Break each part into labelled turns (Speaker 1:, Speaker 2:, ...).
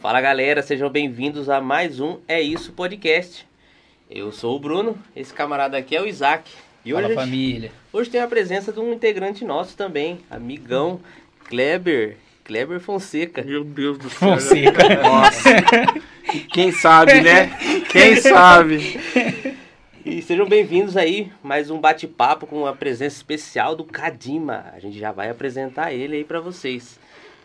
Speaker 1: Fala galera, sejam bem-vindos a mais um É Isso Podcast. Eu sou o Bruno, esse camarada aqui é o Isaac. E
Speaker 2: Fala
Speaker 1: hoje, a gente-
Speaker 2: família.
Speaker 1: hoje tem a presença de um integrante nosso também, amigão, Kleber, Kleber Fonseca.
Speaker 3: Meu Deus do céu.
Speaker 2: Fonseca.
Speaker 3: Nossa. Quem sabe, né? Quem sabe?
Speaker 1: E sejam bem-vindos aí, mais um bate-papo com a presença especial do Kadima. A gente já vai apresentar ele aí pra vocês.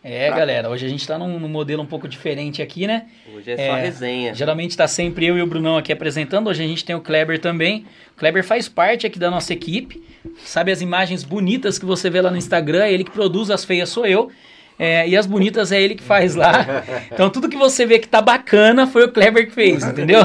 Speaker 2: É, galera, hoje a gente tá num, num modelo um pouco diferente aqui, né?
Speaker 1: Hoje é só
Speaker 2: É,
Speaker 1: resenha.
Speaker 2: Geralmente tá sempre eu e o Brunão aqui apresentando, hoje a gente tem o Kleber também. O Kleber faz parte aqui da nossa equipe, sabe as imagens bonitas que você vê lá no Instagram, é ele que produz, as feias sou eu. é, e as bonitas é ele que faz lá. Então tudo que você vê que tá bacana foi o Kleber que fez, entendeu?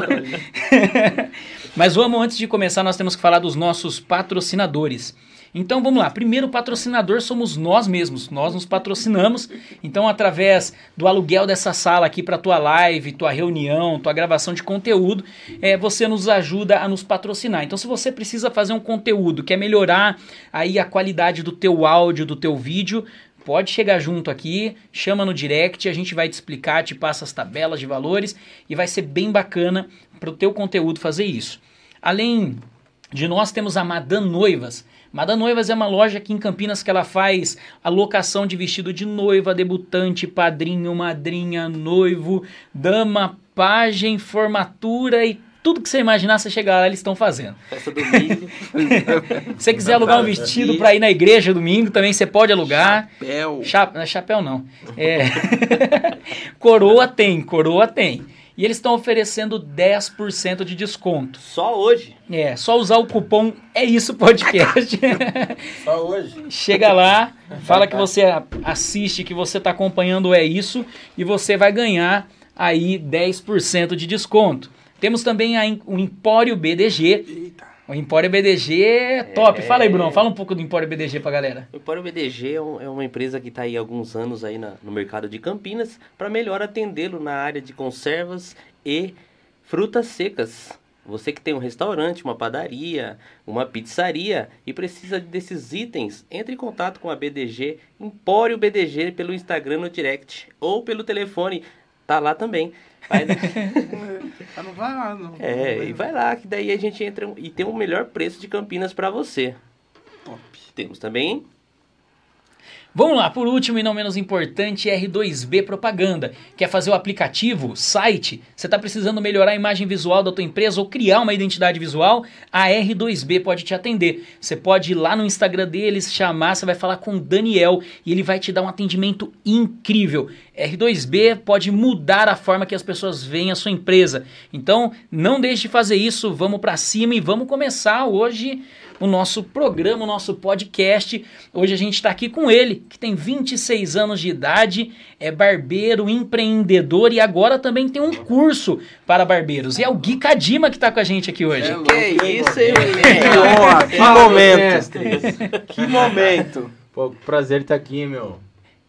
Speaker 2: Mas vamos, antes de começar, nós temos que falar dos nossos patrocinadores. Então vamos lá, primeiro patrocinador somos nós mesmos, nós nos patrocinamos. Então através do aluguel dessa sala aqui para tua live, tua reunião, tua gravação de conteúdo, eh, você nos ajuda a nos patrocinar. Então se você precisa fazer um conteúdo, quer melhorar aí a qualidade do teu áudio, do teu vídeo, Pode chegar junto aqui, chama no direct, a gente vai te explicar, te passa as tabelas de valores e vai ser bem bacana para o teu conteúdo fazer isso. Além de nós, temos a Madame Noivas. Madame Noivas é uma loja aqui em Campinas que ela faz a locação de vestido de noiva, debutante, padrinho, madrinha, noivo, dama, pajem, formatura e tudo que você imaginar, você chegar lá, eles estão fazendo.
Speaker 1: Festa do milho.
Speaker 2: Se você quiser alugar um vestido para ir na igreja domingo, também você pode alugar.
Speaker 3: Bel.
Speaker 2: Cha- não é chapéu não. É. coroa tem, coroa tem. E eles estão oferecendo 10% de desconto.
Speaker 1: Só hoje.
Speaker 2: É, só usar o cupom É Isso Podcast.
Speaker 4: Só hoje.
Speaker 2: Chega lá, fala que você a- assiste, que você está acompanhando o É Isso e você vai ganhar aí 10% de desconto. Temos também a em- o Empório BDG.
Speaker 3: Eita.
Speaker 2: O Empório BDG é top.
Speaker 1: É.
Speaker 2: Fala aí, Bruno. Fala um pouco do Empório BDG pra galera.
Speaker 1: O Empório BDG é, um- é uma empresa que está aí há alguns anos aí na- no mercado de Campinas para melhor atendê-lo na área de conservas e frutas secas. Você que tem um restaurante, uma padaria, uma pizzaria e precisa desses itens, entre em contato com a BDG Empório BDG pelo Instagram no direct ou pelo telefone, tá lá também. Mas-
Speaker 3: Ah, não vai lá, não.
Speaker 1: é, e vai lá que daí a gente entra e tem o melhor preço de Campinas para você.
Speaker 3: Top.
Speaker 1: Temos também
Speaker 2: Vamos lá, por último e não menos importante, R2B Propaganda. Quer fazer o aplicativo, site? Você está precisando melhorar a imagem visual da tua empresa ou criar uma identidade visual? A R2B pode te atender. Você pode ir lá no Instagram deles, chamar, você vai falar com o Daniel e ele vai te dar um atendimento incrível. R2B pode mudar a forma que as pessoas veem a sua empresa. Então, não deixe de fazer isso, vamos para cima e vamos começar hoje o nosso programa, o nosso podcast. Hoje a gente está aqui com ele, que tem 26 anos de idade, é barbeiro, empreendedor e agora também tem um curso para barbeiros. E é o Gui Kadima que está com a gente aqui hoje.
Speaker 4: louco,
Speaker 1: Que é
Speaker 4: hein,
Speaker 1: isso, hein,
Speaker 3: Que
Speaker 1: moleque?
Speaker 3: honra, que momento.
Speaker 4: mestre.
Speaker 3: Que momento.
Speaker 4: Pô, prazer estar aqui, meu.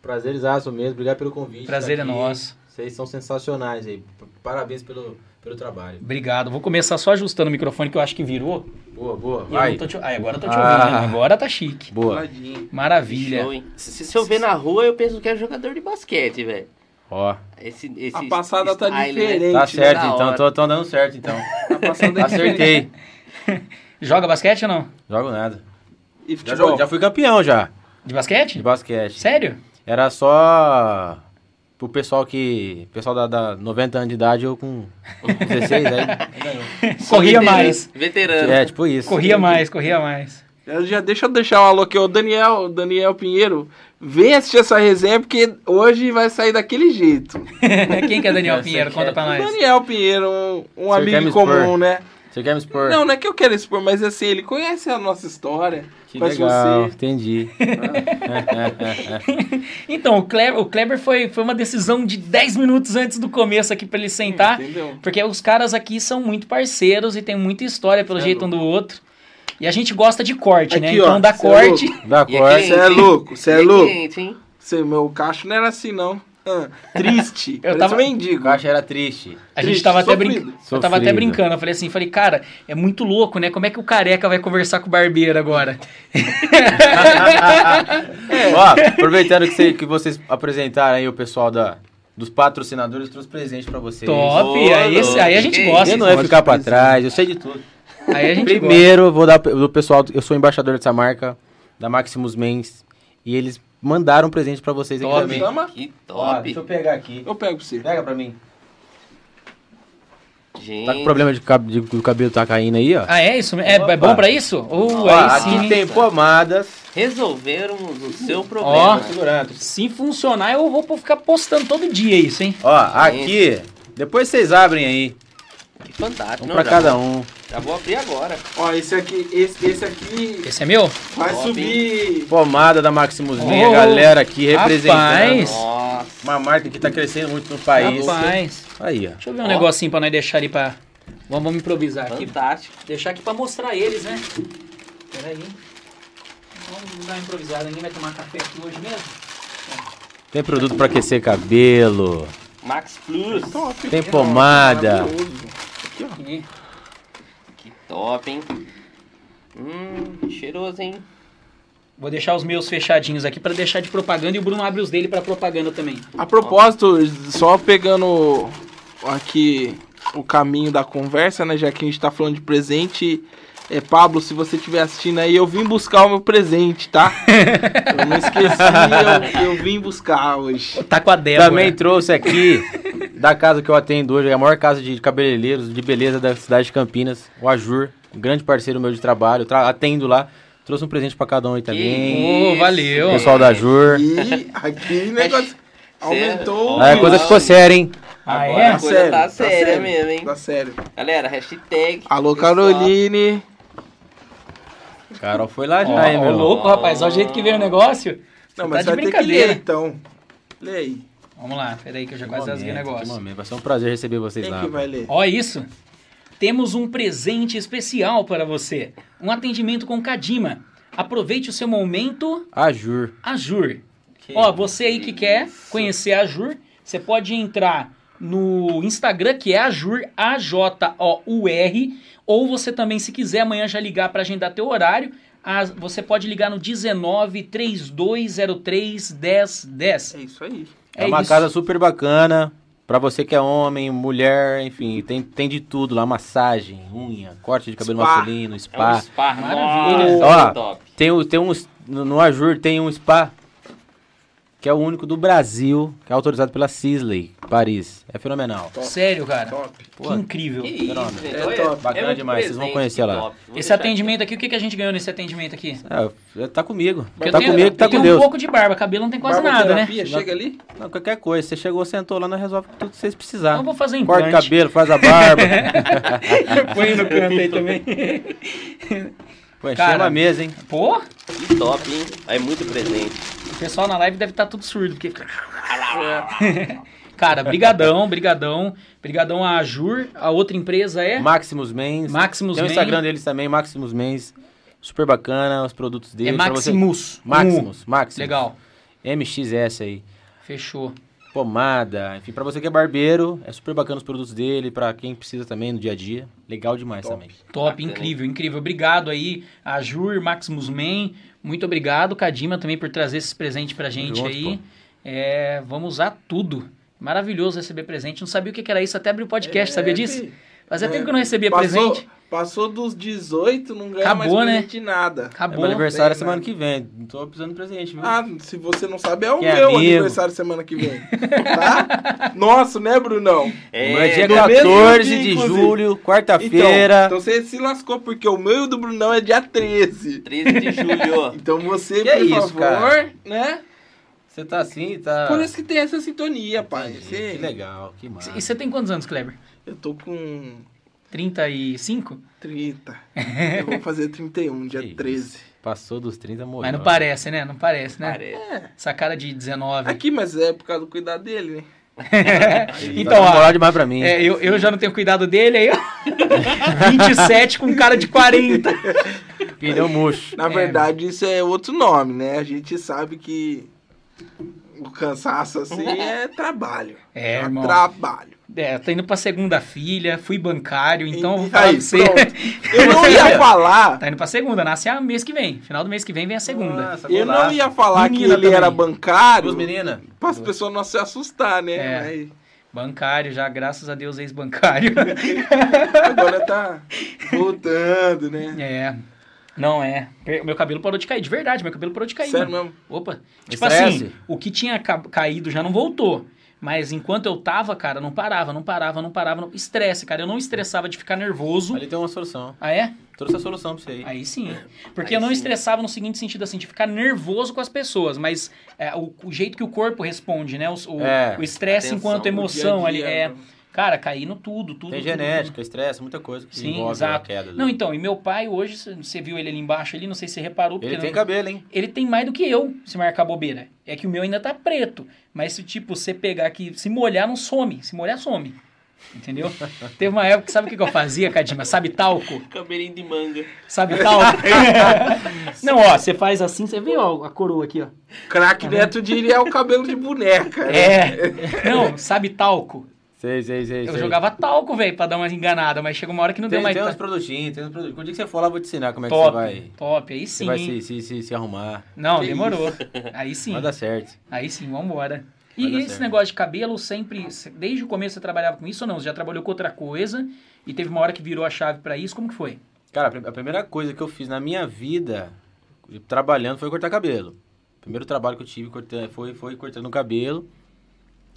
Speaker 4: Prazer exato mesmo. Obrigado pelo convite.
Speaker 2: Prazer
Speaker 4: tá
Speaker 2: é
Speaker 4: aqui.
Speaker 2: nosso.
Speaker 4: Vocês são sensacionais aí. P- Parabéns pelo, pelo trabalho.
Speaker 2: Obrigado. Vou começar só ajustando o microfone que eu acho que virou.
Speaker 4: Boa, boa.
Speaker 2: E eu não
Speaker 4: Vai.
Speaker 2: tô te- Ah, agora eu tô te
Speaker 4: Ah.
Speaker 2: ouvindo. né? Agora tá chique.
Speaker 4: Boa.
Speaker 3: Ladinho.
Speaker 2: Maravilha.
Speaker 1: Show, hein? Se, se eu ver na rua, eu penso que é jogador de basquete, velho.
Speaker 4: Ó.
Speaker 1: Esse, esse
Speaker 3: A passada tá
Speaker 1: style, né?
Speaker 3: diferente.
Speaker 4: Tá
Speaker 3: Gente,
Speaker 4: certo,
Speaker 1: da
Speaker 4: então.
Speaker 1: hora.
Speaker 4: Tô, tô andando certo, então.
Speaker 3: Tá passando
Speaker 4: Acertei.
Speaker 2: Joga basquete ou não?
Speaker 4: Jogo nada.
Speaker 3: E
Speaker 4: Já,
Speaker 3: futebol.
Speaker 4: jogo- já fui campeão já.
Speaker 2: De
Speaker 4: De
Speaker 2: basquete?
Speaker 4: basquete.
Speaker 2: Sério?
Speaker 4: Era só pro pessoal que. Pessoal da, da 90 anos de idade, eu com 16 aí. ganhou.
Speaker 2: Corria
Speaker 1: Veterano-
Speaker 2: mais.
Speaker 1: Veterano.
Speaker 4: É, tipo isso.
Speaker 2: né? Corria mais, corria mais.
Speaker 3: Eu Já deixa eu deixar o alô aqui, o Daniel, o Daniel Pinheiro. Vem assistir essa resenha, porque hoje vai sair daquele jeito.
Speaker 2: Quem que é Daniel
Speaker 4: Essa
Speaker 2: Pinheiro?
Speaker 4: aqui
Speaker 2: Conta
Speaker 4: é-
Speaker 2: pra nós.
Speaker 3: Daniel Pinheiro, um, um
Speaker 4: Você quer
Speaker 3: amigo
Speaker 4: me
Speaker 3: em
Speaker 4: expor?
Speaker 3: comum, né?
Speaker 4: Você quer me expor?
Speaker 3: Não, não é que eu quero expor, mas assim, ele conhece a nossa história.
Speaker 4: Que
Speaker 3: mas
Speaker 4: legal,
Speaker 3: você.
Speaker 4: entendi.
Speaker 2: Então, o Kleber, o Kleber foi, foi uma decisão de 10 minutos antes do começo aqui pra ele sentar.
Speaker 3: Entendeu?
Speaker 2: Porque os caras aqui são muito parceiros e tem muita história pelo
Speaker 3: Cê é
Speaker 2: jeito um do outro. E a gente gosta de corte, né?
Speaker 3: Aqui, ó,
Speaker 2: Então dá
Speaker 3: cê é
Speaker 2: corte.
Speaker 4: Da
Speaker 1: E é
Speaker 4: cor.
Speaker 1: quente,
Speaker 3: Você é
Speaker 1: hein?
Speaker 3: louco, você é
Speaker 1: E
Speaker 3: louco.
Speaker 1: quente, hein?
Speaker 3: Você, meu cacho não era assim, não. Ah, triste.
Speaker 2: Eu
Speaker 3: eu
Speaker 2: tava-
Speaker 3: tava
Speaker 4: O
Speaker 3: mendigo.
Speaker 4: caixa era triste.
Speaker 2: A gente
Speaker 3: Triste,
Speaker 2: tava até,
Speaker 3: sofrido.
Speaker 2: brinca... eu tava até
Speaker 4: Sofrido.
Speaker 2: brincando. Eu falei assim, falei, cara, é muito louco, né? Como é que o careca vai conversar com o barbeiro agora? É.
Speaker 4: Ó, aproveitando que, você- que vocês apresentaram aí o pessoal da, dos patrocinadores, trouxe presente pra vocês.
Speaker 2: Top!
Speaker 1: Ô,
Speaker 2: aí, esse- aí a gente
Speaker 1: que
Speaker 2: gosta.
Speaker 4: Você não é
Speaker 3: Pode
Speaker 4: ficar pra
Speaker 3: presente.
Speaker 4: trás, eu sei de tudo.
Speaker 2: Aí a gente gosta.
Speaker 4: Primeiro, eu vou dar do pessoal, eu sou embaixador dessa marca, da Maximus Mens, e eles mandaram um presente pra vocês aqui
Speaker 2: Top.
Speaker 4: também.
Speaker 3: Chama?
Speaker 1: Que
Speaker 4: Ó,
Speaker 1: top.
Speaker 4: deixa eu tá pegar aqui.
Speaker 3: Ah, Eu pego pra você.
Speaker 4: Pega pra mim.
Speaker 1: Gente.
Speaker 4: Tá com problema de, cab de do cabelo tá caindo aí, ó.
Speaker 2: Ah, é isso? É, é bom pra isso? Uh,
Speaker 4: Ó,
Speaker 2: aí
Speaker 4: aqui
Speaker 2: sim.
Speaker 4: tem pomadas.
Speaker 1: Resolvermos o seu problema.
Speaker 4: Segurando.
Speaker 2: Se funcionar, eu vou ficar postando todo dia isso, hein?
Speaker 4: Ó, aqui. Depois vocês abrem aí.
Speaker 1: que fantástico.
Speaker 4: Um
Speaker 1: Não,
Speaker 4: pra
Speaker 1: já-
Speaker 4: cada um.
Speaker 1: Já vou abrir agora.
Speaker 3: Ó, esse aqui, esse, esse aqui
Speaker 2: Esse é meu?
Speaker 3: vai
Speaker 1: Top,
Speaker 3: subir.
Speaker 4: Pomada da Maximus Mens,
Speaker 2: Oh,
Speaker 4: a galera aqui representando.
Speaker 2: rapaz.
Speaker 1: Nossa.
Speaker 4: Uma marca que tá crescendo muito no país.
Speaker 2: Rapaz.
Speaker 4: Aí, ó.
Speaker 2: Deixa eu ver um
Speaker 1: Ó.
Speaker 2: negocinho pra nós deixar ali pra... Vamos, vamos improvisar aqui.
Speaker 1: Fantástico.
Speaker 2: Deixar aqui pra mostrar eles, né? Peraí. Vamos dar uma improvisada. Ninguém vai tomar café aqui hoje mesmo?
Speaker 4: Tem produto pra aquecer cabelo.
Speaker 1: Max Plus.
Speaker 3: Top.
Speaker 4: Tem pomada.
Speaker 3: Maravilhoso.
Speaker 2: Aqui.
Speaker 1: Que top, hein? Hum, cheiroso, hein?
Speaker 2: Vou deixar os meus fechadinhos aqui pra deixar de propaganda e o Bruno abre os dele pra propaganda também.
Speaker 3: A propósito, só pegando aqui o caminho da conversa, né? Já que a gente tá falando de presente. É, Pablo, se você estiver assistindo aí, eu vim buscar o meu presente, tá? Eu não esqueci, eu, eu vim buscar hoje.
Speaker 2: Tá com a Débora.
Speaker 4: Também trouxe aqui da casa que eu atendo hoje, é a maior casa de cabeleireiros de beleza da cidade de Campinas, o Ajur, um grande parceiro meu de trabalho, tra- atendo lá. Trouxe um presente pra cada um aí também.
Speaker 2: Ô, valeu.
Speaker 4: O pessoal da Ajur.
Speaker 3: E aqui o negócio aumentou.
Speaker 4: Aí a coisa ficou séria, hein?
Speaker 2: Ah,
Speaker 1: Agora
Speaker 2: é?
Speaker 1: a coisa tá séria mesmo, hein?
Speaker 3: Tá sério.
Speaker 1: Galera, hashtag.
Speaker 3: Alô,
Speaker 1: pessoal.
Speaker 3: Caroline.
Speaker 4: Carol foi lá
Speaker 2: Ó,
Speaker 4: já, hein,
Speaker 2: Tá ô,
Speaker 4: meu?
Speaker 2: louco, rapaz. Olha o jeito que veio o negócio. Você
Speaker 3: Não, mas
Speaker 2: tá de
Speaker 3: vai ter que ler,
Speaker 2: brincadeira.
Speaker 3: então. Lê aí.
Speaker 2: Vamos lá. Peraí que eu já
Speaker 4: Que
Speaker 2: quase rasguei o
Speaker 4: momento, que
Speaker 2: negócio.
Speaker 4: momento. Vai ser um prazer receber vocês
Speaker 3: Quem
Speaker 4: lá.
Speaker 3: que vai ler?
Speaker 2: Ó isso. Temos um presente especial para você. Um atendimento com Kadima. Aproveite o seu momento
Speaker 4: Ajur.
Speaker 2: Ajur. Ó, você aí que quer conhecer a Ajur, você pode entrar no Instagram que é Ajur, A-J-O-U-R, ou você também, se quiser, amanhã já ligar para agendar teu horário, ah, você pode ligar no 19 3203 1010.
Speaker 3: É isso aí.
Speaker 4: É,
Speaker 2: É
Speaker 4: uma
Speaker 2: isso.
Speaker 4: casa super bacana. Pra você que é homem, mulher, enfim, tem, tem de tudo lá. Massagem, unha, corte de cabelo
Speaker 3: Spa.
Speaker 4: masculino,
Speaker 1: É um
Speaker 4: spa.
Speaker 1: spa.
Speaker 2: Maravilha.
Speaker 1: Nossa, é
Speaker 4: Ó.
Speaker 1: top.
Speaker 4: Tem, o- tem um, no no Ajur tem um spa que é o único do Brasil, que é autorizado pela Sisley, Paris. É fenomenal.
Speaker 2: Sério, cara.
Speaker 3: Top.
Speaker 2: Que incrível.
Speaker 1: Que isso,
Speaker 4: Fenômeno.
Speaker 1: gente.
Speaker 3: É
Speaker 1: Olha,
Speaker 3: top.
Speaker 4: Bacana
Speaker 1: muito
Speaker 4: demais, vocês vão
Speaker 1: presente,
Speaker 4: conhecer
Speaker 1: que
Speaker 4: lá.
Speaker 1: top. Vou
Speaker 2: Esse
Speaker 1: deixar
Speaker 2: atendimento aqui, o que, que a gente ganhou nesse atendimento aqui?
Speaker 4: É, tá comigo.
Speaker 2: Porque eu
Speaker 4: tá
Speaker 2: tenho-
Speaker 4: comigo, tá
Speaker 2: eu
Speaker 4: com
Speaker 2: tenho um
Speaker 4: Deus.
Speaker 2: pouco de barba, cabelo não tem quase nada, né?
Speaker 3: Barboterapia, Chega ali.
Speaker 4: Não, qualquer coisa, você chegou, sentou lá, nós resolve tudo que
Speaker 2: Então
Speaker 4: vocês
Speaker 2: eu
Speaker 4: precisarem.
Speaker 2: vou fazer
Speaker 4: Corta o
Speaker 2: implante.
Speaker 4: cabelo, faz a barba.
Speaker 2: Põe no canto aí também.
Speaker 4: Pô, encheu
Speaker 2: Cara.
Speaker 4: a mesa, hein?
Speaker 2: Pô,
Speaker 1: aqui. Que top, hein? É muito presente.
Speaker 2: O pessoal na live deve estar tudo surdo, porque... Ah Cara, brigadão, brigadão. Brigadão a Ajur, a outra empresa é
Speaker 4: Maximus Mens.
Speaker 2: Maximus
Speaker 4: Tem o
Speaker 2: Man.
Speaker 4: Instagram deles também, Maximus Mens. Super bacana, os produtos
Speaker 2: É
Speaker 4: deles. pra você-
Speaker 2: Maximus.
Speaker 4: Maximus,
Speaker 2: Um.
Speaker 4: Maximus.
Speaker 2: Legal,
Speaker 4: MXS aí.
Speaker 2: fechou.
Speaker 4: Pomada, enfim, pra você que é barbeiro, é super bacana os produtos dele, pra quem precisa também no dia a dia. Legal demais
Speaker 3: Top.
Speaker 4: também.
Speaker 2: Top,
Speaker 1: Bacana.
Speaker 2: incrível, incrível. Obrigado aí, Ajur, Maximus Man. Muito obrigado, Kadima, também por trazer esses presentes pra gente
Speaker 4: junto,
Speaker 2: aí.
Speaker 4: pô.
Speaker 2: É, vamos usar tudo. Maravilhoso receber presente. Não sabia o que que era isso, até abri o podcast, sabia
Speaker 3: É,
Speaker 2: disso?
Speaker 3: fi.
Speaker 2: Fazia
Speaker 3: É,
Speaker 2: tempo que eu não recebia
Speaker 3: Passou,
Speaker 2: presente.
Speaker 3: passou dos 18, não ganha
Speaker 2: Acabou,
Speaker 3: mais
Speaker 2: né?
Speaker 3: presente de nada.
Speaker 4: É
Speaker 2: Acabou.
Speaker 4: meu aniversário é
Speaker 3: Bem,
Speaker 4: semana
Speaker 3: né?
Speaker 4: que vem. Não tô precisando de presente, viu?
Speaker 3: Ah, se você não sabe, é o
Speaker 4: Que
Speaker 3: meu
Speaker 4: amigo.
Speaker 3: aniversário semana que vem. Tá? Nosso, né, Brunão?
Speaker 1: É,
Speaker 4: Mas dia
Speaker 3: no
Speaker 4: 14
Speaker 3: mesmo dia,
Speaker 4: de
Speaker 3: inclusive.
Speaker 4: julho,
Speaker 3: Então,
Speaker 4: quarta-feira.
Speaker 3: então você se lascou, porque o meu e o do Brunão é dia 13.
Speaker 1: 13 de
Speaker 2: Né?
Speaker 1: julho.
Speaker 3: Então você,
Speaker 4: Que é
Speaker 3: por
Speaker 4: isso,
Speaker 3: favor,
Speaker 4: cara?
Speaker 3: né?
Speaker 4: Você tá assim, tá.
Speaker 3: Por isso que tem essa sintonia, pai.
Speaker 4: Entendi,
Speaker 3: Você-
Speaker 4: Que legal, que massa.
Speaker 2: E você tem quantos anos, Kleber?
Speaker 3: Eu tô com
Speaker 2: 35?
Speaker 3: 30. Eu vou fazer 31, dia
Speaker 4: Que isso.
Speaker 3: 13.
Speaker 4: Passou dos 30, morreu.
Speaker 2: Mas não parece, né? Não parece, né?
Speaker 1: Parece.
Speaker 2: Essa cara de 19.
Speaker 3: Aqui, mas é por causa do cuidado dele, né?
Speaker 2: então,
Speaker 4: tá
Speaker 2: ó,
Speaker 4: moral demais pra mim.
Speaker 2: é, eu, eu já não tenho cuidado dele, aí eu... 27 com cara de 40.
Speaker 4: Pneu murcho.
Speaker 3: Na
Speaker 2: É.
Speaker 3: verdade, isso é outro nome, né? A gente sabe que o cansaço assim é trabalho.
Speaker 2: É,
Speaker 3: Dá
Speaker 2: irmão.
Speaker 3: Trabalho.
Speaker 2: é, tô indo pra segunda filha, fui bancário, então eu vou falar
Speaker 3: Aí,
Speaker 2: pra você.
Speaker 3: pronto. Eu não ia falar.
Speaker 2: tá indo pra segunda, nasce a mês que vem. Final do mês que vem vem a segunda.
Speaker 4: Nossa,
Speaker 3: Eu não
Speaker 4: golaço.
Speaker 3: ia falar que
Speaker 2: Tá Menina
Speaker 3: ele era
Speaker 2: também.
Speaker 3: bancário
Speaker 4: Duas meninas.
Speaker 3: para as pessoas não se assustar, né?
Speaker 2: É.
Speaker 3: Aí,
Speaker 2: Bancário já, graças a Deus, ex-bancário.
Speaker 3: agora tá voltando, né?
Speaker 2: é. Não é. Per- Meu cabelo parou de cair, de verdade, meu cabelo parou de cair.
Speaker 3: Sério
Speaker 2: mano.
Speaker 3: mesmo.
Speaker 2: Opa. Tipo
Speaker 4: Estresse.
Speaker 2: assim, o que tinha ca- caído já não voltou. Mas enquanto eu tava, cara, não parava, não parava, não parava. Não... Estresse, cara. Eu não estressava de ficar nervoso.
Speaker 4: Ali tem uma solução.
Speaker 2: Ah, é?
Speaker 4: Trouxe a solução pra você aí.
Speaker 2: Aí sim. Porque
Speaker 1: Aí
Speaker 2: eu não
Speaker 1: sim.
Speaker 2: estressava no seguinte sentido, assim, de ficar nervoso com as pessoas, mas é, o, o jeito que o corpo responde, né? O- O
Speaker 4: É.
Speaker 2: o estresse
Speaker 1: Atenção,
Speaker 2: enquanto emoção ali. É, cara, caindo tudo, tudo.
Speaker 4: né? Tem
Speaker 2: tudo, tudo.
Speaker 4: genética, estresse, muita coisa que
Speaker 2: Sim,
Speaker 4: envolve
Speaker 2: exato.
Speaker 4: a queda. do-
Speaker 2: Não, então, e meu pai hoje, c- você viu ele ali embaixo ali, não sei se você reparou.
Speaker 4: Ele
Speaker 2: porque
Speaker 4: tem
Speaker 2: não-
Speaker 4: cabelo, hein?
Speaker 2: ele tem mais do que eu, se marcar bobeira. É que o meu ainda tá preto. Mas se, tipo, você pegar aqui, se molhar, não some. Se molhar, some. Entendeu? Teve uma época, que sabe o que que eu fazia, Cadima? Sabe talco?
Speaker 1: Cabelinho de manga.
Speaker 2: Sabe tal? não, ó, você faz assim, você vê ó, a coroa aqui, ó.
Speaker 3: Crack
Speaker 2: Tá
Speaker 3: Neto diria é o cabelo de boneca. né?
Speaker 2: É. Não, sabe talco?
Speaker 4: Sei, sei, sei.
Speaker 2: Eu
Speaker 4: sei.
Speaker 2: jogava talco, velho, pra dar uma enganada, mas chegou uma hora que não
Speaker 4: Tem,
Speaker 2: deu mais
Speaker 4: tem uns
Speaker 2: tanto.
Speaker 4: produtinhos, tem uns produtinhos. Quando dia que você for lá, eu vou te ensinar como é que
Speaker 2: Top,
Speaker 4: você vai.
Speaker 2: top, aí
Speaker 4: Você
Speaker 2: sim.
Speaker 4: vai
Speaker 2: hein?
Speaker 4: se, se, se, se arrumar.
Speaker 2: Não,
Speaker 3: Que
Speaker 2: demorou. Aí sim.
Speaker 4: Vai dar certo.
Speaker 2: Aí sim, vambora.
Speaker 4: Vai
Speaker 2: E
Speaker 4: dar
Speaker 2: esse
Speaker 4: certo.
Speaker 2: negócio de cabelo sempre, desde o começo você trabalhava com isso ou não? Você já trabalhou com outra coisa e teve uma hora que virou a chave pra isso? Como que foi?
Speaker 4: Cara, a prim- a primeira coisa que eu fiz na minha vida, trabalhando, foi cortar cabelo. O primeiro trabalho que eu tive cortando, foi, foi cortando o cabelo.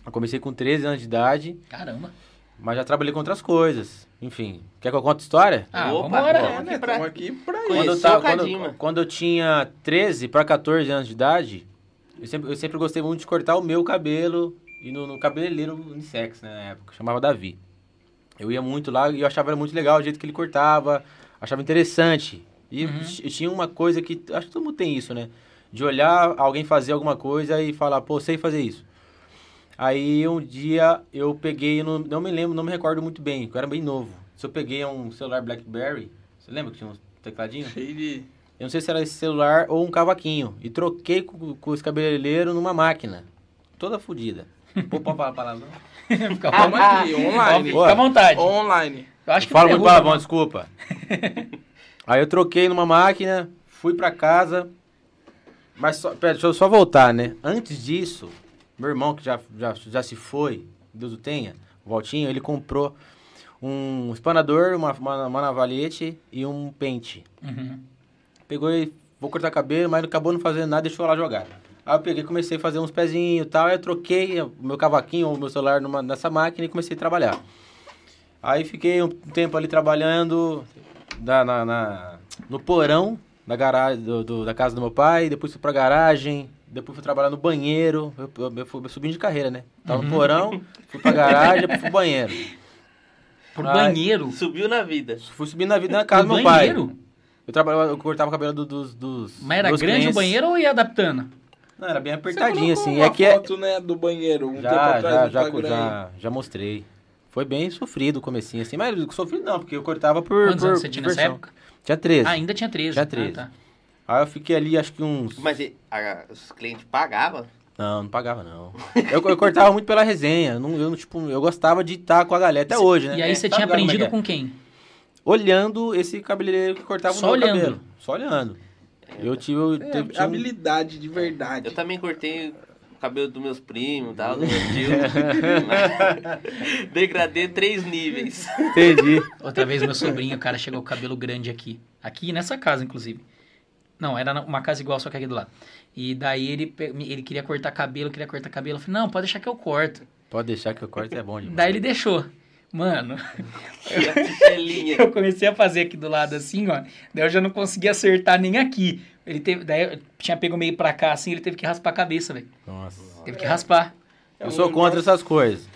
Speaker 4: Eu comecei com 13 anos de idade,
Speaker 2: Caramba.
Speaker 4: mas já trabalhei com outras coisas. Enfim, quer que eu conte a história?
Speaker 2: Ah,
Speaker 1: Opa,
Speaker 2: vambora.
Speaker 1: bom.
Speaker 3: É, né?
Speaker 1: Aqui pra-
Speaker 3: Tamo aqui pra isso.
Speaker 1: Conheci
Speaker 4: quando eu, tava-
Speaker 1: o
Speaker 4: quando,
Speaker 1: Kadima.
Speaker 4: quando eu tinha 13 para 14 anos de idade, eu sempre, eu sempre gostei muito de cortar o meu cabelo e no, no cabeleireiro unissex, né, na época, chamava Davi. Eu ia muito lá e eu achava muito legal o jeito que ele cortava, achava interessante. E
Speaker 2: Uhum.
Speaker 4: t- tinha uma coisa que, acho que todo mundo tem isso, né? De olhar alguém fazer alguma coisa e falar, pô, sei fazer isso. Aí um dia eu peguei, não, não me lembro, não me recordo muito bem, que eu era bem novo. Se eu peguei um celular BlackBerry, você lembra que tinha um tecladinho?
Speaker 3: Cheio de...
Speaker 4: Eu não sei se era esse celular ou um cavaquinho. E troquei com, com esse cabeleireiro numa máquina. Toda fodida. Pô, pode falar palavrão?
Speaker 2: Fica à
Speaker 3: Calma
Speaker 2: vontade.
Speaker 3: aqui, online.
Speaker 2: Fica à vontade.
Speaker 3: Online.
Speaker 2: Eu acho
Speaker 4: Eu
Speaker 2: que é
Speaker 4: falo muito
Speaker 2: derruba,
Speaker 4: palavrão,
Speaker 2: não.
Speaker 4: desculpa. Aí eu troquei numa máquina, fui pra casa. Mas só, pera, deixa eu só voltar, né? Antes disso, meu irmão, que já, já, já se foi, Deus o tenha, o Valtinho, ele comprou um espanador, uma, uma, uma navalhete e um pente.
Speaker 2: Uhum.
Speaker 4: Pegou e vou cortar cabelo, mas acabou não fazendo nada, deixou lá jogar. Aí eu peguei, comecei a fazer uns pezinhos e tal, aí eu troquei o meu cavaquinho ou o meu celular numa, nessa máquina e comecei a trabalhar. Aí fiquei um tempo ali trabalhando da- na- na- no porão da, garagem, do- do- da casa do meu pai, depois fui pra garagem, depois fui trabalhar no banheiro, eu, eu, eu fui eu subindo de carreira, né? Tava no
Speaker 2: Uhum.
Speaker 4: porão, fui pra garagem, depois fui pro banheiro.
Speaker 2: Por
Speaker 4: Ai.
Speaker 2: banheiro.
Speaker 1: Subiu na vida.
Speaker 4: Fui subindo na vida na casa do
Speaker 2: Por
Speaker 4: meu pai.
Speaker 2: banheiro?
Speaker 4: Eu, trabalhava, eu cortava o cabelo do- dos, dos.
Speaker 2: Mas era
Speaker 4: dos
Speaker 2: grande
Speaker 4: clientes.
Speaker 2: o banheiro ou ia adaptando?
Speaker 4: Não, era bem
Speaker 3: Você
Speaker 4: apertadinho,
Speaker 3: colocou
Speaker 4: assim.
Speaker 3: uma
Speaker 4: É que é...
Speaker 3: foto, né, do banheiro, um tempo
Speaker 4: já,
Speaker 3: atrás
Speaker 4: já,
Speaker 3: no
Speaker 4: já,
Speaker 3: Instagram.
Speaker 4: já, já mostrei. Foi bem sofrido o comecinho, assim. Mas sofrido não, porque eu cortava por.
Speaker 2: Quantos
Speaker 4: por
Speaker 2: anos você tinha nessa
Speaker 4: diversão.
Speaker 2: época?
Speaker 4: Tinha 13.
Speaker 2: Ah, ainda tinha 13.
Speaker 4: Tinha
Speaker 2: Ah,
Speaker 4: 13.
Speaker 2: tá.
Speaker 4: Aí eu fiquei ali, acho que uns.
Speaker 1: Mas e- a- os clientes pagavam?
Speaker 4: Não, não pagava, não. Eu, eu cortava muito pela resenha. Não, eu, não, tipo, eu gostava de estar com a galera até hoje, né?
Speaker 2: E aí você
Speaker 4: Sabe
Speaker 2: tinha
Speaker 4: como é que
Speaker 2: aprendido
Speaker 4: é?
Speaker 2: com quem?
Speaker 4: Olhando esse cabeleireiro que cortava
Speaker 2: Só
Speaker 4: o meu
Speaker 2: olhando.
Speaker 4: cabelo. Só olhando. Eu tive. Eu
Speaker 3: É,
Speaker 4: tive- tinha um-
Speaker 3: habilidade de verdade.
Speaker 1: Eu também cortei o cabelo dos meus primos, tá tal, do meu tio. Degradei três níveis.
Speaker 4: Entendi.
Speaker 2: Outra vez meu sobrinho, cara, chegou com o cabelo grande aqui. Aqui nessa casa, inclusive. Não, era na- uma casa igual, só que aqui do lado. E daí ele, pe- ele queria cortar cabelo, queria cortar cabelo. Eu falei, não, pode deixar que eu corto.
Speaker 4: Pode deixar que eu corto, é bom demais.
Speaker 2: Daí ele deixou. Mano,
Speaker 1: E a tigelinha.
Speaker 2: eu comecei a fazer aqui do lado assim, ó. Daí eu já não conseguia acertar nem aqui. Ele teve, daí eu tinha pego meio pra cá assim, ele teve que raspar a cabeça, velho.
Speaker 4: Nossa.
Speaker 2: Teve que raspar
Speaker 3: É
Speaker 4: Eu
Speaker 3: um
Speaker 4: sou
Speaker 3: negócio-
Speaker 4: contra essas coisas.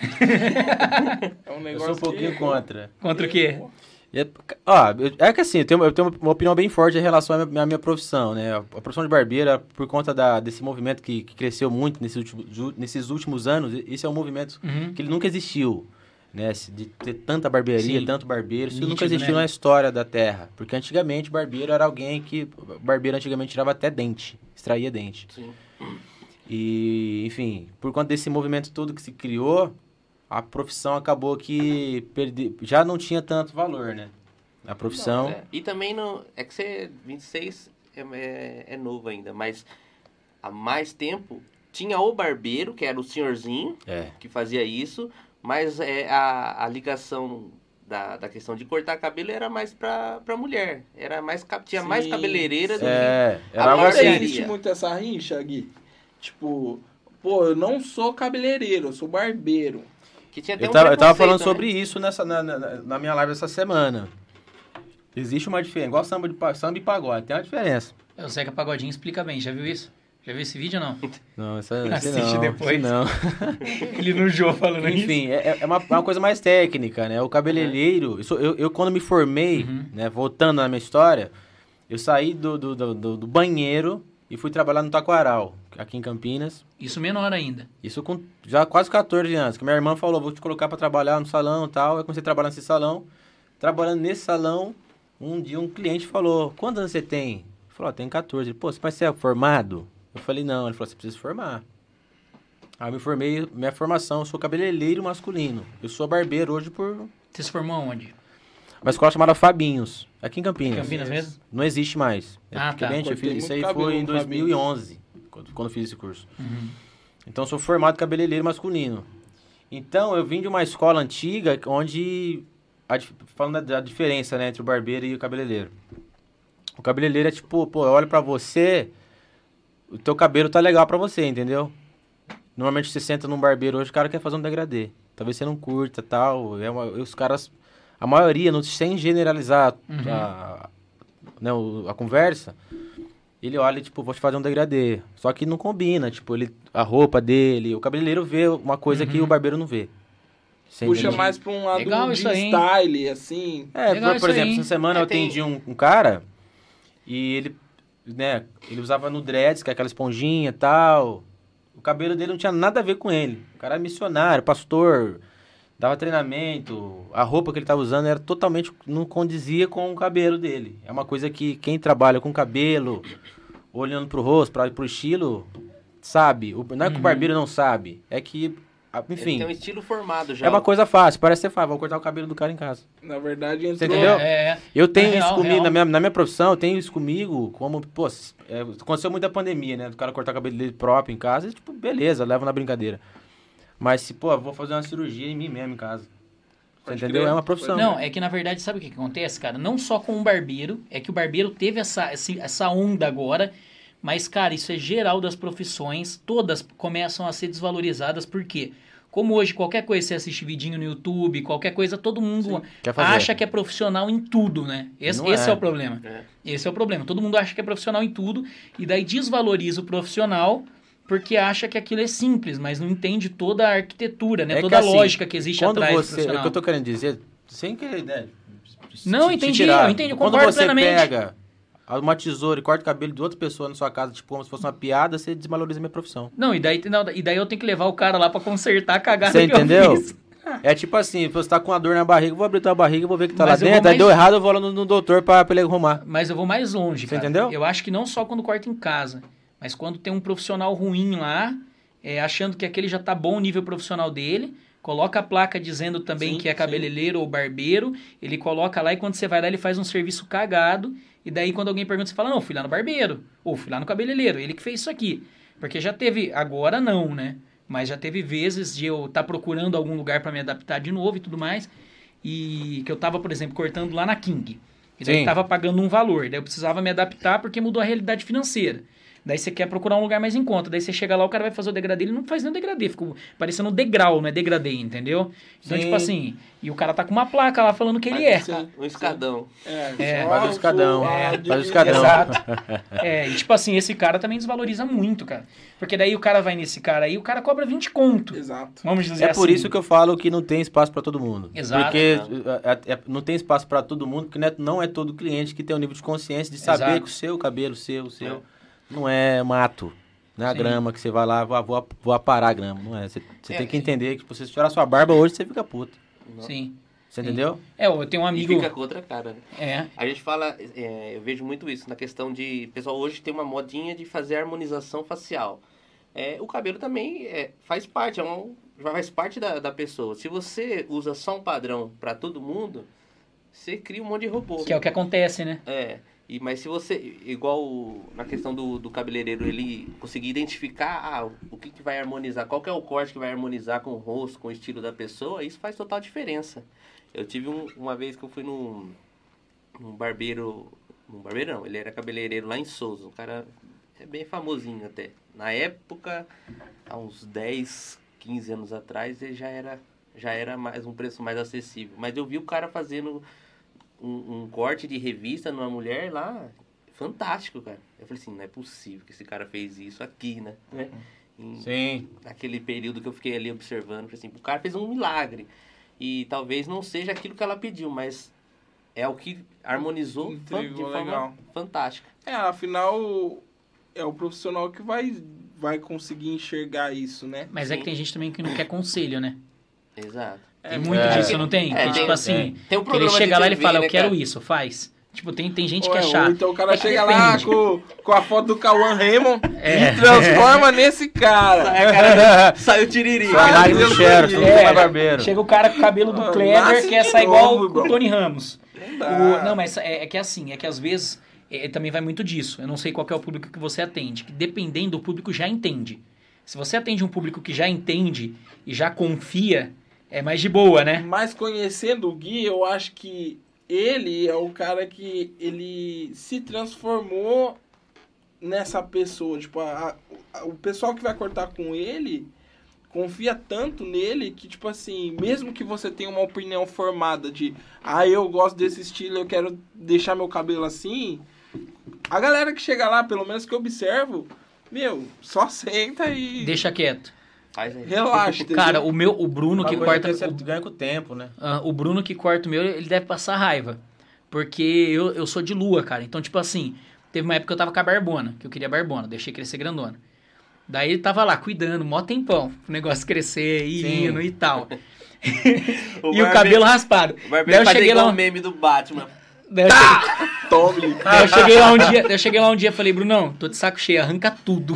Speaker 3: É um
Speaker 4: Eu
Speaker 3: negócio
Speaker 4: sou um pouquinho
Speaker 3: que-
Speaker 4: contra.
Speaker 2: contra o quê?
Speaker 4: É, ó, eu- é que assim, eu tenho, eu tenho uma opinião bem forte em relação à minha, à minha profissão, né? A profissão de barbeira, por conta da- desse movimento que, que cresceu muito nesses últimos, ju- nesses últimos anos, e- esse é um movimento
Speaker 2: Uhum.
Speaker 4: que ele nunca existiu, né? Esse De ter tanta barbearia,
Speaker 2: Sim.
Speaker 4: tanto barbeiro, isso nunca
Speaker 2: Nítido,
Speaker 4: existiu
Speaker 2: né?
Speaker 4: na história da Terra. Porque antigamente, barbeiro era alguém que... Barbeiro antigamente tirava até dente, extraía dente.
Speaker 1: Sim.
Speaker 4: E, enfim, por conta desse movimento todo que se criou, a profissão acabou que perdi, já não tinha tanto valor, né? A profissão.
Speaker 1: É, E também não. É que você. 26 é, é, é novo ainda, mas há mais tempo tinha o barbeiro, que era o senhorzinho,
Speaker 4: É.
Speaker 1: que fazia isso, mas é, a, a ligação da, da questão de cortar cabelo era mais pra, pra mulher. Era mais, cap- tinha
Speaker 3: Sim.
Speaker 1: mais cabeleireira do que.
Speaker 4: É,
Speaker 1: A
Speaker 4: era
Speaker 1: maior
Speaker 4: você.
Speaker 1: Barbearia.
Speaker 3: Existe muito essa rincha, Gui. Tipo, pô, eu não sou cabeleireiro, eu sou barbeiro.
Speaker 1: Que tinha até
Speaker 4: Eu
Speaker 1: um
Speaker 4: tava, eu tava falando
Speaker 1: preconceito,
Speaker 4: sobre isso nessa, na, na- na minha live essa semana. Existe uma diferença, igual samba, de, pa- samba e pagode, tem uma diferença.
Speaker 2: É, O Zeca Pagodinho explica bem, já viu isso? Já viu esse vídeo ou não?
Speaker 4: Não, essa, esse
Speaker 2: Assiste
Speaker 4: não,
Speaker 2: depois.
Speaker 4: esse não.
Speaker 2: Ele no jogo falando isso.
Speaker 4: Enfim, é, é uma, é uma coisa mais técnica, né? O cabeleireiro, isso- eu, eu quando me formei,
Speaker 2: Uhum.
Speaker 4: né, voltando na minha história, eu saí do, do, do- do- do banheiro e fui trabalhar no Taquaral, aqui em Campinas.
Speaker 2: Isso menor ainda.
Speaker 4: Isso com já quase 14 anos, que minha irmã falou, vou te colocar pra trabalhar no salão e tal. Eu comecei a trabalhar nesse salão. Trabalhando nesse salão, um dia um cliente falou, quantos anos você tem? Eu falei, ó, tenho 14. Ele, pô, mas você é formado? Eu falei, não. Ele falou, você precisa se formar. Aí eu me formei, minha formação, eu sou cabeleireiro masculino. Eu sou barbeiro hoje por
Speaker 2: Você se formou onde?
Speaker 4: uma escola chamada Fabinhos, aqui em Campinas.
Speaker 2: Campinas mesmo?
Speaker 4: Não existe mais. É
Speaker 2: Ah,
Speaker 4: porque,
Speaker 2: tá.
Speaker 4: gente, eu
Speaker 3: Cortei
Speaker 4: fiz
Speaker 3: muito
Speaker 4: isso aí
Speaker 3: cabelo
Speaker 4: foi em
Speaker 3: no Fabinhos.
Speaker 4: 2011, quando, quando eu fiz esse curso. Então, eu sou formado cabeleireiro masculino. Então, eu vim de uma escola antiga onde. a dif- falando da, da diferença né, entre o barbeiro e o cabeleireiro. O cabeleireiro é tipo, pô, eu olho pra você, o teu cabelo tá legal pra você, entendeu? Normalmente você senta num barbeiro hoje, o cara quer fazer um degradê. Talvez você não curta tal. É uma- os caras. A maioria, não, sem generalizar
Speaker 2: Uhum.
Speaker 4: a, né, o- a conversa, ele olha, tipo, vou te fazer um degradê. Só que não combina, tipo, ele, a roupa dele. O cabeleireiro vê uma coisa que o barbeiro não vê. Você
Speaker 3: Puxa
Speaker 4: entende?
Speaker 3: mais pra um lado
Speaker 2: Legal
Speaker 3: de
Speaker 2: isso aí, hein?
Speaker 3: style, assim.
Speaker 4: É,
Speaker 2: Legal
Speaker 4: por, por
Speaker 2: isso aí,
Speaker 4: exemplo,
Speaker 2: hein?
Speaker 4: essa semana
Speaker 1: É,
Speaker 4: eu atendi
Speaker 1: tem-
Speaker 4: um, um cara e ele, né, ele usava no dreads, que é aquela esponjinha e tal. O cabelo dele não tinha nada a ver com ele. O cara é missionário, pastor, dava treinamento. A roupa que ele tava usando era totalmente, não condizia com o cabelo dele. É uma coisa que quem trabalha com cabelo, olhando pro rosto, pra, pro estilo, sabe. O- não é que o
Speaker 2: Uhum.
Speaker 4: barbeiro não sabe, é que, a-
Speaker 1: Ele
Speaker 4: enfim,
Speaker 1: Tem um estilo formado já.
Speaker 4: é uma coisa fácil. Parece ser fácil, vou cortar o cabelo do cara em casa.
Speaker 3: Na verdade, entrou.
Speaker 4: entendeu?
Speaker 2: É, é.
Speaker 4: Eu tenho
Speaker 2: É real,
Speaker 4: isso comigo,
Speaker 2: real.
Speaker 4: Na, minha, na minha profissão, eu tenho isso comigo, como, pô, s- é, aconteceu muito a pandemia, né? Do cara cortar o cabelo dele próprio em casa, e, tipo, beleza, leva na brincadeira. Mas se, pô, eu vou fazer uma cirurgia em mim mesmo em casa. Você
Speaker 3: Pode
Speaker 4: entendeu?
Speaker 3: crer.
Speaker 4: É uma profissão.
Speaker 2: Não, é que na verdade, sabe o que, que acontece, cara? Não só com o barbeiro, é que o barbeiro teve essa, esse- essa onda agora, mas, cara, isso é geral das profissões, todas começam a ser desvalorizadas, por quê? Como hoje, qualquer coisa, você assiste vidinho no YouTube, qualquer coisa, todo mundo
Speaker 4: Quer fazer?
Speaker 2: acha que é profissional em tudo, né? Esse,
Speaker 4: Não
Speaker 2: esse é. o
Speaker 4: é.
Speaker 2: problema.
Speaker 1: É.
Speaker 2: Esse é o problema. Todo mundo acha que é profissional em tudo e daí desvaloriza o profissional porque acha que aquilo é simples, mas não entende toda a arquitetura, né?
Speaker 4: É que
Speaker 2: toda a
Speaker 4: assim,
Speaker 2: lógica que existe
Speaker 4: Quando
Speaker 2: atrás do
Speaker 4: você. É o
Speaker 2: profissional.
Speaker 4: que eu tô querendo dizer, sem querer, né? se-
Speaker 2: Não,
Speaker 4: se
Speaker 2: entendi,
Speaker 4: tirar.
Speaker 2: eu entendi, eu
Speaker 4: Quando
Speaker 2: concordo
Speaker 4: você
Speaker 2: plenamente.
Speaker 4: pega uma tesoura e corta o cabelo de outra pessoa na sua casa, tipo, como se fosse uma piada, você desvaloriza a minha profissão.
Speaker 2: Não, e daí, não, e daí eu tenho que levar o cara lá pra consertar a cagada
Speaker 4: Você
Speaker 2: que eu
Speaker 4: entendeu?
Speaker 2: fiz.
Speaker 4: É tipo assim, você tá com uma dor na barriga, eu vou abrir tua barriga, eu vou ver o que tá
Speaker 2: Mas eu vou
Speaker 4: lá dentro, aí
Speaker 2: mais-
Speaker 4: deu errado, eu vou lá no, no doutor pra, pra ele arrumar.
Speaker 2: Mas eu vou mais longe,
Speaker 4: Você
Speaker 2: cara.
Speaker 4: entendeu?
Speaker 2: Eu acho que não só quando corta em casa, mas quando tem um profissional ruim lá, é, achando que aquele já tá bom o nível profissional dele, coloca a placa dizendo também
Speaker 3: Sim,
Speaker 2: que é
Speaker 3: sim.
Speaker 2: cabeleireiro ou barbeiro, ele coloca lá e quando você vai lá ele faz um serviço cagado, e daí quando alguém pergunta, você fala, não, fui lá no barbeiro, ou fui lá no cabeleireiro, ele que fez isso aqui. Porque já teve, agora não, né? Mas já teve vezes de eu estar procurando algum lugar pra me adaptar de novo e tudo mais. E que eu tava, por exemplo, cortando lá na King. E daí
Speaker 4: Sim.
Speaker 2: tava pagando um valor. Daí eu precisava me adaptar porque mudou a realidade financeira. Daí você quer procurar um lugar mais em conta. Daí você chega lá, o cara vai fazer o degradê, ele não faz nem o degradê. Fica parecendo um degrau, não é degradê, entendeu? Então,
Speaker 4: Sim.
Speaker 2: tipo assim, e o cara tá com uma placa lá falando que ele
Speaker 3: Aqui
Speaker 2: é.
Speaker 3: você-
Speaker 1: Um escadão.
Speaker 3: É,
Speaker 2: É.
Speaker 3: só
Speaker 4: Faz o escadão,
Speaker 3: sua
Speaker 4: é,
Speaker 3: divisão.
Speaker 4: faz o escadão.
Speaker 2: É, e tipo assim, esse cara também desvaloriza muito, cara. Porque daí o cara vai nesse cara aí, o cara cobra 20 conto.
Speaker 3: Exato.
Speaker 2: Vamos dizer
Speaker 4: É
Speaker 2: assim.
Speaker 4: por isso que eu falo que não tem espaço pra todo mundo.
Speaker 2: Exato.
Speaker 4: Porque é, é, não tem espaço pra todo mundo, porque não é, não é todo cliente que tem o nível de consciência de saber
Speaker 2: Exato. É.
Speaker 4: que o seu cabelo, o seu, o seu, não é mato. Não é a
Speaker 2: Sim.
Speaker 4: grama que você vai lá, vou, vou, vou aparar a grama, não é. Você, você
Speaker 1: É,
Speaker 4: tem que entender que tipo, se você tirar sua barba hoje, você fica puto.
Speaker 2: Sim.
Speaker 4: Você
Speaker 2: Sim.
Speaker 4: entendeu?
Speaker 2: É, eu tenho um
Speaker 1: E
Speaker 2: amigo.
Speaker 1: fica com outra cara, né?
Speaker 2: É.
Speaker 1: A gente fala, é, eu vejo muito isso na questão de. Pessoal, hoje tem uma modinha de fazer harmonização facial. É, o cabelo também é, faz parte, é um, faz parte da, da pessoa. Se você usa só um padrão para todo mundo, você cria um monte de robô.
Speaker 2: Que é o que acontece, né?
Speaker 1: É. E, mas se você, igual o- na questão do, do cabeleireiro, ele conseguir identificar ah, o que, que vai harmonizar, qual que é o corte que vai harmonizar com o rosto, com o estilo da pessoa, isso faz total diferença. Eu tive um- uma vez que eu fui num, num barbeiro, num barbeiro não, ele era cabeleireiro lá em Souza, um cara é bem famosinho até. Na época, há uns 10, 15 anos atrás, ele já era, já era mais um preço mais acessível. Mas eu vi o cara fazendo um, um corte de revista numa mulher lá, fantástico, cara. Eu falei assim, não é possível que esse cara fez isso aqui, né? Né? Em-
Speaker 4: Sim.
Speaker 1: naquele período que eu fiquei ali observando, falei assim, o cara fez um milagre. E talvez não seja aquilo que ela pediu, mas é o que harmonizou fan- de
Speaker 3: Intrigou
Speaker 1: forma
Speaker 3: legal.
Speaker 1: fantástica.
Speaker 3: É, afinal, é o profissional que vai, vai conseguir enxergar isso, né?
Speaker 2: Mas é que tem gente também que não quer conselho, né?
Speaker 1: Exato.
Speaker 2: Tem muito
Speaker 4: é.
Speaker 2: disso, não tem?
Speaker 1: É,
Speaker 2: Que, tipo
Speaker 1: tem-
Speaker 2: assim,
Speaker 1: Tem um
Speaker 2: que ele
Speaker 1: programa
Speaker 2: chega
Speaker 1: de
Speaker 2: lá e ele
Speaker 1: TV,
Speaker 2: fala,
Speaker 1: né,
Speaker 2: eu quero
Speaker 1: cara?
Speaker 2: isso, faz. Tipo, tem, tem gente
Speaker 3: Ou
Speaker 2: que é
Speaker 3: é, ou
Speaker 2: chato.
Speaker 3: então o cara
Speaker 2: É que
Speaker 3: chega lá
Speaker 2: depende.
Speaker 3: com, com a foto do Cauan Raymond
Speaker 2: É.
Speaker 3: e
Speaker 1: Então,
Speaker 3: transforma nesse né?
Speaker 1: é,
Speaker 3: cara.
Speaker 1: Saiu tiriri.
Speaker 3: Ai,
Speaker 4: Saudade do
Speaker 3: Deus
Speaker 4: Xero,
Speaker 3: do
Speaker 4: todo
Speaker 3: céu.
Speaker 4: mundo
Speaker 2: É,
Speaker 4: é barbeiro.
Speaker 2: Chega o cara com o cabelo do
Speaker 3: Ah,
Speaker 2: Kleber,
Speaker 3: nasce
Speaker 2: quer
Speaker 3: de
Speaker 2: sair igual
Speaker 3: novo,
Speaker 2: o- o
Speaker 3: bro.
Speaker 2: Tony Ramos.
Speaker 3: Não
Speaker 2: O-
Speaker 1: Ah.
Speaker 3: dá.
Speaker 2: não, mas é, é que é assim, é que às vezes é, também vai muito disso. Eu não sei qual que é o público que você atende, que dependendo, o público já entende. Se você atende um público que já entende e já confia, é mais de boa, né?
Speaker 3: Mas conhecendo o Gui, eu acho que ele é o cara que ele se transformou nessa pessoa. Tipo, a- a- o pessoal que vai cortar com ele confia tanto nele que, tipo assim, mesmo que você tenha uma opinião formada de ah, eu gosto desse estilo, eu quero deixar meu cabelo assim, a galera que chega lá, pelo menos que eu observo, meu, só senta e
Speaker 2: Deixa quieto.
Speaker 1: Faz aí.
Speaker 3: relaxa. entendeu?
Speaker 2: Cara, o meu, o Bruno
Speaker 4: Uma
Speaker 2: que
Speaker 4: coisa
Speaker 2: corta,
Speaker 4: que você
Speaker 2: o
Speaker 4: ganha com o tempo, né?
Speaker 2: Ah, o Bruno que corta o meu, ele deve passar raiva. Porque eu, eu sou de lua, cara. Então, tipo assim, teve uma época que eu tava com a barbona, que eu queria barbona, deixei crescer grandona. Daí ele tava lá cuidando, mó tempão, pro negócio crescer, ir
Speaker 4: Sim.
Speaker 2: indo e tal.
Speaker 1: O
Speaker 2: e o
Speaker 1: barbeiro-
Speaker 2: cabelo raspado.
Speaker 1: O
Speaker 2: Daí
Speaker 1: barbeiro
Speaker 2: eu
Speaker 1: faz
Speaker 2: cheguei
Speaker 1: igual
Speaker 2: lá.
Speaker 1: o
Speaker 2: um-
Speaker 1: meme do Batman.
Speaker 2: Daí eu cheguei-
Speaker 3: tome.
Speaker 2: Daí eu cheguei lá um dia, daí eu cheguei lá um dia e falei, Brunão, tô de saco cheio, arranca tudo.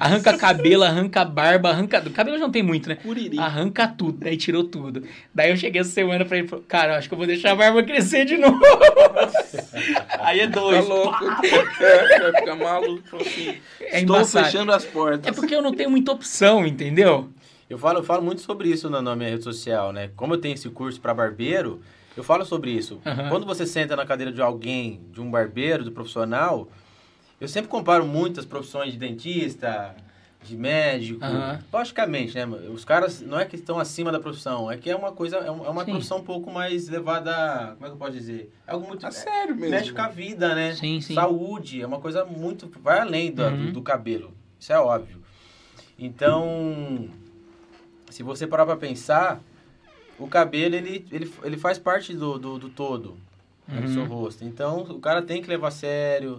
Speaker 2: arranca cabelo, arranca barba, arranca. Cabelo já não tem muito, né?
Speaker 3: Curiri.
Speaker 2: Arranca tudo, daí tirou tudo. Daí eu cheguei essa semana pra ele e falei, cara, eu acho que eu vou deixar a barba crescer de novo.
Speaker 1: Aí é
Speaker 3: Tá
Speaker 1: dois.
Speaker 3: louco. É, vai ficar maluco. falou Assim,
Speaker 2: É
Speaker 3: Estou
Speaker 2: embaçado.
Speaker 3: fechando as
Speaker 2: É
Speaker 3: portas.
Speaker 2: porque eu não tenho muita opção, entendeu?
Speaker 4: Eu falo, eu falo muito sobre isso na, na minha rede social, né? Como eu tenho esse curso para barbeiro, eu falo sobre isso.
Speaker 2: Aham.
Speaker 4: Quando você senta na cadeira de alguém, de um barbeiro, de um profissional, eu sempre comparo muitas profissões de dentista, de médico.
Speaker 2: Aham.
Speaker 4: Logicamente, né? Os caras não é que estão acima da profissão, é que é uma coisa, é um- é uma
Speaker 2: Sim.
Speaker 4: profissão um pouco mais levada. Como é que eu posso dizer? É algo muito.
Speaker 3: Ah, sério mesmo.
Speaker 4: Mexe com a vida, né?
Speaker 2: Sim, sim.
Speaker 4: Saúde, é uma coisa muito. Vai além da- do,
Speaker 2: Uhum.
Speaker 4: do cabelo. Isso é óbvio. Então, se você parar pra pensar, o cabelo ele, ele, ele faz parte do, do, do todo, né, do
Speaker 2: Uhum.
Speaker 4: seu rosto. Então, o cara tem que levar a sério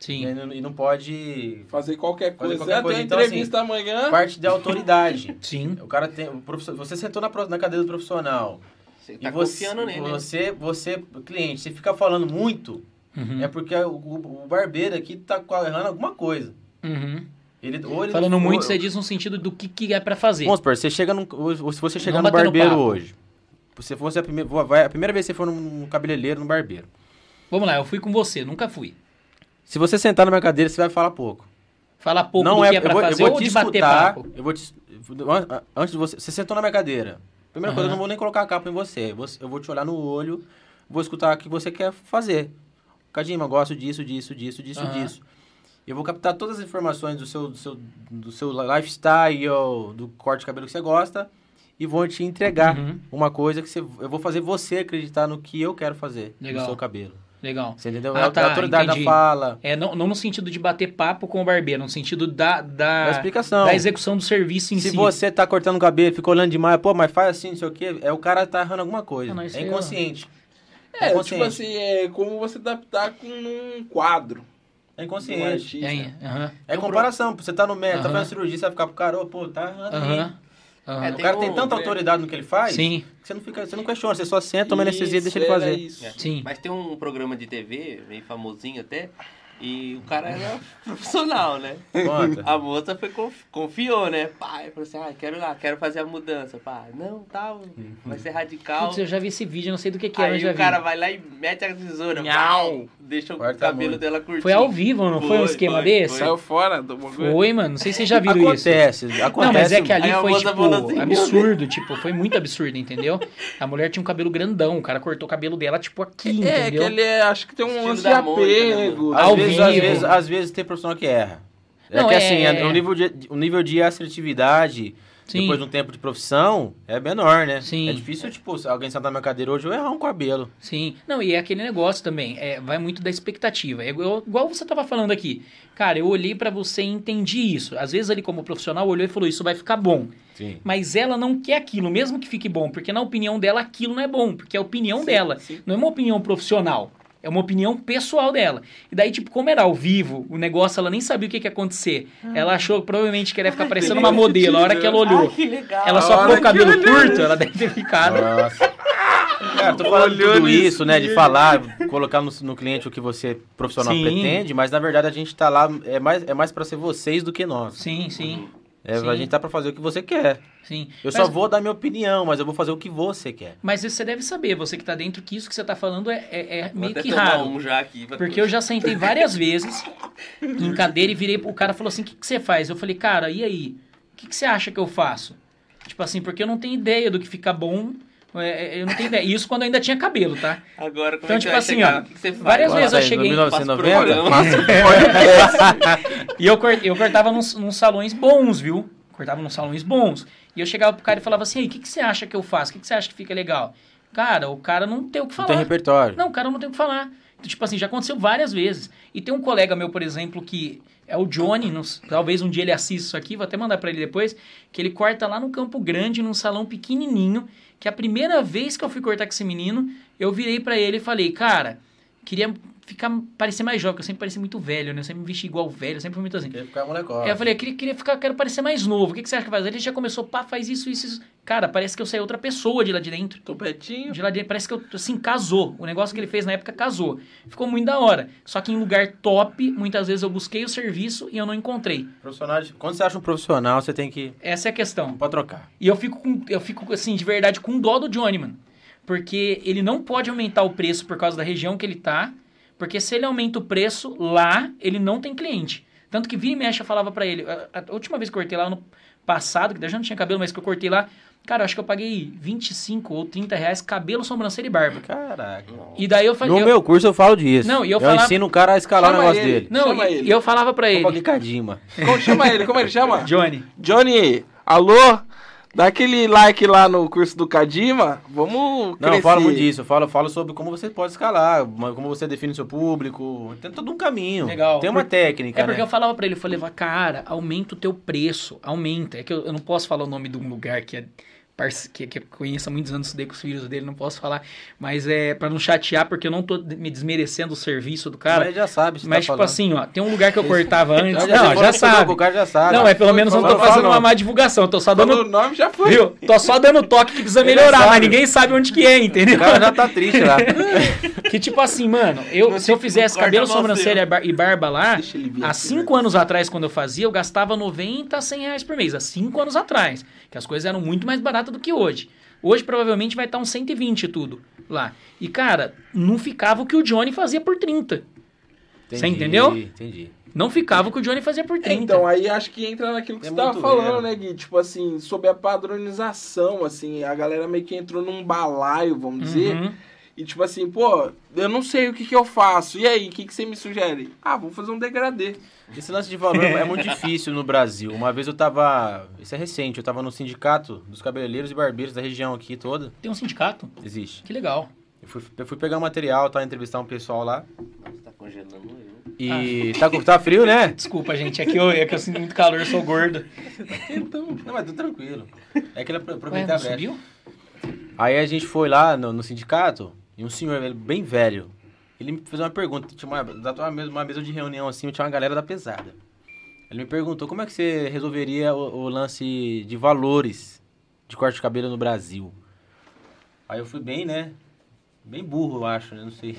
Speaker 4: né,
Speaker 2: Sim.
Speaker 4: e não- e não pode.
Speaker 3: Fazer qualquer coisa.
Speaker 4: qualquer
Speaker 3: Até
Speaker 4: coisa,
Speaker 3: a
Speaker 4: então,
Speaker 3: entrevista amanhã.
Speaker 4: Parte da autoridade.
Speaker 2: Sim.
Speaker 4: O cara tem. o profissional- você sentou na, pro- na cadeira do profissional.
Speaker 1: Você tá
Speaker 4: e você,
Speaker 1: confiando nele. né?
Speaker 4: você, você, cliente, você fica falando muito,
Speaker 2: Uhum.
Speaker 4: é porque o, o- o barbeiro aqui tá co- errando alguma coisa.
Speaker 2: Uhum.
Speaker 4: Ele, ou ele-
Speaker 2: Falando
Speaker 4: ou-
Speaker 2: muito, você diz no sentido do que, que é pra fazer.
Speaker 4: Vamos supor, você chega num, ou- ou se você
Speaker 2: Não
Speaker 4: chegar no
Speaker 2: batendo
Speaker 4: barbeiro
Speaker 2: papo.
Speaker 4: hoje, você fosse a primeira, vo- vai- a primeira vez que você for num cabeleireiro, num barbeiro.
Speaker 2: Vamos lá, eu fui com você, nunca fui.
Speaker 4: Se você sentar na minha cadeira, você vai falar pouco.
Speaker 2: Falar pouco do que é pra fazer ou de bater papo.
Speaker 4: Eu vou te, an- antes de você, você sentou na minha cadeira. Primeira coisa, eu
Speaker 2: Aham.
Speaker 4: não vou nem colocar a capa em você. Você- Eu vou te olhar no olho, vou escutar o que você quer fazer. Cadima, eu gosto disso, disso, disso, disso,
Speaker 2: Aham.
Speaker 4: disso. Eu vou captar todas as informações do seu, do seu, do seu lifestyle, do corte de cabelo que você gosta e vou te entregar
Speaker 2: Uhum.
Speaker 4: uma coisa que você, eu vou fazer você acreditar no que eu quero fazer
Speaker 2: Legal.
Speaker 4: no seu cabelo.
Speaker 2: Legal.
Speaker 4: Você entendeu?
Speaker 2: Ah,
Speaker 4: É a- é
Speaker 2: tá,
Speaker 4: a autoridade
Speaker 2: entendi.
Speaker 4: da fala,
Speaker 2: É, não, não no sentido de bater papo com o barbeiro, no sentido da,
Speaker 4: da
Speaker 2: da,
Speaker 4: é explicação.
Speaker 2: da execução do serviço em
Speaker 4: se
Speaker 2: si.
Speaker 4: você tá cortando o cabelo, ficou olhando demais, pô, mas faz assim, não sei o quê, é o cara tá errando alguma coisa.
Speaker 2: Ah, não, isso
Speaker 4: é
Speaker 2: aí eu-
Speaker 4: inconsciente. É,
Speaker 3: É, tipo
Speaker 4: consciente.
Speaker 3: assim, é como você adaptar com um quadro.
Speaker 4: É
Speaker 3: Um
Speaker 4: inconsciente.
Speaker 3: artista.
Speaker 2: É, aham.
Speaker 4: É comparação, pô, você tá no médico, tá
Speaker 2: Aham.
Speaker 4: fazendo cirurgia, você vai ficar pro cara, ô, pô, tá errando aí.
Speaker 2: Aham. Aham.
Speaker 1: É,
Speaker 4: O cara
Speaker 1: Tem
Speaker 4: tem
Speaker 1: um-
Speaker 4: tanta
Speaker 1: tem-
Speaker 4: autoridade no que ele faz,
Speaker 2: Sim,
Speaker 4: que você não, fica, você não questiona, você só senta, toma anestesia e deixa ele
Speaker 3: Isso, era
Speaker 4: fazer.
Speaker 3: Isso.
Speaker 1: É.
Speaker 2: sim.
Speaker 1: Mas tem um programa de TV, bem famosinho até, E o cara era profissional, né?
Speaker 4: Conta.
Speaker 1: A moça foi, conf- confiou, né? Pai, falou assim, ah, quero ir lá, quero fazer a mudança. Pai, não, tal, vai ser radical.
Speaker 2: Putz, eu já vi esse vídeo, não sei do que que era, mas
Speaker 1: Aí
Speaker 2: já
Speaker 1: o
Speaker 2: vi.
Speaker 1: cara vai lá e mete a tesoura,
Speaker 3: Nhau.
Speaker 1: pau, deixa o
Speaker 4: Corta
Speaker 1: cabelo
Speaker 4: muito.
Speaker 1: dela curtinho.
Speaker 2: Foi ao vivo, não foi, um
Speaker 1: Foi,
Speaker 2: esquema
Speaker 1: foi,
Speaker 2: desse?
Speaker 1: foi.
Speaker 3: Saiu fora do bagulho.
Speaker 2: Foi, mano. Não sei se vocês já viram isso.
Speaker 4: acontece, acontece.
Speaker 2: Não, mas é que ali
Speaker 1: Aí a
Speaker 2: foi,
Speaker 1: moça
Speaker 2: tipo,
Speaker 1: falou assim,
Speaker 2: absurdo, tipo, foi muito absurdo, entendeu? A mulher tinha um cabelo grandão, o cara cortou o cabelo dela, tipo, aqui,
Speaker 3: É, que
Speaker 2: entendeu?
Speaker 3: ele é, acho que tem um
Speaker 1: Estilo
Speaker 3: lance de
Speaker 1: da Mônica, né,
Speaker 3: apego.
Speaker 1: mano?
Speaker 2: Ao vivo.
Speaker 4: Às vezes, às vezes, às vezes tem profissional que erra. É
Speaker 2: Não,
Speaker 4: que
Speaker 2: é-
Speaker 4: assim, é- o, nível de, o nível de assertividade
Speaker 2: Sim.
Speaker 4: depois de um tempo de profissão é menor, né?
Speaker 2: Sim.
Speaker 4: É difícil, tipo, se alguém sentar na minha cadeira hoje, eu errar um cabelo.
Speaker 2: Sim. Não, e é aquele negócio também, é, vai muito da expectativa. É igual, igual você tava falando aqui. Cara, eu olhei pra você e entendi isso. Às vezes ele, como profissional, olhou e falou, isso vai ficar bom.
Speaker 4: Sim.
Speaker 2: Mas ela não quer aquilo, mesmo que fique bom, porque na opinião dela aquilo não é bom, porque é a opinião
Speaker 1: Sim,
Speaker 2: dela.
Speaker 1: sim.
Speaker 2: Não é uma opinião profissional. É uma opinião pessoal dela. E daí, tipo, como era ao vivo, o negócio, ela nem sabia o que, que ia acontecer. Ela achou provavelmente que ela ia ficar parecendo uma modelo. A hora que ela olhou,
Speaker 1: Ah, que legal.
Speaker 2: ela
Speaker 3: a
Speaker 2: só
Speaker 3: hora
Speaker 2: ficou o
Speaker 3: que
Speaker 2: cabelo
Speaker 3: olhou.
Speaker 2: curto, ela deve ter ficado.
Speaker 4: Nossa. Cara, É, tô falando
Speaker 3: Olhou
Speaker 4: tudo
Speaker 3: nisso,
Speaker 4: isso, né? De
Speaker 3: gente.
Speaker 4: falar, colocar no, no cliente o que você profissional
Speaker 2: Sim.
Speaker 4: pretende, mas na verdade a gente tá lá, é mais, é mais pra ser vocês do que nós.
Speaker 2: Sim, sim,
Speaker 4: É,
Speaker 2: Sim.
Speaker 4: A gente tá pra fazer o que você quer.
Speaker 2: sim.
Speaker 4: Eu
Speaker 2: Mas-
Speaker 4: só vou dar minha opinião, mas eu vou fazer o que você quer.
Speaker 2: Mas isso você deve saber, você que tá dentro, que isso que você tá falando é, é, é
Speaker 1: Vou
Speaker 2: meio
Speaker 1: até
Speaker 2: que
Speaker 1: tomar
Speaker 2: raro.
Speaker 1: um já aqui. pra-
Speaker 2: Porque eu já sentei várias vezes em cadeira e virei. O cara falou assim: o que, que você faz? Eu falei, cara, e aí? O que, que você acha que eu faço? Tipo assim, porque eu não tenho ideia do que fica bom. é, é, Eu não tenho ideia. Isso quando eu ainda tinha cabelo, tá?
Speaker 1: Agora, como
Speaker 2: Então,
Speaker 1: é que
Speaker 2: tipo
Speaker 1: vai
Speaker 2: assim,
Speaker 1: chegar?
Speaker 2: ó,
Speaker 1: O que que você faz?
Speaker 2: várias Às
Speaker 4: Olha
Speaker 2: vezes eu
Speaker 4: aí,
Speaker 2: cheguei-
Speaker 1: Faz
Speaker 4: 1990,
Speaker 1: programa.
Speaker 2: É. E eu, cor- eu cortava nos, nos salões bons, viu? Cortava nos salões bons. E eu chegava pro cara e falava assim: "E aí, o que, que você acha que eu faço? O que, que você acha que fica legal? Cara, o cara não tem o que
Speaker 4: não
Speaker 2: falar.
Speaker 4: tem repertório.
Speaker 2: Não, cara, eu não tenho o que falar. Então, tipo assim, já aconteceu várias vezes. E tem um colega meu, por exemplo, que é o Johnny, não s- talvez um dia ele assista isso aqui, vou até mandar pra ele depois, que ele corta lá no Campo Grande, num salão pequenininho, que a primeira vez que eu fui cortar com esse menino, eu virei pra ele e falei, cara, queria ficar, parecer mais jovem, porque eu sempre pareci muito velho, né? Eu sempre me vesti igual velho, eu sempre fui muito assim.
Speaker 4: Quer ficar molecote.
Speaker 2: Aí eu falei, eu queria, queria ficar, quero parecer mais novo. O que, que você acha que faz? Ele já começou, pá, faz isso, isso, isso. Cara, parece que eu saí outra pessoa de lá de dentro.
Speaker 3: Topetinho.
Speaker 2: Geladeira, parece que eu, assim, casou. O negócio que ele fez na época casou. Ficou muito da hora. Só que em lugar top, muitas vezes eu busquei o serviço e eu não encontrei.
Speaker 4: Profissional, de- quando você acha um profissional, você tem que.
Speaker 2: Essa é a questão.
Speaker 4: Não pode trocar.
Speaker 2: E eu fico, com, eu fico assim, de verdade, com dó do Johnny, mano. Porque ele não pode aumentar o preço por causa da região que ele tá. Porque se ele aumenta o preço lá, ele não tem cliente. Tanto que vira e mexe, eu falava pra ele. A, a última vez que eu cortei lá, ano passado, que eu já não tinha cabelo, mas que eu cortei lá, cara, acho que eu paguei 25 ou 30 reais cabelo, sobrancelha e barba.
Speaker 4: Caraca.
Speaker 2: E daí eu falei.
Speaker 4: No
Speaker 2: eu-
Speaker 4: meu curso eu falo disso.
Speaker 2: Não, e eu
Speaker 4: eu
Speaker 2: falava-
Speaker 4: ensino o cara a escalar o
Speaker 3: Chama
Speaker 4: negócio
Speaker 3: ele.
Speaker 4: dele.
Speaker 2: Não,
Speaker 3: Chama
Speaker 2: e,
Speaker 3: ele.
Speaker 2: e eu falava pra ele. É
Speaker 4: Opa, que cadima.
Speaker 3: Como chama ele? Como ele chama?
Speaker 2: Johnny,
Speaker 3: Johnny, alô? Dá aquele like lá no curso do Kadima. Vamos
Speaker 4: Não,
Speaker 3: crescer.
Speaker 4: eu falo muito disso. Eu falo, eu falo sobre como você pode escalar, ma- como você define seu público. Tem todo um caminho.
Speaker 2: Legal.
Speaker 4: Tem uma
Speaker 2: Por-
Speaker 4: técnica,
Speaker 2: é porque
Speaker 4: né?
Speaker 2: eu falava pra ele, eu falei, cara, aumenta o teu preço, aumenta. É que eu, eu não posso falar o nome de um lugar que é parce- que, que eu conheço há muitos anos, estudei com os filhos dele, não posso falar. Mas é pra não chatear, porque eu não tô de- me desmerecendo o serviço do cara.
Speaker 4: Mas já sabe, você
Speaker 2: Mas,
Speaker 4: tá
Speaker 2: tipo
Speaker 4: falando.
Speaker 2: assim, ó, tem um lugar que eu cortava antes.
Speaker 4: Já- já-
Speaker 2: não,
Speaker 4: já
Speaker 2: já
Speaker 4: falou com
Speaker 2: sabe.
Speaker 4: O cara já sabe.
Speaker 2: Não, é pelo menos eu não tô
Speaker 3: Fala,
Speaker 2: fazendo uma
Speaker 3: fala, não.
Speaker 2: má divulgação, eu tô só
Speaker 3: Falou o
Speaker 2: dando.
Speaker 3: nome, já foi.
Speaker 2: Viu? Tô só dando toque que precisa
Speaker 4: Ele
Speaker 2: melhorar, mas
Speaker 4: sabe.
Speaker 2: ninguém sabe onde que é, entendeu?
Speaker 4: O cara já tá triste lá.
Speaker 2: Que tipo assim, mano, eu, se eu fizesse
Speaker 1: corta
Speaker 2: cabelo,
Speaker 1: você.
Speaker 2: sobrancelha e bar- e barba lá,
Speaker 3: Deixa ele vir
Speaker 2: há
Speaker 3: aqui, né?
Speaker 2: cinco anos atrás, quando eu fazia, eu gastava 90 a 100 reais por mês. Há cinco anos atrás. Que as coisas eram muito mais baratas do que hoje. Hoje provavelmente vai estar uns 120 e tudo lá. E cara, não ficava o que o Johnny fazia por 30. Você entendeu?
Speaker 4: Entendi.
Speaker 2: Não ficava o que o Johnny fazia por 30.
Speaker 3: Então, aí acho que entra naquilo que
Speaker 4: É
Speaker 3: você tava
Speaker 4: muito
Speaker 3: falando,
Speaker 4: raro.
Speaker 3: né, Gui? Tipo assim, sobre a padronização, assim, a galera meio que entrou num balaio, vamos dizer.
Speaker 2: Uhum.
Speaker 3: E tipo assim, pô, eu não sei o que que eu faço. E aí, o que que você me sugere? Ah, vou fazer um degradê.
Speaker 4: Esse lance de valor é muito difícil no Brasil. Uma vez eu tava. Isso é recente, eu tava no sindicato dos cabeleireiros e barbeiros da região aqui toda.
Speaker 2: Tem um sindicato?
Speaker 4: Existe.
Speaker 2: Que legal.
Speaker 4: Eu fui, eu fui pegar um material, tá? Entrevistar um pessoal lá.
Speaker 1: Nossa, tá congelando eu.
Speaker 4: E.
Speaker 2: Ah.
Speaker 4: Tá, com- tá frio, né?
Speaker 2: Desculpa, gente, é que eu, é que eu sinto muito calor, eu sou gordo.
Speaker 4: Então. Não,
Speaker 2: tá
Speaker 4: mas tô tranquilo. É que ele apro-
Speaker 2: Ué,
Speaker 4: aproveitar
Speaker 2: não
Speaker 4: a brecha.
Speaker 2: subiu?
Speaker 4: Aí a gente foi lá no, no sindicato e um senhor ele bem velho, ele me fez uma pergunta. Tinha uma, da tua mesa, uma mesa de reunião assim, tinha uma galera da pesada. Ele me perguntou como é que você resolveria o, o lance de valores de corte de cabelo no Brasil. Aí eu fui bem, né? Bem burro, eu acho, né? Não sei.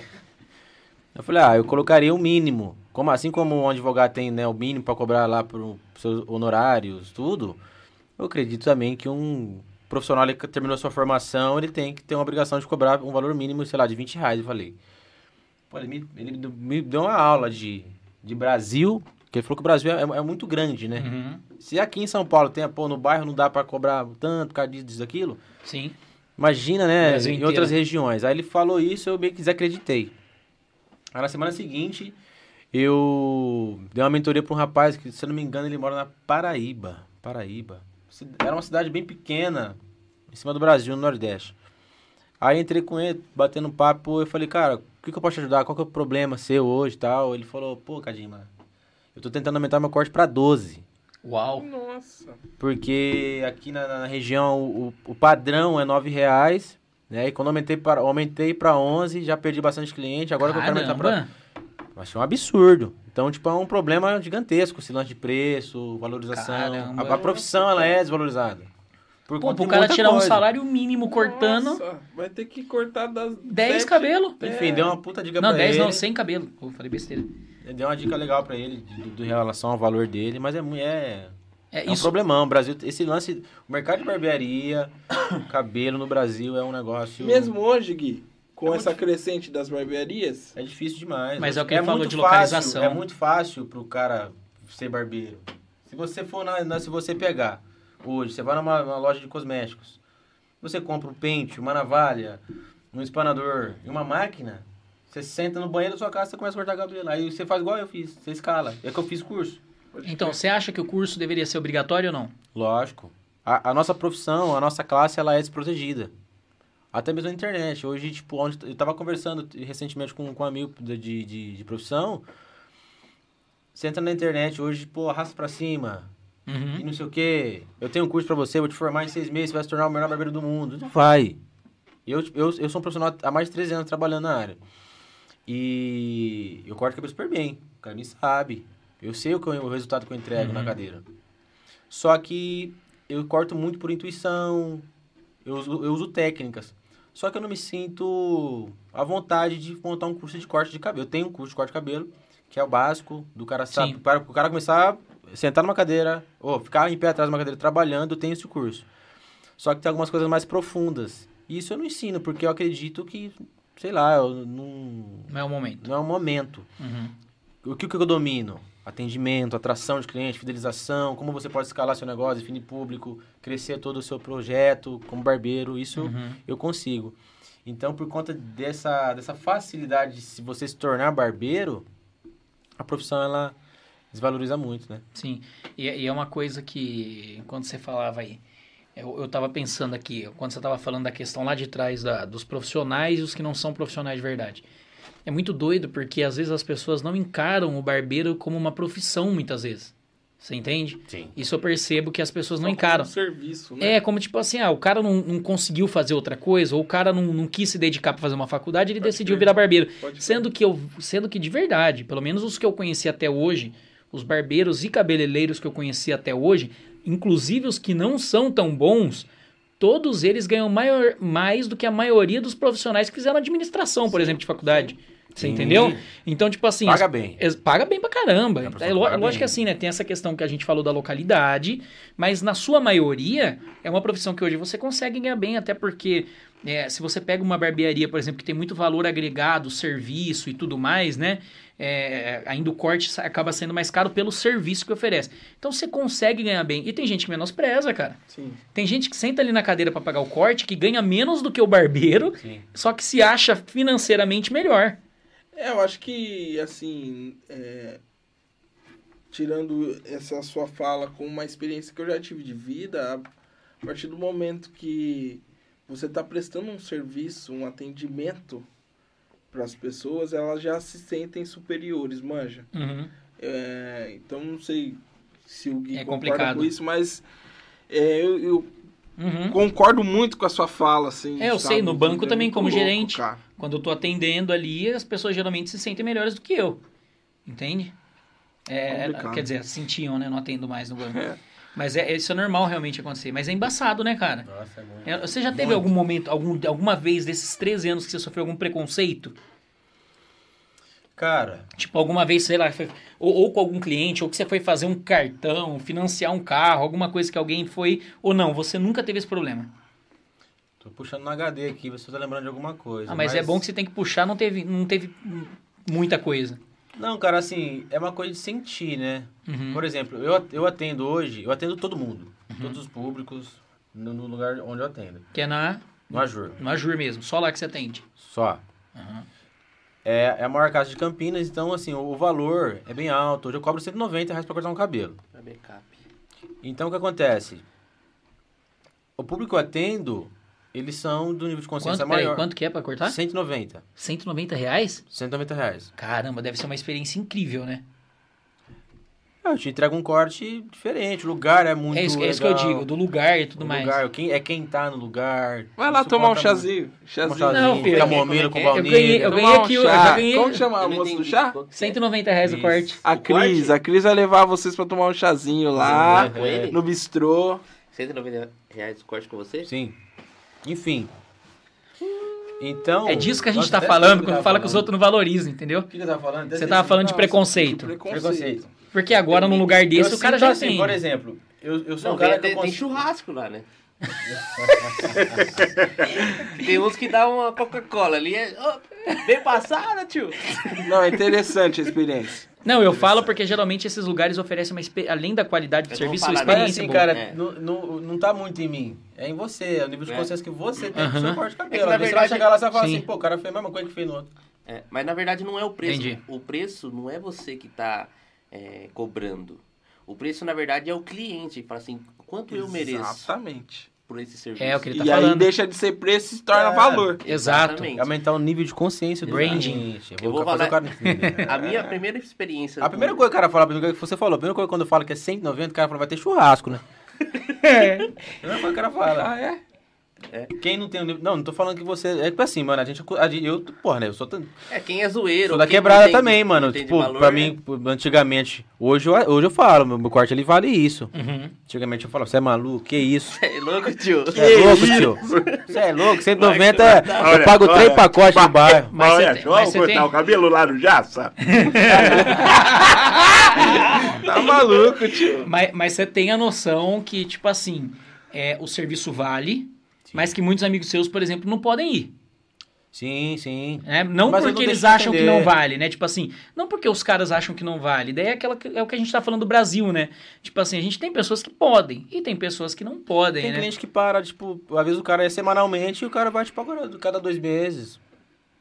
Speaker 4: Eu falei, ah, eu colocaria o mínimo. Como, assim como um advogado tem né, o mínimo para cobrar lá para seus honorários, tudo, eu acredito também que um profissional ele que terminou sua formação, ele tem que ter uma obrigação de cobrar um valor mínimo, sei lá, de 20 reais, eu falei. Pô, ele me, ele me deu uma aula de, de Brasil, que ele falou que o Brasil é, é muito grande, né?
Speaker 2: Uhum.
Speaker 4: Se aqui em São Paulo tem, pô, no bairro não dá para cobrar tanto por causa disso, disso, daquilo,
Speaker 2: Sim.
Speaker 4: imagina, né,
Speaker 2: Brasil
Speaker 4: em
Speaker 2: inteiro.
Speaker 4: outras regiões. Aí ele falou isso, eu meio que desacreditei. Aí na semana seguinte, eu dei uma mentoria para um rapaz que, se eu não me engano, ele mora na Paraíba. Paraíba. Ci- Era uma cidade bem pequena, em cima do Brasil, no Nordeste. Aí entrei com ele, batendo um papo, eu falei, cara, o que, que eu posso te ajudar? Qual que é o problema seu hoje e tal? Ele falou, pô, Kadima, eu tô tentando aumentar meu corte para 12.
Speaker 2: Uau.
Speaker 3: Nossa.
Speaker 4: Porque aqui na, na região o, o padrão é R$ 9 reais, né? E quando aumentei para aumentei para 11, já perdi bastante cliente, agora que eu quero aumentar para
Speaker 2: Caramba.
Speaker 4: Achei um absurdo. Então, tipo, é um problema gigantesco, esse lance de preço, valorização.
Speaker 2: Caramba.
Speaker 4: A, a profissão ela é desvalorizada. Por
Speaker 2: Pô,
Speaker 4: conta
Speaker 2: pro
Speaker 4: de
Speaker 2: cara
Speaker 4: muita
Speaker 2: tirar um
Speaker 4: coisa.
Speaker 2: salário mínimo cortando
Speaker 3: Nossa, vai ter que cortar das
Speaker 2: 10
Speaker 3: sete-
Speaker 2: cabelos.
Speaker 4: Enfim, deu uma puta dica
Speaker 2: é. Não,
Speaker 4: pra
Speaker 2: 10
Speaker 4: ele.
Speaker 2: não, 100 cabelo. Pô, falei besteira.
Speaker 4: Deu uma dica legal pra ele de, de- de relação ao valor dele, mas é, mu- é,
Speaker 2: É
Speaker 4: é um
Speaker 2: isso.
Speaker 4: problemão. O Brasil, esse lance, o mercado de barbearia, cabelo no Brasil é um negócio...
Speaker 3: Mesmo hoje, Gui, com
Speaker 4: É
Speaker 3: essa crescente das barbearias,
Speaker 4: É difícil demais.
Speaker 2: Mas
Speaker 4: Eu
Speaker 2: é o
Speaker 4: acho
Speaker 2: que ele falou
Speaker 4: muito
Speaker 2: de localização.
Speaker 4: Fácil, é muito fácil pro cara ser barbeiro. Se você for na, na- se você pegar hoje, você vai numa, numa loja de cosméticos, você compra um pente, uma navalha, um espanador e uma máquina, você senta no banheiro da sua casa e começa a cortar cabelo. Aí você faz igual eu fiz, você escala. É que eu fiz curso.
Speaker 2: Então, você acha que o curso deveria ser obrigatório ou não?
Speaker 4: Lógico. A, a nossa profissão, a nossa classe, ela é desprotegida. Até mesmo na internet. Hoje, tipo, onde eu tava conversando recentemente com, com um amigo de, de, de profissão. Você entra na internet hoje, pô, arrasta pra cima. E
Speaker 2: Uhum.
Speaker 4: não sei o quê. Eu tenho um curso pra você, vou te formar em seis meses, você vai se tornar o melhor barbeiro do mundo. Não vai. Eu, eu, eu sou um profissional há mais de 13 anos trabalhando na área. E eu corto cabelo super bem. O cara me sabe. Eu sei o, que eu- o resultado que eu entrego na cadeira. Só que eu corto muito por intuição. Eu uso, eu uso técnicas. Só que eu não me sinto à vontade de montar um curso de corte de cabelo. Eu tenho um curso de corte de cabelo, que é o básico, do cara sabe,
Speaker 2: Sim.
Speaker 4: para o cara começar a sentar numa cadeira, ou ficar em pé atrás de uma cadeira trabalhando, eu tenho esse curso. Só que tem algumas coisas mais profundas. E isso eu não ensino, porque eu acredito que, sei lá, eu não,
Speaker 2: Não é o momento.
Speaker 4: não é o momento.
Speaker 2: Uhum.
Speaker 4: O que, o que eu domino? Atendimento, atração de cliente, fidelização, como você pode escalar seu negócio, definir público, crescer todo o seu projeto como barbeiro, isso
Speaker 2: Uhum.
Speaker 4: eu consigo. Então, por conta dessa, dessa facilidade de se você se tornar barbeiro, a profissão ela desvaloriza muito, né?
Speaker 2: Sim. E, e é uma coisa que, enquanto você falava aí, eu, eu tava pensando aqui, quando você tava falando da questão lá de trás da- dos profissionais e os que não são profissionais de verdade. É muito doido porque às vezes as pessoas não encaram o barbeiro como uma profissão, muitas vezes. Você entende?
Speaker 4: Sim.
Speaker 2: Isso eu percebo que as pessoas não
Speaker 3: só como
Speaker 2: encaram.
Speaker 3: um serviço, né?
Speaker 2: É, como tipo assim, ah, o cara não, não conseguiu fazer outra coisa, ou o cara não, não quis se dedicar pra fazer uma faculdade, ele
Speaker 3: Pode
Speaker 2: decidiu
Speaker 3: crer.
Speaker 2: virar barbeiro.
Speaker 3: Pode crer.
Speaker 2: É, Sendo que eu, sendo que de verdade, pelo menos os que eu conheci até hoje, os barbeiros e cabeleireiros que eu conheci até hoje, inclusive os que não são tão bons, todos eles ganham maior, mais do que a maioria dos profissionais que fizeram administração, por exemplo, de faculdade. Você
Speaker 4: Sim.
Speaker 2: entendeu? Então, tipo assim,
Speaker 4: Paga bem.
Speaker 2: Ex- Paga bem pra caramba.
Speaker 4: É,
Speaker 2: É,
Speaker 4: professor,
Speaker 2: lo-
Speaker 4: paga
Speaker 2: lógico que
Speaker 4: bem.
Speaker 2: assim, né? Tem essa questão que a gente falou da localidade, mas na sua maioria é uma profissão que hoje você consegue ganhar bem, até porque é, se você pega uma barbearia, por exemplo, que tem muito valor agregado, serviço e tudo mais, né? é, ainda o corte sa- acaba sendo mais caro pelo serviço que oferece. Então você consegue ganhar bem. E tem gente que menospreza, cara.
Speaker 3: Sim.
Speaker 2: Tem gente que senta ali na cadeira pra pagar o corte, que ganha menos do que o barbeiro,
Speaker 4: Sim.
Speaker 2: só que se acha financeiramente melhor.
Speaker 3: É, eu acho que, assim, é, tirando essa sua fala com uma experiência que eu já tive de vida, a partir do momento que você está prestando um serviço, um atendimento para as pessoas, elas já se sentem superiores, manja.
Speaker 2: Uhum.
Speaker 3: É, então, não sei se o Gui
Speaker 2: É
Speaker 3: concorda
Speaker 2: complicado.
Speaker 3: com isso, mas é, eu, eu
Speaker 2: Uhum.
Speaker 3: concordo muito com a sua fala, assim.
Speaker 2: É, eu
Speaker 3: sabe?
Speaker 2: sei, no banco
Speaker 3: É
Speaker 2: também,
Speaker 3: muito
Speaker 2: como
Speaker 3: louco,
Speaker 2: gerente.
Speaker 3: cara.
Speaker 2: Quando eu tô atendendo ali, as pessoas geralmente se sentem melhores do que eu. Entende? É,
Speaker 3: Complicado.
Speaker 2: quer dizer, sentiam, né? Não atendo mais no banco. Mas é, isso é normal realmente acontecer. Mas é embaçado, né, cara?
Speaker 4: Nossa, é muito.
Speaker 2: É, Você já teve
Speaker 4: Muito.
Speaker 2: algum momento, algum, alguma vez desses 13 anos que você sofreu algum preconceito?
Speaker 4: Cara,
Speaker 2: Tipo, alguma vez, sei lá, foi- ou, ou com algum cliente, ou que você foi fazer um cartão, financiar um carro, alguma coisa que alguém foi, ou não, você nunca teve esse problema.
Speaker 4: tô puxando no HD aqui, você tá lembrando de alguma coisa.
Speaker 2: Ah, mas, é bom que você tem que puxar, não teve, não teve hum, muita coisa.
Speaker 4: Não, cara, assim, é uma coisa de sentir, né?
Speaker 2: Uhum.
Speaker 4: Por exemplo, eu, eu atendo hoje, eu atendo todo mundo, todos os públicos, no, no lugar onde eu atendo,
Speaker 2: Que é na,
Speaker 4: no Ajur,
Speaker 2: no Ajur mesmo, só lá que você atende.
Speaker 4: só.
Speaker 2: Aham.
Speaker 4: É, é a maior casa de Campinas, então, assim, o, o valor é bem alto. Hoje eu cobro 190 reais pra cortar um cabelo.
Speaker 1: Pra backup.
Speaker 4: Então, o que acontece? O público que eu atendo, eles são do nível de consciência
Speaker 2: Quanto, peraí,
Speaker 4: maior.
Speaker 2: quanto que é pra cortar?
Speaker 4: 190.
Speaker 2: 190 reais?
Speaker 4: 190 reais.
Speaker 2: Caramba, deve ser uma experiência incrível, né?
Speaker 4: Eu te entrego um corte diferente, o lugar é muito
Speaker 2: é isso,
Speaker 4: legal.
Speaker 2: é isso que eu digo, do lugar e tudo
Speaker 4: O
Speaker 2: mais.
Speaker 4: Lugar, quem, é quem tá no lugar.
Speaker 3: Vai lá
Speaker 4: Isso
Speaker 3: tomar um
Speaker 4: conta muito.
Speaker 3: chazinho.
Speaker 4: Tomar um
Speaker 3: Chazinho.
Speaker 4: chazinho,
Speaker 2: Não, filho,
Speaker 4: camomila
Speaker 1: como é que é?
Speaker 4: com
Speaker 2: Eu
Speaker 4: baunilha.
Speaker 2: ganhei, eu ganhei
Speaker 3: Tomar um
Speaker 2: aqui, o- eu
Speaker 3: chá.
Speaker 2: já ganhei
Speaker 3: Como
Speaker 1: Eu
Speaker 3: chama a
Speaker 1: não
Speaker 3: moça do
Speaker 1: entendi.
Speaker 3: chá?
Speaker 1: Qual que é?
Speaker 2: 190 reais o
Speaker 4: Isso.
Speaker 2: corte.
Speaker 3: A
Speaker 1: O
Speaker 3: Cris,
Speaker 1: corte?
Speaker 3: a Cris vai levar vocês pra tomar um chazinho lá
Speaker 1: Ah, Com ele?
Speaker 3: no bistrô.
Speaker 1: 190 reais o corte com você?
Speaker 4: Sim. Enfim. Então.
Speaker 2: É disso que a gente
Speaker 4: Nossa,
Speaker 2: tá
Speaker 4: até
Speaker 2: falando
Speaker 4: tudo
Speaker 2: quando
Speaker 4: tava
Speaker 2: fala que os
Speaker 4: falando.
Speaker 2: outros não valorizam, entendeu?
Speaker 4: O que que eu tava falando?
Speaker 2: Você tava falando de
Speaker 3: Não,
Speaker 2: preconceito.
Speaker 3: de
Speaker 4: Preconceito.
Speaker 2: Porque agora, num lugar desse,
Speaker 4: assim, tipo, Eu
Speaker 2: o cara
Speaker 4: sinto
Speaker 2: já
Speaker 4: assim,
Speaker 2: tem.
Speaker 4: Por exemplo, eu, eu sou
Speaker 1: Não,
Speaker 4: um
Speaker 1: tem,
Speaker 4: cara que
Speaker 1: tem,
Speaker 4: eu
Speaker 1: tem
Speaker 4: consigo-
Speaker 1: churrasco lá, né? tem uns que dá uma Coca-Cola ali. É... Ô, bem passada, tio.
Speaker 3: Não, é interessante a experiência.
Speaker 2: Não, eu falo porque geralmente esses lugares oferecem, uma expe- além da qualidade do
Speaker 1: Eu
Speaker 2: serviço,
Speaker 1: vou
Speaker 2: uma
Speaker 1: falar,
Speaker 4: Mas
Speaker 2: experiência boa.
Speaker 4: assim, cara,
Speaker 1: É.
Speaker 4: não, não, não tá muito em mim. É em você, é o nível de
Speaker 1: É.
Speaker 4: consciência que você tem do
Speaker 2: Aham.
Speaker 4: seu corte de
Speaker 1: É que,
Speaker 4: cabelo.
Speaker 1: na
Speaker 4: Às vezes você
Speaker 1: verdade,
Speaker 4: vai chegar lá e você vai falar
Speaker 2: sim.
Speaker 4: assim, pô, o cara fez a mesma coisa que fez no outro.
Speaker 1: É, mas na verdade não é o preço.
Speaker 2: Entendi.
Speaker 1: O preço não é você que tá é, cobrando. O preço, na verdade, é o cliente. Fala assim, quanto eu mereço
Speaker 3: Exatamente.
Speaker 1: por esse serviço?
Speaker 2: É o que ele
Speaker 3: e
Speaker 2: tá
Speaker 3: aí
Speaker 2: falando.
Speaker 3: deixa de ser preço e se torna
Speaker 4: É.
Speaker 3: valor.
Speaker 2: Exato.
Speaker 1: Exatamente.
Speaker 4: Aumentar o nível de consciência do
Speaker 2: Branding.
Speaker 4: cliente.
Speaker 1: Eu vou
Speaker 4: fazer
Speaker 1: falar-
Speaker 4: o cara no né? fim.
Speaker 1: A minha primeira experiência...
Speaker 4: é. A primeira coisa que o cara fala pra mim, que você falou, a primeira coisa quando eu falo que é 190, o cara fala, vai ter churrasco, né? A primeira coisa que o cara fala.
Speaker 3: Ah, é?
Speaker 4: Quem não tem o nível... Não, não tô falando que você... É tipo assim, mano, a gente... a gente- eu, porra, né, eu sou... tan-
Speaker 1: É, quem é zoeiro.
Speaker 4: Sou da
Speaker 1: quem não
Speaker 4: quebrada
Speaker 1: entende-
Speaker 4: também,
Speaker 1: não
Speaker 4: mano.
Speaker 1: entende
Speaker 4: Tipo,
Speaker 1: valor,
Speaker 4: pra
Speaker 1: é-
Speaker 4: mim, antigamente... Hoje eu, hoje eu falo, meu meu corte, ele vale isso.
Speaker 2: Uhum.
Speaker 4: Antigamente eu falava, você é maluco, que isso?
Speaker 1: É louco, tio. Então,
Speaker 4: Você é louco, tio? Você é louco? 190 é... Eu
Speaker 5: Olha,
Speaker 4: pago
Speaker 5: olha.
Speaker 4: três pacotes no bairro.
Speaker 2: Mas
Speaker 5: Mas
Speaker 2: você
Speaker 5: olha
Speaker 2: tem-
Speaker 5: só,
Speaker 2: mas
Speaker 5: vou
Speaker 2: você
Speaker 5: cortar
Speaker 2: tem-
Speaker 5: o cabelo lá no Jaça.
Speaker 3: Tá maluco, tio.
Speaker 2: Mas, mas você tem a noção que, tipo assim, é, o serviço vale, mas que muitos amigos seus, por exemplo, não podem ir.
Speaker 4: Sim, sim.
Speaker 2: né? Não
Speaker 4: Mas eu
Speaker 2: porque
Speaker 4: não
Speaker 2: eles
Speaker 4: deixo de
Speaker 2: acham que
Speaker 4: entender.
Speaker 2: não vale, né? Tipo assim, não porque os caras acham que não vale. Daí é, aquela, que- é o que a gente tá falando do Brasil, né? Tipo assim, a gente tem pessoas que podem e tem pessoas que não podem,
Speaker 4: Tem
Speaker 2: né?
Speaker 4: cliente que para, tipo, às vezes o cara é semanalmente e o cara vai, tipo, agora, cada dois meses.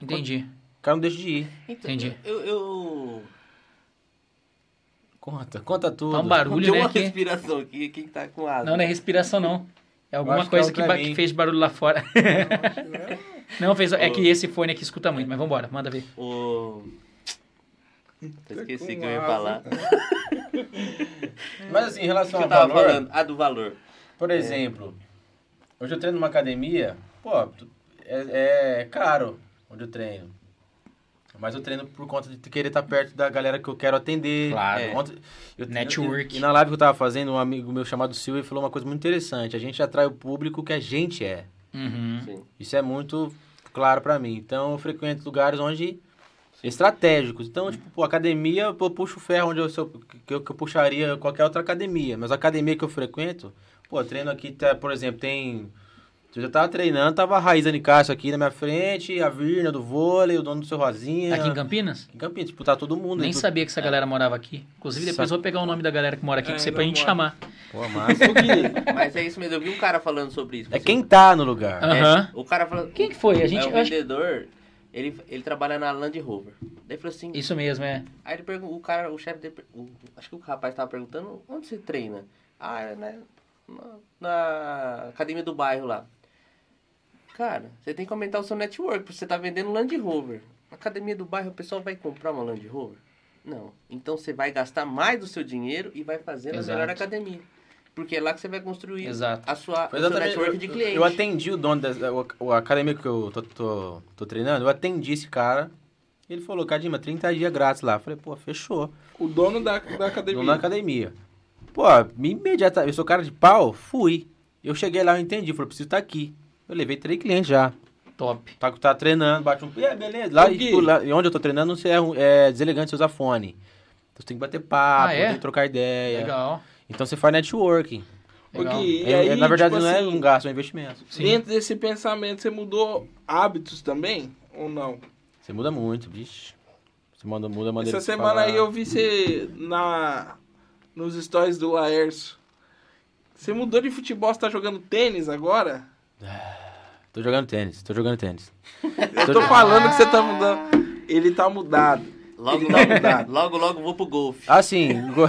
Speaker 2: Entendi.
Speaker 4: O cara não deixa de ir.
Speaker 1: Então,
Speaker 2: Entendi.
Speaker 1: Eu... eu...
Speaker 4: Conta, conta tudo.
Speaker 2: Tá um barulho,
Speaker 1: Deu
Speaker 2: né?
Speaker 1: uma
Speaker 2: aqui.
Speaker 1: respiração aqui, quem tá com asma.
Speaker 2: Não, não é respiração, não. É alguma
Speaker 4: acho que é
Speaker 2: coisa
Speaker 4: o
Speaker 2: que, ba-
Speaker 4: pra
Speaker 2: que
Speaker 4: mim.
Speaker 2: fez barulho lá fora. Não, fez. É que esse fone aqui escuta muito, mas vambora, manda ver.
Speaker 1: Ô, Esqueci
Speaker 3: Tá com
Speaker 1: que eu ia
Speaker 3: asma.
Speaker 1: falar. O
Speaker 4: Mas assim, em
Speaker 1: que
Speaker 4: relação
Speaker 1: eu
Speaker 4: ao
Speaker 1: tava
Speaker 4: valor,
Speaker 1: falando? Ah, do valor.
Speaker 4: por exemplo, hoje eu treino numa academia, pô, tu- é, é caro onde eu treino. Mas eu treino por conta de querer estar perto da galera que eu quero atender.
Speaker 2: Claro.
Speaker 4: É. Ontem- eu-
Speaker 2: Network.
Speaker 4: eu- e na live que eu tava fazendo, um amigo meu chamado Silvio falou uma coisa muito interessante. A gente atrai o público que a gente é.
Speaker 2: Uhum.
Speaker 1: Sim.
Speaker 4: Isso é muito claro pra mim. Então, eu frequento lugares onde estratégicos. Então, tipo, pô, academia, eu puxo ferro onde eu, se eu- que, eu, que eu puxaria qualquer outra academia. Mas a academia que eu frequento, pô, eu treino aqui, tá, por exemplo, tem... Eu já tava treinando, tava a Raíza Nicásio aqui na minha frente, a Virna do vôlei, o dono do seu Rosinha.
Speaker 2: Aqui em Campinas?
Speaker 4: Em Campinas, tipo, tá todo mundo.
Speaker 2: Nem
Speaker 4: aí, tu-
Speaker 2: sabia que essa galera morava aqui. Inclusive, depois
Speaker 4: Sa-
Speaker 2: eu vou pegar o nome da galera que mora aqui
Speaker 3: É,
Speaker 2: pra você
Speaker 3: não
Speaker 2: pra gente
Speaker 3: mora.
Speaker 2: chamar.
Speaker 4: Pô, massa.
Speaker 1: Mas é isso mesmo, eu vi um cara falando sobre isso. assim.
Speaker 4: é quem tá no lugar.
Speaker 2: Ah.
Speaker 1: É,
Speaker 2: Aham.
Speaker 1: O cara falando.
Speaker 2: Quem que foi? A gente-
Speaker 1: é
Speaker 2: eu
Speaker 1: um
Speaker 2: acho-
Speaker 1: vendedor, ele, ele trabalha na Land Rover. Daí falou assim.
Speaker 2: Isso mesmo, é.
Speaker 1: Aí ele perguntou, o cara, o chefe dele. per- o- acho que o rapaz tava perguntando, onde você treina? Ah, é na, na, na academia do bairro lá. Cara, você tem que aumentar o seu network, porque você tá vendendo Land Rover. Na academia do bairro, o pessoal vai comprar uma Land Rover? Não. Então você vai gastar mais do seu dinheiro e vai fazer na
Speaker 2: Exato.
Speaker 1: melhor academia. Porque é lá que você vai construir
Speaker 2: Exato.
Speaker 1: a sua, o
Speaker 4: Foi
Speaker 1: seu
Speaker 4: exatamente-
Speaker 1: network de
Speaker 4: eu-
Speaker 1: clientes.
Speaker 4: Eu atendi o dono da o- o academia que eu tô, tô- tô treinando, eu atendi esse cara. Ele falou, Cadima, 30 dias grátis lá. Eu falei, pô, fechou.
Speaker 3: O dono da, da
Speaker 4: Não
Speaker 3: academia.
Speaker 4: na academia. Pô, imediatamente, eu sou tá cara de pau, fui. Eu cheguei lá, eu entendi, falei, preciso estar aqui. Eu levei três clientes já.
Speaker 2: Top.
Speaker 4: Tá, tá treinando, bate um. É, beleza. Lá,
Speaker 3: Ô,
Speaker 4: e,
Speaker 3: Gui.
Speaker 4: tipo, lá- e onde eu tô treinando, não sei, é, ru- é deselegante você usar fone. Então você tem que bater papo,
Speaker 2: Ah, é?
Speaker 4: tem que trocar ideia.
Speaker 2: Legal.
Speaker 4: Então você faz networking.
Speaker 3: Ô,
Speaker 2: Legal.
Speaker 3: Gui, e
Speaker 4: É-
Speaker 3: aí,
Speaker 4: é, na verdade,
Speaker 3: tipo
Speaker 4: não é
Speaker 3: assim,
Speaker 4: um gasto, é um investimento.
Speaker 2: Sim.
Speaker 3: Dentro desse pensamento, você mudou hábitos também? Ou não?
Speaker 4: Você muda muito, bicho. Você muda, muda a maneira
Speaker 3: Essa
Speaker 4: de
Speaker 3: semana
Speaker 4: falar.
Speaker 3: aí eu vi você na, nos stories do Laércio. Você mudou de futebol, você tá jogando tênis agora?
Speaker 4: Tô jogando tênis, tô jogando tênis.
Speaker 3: Eu tô falando que você tá mudando. Ele tá mudado.
Speaker 1: Logo,
Speaker 3: Ele tá
Speaker 1: logo,
Speaker 3: mudado.
Speaker 1: logo, logo vou pro golfe.
Speaker 4: Assim. go-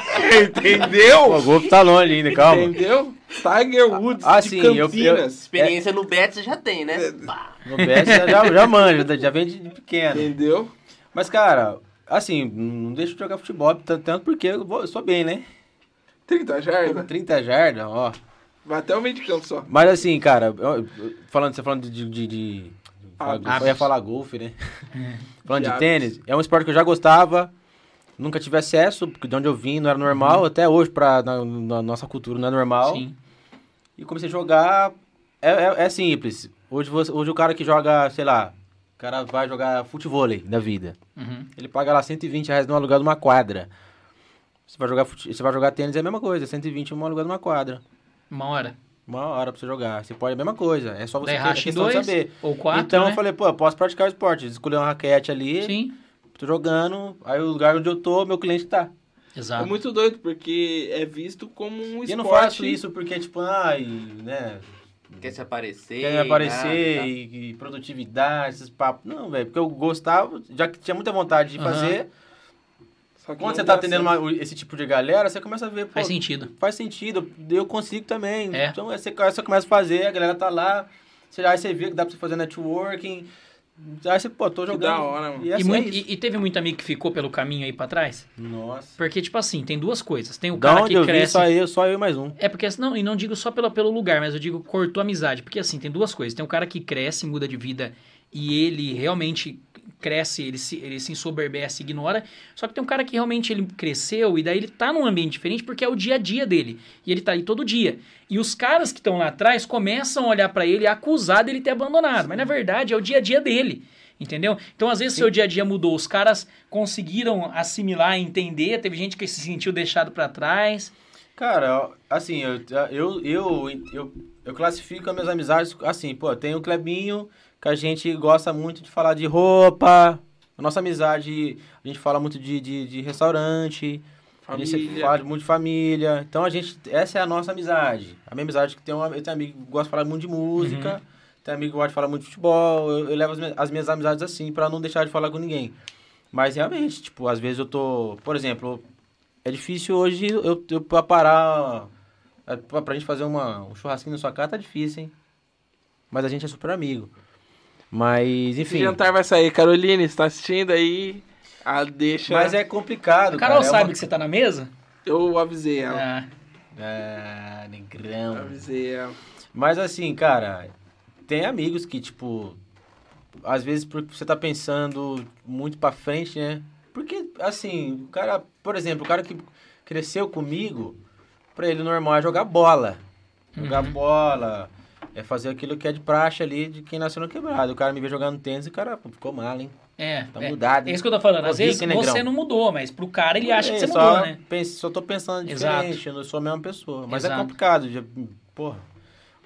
Speaker 4: Pô, o
Speaker 3: Entendeu?
Speaker 4: golfe tá longe ainda, calma.
Speaker 3: Entendeu? Tiger Woods
Speaker 4: Ah,
Speaker 3: de
Speaker 4: sim, eu- eu-
Speaker 3: Campinas.
Speaker 4: É.
Speaker 1: Experiência no bet você já tem, né? Bah.
Speaker 4: No BS já, já, já manja, já vem de pequeno.
Speaker 3: Entendeu?
Speaker 4: Mas, cara, assim, não deixa de jogar futebol, t- tanto porque eu, vou- eu sou bem, né?
Speaker 3: 30 jardas.
Speaker 4: 30 jardas, ó.
Speaker 3: Vai até o meio de campo só.
Speaker 4: Mas assim, cara, eu- eu- falando, você falando de. de, de-
Speaker 3: Ah,
Speaker 4: eu ia falar golfe, né? falando de
Speaker 3: Hábitos.
Speaker 4: tênis, é um esporte que eu já gostava, nunca tive acesso, porque de onde eu vim não era normal, até hoje, pra, na, na nossa cultura, não é normal.
Speaker 2: Sim.
Speaker 4: E comecei a jogar. É, é- é simples. Hoje, você- hoje o cara que joga, sei lá, o cara vai jogar futevôlei da vida.
Speaker 2: Uhum.
Speaker 4: Ele paga lá 120 reais no aluguel de uma quadra. Você vai jogar, fute- você vai jogar tênis, é a mesma coisa, 120 no aluguel de uma quadra.
Speaker 2: Uma hora.
Speaker 4: Uma hora pra você jogar. Você pode, é a mesma coisa. É só você
Speaker 2: Daí
Speaker 4: ter- é
Speaker 2: racha em
Speaker 4: questão de
Speaker 2: dois
Speaker 4: saber.
Speaker 2: ou quatro,
Speaker 4: então
Speaker 2: né?
Speaker 4: eu falei, pô, eu posso praticar o esporte. Escolhi uma raquete ali,
Speaker 2: Sim.
Speaker 4: tô jogando. Aí o lugar onde eu tô, meu cliente tá.
Speaker 2: Exato.
Speaker 3: É muito doido, porque é visto como um esporte.
Speaker 4: E eu não faço isso porque, tipo, ai, né?
Speaker 1: Quer se aparecer.
Speaker 4: Quer aparecer
Speaker 1: ah, tá.
Speaker 4: e, e produtividade, esses papos. Não, velho, porque eu gostava, já que tinha muita vontade de
Speaker 2: Aham.
Speaker 4: fazer.
Speaker 3: Só que
Speaker 4: Quando
Speaker 3: não
Speaker 4: você
Speaker 3: dá
Speaker 4: tá atendendo
Speaker 3: certo.
Speaker 4: uma- esse tipo de galera, você começa a ver, pô,
Speaker 2: Faz sentido.
Speaker 4: faz sentido, eu consigo também.
Speaker 2: É.
Speaker 4: Então aí você, aí você começa a fazer, a galera tá lá, você, aí você vê que dá pra você fazer networking. Aí você, pô, tô
Speaker 3: Que
Speaker 4: jogando.
Speaker 3: da hora, mano.
Speaker 4: E,
Speaker 2: E,
Speaker 4: assim,
Speaker 2: muito-
Speaker 4: é isso.
Speaker 2: e- e teve muito amigo que ficou pelo caminho aí pra trás?
Speaker 4: Nossa.
Speaker 2: Porque, tipo assim, tem duas coisas. Tem o
Speaker 4: Da
Speaker 2: cara
Speaker 4: onde
Speaker 2: que
Speaker 4: eu vi,
Speaker 2: cresce.
Speaker 4: só eu, só eu e mais um.
Speaker 2: É porque, assim, não, e não digo só pelo, pelo lugar, mas eu digo cortou a amizade. Porque, assim, tem duas coisas. Tem um cara que cresce, muda de vida e ele realmente cresce, ele se, ele se ensoberbece, ignora. Só que tem um cara que realmente ele cresceu e daí ele tá num ambiente diferente porque é o dia a dia dele. E ele tá ali todo dia. E os caras que estão lá atrás começam a olhar pra ele e acusar dele ter abandonado. Mas, na verdade, é o dia a dia dele. Entendeu? Então, às vezes, seu dia a dia mudou. Os caras conseguiram assimilar, entender. Teve gente que se sentiu deixado pra trás.
Speaker 4: Cara, ó, assim, eu, eu, eu, eu, eu classifico as minhas amizades assim, pô, tem o Clebinho, que a gente gosta muito de falar de roupa, a nossa amizade, a gente fala muito de, de, de restaurante, a gente
Speaker 3: Família.
Speaker 4: fala de- muito de família, então a gente, essa é a nossa amizade. A minha amizade, é que tem uma, eu tenho amigo que gosta de falar muito de música, tem amigo que gosta de falar muito de futebol, eu, eu levo as minhas, as minhas amizades assim, pra não deixar de falar com ninguém. Mas realmente, tipo, às vezes eu tô, por exemplo, é difícil hoje eu, eu pra parar. é, Pra, pra gente fazer uma, um churrasquinho na sua casa tá difícil, hein? Mas a gente é super amigo. Mas,
Speaker 3: Esse
Speaker 4: enfim.
Speaker 3: jantar vai sair. Caroline, você tá assistindo aí? Ah, deixa.
Speaker 4: Mas é complicado,
Speaker 2: A Carol
Speaker 4: cara. é
Speaker 2: sabe que você tá na mesa?
Speaker 3: Eu avisei ela.
Speaker 2: Ah,
Speaker 4: que... Ah,
Speaker 3: Tá
Speaker 4: negrão.
Speaker 3: Avisei ela.
Speaker 4: Mas assim, cara, tem amigos que, tipo, às vezes porque você tá pensando muito pra frente, né? Porque, assim, o cara, por exemplo, o cara que cresceu comigo, pra ele o normal é jogar bola. Jogar
Speaker 2: Uhum.
Speaker 4: bola, é fazer aquilo que é de praxe ali de quem nasceu no quebrado. O cara me vê jogando tênis e o cara pô, ficou mal, hein?
Speaker 2: é.
Speaker 4: Tá
Speaker 2: é.
Speaker 4: mudado.
Speaker 2: É
Speaker 4: hein?
Speaker 2: isso que eu tô falando. Às
Speaker 4: Ô,
Speaker 2: vezes
Speaker 4: Rick, negrão.
Speaker 2: você não mudou, mas pro cara ele acha
Speaker 4: É,
Speaker 2: que você
Speaker 4: só
Speaker 2: mudou, né?
Speaker 4: penso- só tô pensando
Speaker 2: Exato.
Speaker 4: diferente, eu não sou a mesma pessoa. Mas
Speaker 2: Exato.
Speaker 4: é complicado. Já, porra,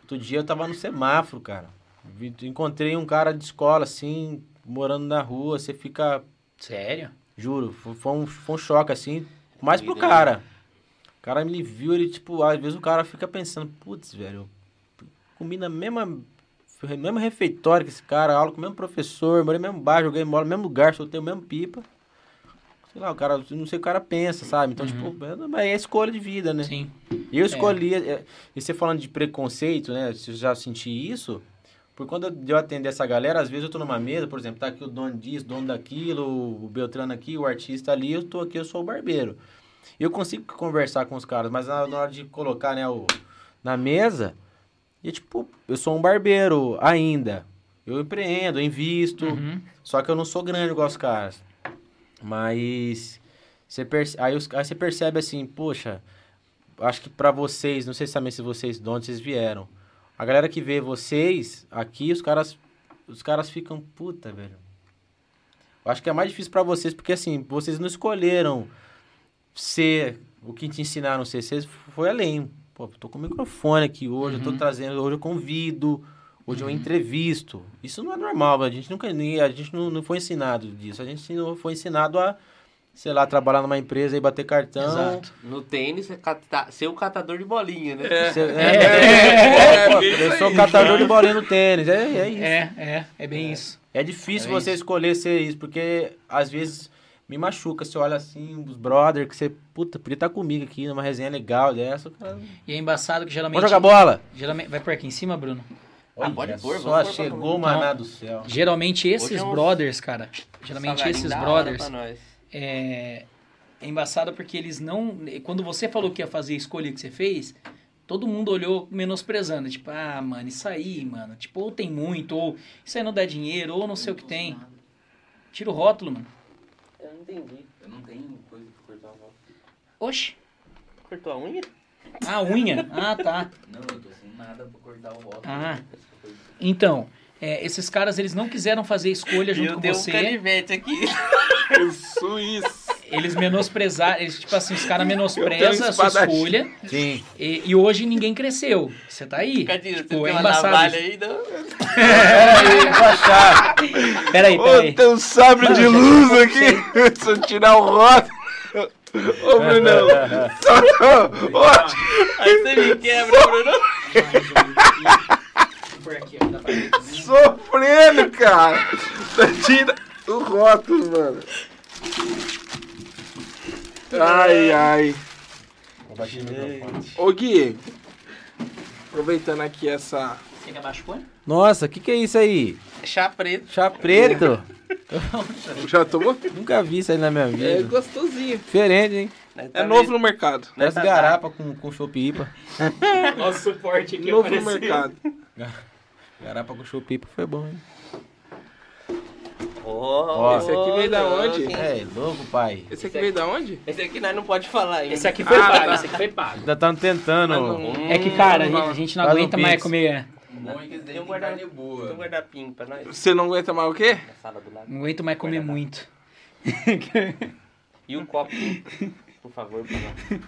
Speaker 4: outro dia eu tava no semáforo, cara. Vi- Encontrei um cara de escola, assim, morando na rua. Você fica,
Speaker 2: Sério?
Speaker 4: juro, fo- foi um, foi um choque, assim, mais pro
Speaker 1: Doideira.
Speaker 4: cara. O cara me viu, ele, tipo, às vezes o cara fica pensando, putz, velho, eu comi na mesma... Mesmo refeitório que esse cara, aula com o mesmo professor, morei no mesmo bar, joguei bola no mesmo lugar, soltei o mesmo pipa. Sei lá, o cara, não sei o que o cara pensa, sabe? Então, tipo, é, mas é escolha de vida, né?
Speaker 2: Sim.
Speaker 4: Eu escolhi, é, e você falando de preconceito, né? Se eu já senti isso, por conta de eu atender essa galera, às vezes eu tô numa mesa, por exemplo, tá aqui o dono disso, dono daquilo, o Beltrano aqui, o artista ali, eu tô aqui, eu sou o barbeiro. Eu consigo conversar com os caras, mas na, na hora de colocar, né, o, na mesa, e tipo, eu sou um barbeiro ainda. Eu empreendo, eu invisto,
Speaker 2: Uhum.
Speaker 4: só que eu não sou grande igual os caras. Mas você perce- aí, os- aí você percebe assim, poxa, acho que pra vocês, não sei também se vocês de onde vocês vieram, A galera que vê vocês aqui, os caras, os caras ficam puta, velho. Eu acho que é mais difícil pra vocês, porque assim, vocês não escolheram ser o que te ensinaram a ser, vocês foi além. Pô, tô com o microfone aqui hoje, eu tô trazendo, hoje eu convido, hoje eu entrevisto. Isso não é normal, a gente nunca, nem- a gente não, não foi ensinado disso. A gente não foi ensinado a, sei lá, trabalhar numa empresa e bater cartão.
Speaker 2: Exato.
Speaker 1: No tênis, é cata- ser o catador de bolinha, né?
Speaker 4: Você- é,
Speaker 3: É,
Speaker 4: pô,
Speaker 3: é isso
Speaker 4: eu sou
Speaker 3: aí,
Speaker 4: catador
Speaker 3: cara.
Speaker 4: de bolinha no tênis. É, é isso. É,
Speaker 2: É, é, é bem isso.
Speaker 4: difícil
Speaker 2: É
Speaker 4: você
Speaker 2: isso.
Speaker 4: escolher ser isso, porque às vezes me machuca. Você olha assim, os brother, que você, puta, podia estar comigo aqui numa resenha legal dessa. o Cara...
Speaker 2: E é embaçado que geralmente.
Speaker 4: Vamos jogar bola!
Speaker 2: geralmente vai por aqui em cima, Bruno.
Speaker 1: Ah, pode
Speaker 4: Olha
Speaker 1: pôr, vamos
Speaker 4: Só
Speaker 1: pôr pra
Speaker 4: chegou
Speaker 1: todo
Speaker 4: o
Speaker 1: mundo.
Speaker 4: maná do céu.
Speaker 2: Geralmente esses
Speaker 1: é um
Speaker 2: brothers, cara. Geralmente
Speaker 1: Salarinho
Speaker 2: esses
Speaker 1: da hora
Speaker 2: brothers.
Speaker 1: pra nós.
Speaker 2: É, é embaçado porque eles não. Quando você falou que ia fazer a escolha que você fez, todo mundo olhou menosprezando. Tipo, ah, mano, isso aí, mano. Tipo, ou tem muito, ou isso aí não dá dinheiro, ou não sei o que tem. Tira o rótulo, mano.
Speaker 1: Eu não entendi. Eu não tenho coisa pra cortar a mão.
Speaker 2: Oxi.
Speaker 1: Cortou a unha?
Speaker 2: Ah, unha. Ah, tá.
Speaker 5: Não, eu tô sem nada pra cortar o óculos.
Speaker 2: Ah. Então, é, esses caras, eles não quiseram fazer a escolha junto
Speaker 1: eu
Speaker 2: com
Speaker 1: dei
Speaker 2: você.
Speaker 1: um canivete aqui.
Speaker 3: Eu sou isso.
Speaker 2: Eles menosprezaram, eles, tipo assim, os caras
Speaker 3: Eu tenho
Speaker 2: menosprezam a sua
Speaker 3: espadachim.
Speaker 2: escolha.
Speaker 4: Sim.
Speaker 2: E, e hoje ninguém cresceu. Você tá aí.
Speaker 1: Cadinho, você
Speaker 2: tipo,
Speaker 1: tem
Speaker 2: é
Speaker 1: uma
Speaker 2: embaçado.
Speaker 1: navalha aí, não?
Speaker 2: Peraí,
Speaker 3: Ô,
Speaker 2: peraí.
Speaker 3: tem um sabre de luz aqui. Se eu tirar o rótulo. Ô, Brunão. Ô,
Speaker 1: Aí você me quebra, Bruno.
Speaker 2: Por aqui, ó, dá pra ver.
Speaker 3: sofrendo, cara. Tira o rótulo, mano. Ai, ai.
Speaker 4: Vou bater no microfone.
Speaker 3: É. Ô, Gui. Aproveitando aqui essa...
Speaker 2: Você quer abaixar o fone?
Speaker 4: Nossa, o que, que é isso aí?
Speaker 1: Chá preto.
Speaker 4: Chá preto?
Speaker 3: Já tomou?
Speaker 4: Nunca vi isso aí na minha vida.
Speaker 3: É gostosinho.
Speaker 4: Diferente, hein?
Speaker 3: É novo no mercado.
Speaker 4: Parece garapa com, com chopipa.
Speaker 2: Nosso suporte
Speaker 3: Novo no mercado.
Speaker 4: Garapa com chopipa foi bom, hein?
Speaker 1: Oh,
Speaker 4: Ó,
Speaker 3: esse aqui veio da
Speaker 1: não,
Speaker 3: onde?
Speaker 1: quem-
Speaker 4: É, louco, pai.
Speaker 3: Esse aqui veio da onde?
Speaker 1: Esse aqui nós não pode falar ainda.
Speaker 2: Esse aqui foi
Speaker 3: Ah,
Speaker 2: pago,
Speaker 3: tá.
Speaker 2: esse aqui foi pago.
Speaker 4: Ainda estamos tentando.
Speaker 3: Hum,
Speaker 2: É que, cara, a gente, a
Speaker 3: vamos lá.
Speaker 2: gente não
Speaker 4: Faz um
Speaker 2: aguenta mais
Speaker 4: pix.
Speaker 2: comer.
Speaker 5: Bom é que esse daí
Speaker 1: Eu
Speaker 4: um
Speaker 5: tem
Speaker 1: guardava-
Speaker 5: carne boa.
Speaker 1: Então guardar pinho pra nós.
Speaker 3: Você não aguenta mais o quê?
Speaker 1: Na sala do lado.
Speaker 2: Não aguento mais comer
Speaker 1: Guardar.
Speaker 2: muito.
Speaker 1: E um copo, por favor, pra nós.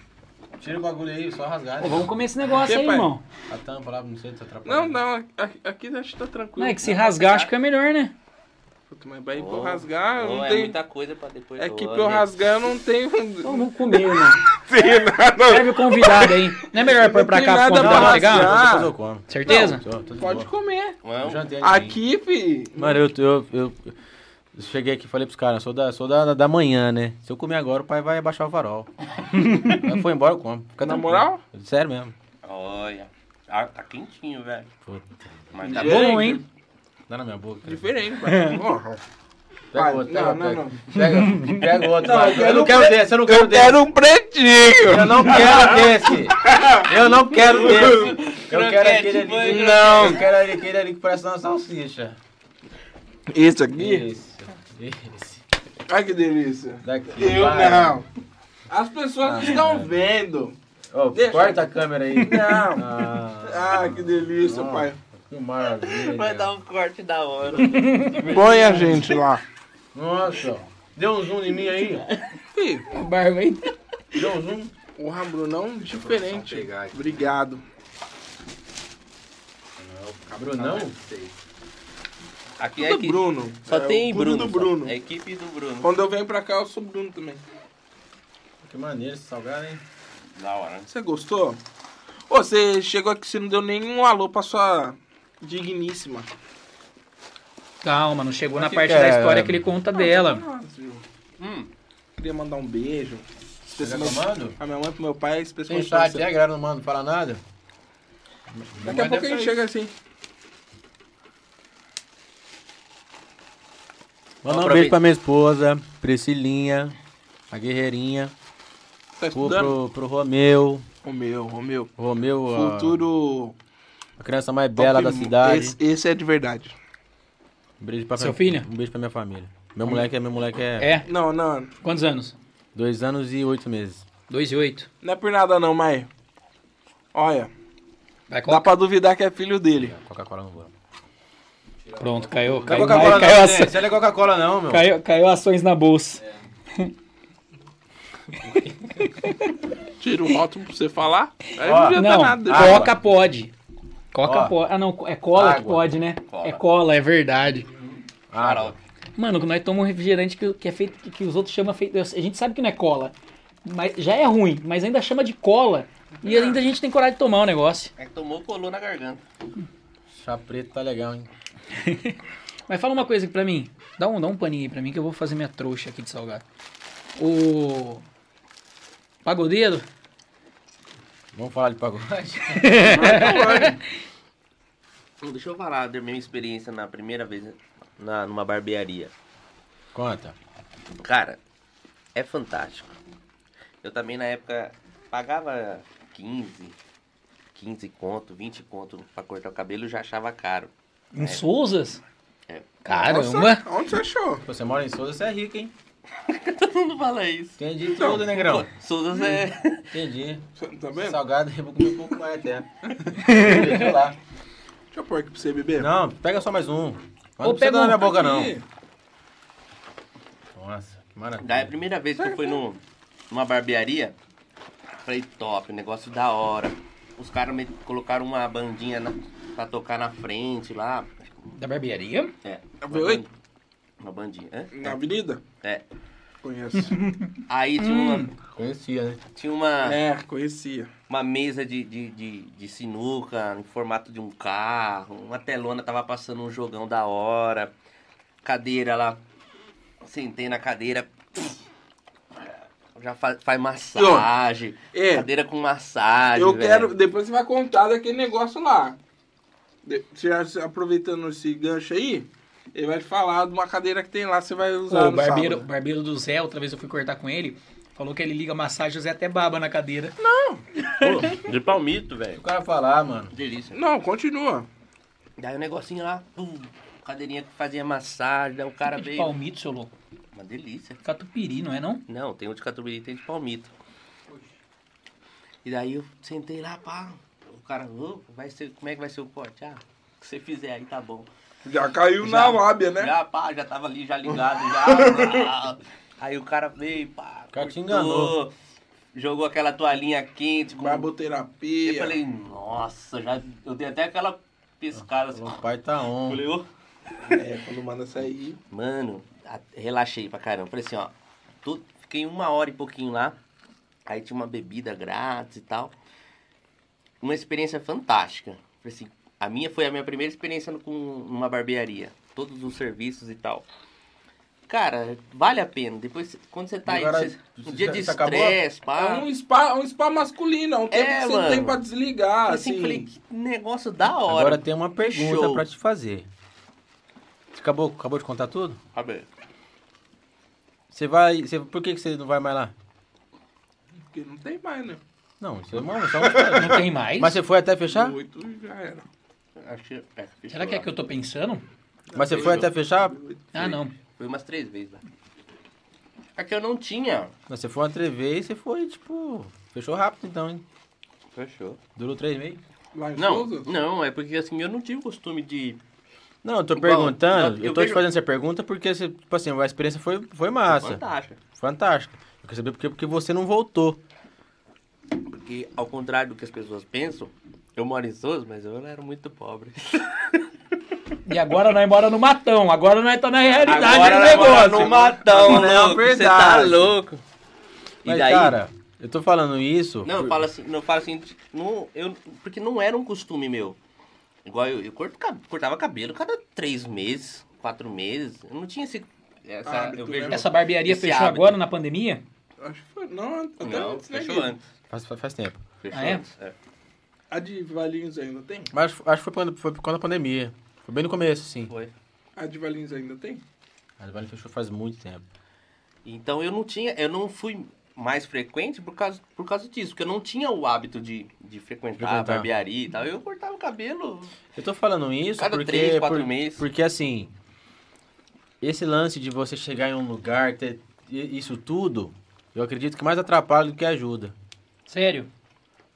Speaker 4: Tira o bagulho aí, só rasgar. né?
Speaker 2: Pô, vamos comer esse negócio
Speaker 3: Que,
Speaker 2: aí,
Speaker 3: pai?
Speaker 2: irmão.
Speaker 4: A tampa lá, não sei se atrapalha.
Speaker 3: Não, não. aqui- Aqui acho que tá
Speaker 2: Não,
Speaker 3: tranquilo.
Speaker 2: é que se rasgar, acho que é melhor, né?
Speaker 3: Puta, mas vai pra
Speaker 1: Oh,
Speaker 3: eu rasgar, eu
Speaker 1: oh,
Speaker 3: não
Speaker 1: é
Speaker 3: tenho...
Speaker 1: muita coisa pra depois.
Speaker 3: É que
Speaker 1: Oh,
Speaker 3: pra eu
Speaker 1: né?
Speaker 3: rasgar eu não tenho...
Speaker 2: Então vamos comer, irmão.
Speaker 3: tenho nada.
Speaker 2: Serve o convidado aí. Não é melhor pôr pra
Speaker 3: tem
Speaker 2: cá pro
Speaker 3: nada
Speaker 2: convidado
Speaker 3: pra
Speaker 2: não
Speaker 3: rasgar.
Speaker 2: chegar?
Speaker 4: Depois eu como.
Speaker 2: Certeza?
Speaker 4: Tô- tô de
Speaker 3: Pode
Speaker 4: boa.
Speaker 3: comer.
Speaker 4: Eu
Speaker 1: Não,
Speaker 4: jantei amendoim.
Speaker 3: Aqui, fi.
Speaker 4: Mano, eu, eu, eu, eu cheguei aqui e falei pros caras, sou, da, sou da, da manhã, né? Se eu comer agora, o pai vai abaixar o farol. Aí foi embora, eu como. Fica
Speaker 3: Na
Speaker 4: tranquilo.
Speaker 3: moral?
Speaker 4: Sério mesmo.
Speaker 1: Olha. Ah, tá quentinho, velho.
Speaker 4: Puta,
Speaker 1: Mas tá bom.
Speaker 3: Gente.
Speaker 2: Bom, hein?
Speaker 4: dá na minha boca. cara.
Speaker 3: Diferente, pai. Porra.
Speaker 4: Pega
Speaker 3: Pai,
Speaker 4: outro,
Speaker 3: não,
Speaker 4: pega
Speaker 3: não,
Speaker 4: outro.
Speaker 3: não.
Speaker 4: Pega, pega outro.
Speaker 3: Não, eu
Speaker 4: vai. eu,
Speaker 3: quero
Speaker 4: não
Speaker 3: um
Speaker 4: quero
Speaker 3: pre-
Speaker 4: desse, eu não quero
Speaker 3: Eu
Speaker 4: desse.
Speaker 3: quero um pretinho.
Speaker 4: Eu não quero desse. Eu não quero desse. Eu quero
Speaker 1: Croquete,
Speaker 4: aquele ali.
Speaker 3: né?
Speaker 1: banho.
Speaker 4: Não. Eu quero aquele ali que parece uma salsicha.
Speaker 3: Esse aqui?
Speaker 4: Isso. Esse.
Speaker 3: Ai, que delícia.
Speaker 4: Daqui.
Speaker 3: Eu
Speaker 4: vai.
Speaker 3: não. As pessoas
Speaker 1: Ah, é.
Speaker 3: estão vendo.
Speaker 4: Ô,
Speaker 3: Deixa.
Speaker 4: corta a câmera aí.
Speaker 3: Não.
Speaker 4: Ah,
Speaker 3: Ah, que delícia,
Speaker 4: Não.
Speaker 3: pai.
Speaker 4: que maravilha.
Speaker 1: Vai dar um corte da hora.
Speaker 3: Põe a gente lá.
Speaker 4: Nossa. Deu um zoom em mim aí.
Speaker 3: Fih,
Speaker 2: Barba aí.
Speaker 4: Deu um zoom.
Speaker 3: o Brunão é um diferente.
Speaker 5: pegar aqui.
Speaker 3: Obrigado.
Speaker 4: Brunão?
Speaker 1: Aqui é
Speaker 3: Tudo
Speaker 1: que
Speaker 3: Bruno.
Speaker 1: só
Speaker 3: É, o
Speaker 1: tem
Speaker 3: clube
Speaker 1: Bruno.
Speaker 3: do
Speaker 1: só.
Speaker 3: Bruno.
Speaker 1: É a equipe do Bruno.
Speaker 3: Quando eu venho pra cá, eu sou Bruno também.
Speaker 4: Que maneiro esse salgado, hein?
Speaker 1: Da hora.
Speaker 3: Você gostou? Ô, você chegou aqui, você não deu nenhum alô pra sua digníssima.
Speaker 2: Calma, não chegou na
Speaker 4: que
Speaker 2: parte
Speaker 4: que
Speaker 2: da
Speaker 4: é?
Speaker 2: história que ele conta dela.
Speaker 3: Nossa, viu?
Speaker 1: Hum,
Speaker 3: Queria mandar um beijo.
Speaker 4: Tá
Speaker 3: Especialmente
Speaker 4: tomando?
Speaker 3: a minha mãe pro meu pai,
Speaker 4: Tem
Speaker 3: especialmente pra
Speaker 4: chat,
Speaker 3: você.
Speaker 4: é, a galera não manda, não fala nada.
Speaker 3: Daqui a pouco a gente chega assim.
Speaker 4: Manda um
Speaker 1: Aproveita.
Speaker 4: beijo pra minha esposa, Priscilinha, a guerreirinha,
Speaker 3: Tá
Speaker 4: pro,
Speaker 3: estudando?
Speaker 4: pro, pro Romeu,
Speaker 3: O meu, o meu.
Speaker 4: Romeu, a-
Speaker 3: Futuro.
Speaker 4: a, criança mais bela da
Speaker 3: top-
Speaker 4: cidade.
Speaker 3: Esse, esse é de verdade.
Speaker 4: Um beijo pra
Speaker 2: Seu
Speaker 4: minha-
Speaker 2: filho?
Speaker 4: Um beijo pra minha família. Meu moleque, é- meu moleque é
Speaker 2: É,
Speaker 3: Não, não.
Speaker 2: quantos anos?
Speaker 4: dois anos e oito meses.
Speaker 2: Dois e oito.
Speaker 3: Não é por nada não, mas. Olha.
Speaker 2: Vai
Speaker 3: Dá
Speaker 2: colocar.
Speaker 3: pra duvidar que é filho dele.
Speaker 4: Coca-Cola não vou.
Speaker 2: Pronto, caiu.
Speaker 4: Não é
Speaker 2: Caiu,
Speaker 4: Coca-Cola
Speaker 2: caiu,
Speaker 4: não,
Speaker 2: caiu,
Speaker 4: né?
Speaker 2: aço-
Speaker 4: Você não é Coca-Cola não, meu.
Speaker 2: caiu, caiu ações na bolsa.
Speaker 3: Tira um rótulo pra você falar. Aí
Speaker 4: Ó,
Speaker 3: não adianta
Speaker 2: Não,
Speaker 3: nada.
Speaker 2: coca pode. Coca
Speaker 4: Ó.
Speaker 2: pode. Ah, não, é cola que
Speaker 4: Água.
Speaker 2: pode, né?
Speaker 4: Cola.
Speaker 2: É cola, é verdade.
Speaker 4: Ah,
Speaker 2: Mano, nós tomamos um refrigerante que, que é feito, que, que os outros chamam feito. A gente sabe que não é cola. Mas já é ruim, mas ainda chama de cola. E ainda a gente tem coragem de tomar o negócio.
Speaker 1: É que tomou, colou na garganta.
Speaker 4: chá preto tá legal, hein.
Speaker 2: Mas fala uma coisa aqui pra mim. Dá um, dá um paninho aí pra mim que eu vou fazer minha trouxa aqui de salgado. O. Pagodeiro?
Speaker 4: Vamos falar de pagode.
Speaker 1: Deixa eu falar da minha experiência na primeira vez na, numa barbearia.
Speaker 4: Conta.
Speaker 1: Cara, é fantástico. Eu também na época pagava 15, 15 conto, 20 conto pra cortar o cabelo e já achava caro.
Speaker 2: Um Souzas?
Speaker 1: É.
Speaker 2: Caramba!
Speaker 3: Nossa, onde você achou?
Speaker 4: Você mora em Souza, você é rico, hein?
Speaker 1: Todo mundo fala isso.
Speaker 4: Entendi tudo, negrão.
Speaker 1: Souza é.
Speaker 4: Entendi.
Speaker 3: Você tá vendo?
Speaker 4: Salgado, eu vou comer um pouco mais até. Deixa eu lá.
Speaker 3: Deixa eu pôr aqui pra você beber.
Speaker 4: Não, pega só mais um. Mas
Speaker 2: Ô,
Speaker 4: não precisa
Speaker 2: pega
Speaker 4: dar na
Speaker 2: um
Speaker 4: minha boca, não.
Speaker 3: Aqui.
Speaker 4: Nossa, que maravilha.
Speaker 1: Daí a primeira vez que eu fui num- numa barbearia, falei, top, negócio da hora. Os caras me colocaram uma bandinha na, pra tocar na frente lá.
Speaker 2: Da barbearia?
Speaker 1: É.
Speaker 3: É
Speaker 1: uma
Speaker 3: V8?
Speaker 1: ban- Uma bandinha, hã?
Speaker 3: Na avenida?
Speaker 1: É.
Speaker 3: Conheço.
Speaker 1: Aí tinha, uma,
Speaker 4: Conhecia, né?
Speaker 1: tinha uma,
Speaker 3: é, conhecia.
Speaker 1: uma mesa de, de, de, de sinuca em formato de um carro, uma telona tava passando um jogão da hora, cadeira lá, sentei na cadeira, já fa- faz massagem,
Speaker 3: É.
Speaker 1: cadeira com massagem.
Speaker 3: Eu
Speaker 1: velho.
Speaker 3: quero. Depois você vai contar daquele negócio lá. De- Você já- você aproveitando esse gancho aí, ele vai te falar de uma cadeira que tem lá, você vai usar.
Speaker 2: O
Speaker 3: no
Speaker 2: barbeiro,
Speaker 3: sábado.
Speaker 2: barbeiro do Zé, outra vez eu fui cortar com ele, falou que ele liga massagem, o Zé até baba na cadeira.
Speaker 1: Pô, de palmito,
Speaker 4: O
Speaker 1: velho.
Speaker 4: cara falar, mano.
Speaker 1: Delícia.
Speaker 3: Não, continua.
Speaker 1: Daí o negocinho lá, pum, cadeirinha que fazia massagem, daí o cara
Speaker 2: de
Speaker 1: veio.
Speaker 2: palmito, seu louco.
Speaker 1: Uma delícia.
Speaker 2: Catupiry, não é não?
Speaker 1: Não, tem um de catupiry, tem de palmito. E daí eu sentei lá, pá. O cara, ô, vai ser, como é que vai ser o corte? Ah, o que você fizer aí tá bom.
Speaker 3: Já caiu
Speaker 1: Já-
Speaker 3: na lábia, né?
Speaker 1: Já, pá, já tava ali, já ligado, já. aí o cara veio, pá.
Speaker 4: O cara te
Speaker 1: cortou,
Speaker 4: enganou.
Speaker 1: Jogou aquela toalhinha quente. Com...
Speaker 3: Barboterapia.
Speaker 1: Eu falei, nossa, já... eu dei até aquela pescada assim.
Speaker 4: O pai tá on.
Speaker 1: Falei, ô.
Speaker 3: É, quando manda sair.
Speaker 1: Mano, a- relaxei pra caramba. Falei assim, ó, tô- fiquei uma hora e pouquinho lá. Aí tinha uma bebida grátis e tal. Uma experiência fantástica. Falei assim, a minha foi a minha primeira experiência no- com uma barbearia. Todos os serviços e tal. Cara, vale a pena. Depois, quando você tá aí,
Speaker 4: Agora,
Speaker 1: você- um dia de
Speaker 4: você acabou?
Speaker 1: estresse,
Speaker 3: É
Speaker 1: pá.
Speaker 3: um spa, um spa masculino, é um tempo que você
Speaker 1: Ah. mano.
Speaker 3: não tem pra desligar,
Speaker 1: Falei
Speaker 3: assim.
Speaker 1: assim, falei, que negócio da hora.
Speaker 4: Agora tem uma pergunta
Speaker 1: Show.
Speaker 4: pra te fazer. Você acabou, acabou de contar tudo?
Speaker 1: Sabe?
Speaker 4: Você vai. Você, por que, que você não vai mais lá?
Speaker 3: Porque não tem mais, né?
Speaker 4: Não, você mano, só um
Speaker 2: Não tem mais?
Speaker 4: Mas você foi até fechar?
Speaker 3: Oito já era.
Speaker 1: Acho que- é, fechou
Speaker 2: Será que é
Speaker 1: lá.
Speaker 2: que eu tô pensando?
Speaker 4: Mas você foi até fechar?
Speaker 2: Ah, não.
Speaker 1: Foi umas três vezes lá. É que eu não tinha.
Speaker 4: Mas você foi uma três vezes, você foi, tipo. Fechou rápido então, hein?
Speaker 1: Fechou.
Speaker 4: Durou três meses?
Speaker 3: Lá em
Speaker 1: Não,
Speaker 3: Souza?
Speaker 1: não, é porque assim, eu não tive o costume de.
Speaker 4: Não, eu tô
Speaker 1: Bom,
Speaker 4: perguntando,
Speaker 1: não,
Speaker 4: eu,
Speaker 1: eu
Speaker 4: tô
Speaker 1: vejo-
Speaker 4: te fazendo essa pergunta porque, você, tipo assim, a experiência foi, foi massa,
Speaker 1: Fantástica.
Speaker 4: fantástica. Eu quero saber por quê, porque você não voltou.
Speaker 1: Porque, ao contrário do que as pessoas pensam, eu moro em Souza, mas eu era muito pobre.
Speaker 2: E agora nós mora no matão, agora nós tá na realidade do
Speaker 1: nós mora
Speaker 2: negócio.
Speaker 1: no matão,
Speaker 4: é Não, é
Speaker 1: louco, Você tá
Speaker 4: verdade.
Speaker 1: louco. E
Speaker 4: Mas,
Speaker 1: daí.
Speaker 4: cara, eu tô falando isso...
Speaker 1: não, eu
Speaker 4: por-
Speaker 1: falo assim, não, eu falo assim, não, eu, porque não era um costume meu. Igual eu, eu corto cab- cortava cabelo cada três meses, quatro meses. Eu não tinha esse.
Speaker 4: Ah,
Speaker 1: Essa,
Speaker 3: Hábito,
Speaker 1: eu vejo,
Speaker 3: né?
Speaker 2: Essa barbearia
Speaker 1: Esse
Speaker 2: fechou
Speaker 1: hábito.
Speaker 2: agora na pandemia?
Speaker 3: Acho que foi. Não, até
Speaker 1: Não,
Speaker 3: antes, né,
Speaker 1: fechou
Speaker 3: Gui?
Speaker 1: antes.
Speaker 4: Faz, faz- faz tempo.
Speaker 1: Fechou
Speaker 2: Ah, é?
Speaker 1: antes. É.
Speaker 3: A de Valinhos ainda tem?
Speaker 4: Mas acho que foi quando, foi quando a pandemia. Foi bem no começo, assim. sim.
Speaker 1: Foi.
Speaker 3: A de Valinhos ainda tem?
Speaker 4: A Vale fechou faz muito tempo.
Speaker 1: Então eu não tinha, eu não fui mais frequente por causa, por causa disso, porque eu não tinha o hábito de, de frequentar, a
Speaker 4: Frequentar.
Speaker 1: barbearia e tal. Eu cortava o cabelo.
Speaker 4: Eu tô falando isso
Speaker 1: Cada
Speaker 4: porque...
Speaker 1: três, quatro
Speaker 4: por-
Speaker 1: meses.
Speaker 4: Porque, assim, esse lance de você chegar em um lugar, ter i- isso tudo, eu acredito que mais atrapalha do que ajuda.
Speaker 2: Sério?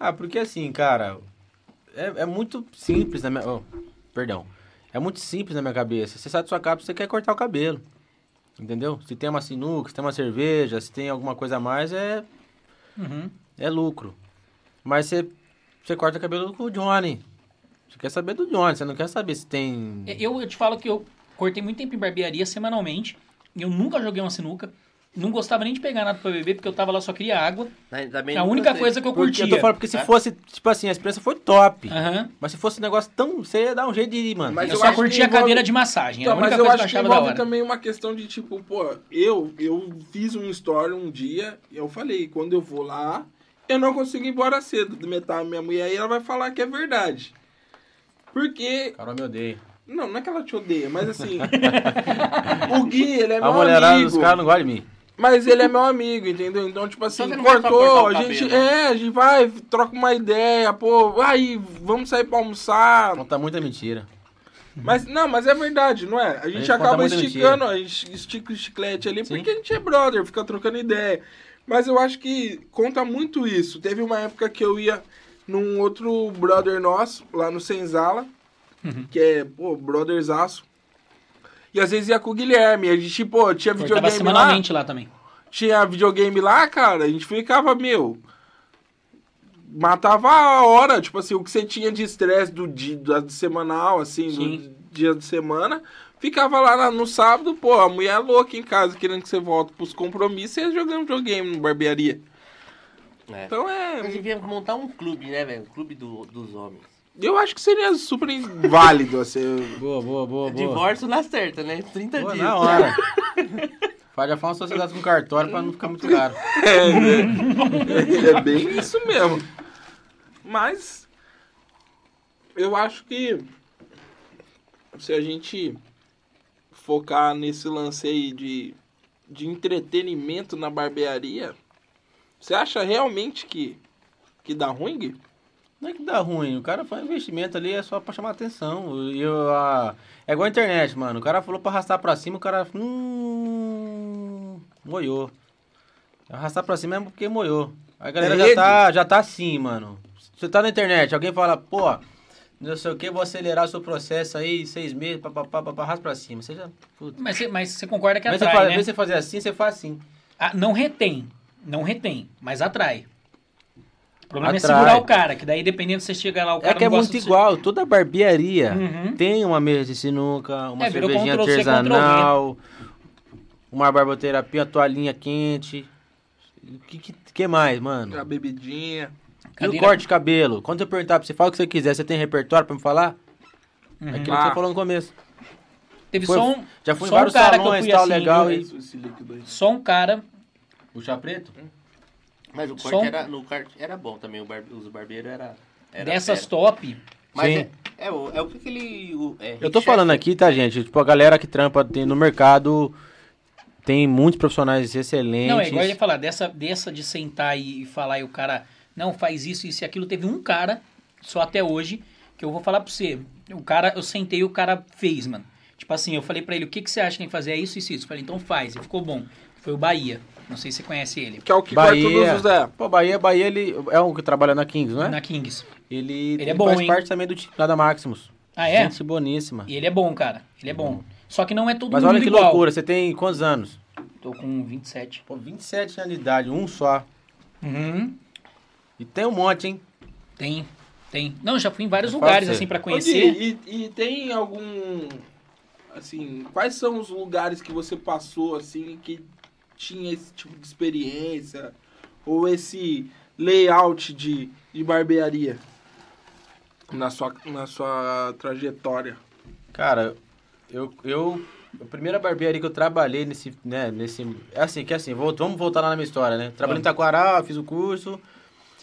Speaker 4: Ah, porque assim, cara, É, é muito simples na minha. oh, perdão. É muito simples na minha cabeça. Você sai da sua casa, você quer cortar o cabelo. Entendeu? Se tem uma sinuca, se tem uma cerveja, se tem alguma coisa a mais, é,
Speaker 2: Uhum.
Speaker 4: é lucro. Mas você, você corta o cabelo com o Johnny. Você quer saber do Johnny, você não quer saber se tem.
Speaker 2: É, Eu, eu te falo que eu cortei muito tempo em barbearia semanalmente. Eu nunca joguei uma sinuca. Não gostava nem de pegar nada pra beber, porque eu tava lá só queria água.
Speaker 1: Mas também
Speaker 2: que é a
Speaker 1: nunca
Speaker 2: única
Speaker 1: sei.
Speaker 2: coisa que eu
Speaker 4: Porque,
Speaker 2: curtia. É.
Speaker 4: eu tô falando, porque se
Speaker 1: É?
Speaker 4: fosse, tipo assim, a experiência foi top.
Speaker 2: Aham.
Speaker 4: Mas se fosse um negócio tão. Você ia dar um jeito de ir, mano.
Speaker 3: Mas
Speaker 2: eu
Speaker 3: eu
Speaker 2: só
Speaker 3: acho que
Speaker 2: curtia a
Speaker 3: envolve-
Speaker 2: cadeira de massagem. Era é
Speaker 3: Então,
Speaker 2: a única
Speaker 3: mas eu
Speaker 2: coisa que eu
Speaker 3: acho que
Speaker 2: achava da
Speaker 3: envolve
Speaker 2: hora.
Speaker 3: também uma questão de tipo, pô, eu, eu fiz um story um dia e eu falei, quando eu vou lá, eu não consigo ir embora cedo, metade minha mulher aí ela vai falar que é verdade. Porque,
Speaker 4: Carol me odeia.
Speaker 3: não, não é que ela te odeia, mas assim, o Gui, ele é
Speaker 4: A
Speaker 3: meu
Speaker 4: mulherada
Speaker 3: amigo.
Speaker 4: dos caras não gosta de mim.
Speaker 3: Mas ele é meu amigo, entendeu? Então, tipo assim,
Speaker 6: Então você não vai só
Speaker 3: cortou,
Speaker 6: cortar
Speaker 3: a
Speaker 6: o
Speaker 3: gente.
Speaker 6: cabelo. né?
Speaker 3: É, a gente vai, troca uma ideia, pô, aí, vamos sair pra almoçar.
Speaker 4: Conta muita mentira.
Speaker 3: Mas, não, mas é verdade, não é? A gente,
Speaker 4: gente conta
Speaker 3: acaba
Speaker 4: muita
Speaker 3: esticando, a gente estica o chiclete ali,
Speaker 4: Sim.
Speaker 3: porque a gente é brother, fica trocando ideia. Mas eu acho que conta muito isso. Teve uma época que eu ia num outro brother nosso, lá no Senzala, que é, pô, brotherzaço. E às vezes ia com o Guilherme, a gente, pô, tinha
Speaker 2: Cortava
Speaker 3: videogame lá
Speaker 2: semanalmente lá também.
Speaker 3: tinha videogame lá, cara, a gente ficava, meu. Matava a hora, tipo assim, o que você tinha de estresse do dia da semanal, assim,
Speaker 2: Sim.
Speaker 3: do dia de semana, ficava lá na- no sábado, pô, a mulher é louca em casa, querendo que você volte pros compromissos e ia jogando videogame no barbearia.
Speaker 1: É.
Speaker 3: Então é.
Speaker 1: Nós devíamos montar um clube, né, velho? Um clube do- dos homens.
Speaker 3: Eu acho que seria super válido, assim.
Speaker 4: Boa, boa,
Speaker 2: É
Speaker 4: boa, boa.
Speaker 1: Divórcio na certa, né? 30
Speaker 4: Boa,
Speaker 1: dias.
Speaker 4: na hora. Faz a falar uma sociedade com cartório pra não ficar muito caro.
Speaker 3: É, né? é bem isso mesmo. Mas eu acho que se a gente focar nesse lance aí de, de entretenimento na barbearia, você acha realmente que, que dá ruim? Gui?
Speaker 4: Não é que dá ruim, o cara faz um investimento ali, é só pra chamar atenção. E eu, a- É igual a internet, mano. O cara falou pra arrastar pra cima, o cara. Hum. Moiou. Arrastar pra cima é porque moiou. A galera
Speaker 3: É
Speaker 4: já
Speaker 3: rede?
Speaker 4: tá, já tá assim, mano. Você tá na internet, alguém fala, pô, não sei o que, vou acelerar o seu processo aí, seis meses, papapá, papá, arrasta pra cima. Você já. Puta.
Speaker 2: Mas você, mas você concorda que
Speaker 4: Mas você,
Speaker 2: atrai,
Speaker 4: faz,
Speaker 2: né?
Speaker 4: vê você fazer assim, você faz assim.
Speaker 2: Ah, não retém. Não retém, mas atrai. O problema
Speaker 4: Atrai.
Speaker 2: é segurar o cara, que daí dependendo se você chegar lá, o cara
Speaker 4: É que é
Speaker 2: não gosta
Speaker 4: muito
Speaker 2: do
Speaker 4: igual, toda barbearia
Speaker 2: Uhum.
Speaker 4: tem uma mesa de sinuca, uma
Speaker 2: É, virou
Speaker 4: cervejinha
Speaker 2: Ctrl C,
Speaker 4: artesanal, uma barboterapia, toalhinha quente. O que, que, que mais,
Speaker 3: A
Speaker 4: mano?
Speaker 3: bebidinha.
Speaker 2: seu...
Speaker 4: E o corte de cabelo? Quando eu perguntar pra você, fala o que você quiser, você tem repertório pra me falar?
Speaker 2: Uhum.
Speaker 4: É aquilo que
Speaker 3: Ah.
Speaker 4: você falou no começo.
Speaker 2: Teve
Speaker 4: Foi-
Speaker 2: só um,
Speaker 4: Já fui em
Speaker 2: só
Speaker 4: vários
Speaker 2: um cara
Speaker 4: salões,
Speaker 2: que eu
Speaker 4: tal,
Speaker 2: fui assim,
Speaker 4: legal
Speaker 2: viu?
Speaker 4: e...
Speaker 3: Isso, esse líquido aí.
Speaker 2: Só um cara,
Speaker 4: O chá preto?
Speaker 1: Hum. Mas o corte
Speaker 2: Som.
Speaker 1: era, no corte era bom também, o barbe, os barbeiros era, era
Speaker 2: dessas
Speaker 1: fera.
Speaker 2: top,
Speaker 1: Mas
Speaker 4: Sim.
Speaker 1: é, é o, é o que aquele... O, é,
Speaker 4: Eu tô falando aqui, tá, gente? Tipo, a galera que trampa tem- no mercado tem muitos profissionais excelentes.
Speaker 2: Não, é igual eu ia falar, dessa, dessa de sentar e, e falar e o cara, não, faz isso, isso e aquilo. Teve um cara, só até hoje, que eu vou falar pra você. O cara, eu sentei e o cara fez, mano. Tipo assim, eu falei pra ele, o que, que você acha que tem que fazer? É isso, isso, isso. Eu falei, então faz, e ficou bom. Foi o Bahia. Não sei se você conhece ele.
Speaker 3: Que é o que corta o
Speaker 4: Bahia.
Speaker 3: do José.
Speaker 4: Pô, Bahia, Bahia, ele é um que trabalha na Kings, não é?
Speaker 2: Na Kings.
Speaker 4: Ele,
Speaker 2: Ele é
Speaker 4: ele
Speaker 2: bom,
Speaker 4: faz
Speaker 2: hein?
Speaker 4: parte também do time lá da Maximus.
Speaker 2: Ah, é?
Speaker 4: Gente boníssima.
Speaker 2: E ele é bom, cara. Ele é bom. Só que não é todo
Speaker 4: Mas
Speaker 2: mundo
Speaker 4: olha que
Speaker 2: igual.
Speaker 4: loucura, você tem quantos anos?
Speaker 2: Tô com 27.
Speaker 4: Pô, 27 anos de idade, um só.
Speaker 2: Uhum.
Speaker 4: E tem um monte, hein?
Speaker 2: Tem, tem. Não, já fui em vários
Speaker 4: Eu falo
Speaker 2: lugares,
Speaker 4: pra você.
Speaker 2: assim, pra
Speaker 3: Ô, Gui,
Speaker 2: conhecer.
Speaker 3: e, e tem algum. Assim, quais são os lugares que você passou, assim, que tinha esse tipo de experiência? Ou esse layout de, de barbearia? Na sua, na sua trajetória.
Speaker 4: Cara, eu, eu. A primeira barbearia que eu trabalhei nesse. Né, nesse é assim, que é assim, vol- vamos voltar lá na minha história, né? Trabalhei em Taquaral, fiz o curso.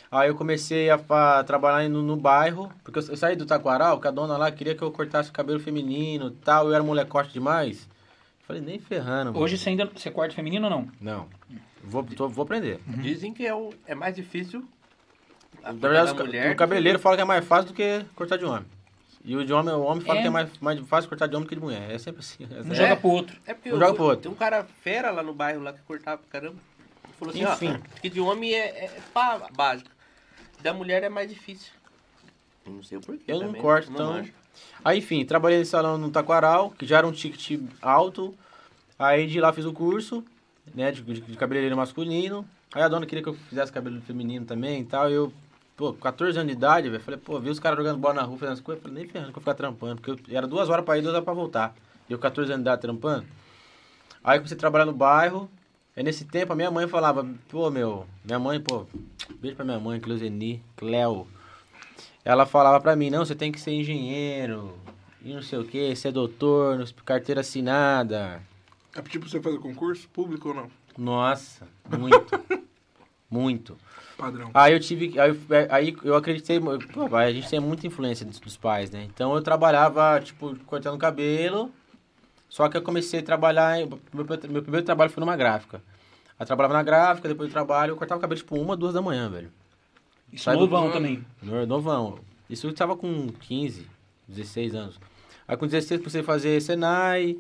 Speaker 4: Aí eu comecei a, fa- trabalhar no, no bairro, porque eu, eu saí do Taquaral, que a dona lá queria que eu cortasse o cabelo feminino e tal, eu era molecote demais. Falei, nem ferrando, mano.
Speaker 2: Hoje você ainda. Você corta feminino ou não?
Speaker 4: Não. Vou, tô- vou aprender.
Speaker 1: Dizem que é, o, é mais difícil... a
Speaker 4: Uhum. Na verdade,
Speaker 1: da
Speaker 4: os ca-
Speaker 1: mulher
Speaker 4: o cabeleireiro fala que é mais fácil do que cortar de homem. E o de homem, o homem fala
Speaker 2: É.
Speaker 4: que é mais, mais fácil cortar de homem do que de mulher. É sempre assim.
Speaker 2: Um
Speaker 4: É
Speaker 2: joga pro outro.
Speaker 1: É porque
Speaker 4: Um
Speaker 1: eu
Speaker 4: joga
Speaker 1: fui-
Speaker 4: pro outro.
Speaker 1: tem um cara fera lá no bairro lá que cortava pra caramba. Ele falou assim,
Speaker 4: Enfim.
Speaker 1: ó, que de homem é, é pá, básico. Da mulher é mais difícil. Eu não sei o porquê.
Speaker 4: Eu não
Speaker 1: também,
Speaker 4: corto, então.
Speaker 1: manjo.
Speaker 4: Aí, enfim, trabalhei nesse salão no Taquaral, que já era um ticket alto. Aí de lá fiz o curso, né, de, de- de cabeleireiro masculino. Aí a dona queria que eu fizesse cabelo feminino também e tal. E eu, pô, 14 anos de idade, velho, falei, pô, vi os caras jogando bola na rua, fazendo as coisas. Falei, nem ferrando que eu vou ficar trampando, porque eu- era duas horas pra ir, duas horas pra voltar. E eu, 14 anos de idade, trampando. Aí comecei a trabalhar no bairro. Aí nesse tempo a minha mãe falava, pô, meu, minha mãe, pô, beijo pra minha mãe, Cleuzeni, Cleo ela falava pra mim, não, você tem que ser engenheiro, e não sei o que, ser doutor, não sei- carteira assinada.
Speaker 3: É tipo você fazer concurso público ou não?
Speaker 4: Nossa, muito. muito.
Speaker 3: Padrão.
Speaker 4: Aí eu tive. Aí, eu- aí eu acreditei. mu- Pô, vai, a gente tem muita influência dos, dos pais, né? Então eu trabalhava, tipo, cortando cabelo. Só que eu comecei a trabalhar. em- Meu, pr- meu primeiro trabalho foi numa gráfica. Eu trabalhava na gráfica, depois do trabalho, eu cortava o cabelo, tipo, uma, duas da manhã, velho.
Speaker 2: Isso é
Speaker 4: Sai do
Speaker 2: novão
Speaker 4: plano.
Speaker 2: também.
Speaker 4: No- Novão. Isso eu tava com 15, 16 anos. Aí com 16 comecei a fazer Senai,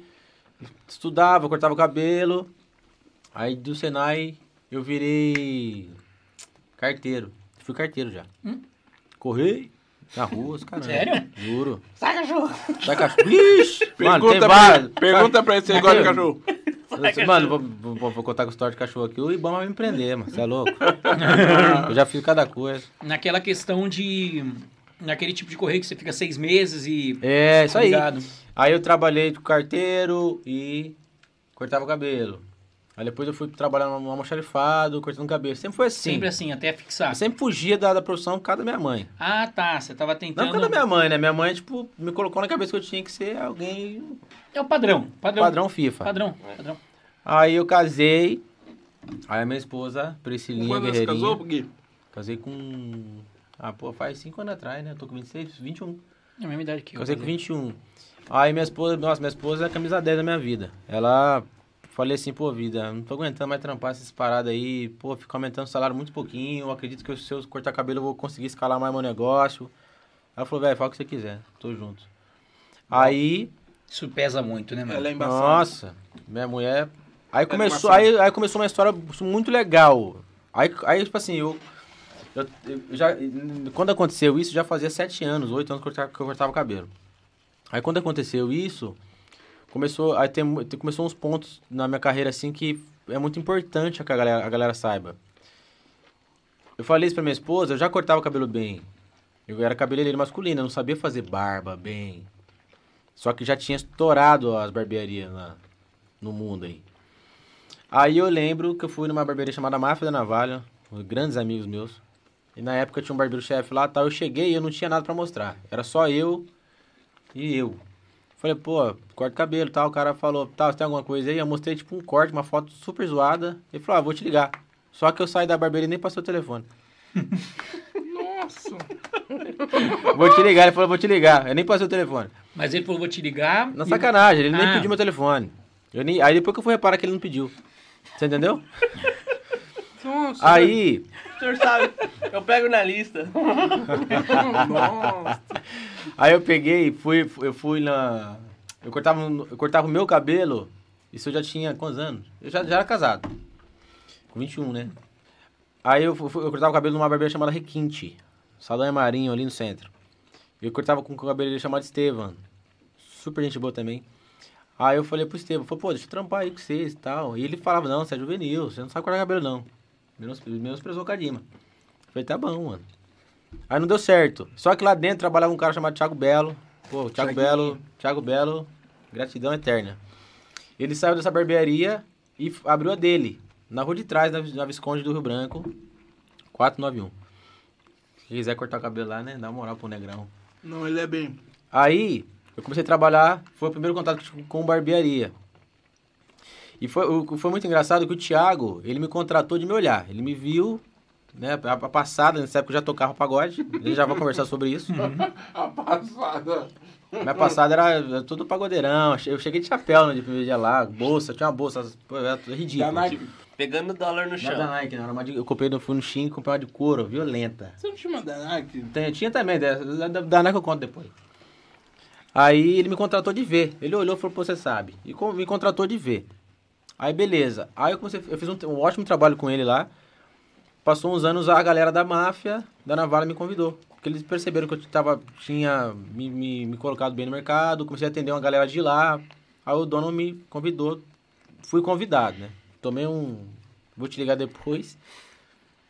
Speaker 4: estudava, cortava o cabelo. Aí do Senai eu virei carteiro. Fui carteiro já. Corri na rua, os caras.
Speaker 2: Hum? Sério?
Speaker 4: Juro.
Speaker 2: Sai, cachorro!
Speaker 4: Sai cachorro. Ixi! Mano, tem
Speaker 3: Pergunta,
Speaker 4: vários.
Speaker 3: pra, pergunta pra ele se ele gosta de
Speaker 4: Cara,
Speaker 3: cachorro.
Speaker 4: Mano, vou, vou- vou contar com história de cachorro aqui. O Ibama vai me prender, mano. Você é louco? eu já fiz cada coisa.
Speaker 2: Naquela questão de. Naquele tipo de correio que você fica seis meses e.
Speaker 4: É, isso aí.
Speaker 2: Obrigado.
Speaker 4: Aí eu trabalhei com carteiro e cortava o cabelo. Aí depois eu fui trabalhar no almoxarifado, cortando o cabelo. Sempre foi assim.
Speaker 2: Sempre assim, até fixar.
Speaker 4: Eu sempre fugia da, da profissão por causa da minha mãe.
Speaker 2: Ah, tá. Você tava
Speaker 4: Não
Speaker 2: tentando.
Speaker 4: por causa da minha mãe, né? Minha mãe, tipo, me colocou na cabeça que eu tinha que ser alguém
Speaker 2: É o padrão. Padrão.
Speaker 4: padrão É. FIFA.
Speaker 2: Padrão. padrão.
Speaker 4: Aí eu casei. Aí a minha esposa,
Speaker 3: Com
Speaker 4: Priscilinha
Speaker 3: Quando você
Speaker 4: Guerreirinha.
Speaker 3: casou, Gui?
Speaker 4: Casei com... Ah, pô, faz 5 anos atrás, né? Eu tô com 26, 21.
Speaker 2: É a mesma idade que eu.
Speaker 4: Casei com 21. Aí minha esposa, nossa, minha esposa é a camisa 10 da minha vida. Ela falei assim, pô, vida, não tô aguentando mais trampar essas paradas aí, pô, fica aumentando o salário muito pouquinho, eu acredito que se eu cortar cabelo eu vou conseguir escalar mais meu negócio. Ela falou, velho, fala o que você quiser, tô junto. Aí,
Speaker 2: Isso pesa muito, né, mano?
Speaker 3: Ela é embaçada. é
Speaker 4: nossa, minha mulher. Aí começou,
Speaker 3: embaçada.
Speaker 4: aí, aí começou uma história muito legal. Aí, aí tipo assim, eu. eu- eu já, quando aconteceu isso, já fazia sete anos, oito anos que eu cortava, que eu cortava o cabelo. Aí quando aconteceu isso, começou aí tem, mu- tem- começou uns pontos na minha carreira assim que é muito importante que a galera, a galera saiba. Eu falei isso pra minha esposa, eu já cortava o cabelo bem. Eu era cabeleireiro masculino, eu não sabia fazer barba bem. Só que já tinha estourado as barbearias na- no mundo aí. Aí eu lembro que eu fui numa barbearia chamada Máfia da Navalha, com grandes amigos meus. E na época tinha um barbeiro-chefe lá e tal. Eu cheguei e eu não tinha nada pra mostrar. Era só eu e eu. Falei, pô, corta o cabelo e tal. O cara falou, tá, você tem alguma coisa aí? Eu mostrei tipo um corte, uma foto super zoada. Ele falou, ah, vou te ligar. Só que eu saí da barbearia e nem passei o telefone.
Speaker 3: Nossa.
Speaker 4: Vou te ligar, ele falou, vou te ligar. Eu nem passei o telefone.
Speaker 2: Mas ele falou, vou te ligar.
Speaker 4: Na
Speaker 2: e-
Speaker 4: sacanagem, ele nem
Speaker 2: Ah.
Speaker 4: pediu meu telefone. Eu nem... Aí depois que eu fui reparar que ele não pediu. Você entendeu?
Speaker 3: Nossa.
Speaker 4: Aí,
Speaker 1: O senhor sabe, eu pego na lista.
Speaker 3: Nossa.
Speaker 4: aí eu peguei, fui, eu fui na. Eu cortava, no- eu cortava o meu cabelo. Isso eu já tinha quantos anos? Eu já, já era casado. Com 21, né? Aí eu, fu- eu cortava o cabelo numa barbeira chamada Requinte. Saldanha Marinho, ali no centro. Eu cortava com um cabeleireiro chamado Estevam. Super gente boa também. Aí eu falei pro Estevam, falei, pô, deixa eu trampar aí com vocês e tal. E ele falava, não, você é juvenil, você não sabe cortar cabelo, não. Menos, menosprezou o Kadima. Eu Falei, tá bom, mano. Aí não deu certo. Só que lá dentro trabalhava um cara chamado Thiago Belo. Pô, o Thiago Belo, Thiago Belo, gratidão eterna. Ele saiu dessa barbearia e f- abriu a dele. Na rua de trás, na, na Visconde do Rio Branco, 491. Se quiser cortar o cabelo lá, né? Dá uma moral pro negrão.
Speaker 3: Não, ele é bem.
Speaker 4: Aí, eu comecei a trabalhar, foi o primeiro contato com- com barbearia. E foi, o- foi muito engraçado é que o Thiago, ele me contratou de me olhar. Ele me viu, né, a, a passada, nessa época eu já tocava pagode, ele já vai conversar sobre isso.
Speaker 3: Uhum. A passada.
Speaker 4: Minha passada era, era todo pagodeirão, eu cheguei de chapéu no dia primeiro dia lá, bolsa, tinha uma bolsa, pô, era tudo ridículo.
Speaker 3: Da Nike.
Speaker 4: tipo.
Speaker 1: Pegando dólar no
Speaker 4: Não era da
Speaker 1: chão.
Speaker 4: Nike, não, era uma de, eu comprei no fui no Shein, comprei uma de couro, violenta.
Speaker 3: Você não chama da Nike?
Speaker 4: Tem- tinha também, da, da, da Nike eu conto depois. Aí ele me contratou de ver. Ele olhou e falou, pô, você sabe. E com- me contratou de ver. Aí beleza. Aí eu, comecei, eu fiz um, t- um ótimo trabalho com ele lá. Passou uns anos, a galera da máfia da Navalha me convidou. Porque eles perceberam que eu tava, tinha me, me, me colocado bem no mercado, comecei a atender uma galera de lá. Aí o dono me convidou, fui convidado, né? Tomei um. Vou te ligar depois.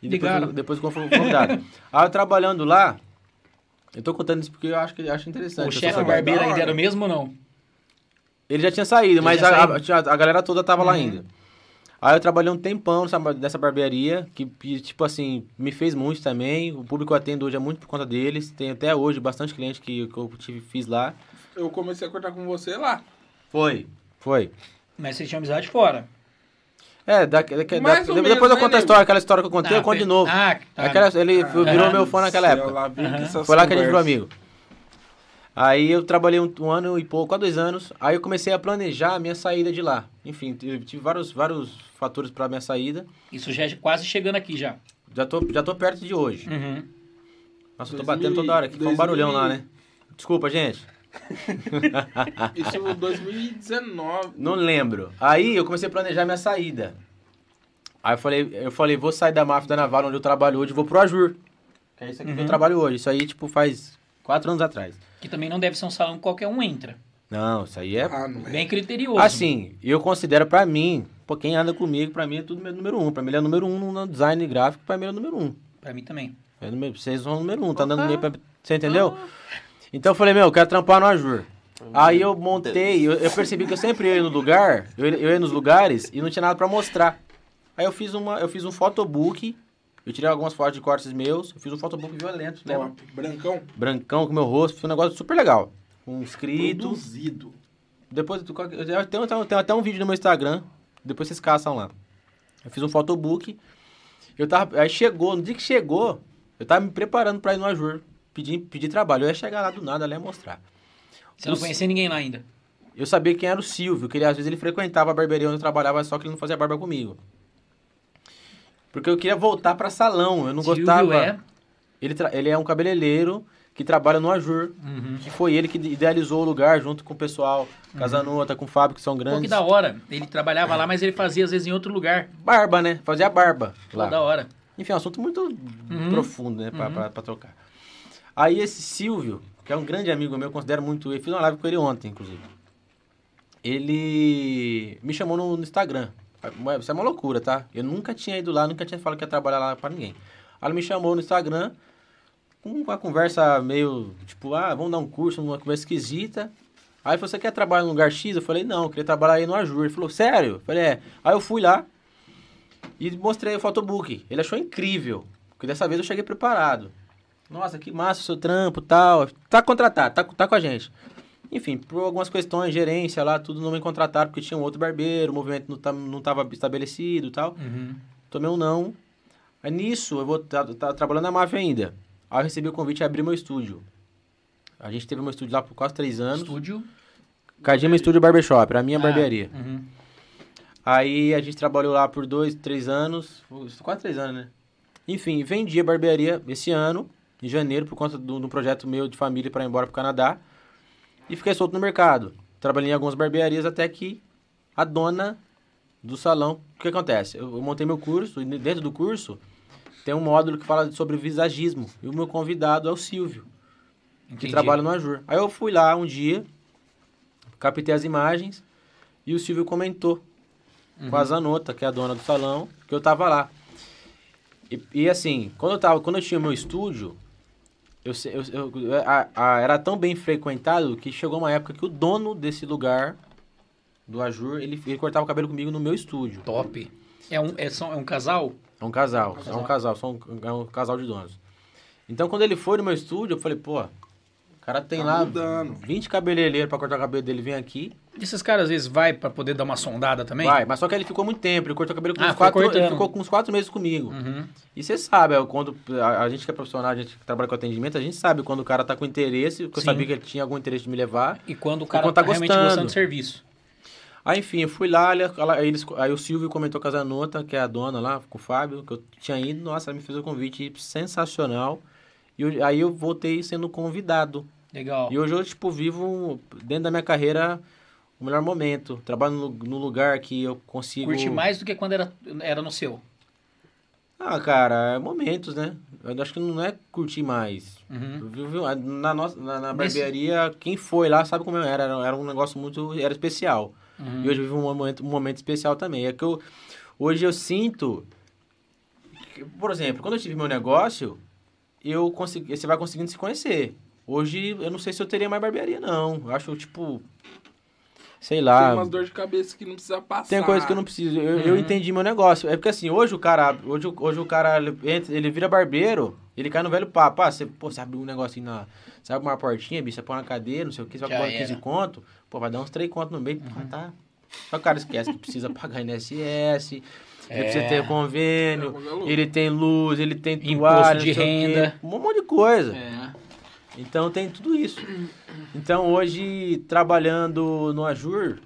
Speaker 4: E depois,
Speaker 2: Ligaram.
Speaker 4: eu- depois que eu fui convidado. Aí eu trabalhando lá, eu tô contando isso porque eu acho, que, acho interessante.
Speaker 2: O
Speaker 4: essa
Speaker 2: chefe
Speaker 4: sacada.
Speaker 2: barbeiro ainda era o mesmo ou não?
Speaker 4: Ele já tinha saído, mas
Speaker 2: já
Speaker 4: a,
Speaker 2: saiu?
Speaker 4: tinha- a galera toda tava lá ainda. Aí eu trabalhei um tempão nessa, bar- nessa barbearia, que, que, tipo assim, me fez muito também. O público que eu atendo hoje é muito por conta deles. Tem até hoje bastante cliente que, que eu tive, fiz lá.
Speaker 3: Eu comecei a cortar com você lá.
Speaker 4: Foi. Foi.
Speaker 2: Mas vocês tinham amizade fora.
Speaker 4: É, da, da, da-
Speaker 3: Mais ou
Speaker 4: depois
Speaker 3: menos,
Speaker 4: eu
Speaker 3: né,
Speaker 4: conto a
Speaker 3: nego?
Speaker 4: história, aquela história que eu contei,
Speaker 2: Tá,
Speaker 4: eu conto de
Speaker 2: per-
Speaker 4: novo.
Speaker 2: Ah, tá.
Speaker 4: Aquela, ele virou
Speaker 2: Aham.
Speaker 4: meu fã naquela época.
Speaker 3: Eu lá vi que essas
Speaker 4: Foi lá que a gente virou
Speaker 3: conversas-
Speaker 4: amigo. Aí eu trabalhei um, um ano e pouco, quase dois anos. Aí eu comecei a planejar a minha saída de lá. Enfim, eu tive vários, vários fatores para minha saída.
Speaker 2: Isso já é quase chegando aqui já.
Speaker 4: Já tô, já tô perto de hoje.
Speaker 2: Uhum.
Speaker 4: Nossa, eu tô
Speaker 3: 2000
Speaker 4: batendo toda hora aqui. Foi um
Speaker 3: 2000
Speaker 4: barulhão lá, né? Desculpa, gente.
Speaker 3: Isso em 2019.
Speaker 4: Não lembro. Aí eu comecei a planejar minha saída. Aí eu falei, eu falei, vou sair da máfia da Naval, onde eu trabalho hoje, e vou pro Ajur. Que é isso aqui que eu trabalho hoje. Isso aí, tipo, faz quatro anos atrás.
Speaker 2: Que também não deve ser um salão que qualquer um entra.
Speaker 4: Não, isso aí é
Speaker 3: Ah, não é.
Speaker 2: Bem criterioso.
Speaker 4: Assim, eu considero pra mim, pô, quem anda comigo, pra mim é tudo meu número um. Pra mim ele é número um no design gráfico, pra mim ele é número um.
Speaker 2: Pra mim também.
Speaker 4: É número, vocês são número um, tá andando meio pra. Você entendeu? Então eu falei, meu, eu quero trampar no Ajur. Aí eu montei, eu, eu percebi que eu sempre ia no lugar, eu, eu ia nos lugares e não tinha nada pra mostrar. Aí eu fiz uma, eu fiz um photobook, eu tirei algumas fotos de cortes meus, eu fiz um photobook violento, né?
Speaker 3: Top. Brancão.
Speaker 4: Brancão com meu rosto, foi um negócio super legal. Com inscritos.
Speaker 3: Produzido.
Speaker 4: Depois, tu- qual que- eu tenho, eu tenho- eu tenho até um vídeo no meu Instagram, depois vocês caçam lá. Eu fiz um photobook, eu tava, aí chegou, no dia que chegou, eu tava me preparando pra ir no Ajur, pedir, pedir trabalho. Eu ia chegar lá do nada, ela ia mostrar.
Speaker 2: Você não
Speaker 4: Os-
Speaker 2: conhecia ninguém lá ainda.
Speaker 4: Eu sabia quem era o Silvio, que ele, às vezes ele frequentava a barbearia onde eu trabalhava, só que ele não fazia barba comigo. Porque eu queria voltar pra salão, eu não
Speaker 2: Silvio
Speaker 4: gostava.
Speaker 2: é.
Speaker 4: Ele, tra- ele é um cabeleireiro que trabalha no Ajur,
Speaker 2: Uhum.
Speaker 4: que foi ele que idealizou o lugar junto com o pessoal, Casanota, com o Fábio, que são grandes.
Speaker 2: Pô, que da hora. Ele trabalhava lá, mas ele fazia às vezes em outro lugar.
Speaker 4: barba, né? Fazer a barba
Speaker 2: Pô,
Speaker 4: lá.
Speaker 2: da hora. Uhum.
Speaker 4: Enfim, é um assunto muito profundo, né? Pra, pra, pra trocar. Aí esse Silvio, que é um grande amigo meu, eu considero muito ele, fiz uma live com ele ontem, inclusive. Ele me chamou no, no Instagram. Ué, Isso é uma loucura, tá? Eu nunca tinha ido lá, nunca tinha falado que ia trabalhar lá pra ninguém. Aí ele me chamou no Instagram, com uma conversa meio, tipo, ah, vamos dar um curso, uma conversa esquisita. Aí ele falou, você quer trabalhar num lugar X? Eu falei, não, eu queria trabalhar aí no Ajur. Ele falou, sério? Eu falei, é. Aí eu fui lá, e mostrei o photobook. Ele achou incrível. Porque dessa vez eu cheguei preparado. Nossa, que massa o seu trampo tal. Tá contratado, tá, tá com a gente. Enfim, por algumas questões, gerência lá, tudo não me contrataram porque tinha um outro barbeiro, o movimento não, tá, não tava estabelecido e tal.
Speaker 2: Uhum.
Speaker 4: Tomei um não. Aí nisso, eu vou tá, tá trabalhando na máfia ainda. Aí eu recebi o convite de abrir meu estúdio. A gente teve meu estúdio lá por quase três anos.
Speaker 2: Estúdio.
Speaker 4: Kajima Estúdio Barbershop, era a minha barbearia.
Speaker 2: Uhum.
Speaker 4: Aí a gente trabalhou lá por dois, três anos. Quase três anos, né? Enfim, vendi a barbearia esse ano, em janeiro, por conta de um de um projeto meu de família para ir embora pro Canadá. E fiquei solto no mercado. Trabalhei em algumas barbearias até que a dona do salão. O que acontece? Eu, eu montei meu curso, e dentro do curso tem um módulo que fala sobre visagismo. E o meu convidado é o Silvio que
Speaker 2: Entendi.
Speaker 4: trabalha no Ajur. Aí eu fui lá um dia, captei as imagens e o Silvio comentou com a Zanota, que é a dona do salão, que eu tava lá. E, e assim, quando eu, tava, quando eu tinha meu estúdio, eu, se- eu- eu- eu- a- a- era tão bem frequentado que chegou uma época que o dono desse lugar, do Ajur, ele, ele cortava o cabelo comigo no meu estúdio.
Speaker 2: Top. É um, é, só, é um casal?
Speaker 4: É um casal, é
Speaker 2: casal.
Speaker 4: um casal, são um- é um casal de donos. Então quando ele foi no meu estúdio, eu falei, pô, o cara tem
Speaker 3: Tá
Speaker 4: lá
Speaker 3: mudando.
Speaker 4: 20 cabeleireiros pra cortar o cabelo dele, vem aqui.
Speaker 2: Esses caras às vezes vai pra poder dar uma sondada também?
Speaker 4: Vai, mas só que ele ficou muito tempo, ele cortou o cabelo com
Speaker 2: Ah,
Speaker 4: uns
Speaker 2: ficou
Speaker 4: quatro, ele
Speaker 2: cortando.
Speaker 4: ficou com uns quatro meses comigo.
Speaker 2: Uhum.
Speaker 4: E você sabe, é, quando a, a gente que é profissional, a gente que trabalha com atendimento, a gente sabe quando o cara tá com interesse, porque eu
Speaker 2: Sim.
Speaker 4: sabia que ele tinha algum interesse de me levar.
Speaker 2: E quando o cara
Speaker 4: quando tá
Speaker 2: tá realmente
Speaker 4: gostando.
Speaker 2: gostando do serviço.
Speaker 4: Aí, enfim, eu fui lá, ele- ela- aí, eles- aí o Silvio comentou com a Zanota, que é a dona lá, com o Fábio, que eu tinha ido, nossa, ela me fez um convite sensacional. E eu- aí eu voltei sendo convidado.
Speaker 2: Legal.
Speaker 4: E hoje eu, tipo, vivo dentro da minha carreira o melhor momento. Trabalho no, no lugar que eu consigo.
Speaker 2: Curte mais do que quando era, era no seu.
Speaker 4: Ah, cara, é momentos, né? Eu acho que não é curtir mais.
Speaker 2: Uhum.
Speaker 4: Viu, viu? Na, nossa, na, na
Speaker 2: Nesse-
Speaker 4: barbearia, quem foi lá sabe como era. Era, era um negócio muito... Era especial.
Speaker 2: Uhum.
Speaker 4: E hoje eu vivo um momento, um momento especial também. É que eu... Hoje eu sinto... que, por exemplo, quando eu tive meu negócio, eu consegui, você vai conseguindo se conhecer. Hoje, eu não sei se eu teria mais barbearia, não. Eu acho, tipo... Sei lá...
Speaker 3: Tem umas dor de cabeça que não precisa passar.
Speaker 4: Tá. Tem coisa que eu não preciso. Eu, eu
Speaker 2: Uhum.
Speaker 4: entendi meu negócio. É porque assim, hoje o cara. Hoje, o- hoje o cara ele entra- ele vira barbeiro, ele cai no velho papo. Ah, você, pô, você abre um negocinho na. Você abre uma portinha, bicho, você põe uma cadeira, não sei o que, você vai
Speaker 2: Já
Speaker 4: pagar
Speaker 2: era.
Speaker 4: 15 conto, pô, vai dar uns 3 conto no meio, pô,
Speaker 3: Uhum.
Speaker 4: tá. Só que o cara esquece que precisa pagar INSS, ele
Speaker 2: É.
Speaker 4: precisa ter convênio,
Speaker 3: É, mas é louco.
Speaker 4: ele tem luz, ele tem
Speaker 2: Imposto
Speaker 4: toalha,
Speaker 2: de
Speaker 4: não sei o quê,
Speaker 2: renda.
Speaker 4: um monte de coisa.
Speaker 3: É.
Speaker 4: Então tem tudo isso. Então hoje, trabalhando no Ajur,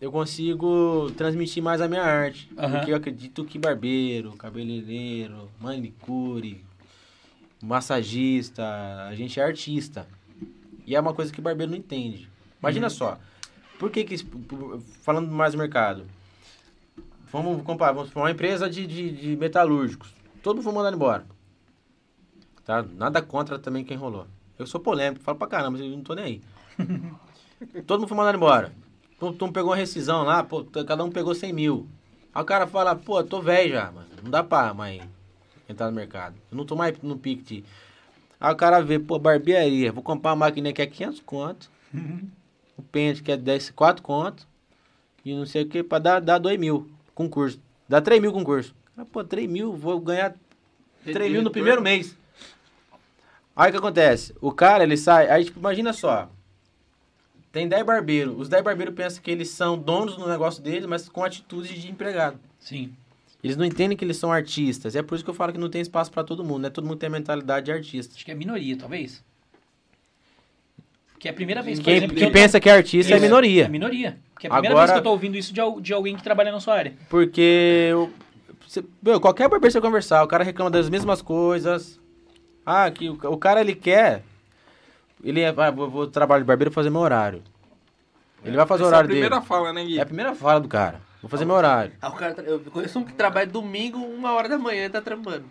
Speaker 4: eu consigo transmitir mais a minha arte.
Speaker 2: Aham.
Speaker 4: Porque eu acredito que barbeiro, cabeleireiro, manicure, massagista, a gente é artista. E é uma coisa que barbeiro não entende. Imagina só. Por que que... isso- Falando mais do mercado. Vamos comparar, vamos supor, uma empresa de, de, de metalúrgicos. Todo mundo foi mandado embora. Tá? Nada contra também quem rolou. Eu sou polêmico, falo pra caramba, mas eu não tô nem aí. Todo mundo foi mandado embora. Todo mundo pegou uma rescisão lá, pô, t- cada um pegou 100 mil. Aí o cara fala, pô, tô velho já, mano. Não dá pra mais entrar no mercado. Eu não tô mais no pique de... Aí o cara vê, pô, barbearia, vou comprar uma máquina que é 500 conto. o pente que é 10, 4 conto. E não sei o que, pra dar, dar 2 mil concurso. Dá 3 mil concurso. Ah, pô, 3 mil, vou ganhar 3 mil no primeiro mês. Aí o que acontece? O cara, ele sai, aí tipo, imagina só. Tem 10 barbeiros. Os 10 barbeiros pensam que eles são donos do negócio deles, mas com atitude de empregado.
Speaker 2: Sim.
Speaker 4: Eles não entendem que eles são artistas. É por isso que eu falo que não tem espaço pra todo mundo, né? Todo mundo tem a mentalidade de artista.
Speaker 2: Acho que é minoria, talvez. Que é a primeira vez, por
Speaker 4: Quem
Speaker 2: exemplo,
Speaker 4: que
Speaker 2: eu-
Speaker 4: pensa que é artista é
Speaker 2: Isso. É
Speaker 4: minoria.
Speaker 2: minoria. Porque é a primeira
Speaker 4: Agora-
Speaker 2: vez que eu tô ouvindo isso de, al- de alguém que trabalha na sua área.
Speaker 4: Porque eu- você- meu, qualquer barbeiro que você conversar, o cara reclama das mesmas coisas. Ah, que o, o cara ele quer. Ele é, ah, vou, vou trabalhar de barbeiro vou fazer meu horário. Ele vai fazer o
Speaker 3: Essa é a
Speaker 4: horário
Speaker 3: primeira
Speaker 4: dele.
Speaker 3: fala, né, Gui?
Speaker 4: É a primeira fala do cara. Vou fazer meu horário.
Speaker 6: Ah, o cara, tra- eu conheço um que trabalha domingo, uma hora da manhã, e tá trampando.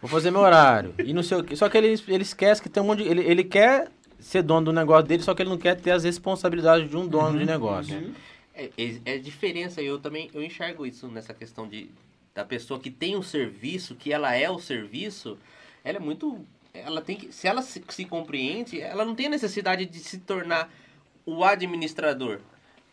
Speaker 4: Vou fazer meu horário. E não sei o que. Só que ele, ele esquece que tem um monte de. Ele, ele quer ser dono do negócio dele, só que ele não quer ter as responsabilidades de um dono
Speaker 3: Uhum.
Speaker 4: de negócio.
Speaker 6: É, é, é diferença, eu também eu enxergo isso nessa questão de da pessoa que tem um serviço, que ela é o serviço, ela é muito. Ela tem que. Se ela se, se compreende, ela não tem necessidade de se tornar o administrador.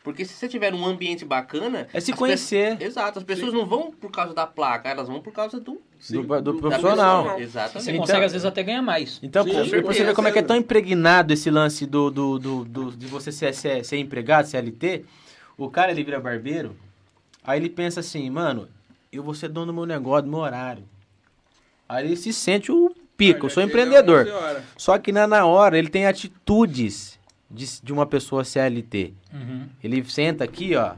Speaker 6: Porque se você tiver um ambiente bacana.
Speaker 4: É se
Speaker 6: as
Speaker 4: conhecer.
Speaker 6: pe- Exato, as pessoas não vão por causa da placa, elas vão por causa do,
Speaker 3: Sim,
Speaker 4: do- do
Speaker 6: da
Speaker 4: profissional.
Speaker 6: pessoa. Exato.
Speaker 2: Você
Speaker 4: Então-
Speaker 2: consegue, às vezes, até ganhar mais.
Speaker 4: Então,
Speaker 3: Sim,
Speaker 4: pô,
Speaker 3: com
Speaker 4: pra você
Speaker 3: certeza.
Speaker 4: ver como é que é tão impregnado esse lance do, do, do, do- de você ser, ser, ser empregado, CLT. O cara, ele vira barbeiro, aí ele pensa assim, mano, eu vou ser dono do meu negócio, do meu horário. Aí ele se sente o pico, eu
Speaker 3: é um
Speaker 4: sou empreendedor. Só que né, na, na hora, ele tem atitudes de, de uma pessoa CLT.
Speaker 2: Uhum.
Speaker 4: Ele senta aqui, ó,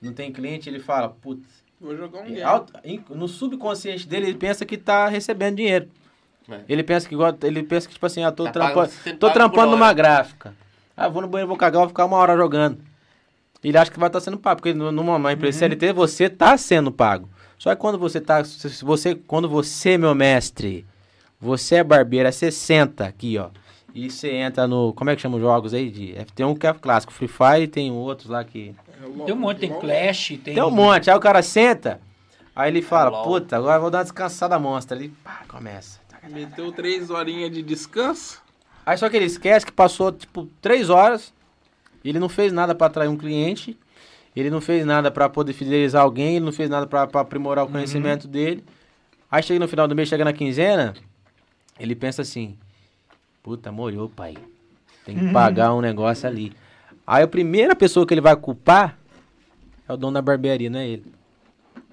Speaker 4: não tem cliente, ele fala, putz,
Speaker 3: Vou jogar um
Speaker 4: é
Speaker 3: game.
Speaker 4: alto- in- no subconsciente dele, ele pensa que tá recebendo dinheiro.
Speaker 6: É.
Speaker 4: Ele pensa que igual- ele pensa que tipo assim, ah, tô
Speaker 6: Tá pago-
Speaker 4: trampando,
Speaker 6: sendo
Speaker 4: tô
Speaker 6: pago
Speaker 4: trampando
Speaker 6: por
Speaker 4: numa
Speaker 6: hora.
Speaker 4: gráfica. Ah, vou no banheiro, vou cagar, vou ficar uma hora jogando. Ele acha que vai estar sendo pago, porque no- numa numa empresa
Speaker 6: Uhum.
Speaker 4: CLT você tá sendo pago. Só que quando você tá, se- se você, quando você, meu mestre, você é barbeiro, você senta aqui, ó. E você entra no, como é que chama os jogos aí? De, tem um que é clássico, Free Fire, tem outros lá que...
Speaker 3: É
Speaker 2: Tem um monte, tem Clash, tem...
Speaker 4: Tem um monte. Aí o cara senta, aí ele fala,
Speaker 6: É LOL.
Speaker 4: puta, agora eu vou dar uma descansada monstra. Ele, pá, começa.
Speaker 3: Meteu três horinhas de descanso.
Speaker 4: Aí só que ele esquece que passou, tipo, três horas, ele não fez nada pra atrair um cliente, ele não fez nada pra poder fidelizar alguém, ele não fez nada pra pra aprimorar o conhecimento dele. Aí chega no final do mês, chega na quinzena, ele pensa assim, puta, molhou, pai. Tem que pagar um negócio ali. Aí a primeira pessoa que ele vai culpar é o dono da barbearia, não é ele.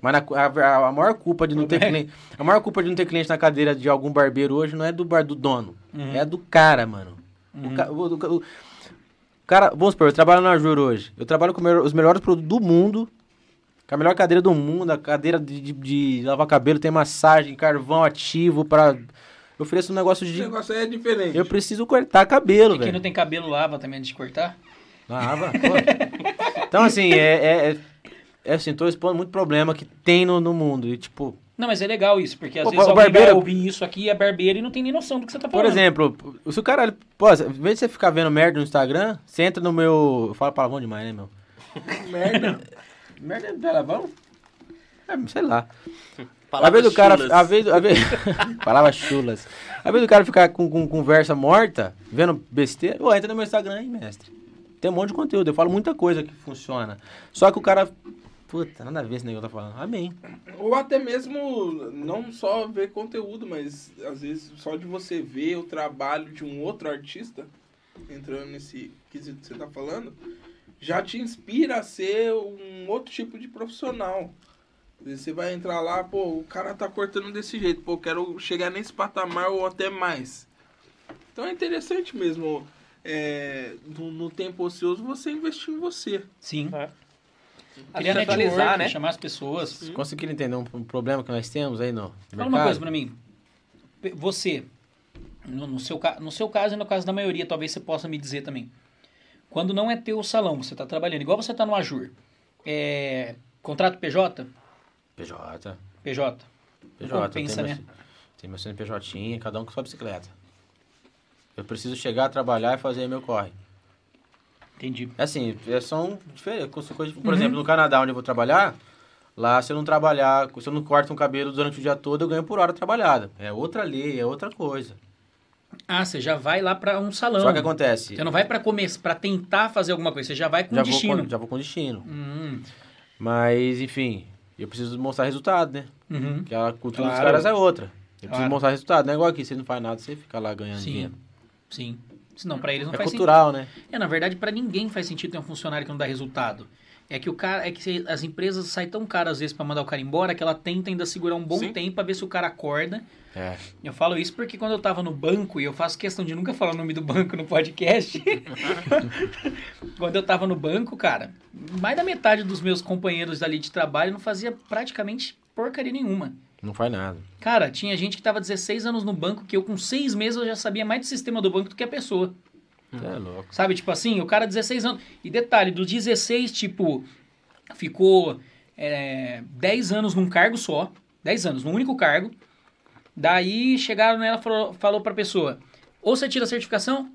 Speaker 4: Mas na cu- a, a- a maior culpa de não ter cliente, a maior culpa de não ter cliente na cadeira de algum barbeiro hoje não é do bar do dono, é do cara, mano. O, ca- o- o- o- cara, vamos supor, eu trabalho na Juro hoje. Eu trabalho com o melhor- os melhores produtos do mundo, com a melhor cadeira do mundo, a cadeira de, de- de lavar cabelo tem massagem, carvão ativo para eu ofereço um negócio
Speaker 3: O
Speaker 4: de
Speaker 3: negócio aí é diferente.
Speaker 4: eu preciso cortar cabelo,
Speaker 2: E quem É não
Speaker 4: velho.
Speaker 2: tem cabelo lava também antes de cortar.
Speaker 4: Lava, pô. Então, assim, é, é, é, é assim, tô expondo muito problema que tem no, no mundo. E, tipo,
Speaker 2: Não, mas é legal isso, porque às
Speaker 4: Pô,
Speaker 2: vezes
Speaker 4: o
Speaker 2: alguém vai
Speaker 4: barbeiro-
Speaker 2: ouvir isso aqui, é barbeiro e não tem nem noção do que você tá
Speaker 4: Por
Speaker 2: falando.
Speaker 4: exemplo, se o cara. Pô, em vez de você ficar vendo merda no Instagram, você entra no meu. Eu falo palavrão demais, né, meu? merda. merda é palavrão? É, sei lá. Às vezes Tá o cara.
Speaker 6: chulas.
Speaker 4: Às vezes, às vezes, palavras chulas. Às vezes o cara ficar com, com conversa morta, vendo besteira. Ô, entra no meu Instagram aí, mestre. Tem um monte de conteúdo. Eu falo muita coisa que funciona. Só que o cara. Puta, nada a ver esse negócio que eu tá falando. Amém.
Speaker 3: Ou até mesmo não só ver conteúdo, mas às vezes só de você ver o trabalho de um outro artista, entrando nesse quesito que você tá falando, já te inspira a ser um outro tipo de profissional. Às vezes Você vai entrar lá, pô, o cara tá cortando desse jeito, pô, quero chegar nesse patamar ou até mais. Então é interessante mesmo, é, no, no tempo ocioso, você investir em você.
Speaker 2: Sim.
Speaker 1: É. Tem
Speaker 2: Criar
Speaker 1: que atualizar,
Speaker 2: network,
Speaker 1: né?
Speaker 2: chamar as pessoas.
Speaker 4: Vocês conseguiram entender um problema que nós temos aí no.
Speaker 2: Fala uma
Speaker 4: mercado?
Speaker 2: coisa pra mim. Pe- Você, no, no seu, ca- no seu caso e no caso da maioria, talvez você possa me dizer também. Quando não é teu salão, você está trabalhando, igual você está no Ajur, é, contrato PJ?
Speaker 4: PJ.
Speaker 2: PJ.
Speaker 4: PJ,
Speaker 2: Compensa,
Speaker 4: tem
Speaker 2: né?
Speaker 4: Meu, tem meu CNPJ, cada um com sua bicicleta. Eu preciso chegar, trabalhar e fazer meu corre.
Speaker 2: Entendi.
Speaker 4: É assim, é, são diferentes. com- são coisas-
Speaker 2: Uhum.
Speaker 4: Por exemplo, no Canadá, onde eu vou trabalhar, lá se eu não trabalhar, se eu não corto um cabelo durante o dia todo, eu ganho por hora trabalhada. É outra lei, é outra coisa.
Speaker 2: Ah, você já vai lá para um salão.
Speaker 4: Só que acontece.
Speaker 2: Você não vai para começar, para tentar fazer alguma coisa, você já vai com
Speaker 4: já,
Speaker 2: destino.
Speaker 4: Vou com, já vou com destino.
Speaker 2: Hum,
Speaker 4: Mas, enfim, eu preciso mostrar resultado, né?
Speaker 2: uhum.
Speaker 4: Porque a cultura dos
Speaker 2: Claro.
Speaker 4: caras é outra. Eu preciso
Speaker 2: Claro.
Speaker 4: mostrar resultado. Não é igual aqui, você não faz nada, você fica lá ganhando
Speaker 2: Sim.
Speaker 4: dinheiro.
Speaker 2: Sim. Senão, para eles não
Speaker 4: É
Speaker 2: faz
Speaker 4: cultural, né?
Speaker 2: É, na verdade, para ninguém faz sentido ter um funcionário que não dá resultado. É que o cara, é que se- as empresas saem tão caras às vezes para mandar o cara embora que ela tenta ainda segurar um bom
Speaker 3: Sim.
Speaker 2: tempo para ver se o cara acorda.
Speaker 4: É.
Speaker 2: Eu falo isso porque quando eu tava no banco, e eu faço questão de nunca falar o nome do banco no podcast. quando eu tava no banco, cara, mais da metade dos meus companheiros ali de trabalho não fazia praticamente porcaria nenhuma.
Speaker 4: Não faz nada.
Speaker 2: Cara, tinha gente que tava 16 anos no banco que eu com 6 meses eu já sabia mais do sistema do banco do que a pessoa.
Speaker 4: Você é louco.
Speaker 2: Sabe, tipo assim, o cara 16 anos. E detalhe, dos 16, tipo, ficou é, 10 anos num cargo só. 10 anos, num único cargo. Daí chegaram nela e falou, falou pra pessoa: ou você tira a certificação,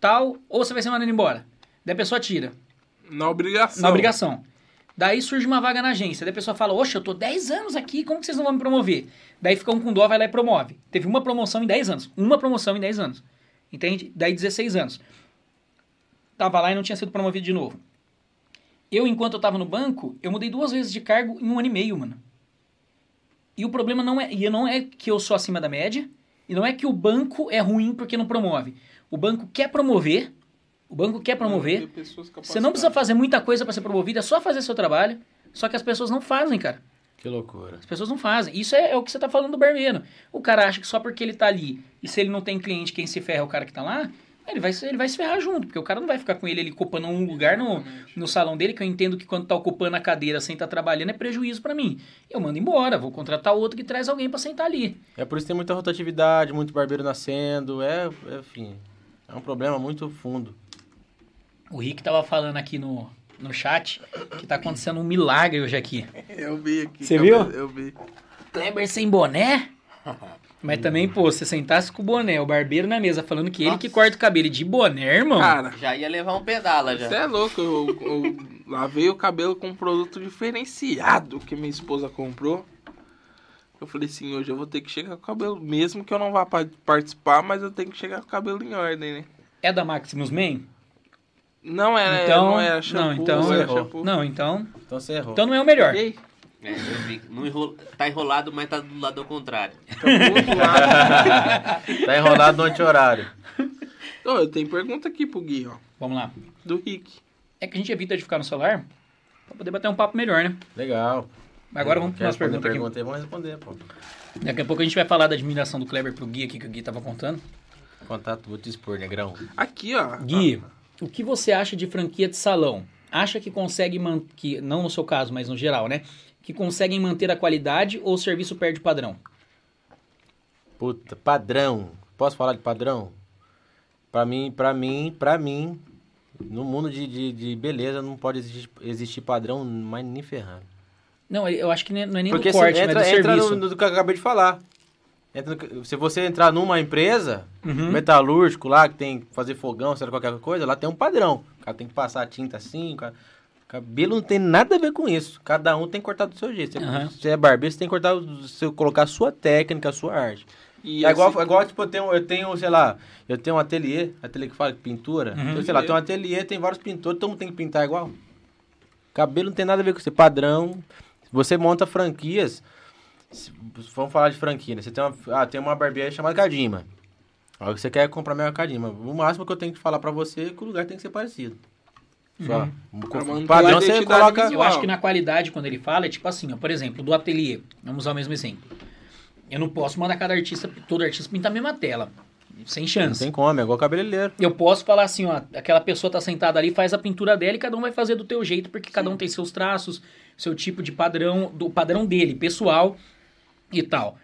Speaker 2: tal, ou você vai ser mandado embora. Daí a pessoa tira,
Speaker 3: Na obrigação.
Speaker 2: na obrigação. Daí surge uma vaga na agência. Daí a pessoa fala: Oxe, eu tô 10 anos aqui, como que vocês não vão me promover? Daí fica um com dó, vai lá e promove. Teve uma promoção em 10 anos. Uma promoção em 10 anos. Entende? Daí 16 anos. Tava lá e não tinha sido promovido de novo. Eu, enquanto eu tava no banco, eu mudei duas vezes de cargo em um ano e meio, mano. E o problema não é, e não é que eu sou acima da média, e não é que o banco é ruim porque não promove. O banco quer promover, o banco quer promover,
Speaker 3: Ter pessoas
Speaker 2: você não precisa
Speaker 3: capacitadas.
Speaker 2: fazer muita coisa para ser promovido, é só fazer seu trabalho. Só que as pessoas não fazem, cara.
Speaker 4: Que loucura.
Speaker 2: As pessoas não fazem. Isso é, é o que você tá falando do barbeiro. O cara acha que só porque ele tá ali e se ele não tem cliente, quem se ferra é o cara que tá lá, ele vai, se- ele vai se ferrar junto, porque o cara não vai ficar com ele ali ocupando um lugar no, no salão dele, que eu entendo que quando tá ocupando a cadeira sem tá trabalhando é prejuízo para mim. Eu mando embora, vou contratar outro que traz alguém para sentar ali.
Speaker 4: É por isso que tem muita rotatividade, muito barbeiro nascendo, é, é, enfim, é um problema muito fundo.
Speaker 2: O Rick tava falando aqui no, no chat que tá acontecendo um milagre hoje aqui.
Speaker 3: Eu vi aqui.
Speaker 4: Você
Speaker 3: cabelo-
Speaker 4: viu?
Speaker 3: Eu vi.
Speaker 2: Kleber sem boné? Mas também, pô, se sentasse com o boné, o barbeiro na mesa, falando que ele que corta o cabelo e de boné, irmão.
Speaker 3: Cara,
Speaker 6: Já ia levar um pedala já.
Speaker 3: você é louco. Eu, eu lavei o cabelo com um produto diferenciado que minha esposa comprou. Eu falei assim, hoje eu vou ter que chegar com o cabelo, mesmo que eu não vá pa- participar, mas eu tenho que chegar com o cabelo em ordem, né?
Speaker 2: É da Maximus Man?
Speaker 3: Não era,
Speaker 2: Então-
Speaker 3: não era
Speaker 2: não,
Speaker 3: shampoo,
Speaker 2: então-
Speaker 3: não era
Speaker 4: errou.
Speaker 3: shampoo.
Speaker 2: Não, então.
Speaker 4: Então você errou.
Speaker 2: Então não é o melhor.
Speaker 3: E aí?
Speaker 6: É, eu vi. Não enro- Tá enrolado, mas tá do lado ao contrário.
Speaker 3: Shampoo do lado.
Speaker 4: Tá enrolado no anti-horário.
Speaker 3: Ô, eu tenho pergunta aqui pro Gui, ó.
Speaker 2: Vamos lá.
Speaker 3: Do Rick.
Speaker 2: É que a gente evita de ficar no celular pra poder bater um papo melhor, né?
Speaker 4: Legal.
Speaker 2: Mas agora vamos
Speaker 4: Quer
Speaker 2: para nossa
Speaker 4: responder
Speaker 2: pergunta aqui.
Speaker 4: pergunta aí, vamos responder, pô.
Speaker 2: Daqui a pouco a gente vai falar da admiração do Kleber pro Gui aqui que o Gui tava contando.
Speaker 4: Contato, vou te expor, negrão.
Speaker 3: Aqui, ó.
Speaker 2: Gui, o que você acha de franquia de salão? Acha que consegue man... que não no seu caso, mas no geral, né? Que conseguem manter a qualidade ou o serviço perde o padrão?
Speaker 4: Puta, padrão. Posso falar de padrão? Pra mim, pra mim, pra mim, no mundo de, de, de beleza não pode existir, existir padrão, mas nem ferrando.
Speaker 2: Não, eu acho que nem- não é nem
Speaker 4: Porque
Speaker 2: do corte,
Speaker 4: se
Speaker 2: mas
Speaker 4: entra,
Speaker 2: do
Speaker 4: entra
Speaker 2: serviço.
Speaker 4: no, no que eu acabei de falar. Entra no que- se você entrar numa empresa,
Speaker 2: Uhum.
Speaker 4: metalúrgico lá, que tem que fazer fogão, sei lá, qualquer coisa, lá tem um padrão. O cara tem que passar tinta assim, o cara- cabelo não tem nada a ver com isso. Cada um tem que cortar do seu jeito. Se
Speaker 2: Aham.
Speaker 4: você é barbeiro, você tem que cortar, do seu, colocar a sua técnica, a sua arte.
Speaker 3: E
Speaker 4: é igual,
Speaker 3: assim-
Speaker 4: é igual tipo, eu tenho, eu tenho, sei lá, eu tenho um ateliê, ateliê que fala de pintura.
Speaker 2: Uhum.
Speaker 4: Então, sei lá, tem um ateliê, tem vários pintores, todo mundo tem que pintar igual. Cabelo não tem nada a ver com isso, é padrão. Você monta franquias. Se- Vamos falar de franquia, né? Você tem uma, ah, tem uma barbearia chamada Cadima. Aí você quer comprar minha Cadima. O máximo que eu tenho que falar pra você é que o lugar tem que ser parecido. Só.
Speaker 3: Uhum. Pra manter
Speaker 4: O
Speaker 3: a
Speaker 4: padrão você
Speaker 3: identidade
Speaker 4: coloca.
Speaker 2: Eu acho que na qualidade, quando ele fala, é tipo assim, ó, por exemplo, do ateliê. Vamos usar o mesmo exemplo. Eu não posso mandar cada artista, todo artista pintar a mesma tela. Sem
Speaker 4: Não
Speaker 2: chance.
Speaker 4: tem como, é igual cabeleireiro.
Speaker 2: Eu posso falar assim, ó, aquela pessoa tá sentada ali, faz a pintura dela e cada um vai fazer do teu jeito, porque cada um tem seus traços, seu tipo de padrão, do padrão dele, pessoal e tal.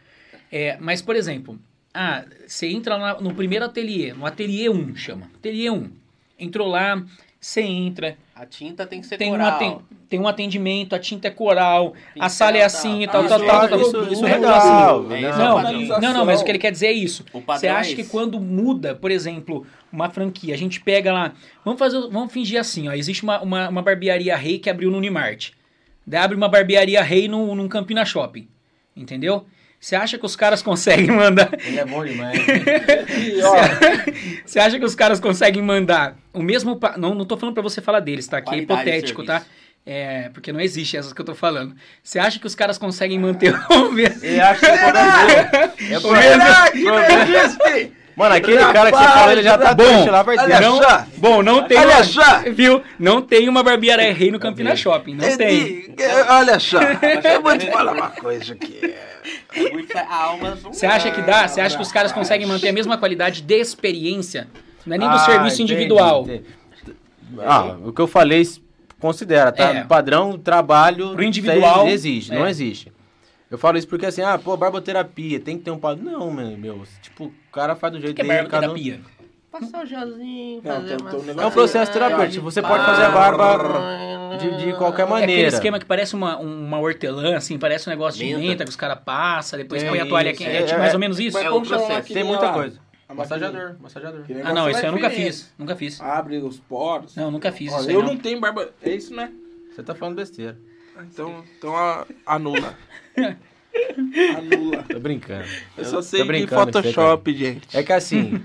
Speaker 2: É, mas, por exemplo, ah, você entra lá no primeiro ateliê, no ateliê 1, chama. Ateliê 1. Entrou lá, você entra,
Speaker 6: A tinta tem que ser
Speaker 2: tem um,
Speaker 6: coral.
Speaker 2: aten- tem um atendimento, a tinta é coral, a
Speaker 6: Pincel,
Speaker 2: sala é assim e
Speaker 6: tá.
Speaker 2: tal,
Speaker 4: Isso
Speaker 2: tal, tal,
Speaker 4: é-
Speaker 2: tal.
Speaker 4: isso- isso é
Speaker 2: Tudo
Speaker 4: legal.
Speaker 2: assim.
Speaker 6: É,
Speaker 4: Não,
Speaker 6: isso é
Speaker 2: Não,
Speaker 6: o padrão.
Speaker 2: não, não, mas o que ele quer dizer é isso.
Speaker 6: O padrão
Speaker 2: Você acha
Speaker 6: é
Speaker 2: que
Speaker 6: esse.
Speaker 2: quando muda, por exemplo, uma franquia, a gente pega lá, vamos fazer, vamos fingir assim, ó, existe uma, uma, uma barbearia rei que abriu no Unimart. Daí abre uma barbearia rei num, num Campina Shopping, entendeu? Você acha que os caras conseguem mandar
Speaker 4: Ele é bom demais.
Speaker 3: E, ó,
Speaker 2: Você acha que os caras conseguem mandar o mesmo. pa- Não, não tô falando pra você falar deles, tá? Que é
Speaker 6: Qualidade de
Speaker 2: hipotético, tá?
Speaker 6: serviço.
Speaker 2: É, porque não existe essas que eu tô falando. Você acha que os caras conseguem manter o mesmo.
Speaker 4: Ele acha que é poderoso. É
Speaker 3: Ah,
Speaker 4: poderoso. Mano, aquele cara que você
Speaker 3: Rapaz,
Speaker 4: falou, ele já tá
Speaker 3: né? bom.
Speaker 4: doente lá vai
Speaker 3: Olha
Speaker 4: dentro.
Speaker 3: só.
Speaker 2: Bom, não tem.
Speaker 3: Olha só.
Speaker 2: Viu? Não tem uma barbearia rei no Campina Shopping. Não tem.
Speaker 3: E- e- Olha só, eu vou te falar uma coisa aqui.
Speaker 6: É muito- A alma...
Speaker 2: Você acha que dá? Você acha que os caras conseguem manter a mesma qualidade de experiência? Não é nem do
Speaker 4: Ah,
Speaker 2: serviço
Speaker 4: entendi,
Speaker 2: individual.
Speaker 4: entendi. Ah, o que eu falei s- considera, tá?
Speaker 2: É.
Speaker 4: Padrão, trabalho...
Speaker 2: Pro individual,
Speaker 4: não existe, não
Speaker 2: é.
Speaker 4: existe. Eu falo isso porque assim, ah, pô, barboterapia, tem que ter um padrão. Não, meu, meu, tipo, o cara faz do
Speaker 2: O
Speaker 4: jeito
Speaker 2: que é
Speaker 4: dele, cada um-
Speaker 2: barbeterapia?
Speaker 6: Passar o gelzinho,
Speaker 3: Não,
Speaker 6: fazer
Speaker 3: tem- tem um
Speaker 6: uma...
Speaker 3: negócio-
Speaker 4: É um processo terapêutico, você pode fazer a barba de, de qualquer
Speaker 2: É aquele
Speaker 4: maneira.
Speaker 2: esquema que parece uma, uma hortelã, assim, parece um negócio de
Speaker 6: Menta.
Speaker 2: menta que os caras passam, depois
Speaker 4: É
Speaker 2: põe a toalha
Speaker 4: isso,
Speaker 2: quente.
Speaker 4: é-
Speaker 2: É, tipo
Speaker 4: é-
Speaker 2: mais ou menos isso?
Speaker 6: é
Speaker 3: como
Speaker 6: o
Speaker 3: chama
Speaker 6: processo.
Speaker 4: Tem
Speaker 3: maquininha
Speaker 4: muita
Speaker 3: lá?
Speaker 4: coisa.
Speaker 3: A
Speaker 2: é
Speaker 4: Massajador, massajador.
Speaker 3: Que
Speaker 2: Ah,
Speaker 3: negócio
Speaker 2: não,
Speaker 3: lá
Speaker 2: isso eu nunca
Speaker 3: diferente.
Speaker 2: fiz. Nunca fiz.
Speaker 3: Abre os poros.
Speaker 2: Não, nunca fiz
Speaker 3: Ó,
Speaker 2: isso aí,
Speaker 3: eu
Speaker 2: não.
Speaker 3: não tenho barba. É isso, né?
Speaker 4: Você tá falando besteira.
Speaker 3: Então, então a- anula. anula.
Speaker 4: Tô brincando.
Speaker 3: Eu só sei de
Speaker 4: brincando com você,
Speaker 3: Photoshop, gente.
Speaker 4: É que assim,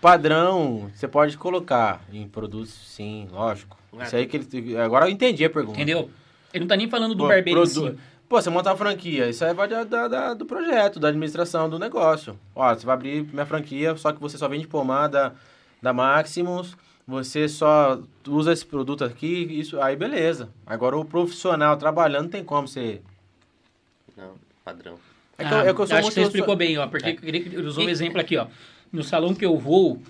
Speaker 4: padrão, você pode colocar em produtos, sim, lógico. Isso aí que ele. Agora eu entendi a pergunta.
Speaker 2: é Entendeu? Ele não tá nem falando do
Speaker 4: Pô,
Speaker 2: barbeiro em si.
Speaker 4: produ- Pô, você monta uma franquia, isso aí vai da, da- da- do projeto, da administração, do negócio. Ó, você vai abrir minha franquia, só que você só vende pomada da Maximus, você só usa esse produto aqui, isso aí beleza. Agora o profissional trabalhando não tem como você.
Speaker 6: Não, padrão.
Speaker 4: É que eu,
Speaker 2: Ah,
Speaker 4: é que eu sou
Speaker 2: acho
Speaker 4: muito. É.
Speaker 2: que você explicou bem, ó, porque ele ele usou um exemplo aqui, ó. No salão que eu vou,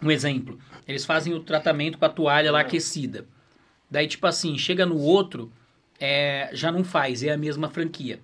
Speaker 2: um exemplo, eles fazem o tratamento com a toalha
Speaker 4: É.
Speaker 2: lá aquecida. Daí, tipo assim, chega no outro, é, já não faz, é a mesma franquia.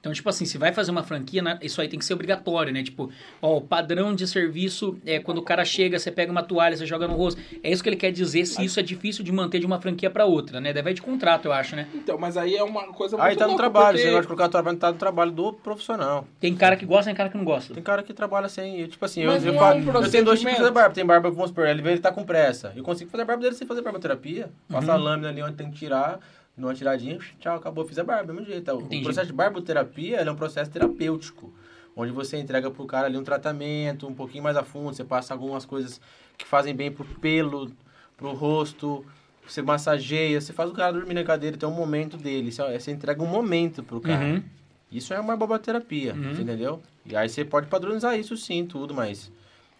Speaker 2: Então, tipo assim, se vai fazer uma franquia, né, isso aí tem que ser obrigatório, né? Tipo, ó, o padrão de serviço é quando o cara chega, você pega uma toalha, você joga no rosto. É isso que ele quer dizer se isso é difícil de manter de uma franquia pra outra, né? Deve de contrato, eu acho, né?
Speaker 3: Então, mas aí é uma coisa muito
Speaker 4: Aí tá no
Speaker 3: louca,
Speaker 4: trabalho,
Speaker 3: porque-
Speaker 4: você gosta de colocar o trabalho, tá no trabalho do profissional.
Speaker 2: Tem cara que gosta, tem cara que não gosta.
Speaker 4: Tem cara que trabalha sem. eu, Tipo assim, eu,
Speaker 3: Mas
Speaker 4: eu,
Speaker 3: não é
Speaker 4: falo,
Speaker 3: um
Speaker 4: eu tenho dois tipos de
Speaker 3: procedimento.
Speaker 4: fazer barba. Tem barba, vamos supor, ele vê, ele tá com pressa. Eu consigo fazer a barba dele sem fazer barboterapia. Passar a lâmina ali onde tem que tirar, dou uma tiradinha, tchau, acabou, fiz a barba, do mesmo jeito. tá, O
Speaker 2: Entendi.
Speaker 4: processo de barboterapia ele é um processo terapêutico. Onde você entrega pro cara ali um tratamento um pouquinho mais a fundo, você passa algumas coisas que fazem bem pro pelo, pro rosto, você massageia, você faz o cara dormir na cadeira, tem um momento dele, você, você entrega um momento pro cara.
Speaker 2: Uhum.
Speaker 4: Isso é uma barboterapia,
Speaker 2: Uhum.
Speaker 4: você entendeu? E aí você pode padronizar isso sim, tudo, mas...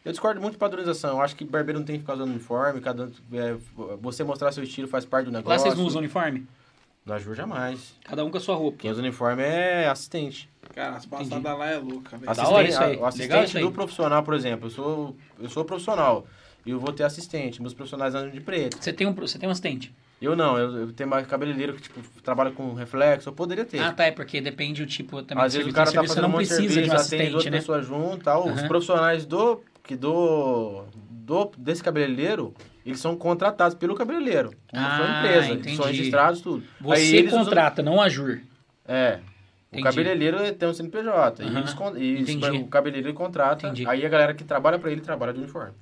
Speaker 4: Eu discordo muito de padronização. Eu acho que barbeiro não tem que ficar usando uniforme, cada um- é, você mostrar seu estilo faz parte do negócio.
Speaker 2: Lá vocês não usam uniforme?
Speaker 4: Não ajuda jamais.
Speaker 2: Cada um com a sua roupa.
Speaker 4: Quem usa uniforme é assistente.
Speaker 3: Cara, as passadas lá é louca, velho.
Speaker 2: Da
Speaker 4: Assistente-
Speaker 2: hora isso aí.
Speaker 4: a- O assistente
Speaker 2: Legal isso aí.
Speaker 4: do profissional, por exemplo. Eu sou, eu sou profissional e eu vou ter assistente. Meus profissionais andam de preto.
Speaker 2: Você tem um, você tem um assistente?
Speaker 4: Eu não, eu, eu tenho mais cabeleireiro que tipo, trabalha com reflexo. Eu poderia ter.
Speaker 2: Ah, tá, é porque depende do tipo também
Speaker 4: Às
Speaker 2: do
Speaker 4: vezes
Speaker 2: serviço.
Speaker 4: o cara
Speaker 2: Tem
Speaker 4: tá
Speaker 2: serviço que
Speaker 4: fazendo um
Speaker 2: não
Speaker 4: monte de
Speaker 2: precisa de
Speaker 4: serviço,
Speaker 2: um
Speaker 4: atende duas
Speaker 2: assistente, né?
Speaker 4: pessoas juntas, tal. Os
Speaker 2: Aham.
Speaker 4: profissionais do que do do, desse cabeleireiro, eles são contratados pelo cabeleireiro. Como
Speaker 2: Ah,
Speaker 4: sua empresa. Eles são
Speaker 2: entendi.
Speaker 4: registrados, tudo.
Speaker 2: Você
Speaker 4: usam-
Speaker 2: contrata, não a Jur.
Speaker 4: É.
Speaker 2: Entendi.
Speaker 4: O cabeleireiro tem um CNPJ.
Speaker 2: Aham.
Speaker 4: E, eles con- e eles-
Speaker 2: Entendi.
Speaker 4: o cabeleireiro contrata.
Speaker 2: Entendi.
Speaker 4: Aí a galera que trabalha pra ele trabalha de uniforme.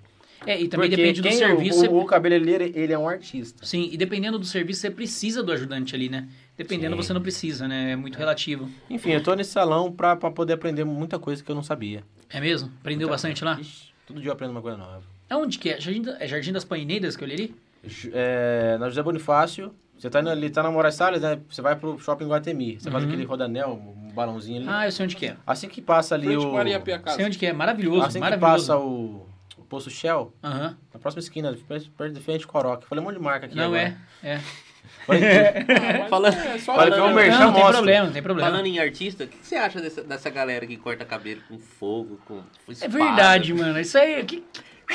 Speaker 2: É, e também
Speaker 4: Porque
Speaker 2: depende do
Speaker 4: quem-
Speaker 2: serviço.
Speaker 4: O, o cabeleireiro, ele é um artista.
Speaker 2: Sim, e dependendo do serviço, você precisa do ajudante ali, né? Dependendo, você não precisa, né? É muito relativo.
Speaker 4: Enfim, eu tô nesse salão pra, pra poder aprender muita coisa que eu não sabia.
Speaker 2: É mesmo? Aprendeu
Speaker 4: Então.
Speaker 2: bastante lá?
Speaker 4: Ixi, todo dia eu aprendo uma coisa nova.
Speaker 2: É onde que é? Jardim, da- é Jardim das Paineiras que eu li ali?
Speaker 4: Ju- é, na José Bonifácio, você tá, na- ali, tá na Moraes Salles, né? Você vai pro shopping Guatemi. Você faz
Speaker 2: Uhum.
Speaker 4: aquele rodanel, um balãozinho ali.
Speaker 2: Ah, eu sei onde que é.
Speaker 4: assim que passa ali
Speaker 3: Frente
Speaker 4: o...
Speaker 3: Maria Piacasa.
Speaker 2: Sei onde que é. Maravilhoso,
Speaker 4: assim que
Speaker 2: maravilhoso.
Speaker 4: passa o, o Poço Shell,
Speaker 2: Aham.
Speaker 4: na próxima esquina, perto perto de frente Coroque. Falei um monte de marca aqui
Speaker 2: Não
Speaker 4: agora.
Speaker 2: é, é.
Speaker 4: Falei tudo.
Speaker 6: Falando-
Speaker 3: É só
Speaker 4: Vai ver o
Speaker 2: não,
Speaker 4: merchan
Speaker 2: não tem
Speaker 4: mostra.
Speaker 2: problema, não tem problema.
Speaker 6: Falando em artista, o que você acha dessa, dessa galera que corta cabelo com fogo, com
Speaker 2: É
Speaker 6: espada?
Speaker 2: verdade, mano. Isso aí. que-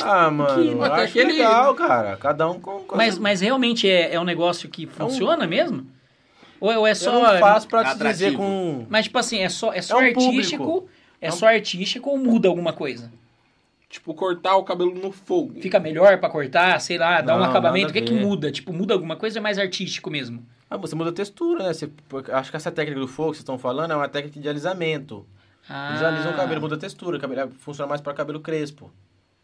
Speaker 4: Ah, mano,
Speaker 3: Que-
Speaker 4: eu
Speaker 3: até
Speaker 4: acho
Speaker 3: aquele-
Speaker 4: legal, cara. Cada um com... com-
Speaker 2: Mas, mas realmente é, é um negócio que funciona mesmo? Ou é, ou é
Speaker 4: Eu
Speaker 2: só.
Speaker 4: não faço pra te
Speaker 6: Atrativo.
Speaker 4: dizer com...
Speaker 2: Mas, tipo assim, é só, é só
Speaker 4: É um
Speaker 2: artístico.
Speaker 4: público.
Speaker 2: É
Speaker 4: É um-
Speaker 2: só artístico ou muda alguma coisa?
Speaker 3: Tipo, cortar o cabelo no fogo.
Speaker 2: Fica melhor pra cortar, sei lá, dá um
Speaker 4: Não,
Speaker 2: acabamento.
Speaker 4: nada
Speaker 2: O que é
Speaker 4: a
Speaker 2: que
Speaker 4: ver.
Speaker 2: muda? Tipo, muda alguma coisa ou é mais artístico mesmo?
Speaker 4: Ah, você muda a textura, né? Você... Acho que essa técnica do fogo que vocês estão falando é uma técnica de alisamento.
Speaker 2: Ah,
Speaker 4: Eles alisam o um cabelo, muda a textura, o cabelo é, funciona mais para cabelo crespo.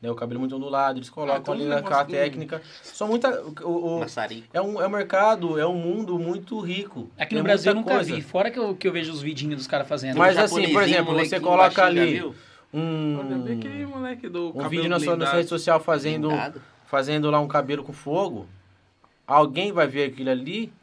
Speaker 4: Né? O cabelo muito ondulado, eles
Speaker 3: Ah, então
Speaker 4: colocam ali
Speaker 3: um
Speaker 4: na
Speaker 3: negócio
Speaker 4: a
Speaker 3: do-
Speaker 4: técnica. São muita. o- o- o-
Speaker 6: Maçarico.
Speaker 4: é, um, é um mercado, é um mundo muito rico.
Speaker 2: Aqui
Speaker 4: É
Speaker 2: no Brasil eu
Speaker 4: muita
Speaker 2: nunca
Speaker 4: coisa.
Speaker 2: vi. Fora que eu, que eu vejo os vidinhos dos caras fazendo.
Speaker 4: Mas
Speaker 6: Um
Speaker 4: assim, por
Speaker 6: japonesinho,
Speaker 4: exemplo, você
Speaker 6: molequinho
Speaker 4: coloca
Speaker 6: baixinho, já
Speaker 4: ali
Speaker 6: viu?
Speaker 3: Olha, vê aquele
Speaker 4: Um,
Speaker 3: moleque do
Speaker 4: um
Speaker 3: cabelo
Speaker 4: vídeo na sua, na sua
Speaker 3: blindado.
Speaker 4: rede social fazendo,
Speaker 6: Blindado.
Speaker 4: fazendo lá um cabelo com fogo. Alguém vai ver aquilo ali,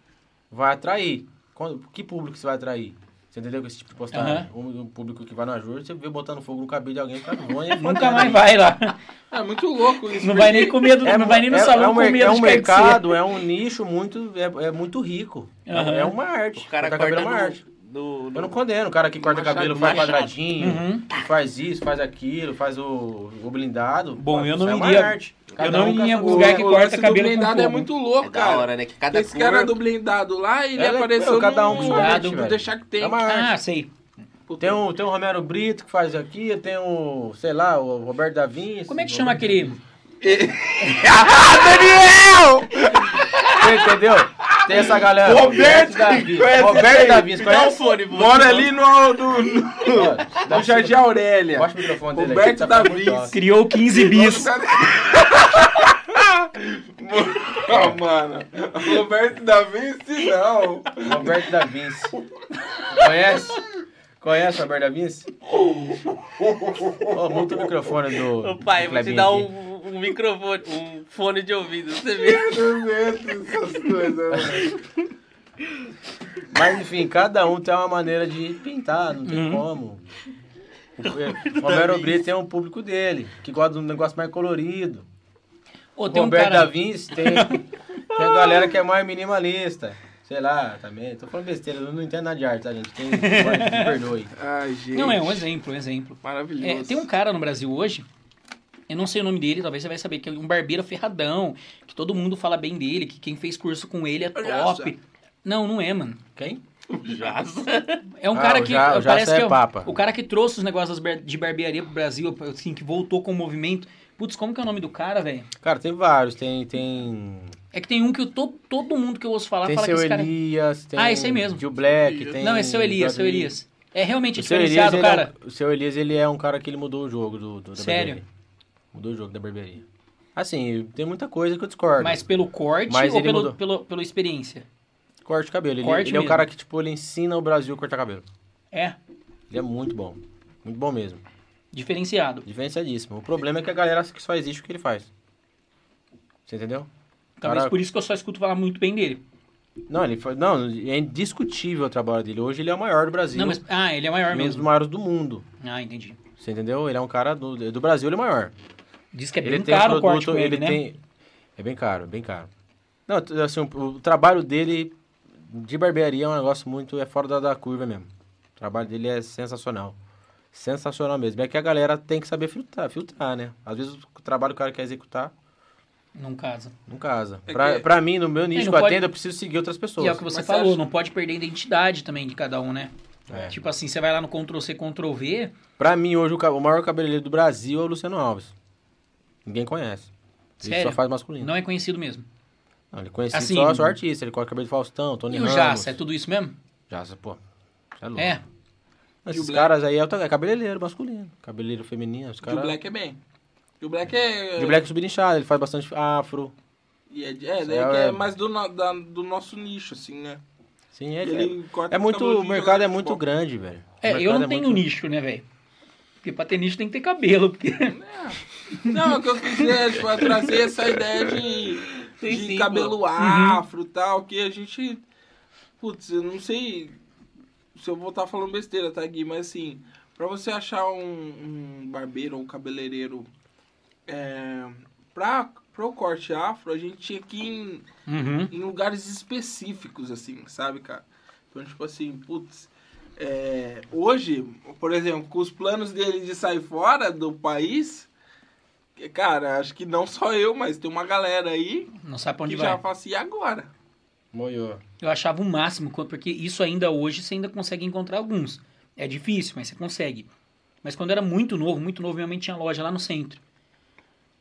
Speaker 4: vai atrair. Quando- que público você vai atrair? Você entendeu com esse tipo de postagem? Um, um público que vai na jura, você vê botando fogo no cabelo de alguém, vergonha.
Speaker 2: Nunca mais vai lá.
Speaker 3: É muito louco isso.
Speaker 2: Não vai nem com medo, não vai nem no salão
Speaker 4: um
Speaker 2: com
Speaker 4: mer-
Speaker 2: medo
Speaker 4: é um
Speaker 2: de cair de
Speaker 4: mercado, é um nicho muito, é, é muito rico. É-
Speaker 2: Aham.
Speaker 4: É uma arte.
Speaker 6: O cara
Speaker 4: cortar
Speaker 6: corta
Speaker 4: cabelo é uma arte.
Speaker 6: no, no,
Speaker 4: Eu não condeno o cara que corta
Speaker 3: Machado,
Speaker 4: cabelo, faz
Speaker 6: machado.
Speaker 4: quadradinho,
Speaker 2: Uhum.
Speaker 4: que faz isso, faz aquilo, faz o, o blindado.
Speaker 2: Bom, eu
Speaker 4: Isso
Speaker 2: não
Speaker 4: é uma
Speaker 2: iria-
Speaker 4: arte.
Speaker 2: Eu
Speaker 4: Cada
Speaker 2: não
Speaker 4: um
Speaker 2: ia
Speaker 4: com
Speaker 2: em
Speaker 4: a
Speaker 2: algum
Speaker 4: sua-
Speaker 2: lugar que
Speaker 3: O lance
Speaker 2: corta cabelo
Speaker 3: do
Speaker 2: com
Speaker 3: blindado é
Speaker 2: fogo.
Speaker 3: muito
Speaker 6: É
Speaker 3: louco,
Speaker 6: da
Speaker 3: cara.
Speaker 6: hora, né? Que cada
Speaker 3: Esse cara
Speaker 6: cor-
Speaker 3: do blindado lá, ele
Speaker 4: Ela-
Speaker 3: apareceu
Speaker 4: eu, cada um
Speaker 3: no-
Speaker 4: com sua arte,
Speaker 2: do
Speaker 4: velho.
Speaker 3: Deixar que tem.
Speaker 4: É uma
Speaker 2: Ah,
Speaker 4: arte.
Speaker 2: sei.
Speaker 4: Tem um o, tem o Romero Brito que faz aqui, tem o, sei lá, o Roberto Davi.
Speaker 2: Como é que chama aquele.
Speaker 4: Você entendeu? Tem essa galera.
Speaker 3: Roberto
Speaker 4: Davi.
Speaker 3: conhece
Speaker 4: Roberto
Speaker 3: ele.
Speaker 4: Davi, você
Speaker 3: Dá um
Speaker 4: conhece?
Speaker 3: fone, Bora ali no, no, no,
Speaker 4: Ó,
Speaker 3: no
Speaker 4: dá um
Speaker 3: Jardim Aurélia.
Speaker 4: Baixa o microfone dele aqui,
Speaker 3: Roberto
Speaker 4: tá ficando
Speaker 3: Davi.
Speaker 4: muito alto.
Speaker 2: Criou 15 bis.
Speaker 3: Ó, mano. Roberto da Vinci, não.
Speaker 4: Roberto da Vinci. Conhece? Conhece o Roberto da Vinci? Ô, muda o microfone do.
Speaker 6: Ô, pai,
Speaker 4: do
Speaker 6: vou te
Speaker 4: Clebinho
Speaker 6: dar
Speaker 4: aqui.
Speaker 6: um, um microfone, um fone de ouvido, você vê.
Speaker 3: Eu invento essas coisas, né? mano.
Speaker 4: Mas enfim, cada um tem uma maneira de pintar, não
Speaker 6: Uhum.
Speaker 4: tem como. O Romero Brito tem um público dele, que gosta de um negócio mais colorido.
Speaker 2: Ô,
Speaker 4: O
Speaker 2: tem um
Speaker 4: Roberto
Speaker 2: cara.
Speaker 4: da Vinci tem, tem a galera que é mais minimalista. Sei lá, também. Tô falando besteira, eu não entendo nada de arte, tá, gente? Quem me perdoe.
Speaker 3: Ai, gente.
Speaker 2: Não, é um exemplo, um exemplo.
Speaker 3: Maravilhoso.
Speaker 2: É, tem um cara no Brasil hoje, eu não sei o nome dele, talvez você vai saber, que é um barbeiro ferradão, que todo mundo fala bem dele, que quem fez curso com ele é
Speaker 3: Jaça.
Speaker 2: top. Não, não é, mano.
Speaker 4: Quem?
Speaker 2: É um
Speaker 4: Ah,
Speaker 2: cara
Speaker 4: o
Speaker 2: que
Speaker 4: Ja- o
Speaker 2: parece
Speaker 4: Jaça
Speaker 2: que
Speaker 4: é
Speaker 2: o-
Speaker 4: papa.
Speaker 2: o cara que trouxe os negócios das bar- de barbearia pro Brasil, assim, que voltou com o movimento. Putz, como que é o nome do cara, velho?
Speaker 4: Cara, tem vários. Tem. Tem,
Speaker 2: É que tem um que eu to- todo mundo que eu ouço falar
Speaker 4: tem
Speaker 2: fala que
Speaker 4: seu
Speaker 2: esse cara.
Speaker 4: Elias. Tem
Speaker 2: Ah, esse aí mesmo.
Speaker 4: Gil Black.
Speaker 3: Elias.
Speaker 4: Tem
Speaker 2: Não, é seu Elias, seu
Speaker 4: Bradley.
Speaker 2: Elias. É realmente
Speaker 4: O seu Elias,
Speaker 2: diferenciado,
Speaker 4: ele é um-
Speaker 2: cara.
Speaker 4: o seu Elias, ele é um cara que ele mudou o jogo do, do- da
Speaker 2: Sério?
Speaker 4: barbearia. Mudou o jogo da barbearia. Assim, tem muita coisa que eu discordo.
Speaker 2: Mas pelo corte
Speaker 4: Mas
Speaker 2: ou
Speaker 4: ele
Speaker 2: pelo,
Speaker 4: mudou.
Speaker 2: pelo, pela experiência?
Speaker 4: Corte de cabelo. Ele,
Speaker 2: Corte
Speaker 4: ele é o
Speaker 2: mesmo.
Speaker 4: cara que, tipo, ele ensina o Brasil a cortar cabelo.
Speaker 2: É,
Speaker 4: Ele é muito bom. Muito bom mesmo.
Speaker 2: diferenciado.
Speaker 4: Diferenciadíssimo. O problema é que a galera que só existe o que ele faz. Você entendeu?
Speaker 2: Talvez
Speaker 4: Cara-
Speaker 2: por isso que eu só escuto falar muito bem dele.
Speaker 4: Não, ele foi, não, é indiscutível o trabalho dele. Hoje ele é o maior do Brasil.
Speaker 2: Não, mas, ah, ele é
Speaker 4: e
Speaker 2: maior
Speaker 4: um dos
Speaker 2: mesmo.
Speaker 4: maiores do mundo.
Speaker 2: Ah, entendi.
Speaker 4: Você entendeu? Ele é um cara do, do Brasil, ele é o maior.
Speaker 2: Diz que é
Speaker 4: ele
Speaker 2: bem
Speaker 4: tem um
Speaker 2: caro o
Speaker 4: produto,
Speaker 2: corte com
Speaker 4: ele,
Speaker 2: ele, né?
Speaker 4: tem. É bem caro, bem caro. Não, t- assim, o, o trabalho dele de barbearia é um negócio muito. É fora da, da curva mesmo. O trabalho dele é sensacional. Sensacional mesmo. É que a galera tem que saber filtrar, filtrar né? Às vezes o trabalho que o cara quer executar
Speaker 2: Num caso.
Speaker 4: não casa.
Speaker 3: É
Speaker 4: pra,
Speaker 3: que-
Speaker 4: pra mim, no meu
Speaker 2: É,
Speaker 4: nicho
Speaker 2: não
Speaker 4: que eu
Speaker 2: pode-
Speaker 4: atendo, eu preciso seguir outras pessoas.
Speaker 2: E é o que você
Speaker 3: Mas você
Speaker 2: falou,
Speaker 3: acha-
Speaker 2: não pode perder a identidade também de cada um, né?
Speaker 4: É.
Speaker 2: Tipo assim, você vai lá no Ctrl-C, Ctrl-V,
Speaker 4: Pra mim, hoje, o, ca- o maior cabeleireiro do Brasil é o Luciano Alves. Ninguém conhece. Ele
Speaker 2: Sério?
Speaker 4: só faz masculino.
Speaker 2: Não é conhecido mesmo.
Speaker 4: Não, ele conhecia
Speaker 2: Assim,
Speaker 4: só, só artista, ele corta o cabelo de Faustão, Tony
Speaker 2: E o
Speaker 4: Ramos.
Speaker 2: Jaça, é tudo isso mesmo?
Speaker 4: Jaça, pô. Você É. louco.
Speaker 2: É.
Speaker 3: E o
Speaker 4: Esses
Speaker 3: Black?
Speaker 4: caras aí é, outra- é cabeleireiro masculino, cabeleireiro feminino, os
Speaker 3: E o
Speaker 4: caras...
Speaker 3: Black é bem. E o Black é.
Speaker 4: De Black subinchado, ele faz bastante afro.
Speaker 3: E é, é,
Speaker 4: Isso
Speaker 3: é, que
Speaker 4: é-
Speaker 3: é mais do, no- da- do nosso nicho, assim, né?
Speaker 4: Sim, é,
Speaker 3: Ele
Speaker 4: é,
Speaker 3: corta
Speaker 4: é
Speaker 3: o
Speaker 4: muito,
Speaker 3: cabelo
Speaker 4: o
Speaker 3: de
Speaker 4: mercado
Speaker 3: jogador
Speaker 4: é
Speaker 3: de
Speaker 4: muito
Speaker 3: futebol.
Speaker 4: grande, velho. O
Speaker 2: É, eu
Speaker 4: mercado
Speaker 2: não tenho
Speaker 4: muito-
Speaker 2: nicho, né, velho? Porque pra ter nicho tem que ter cabelo. Porque...
Speaker 3: Não, o que eu quis dizer, tipo, é trazer essa ideia de,
Speaker 6: Sim,
Speaker 3: de
Speaker 6: sim,
Speaker 3: cabelo
Speaker 4: Uhum.
Speaker 3: afro e tal, que a gente. Putz, eu não sei se eu vou estar falando besteira, tá, Gui? Mas assim, pra você achar um, um barbeiro ou um cabeleireiro é, pra, pro corte afro, a gente tinha que ir em,
Speaker 2: Uhum.
Speaker 3: em lugares específicos, assim, sabe, cara? Então, tipo assim, putz. é, hoje, por exemplo, com os planos dele de sair fora do país, que, cara, acho que não só eu, mas tem uma galera aí
Speaker 2: Não sabe pra onde
Speaker 3: que
Speaker 2: vai.
Speaker 3: já fala assim, e agora?
Speaker 4: Moiô.
Speaker 2: Eu achava o máximo, quando- porque isso ainda hoje você ainda consegue encontrar alguns. É difícil, mas você consegue. Mas quando eu era muito novo, muito novo, minha mãe tinha loja lá no centro.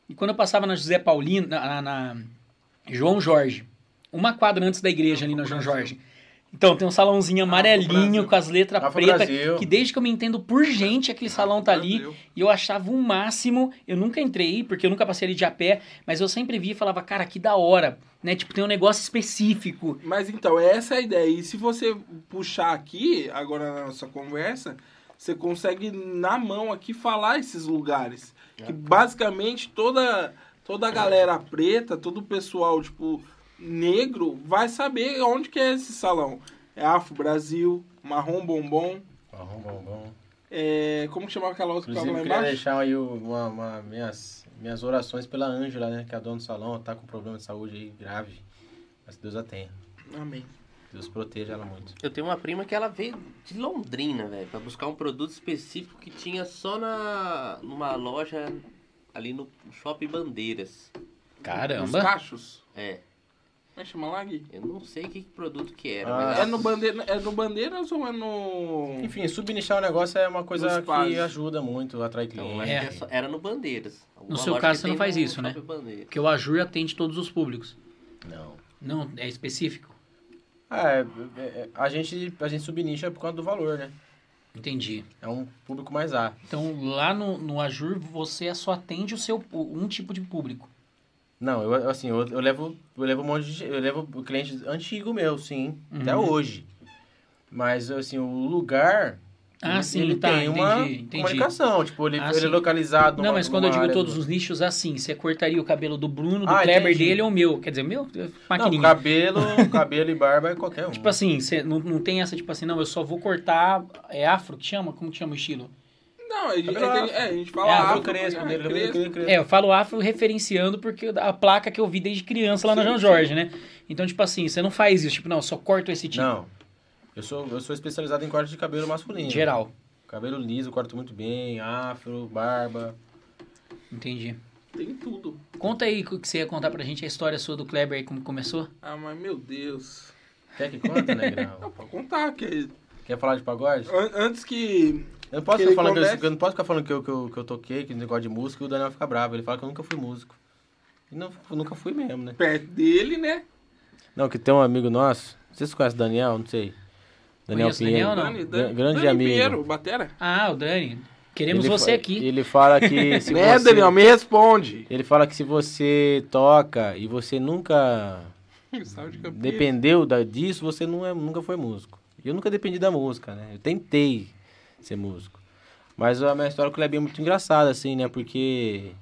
Speaker 2: E quando eu passava na José Paulino, na, na- na João Jorge, uma quadra antes da igreja ali na João Jorge. Então, tem um salãozinho amarelinho
Speaker 3: Brasil.
Speaker 2: com as letras
Speaker 4: Afro
Speaker 2: pretas,
Speaker 4: Brasil.
Speaker 2: que desde que eu me entendo por gente, aquele salão tá ali.
Speaker 3: Meu Deus.
Speaker 2: E eu achava o máximo, eu nunca entrei, porque eu nunca passei ali de a pé, mas eu sempre via e falava, cara, que da hora, né? Tipo, tem um negócio específico.
Speaker 3: Mas então, essa é a ideia. E se você puxar aqui, agora na nossa conversa, você consegue na mão aqui falar esses lugares. Que basicamente toda, toda a galera preta, todo o pessoal, tipo, negro, vai saber onde que é esse salão. É Afro Brasil, Marrom Bombom,
Speaker 4: Bom, bom, bom.
Speaker 3: é... como que chamava aquela outra que
Speaker 4: Inclusive,
Speaker 3: tava
Speaker 4: eu
Speaker 3: lá
Speaker 4: queria
Speaker 3: embaixo?
Speaker 4: deixar aí uma, uma- minhas, minhas orações pela Ângela, né? Que é a dona do salão, tá com problema de saúde aí grave. Mas Deus a tenha.
Speaker 3: Amém.
Speaker 4: Deus proteja ela muito.
Speaker 6: Eu tenho uma prima que ela veio de Londrina, velho, pra buscar um produto específico que tinha só na numa loja ali no Shopping Bandeiras.
Speaker 3: Os
Speaker 2: Caramba.
Speaker 3: cachos.
Speaker 6: É,
Speaker 3: Vai chamar lá, Gui?
Speaker 6: eu não sei que produto que era,
Speaker 4: Ah.
Speaker 6: mas ela-
Speaker 3: É no, bandeira, é no Bandeiras ou é no...
Speaker 4: Enfim, subnichar o negócio é uma coisa
Speaker 3: Nos pais.
Speaker 4: que ajuda muito, atrai
Speaker 6: Então,
Speaker 4: cliente. né?
Speaker 6: acho que é só- era no Bandeiras. Alguma
Speaker 2: seu
Speaker 6: loja
Speaker 2: caso,
Speaker 6: que
Speaker 2: você não
Speaker 6: tem
Speaker 2: faz
Speaker 6: no
Speaker 2: isso, né?
Speaker 6: Shopping Bandeiras.
Speaker 2: Porque o Ajur atende todos os públicos.
Speaker 4: Não.
Speaker 2: Não, é específico.
Speaker 4: Ah, é, é- é- a, gente, a gente subnicha por causa do valor, né?
Speaker 2: Entendi.
Speaker 4: É um público mais A.
Speaker 2: Então, lá no, no Ajur, você só atende o seu pu- um tipo de público.
Speaker 4: Não, eu eu, assim, eu, eu levo, eu levo um monte de, eu levo o cliente antigo meu, sim,
Speaker 2: Uhum.
Speaker 4: até hoje. Mas assim, o lugar
Speaker 2: Ah,
Speaker 4: ele-
Speaker 2: sim,
Speaker 4: ele
Speaker 2: tá,
Speaker 4: tem uma
Speaker 2: entendi, entendi.
Speaker 4: comunicação, tipo, ele,
Speaker 2: Ah,
Speaker 4: ele
Speaker 2: sim.
Speaker 4: é localizado
Speaker 2: Não,
Speaker 4: numa-
Speaker 2: mas quando eu
Speaker 4: numa
Speaker 2: digo
Speaker 4: área
Speaker 2: todos
Speaker 4: do-
Speaker 2: os nichos, assim, você cortaria o cabelo do Bruno, do
Speaker 4: Ah,
Speaker 2: Kleber
Speaker 4: entendi.
Speaker 2: dele ou o meu. Quer dizer, meu,
Speaker 4: Não,
Speaker 2: maquininha.
Speaker 4: cabelo, cabelo e barba é qualquer um.
Speaker 2: Tipo assim, você não, não tem essa, tipo assim, não, eu só vou cortar. É afro que chama? Como que chama o estilo?
Speaker 3: Não, a gente, é
Speaker 4: Cabelo
Speaker 3: que-
Speaker 4: afro.
Speaker 3: é, a gente
Speaker 4: é,
Speaker 3: fala
Speaker 4: cabelo
Speaker 3: afro,
Speaker 4: crespo,
Speaker 3: né?
Speaker 4: dele, cabelo
Speaker 3: Crespo.
Speaker 4: crespo, crespo.
Speaker 2: É, eu falo afro referenciando porque a placa que eu vi desde criança lá na João Jorge, né? Então, tipo assim, você não faz isso, tipo, não, eu só corto esse tipo.
Speaker 4: Não. Eu sou, eu sou especializado em corte de cabelo masculino.
Speaker 2: Geral.
Speaker 4: Cabelo liso, corto muito bem, afro, barba.
Speaker 2: Entendi.
Speaker 3: Tem tudo.
Speaker 2: Conta aí o que você ia contar pra gente a história sua do Kleber aí, como começou.
Speaker 3: Ah, mas meu Deus.
Speaker 4: Quer que conta, né, Grau?
Speaker 3: Não, pra contar, que
Speaker 4: Quer falar de pagode?
Speaker 3: an- antes que.
Speaker 4: Eu não posso,
Speaker 3: Que
Speaker 4: ficar
Speaker 3: ele
Speaker 4: falando que eu,
Speaker 3: conversa-
Speaker 4: eu não posso ficar falando que eu, que, eu, que eu toquei, que negócio de música, e o Daniel fica bravo. Ele fala que eu nunca fui músico. E não, eu nunca fui mesmo, né?
Speaker 3: perto dele, né?
Speaker 4: Não, que tem um amigo nosso, vocês conhecem o Daniel? Não sei. Daniel
Speaker 2: Conheço o
Speaker 4: Pinheiro.
Speaker 2: Daniel, não.
Speaker 3: Dani-
Speaker 4: Gran-
Speaker 3: Dani-
Speaker 4: grande
Speaker 3: Dani
Speaker 4: amigo.
Speaker 3: Pinheiro, batera.
Speaker 2: Ah, o Dani. Queremos
Speaker 4: Ele
Speaker 2: você
Speaker 4: fa-
Speaker 2: aqui.
Speaker 4: Ele fala que se
Speaker 3: Né,
Speaker 4: você...
Speaker 3: Daniel? Me responde.
Speaker 4: Ele fala que se você toca e você nunca
Speaker 3: Salve de Campinas.
Speaker 4: dependeu da, disso, você não é, nunca foi músico. E eu nunca dependi da música, né? Eu tentei ser músico. Mas a minha história com o Lebinho é muito engraçada, assim, né? Porque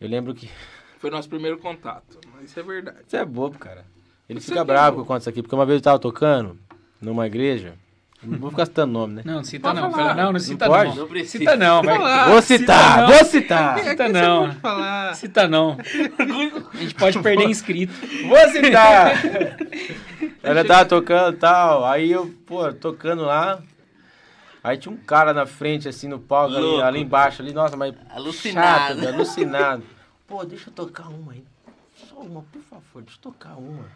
Speaker 4: eu lembro que
Speaker 3: Foi nosso primeiro contato. Mas isso é verdade.
Speaker 4: Você é bobo, cara. Ele
Speaker 3: Você
Speaker 4: fica
Speaker 3: é bobo.
Speaker 4: bravo quando eu conto isso aqui, porque uma vez eu tava tocando numa igreja. Não vou ficar citando nome, né?
Speaker 2: Não, não cita
Speaker 3: Pode
Speaker 2: não.
Speaker 3: falar.
Speaker 2: Não, não cita
Speaker 4: Não
Speaker 2: não.
Speaker 4: pode?
Speaker 6: Não precisa.
Speaker 2: Cita não, vai.
Speaker 4: vou citar,
Speaker 2: não.
Speaker 4: vou citar!
Speaker 2: Cita não.
Speaker 3: Falar.
Speaker 2: Cita não. A gente pode perder inscrito.
Speaker 4: Vou citar! Ela tava tocando e tal, aí eu, pô, tocando lá. Aí tinha um cara na frente, assim, no palco, ali,
Speaker 6: Louco.
Speaker 4: ali embaixo, ali, nossa, mas.
Speaker 6: Alucinado.
Speaker 4: Chato, velho, alucinado. Pô, deixa eu tocar uma aí. Só uma, por favor, deixa eu tocar uma.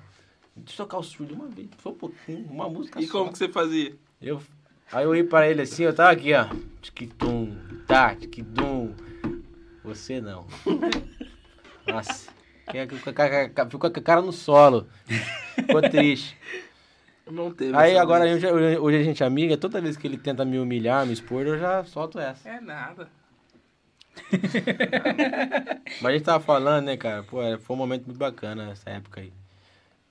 Speaker 4: Deixa eu tocar o surdo uma vez, só um pouquinho, uma música
Speaker 3: E
Speaker 4: só.
Speaker 3: como que você fazia?
Speaker 4: Eu, aí eu ia pra ele assim, eu tava aqui, ó. Tchiquitum, tá, tchiquitum. Você não. Nossa. Quem é que fica com a- com a- Ficou com a cara no solo. Ficou triste.
Speaker 3: Não teve.
Speaker 4: Aí
Speaker 3: essa
Speaker 4: agora
Speaker 3: vez.
Speaker 4: hoje, hoje a gente é amiga, toda vez que ele tenta me humilhar, me expor, eu já solto essa.
Speaker 5: É nada.
Speaker 4: Mas a gente tava falando, né, cara? Pô, é, foi um momento muito bacana essa época aí.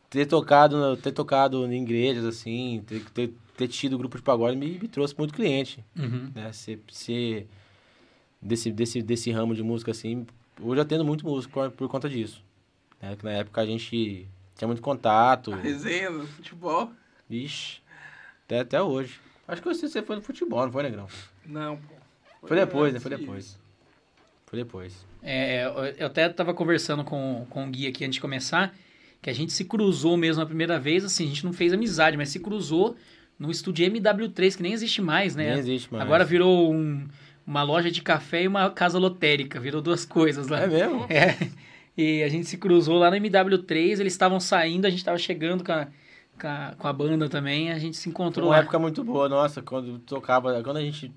Speaker 4: Ter tocado, na- ter tocado em igrejas, assim, ter, ter, ter tido grupo de pagode me, me trouxe muito cliente.
Speaker 2: Uhum.
Speaker 4: né? Ser, ser desse, desse, desse ramo de música, assim, hoje eu atendo muito músico por, por conta disso. né? Que na época a gente tinha muito contato.
Speaker 3: Resenha no futebol.
Speaker 4: Ixi, até, até hoje. Acho que você foi no futebol, não foi, Negrão?
Speaker 3: Não, pô.
Speaker 4: Foi depois, né? Foi
Speaker 3: antes
Speaker 4: depois.
Speaker 3: disso.
Speaker 4: Foi depois.
Speaker 2: É, eu- eu até estava conversando com, com o Gui aqui antes de começar, que a gente se cruzou mesmo a primeira vez, assim, a gente não fez amizade, mas se cruzou no estúdio MW3, que nem existe mais, né?
Speaker 4: Nem existe mais.
Speaker 2: Agora virou um- uma loja de café e uma casa lotérica, virou duas coisas lá.
Speaker 4: É mesmo?
Speaker 2: É. E a gente se cruzou lá no MW3, eles estavam saindo, a gente estava chegando com a, com, a, com a banda também, a gente se
Speaker 4: Foi
Speaker 2: encontrou
Speaker 4: uma
Speaker 2: lá.
Speaker 4: época muito boa, nossa, quando tocava, quando a gente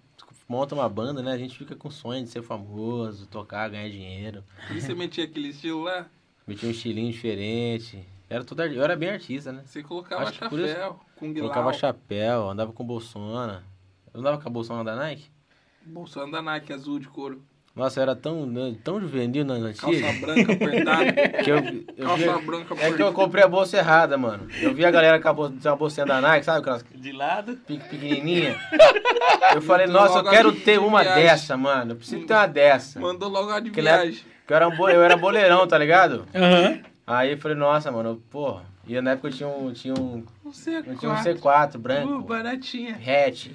Speaker 4: monta uma banda, né, a gente fica com sonho de ser famoso, tocar, ganhar dinheiro,
Speaker 3: E você metia aquele estilo lá,
Speaker 4: meter um estilinho diferente. Era toda, eu era bem artista, né?
Speaker 3: você colocava
Speaker 4: Acho que por
Speaker 3: chapéu, com guilão.
Speaker 4: Colocava chapéu, andava com bolsona. Eu andava com a bolsona da Nike?
Speaker 3: Bolsão da Nike azul de couro.
Speaker 4: Nossa, eu era tão, né, tão juvenil na antiga
Speaker 3: Calça branca apertada.
Speaker 4: que eu, eu
Speaker 3: calça
Speaker 4: via-
Speaker 3: branca
Speaker 4: É que eu
Speaker 3: apertada.
Speaker 4: comprei a bolsa errada, mano. Eu vi a galera com a bolsa, tinha uma bolsinha da Nike, sabe aquelas
Speaker 6: De lado.
Speaker 4: pe- pequenininha? Eu falei, nossa, eu
Speaker 3: logo
Speaker 4: quero
Speaker 3: ali,
Speaker 4: ter uma
Speaker 3: viagem.
Speaker 4: dessa, mano. Eu preciso ter uma dessa.
Speaker 3: Mandou logo a de
Speaker 4: Que na-
Speaker 3: viagem.
Speaker 4: Que eu era, um bo- eu era boleirão, tá ligado?
Speaker 2: Aham.
Speaker 4: Aí eu falei, nossa, mano, porra. E na época eu tinha um, tinha um,
Speaker 3: Um C4.
Speaker 4: eu tinha um C4
Speaker 3: Uh,
Speaker 4: branco,
Speaker 3: baratinha.
Speaker 4: hatch.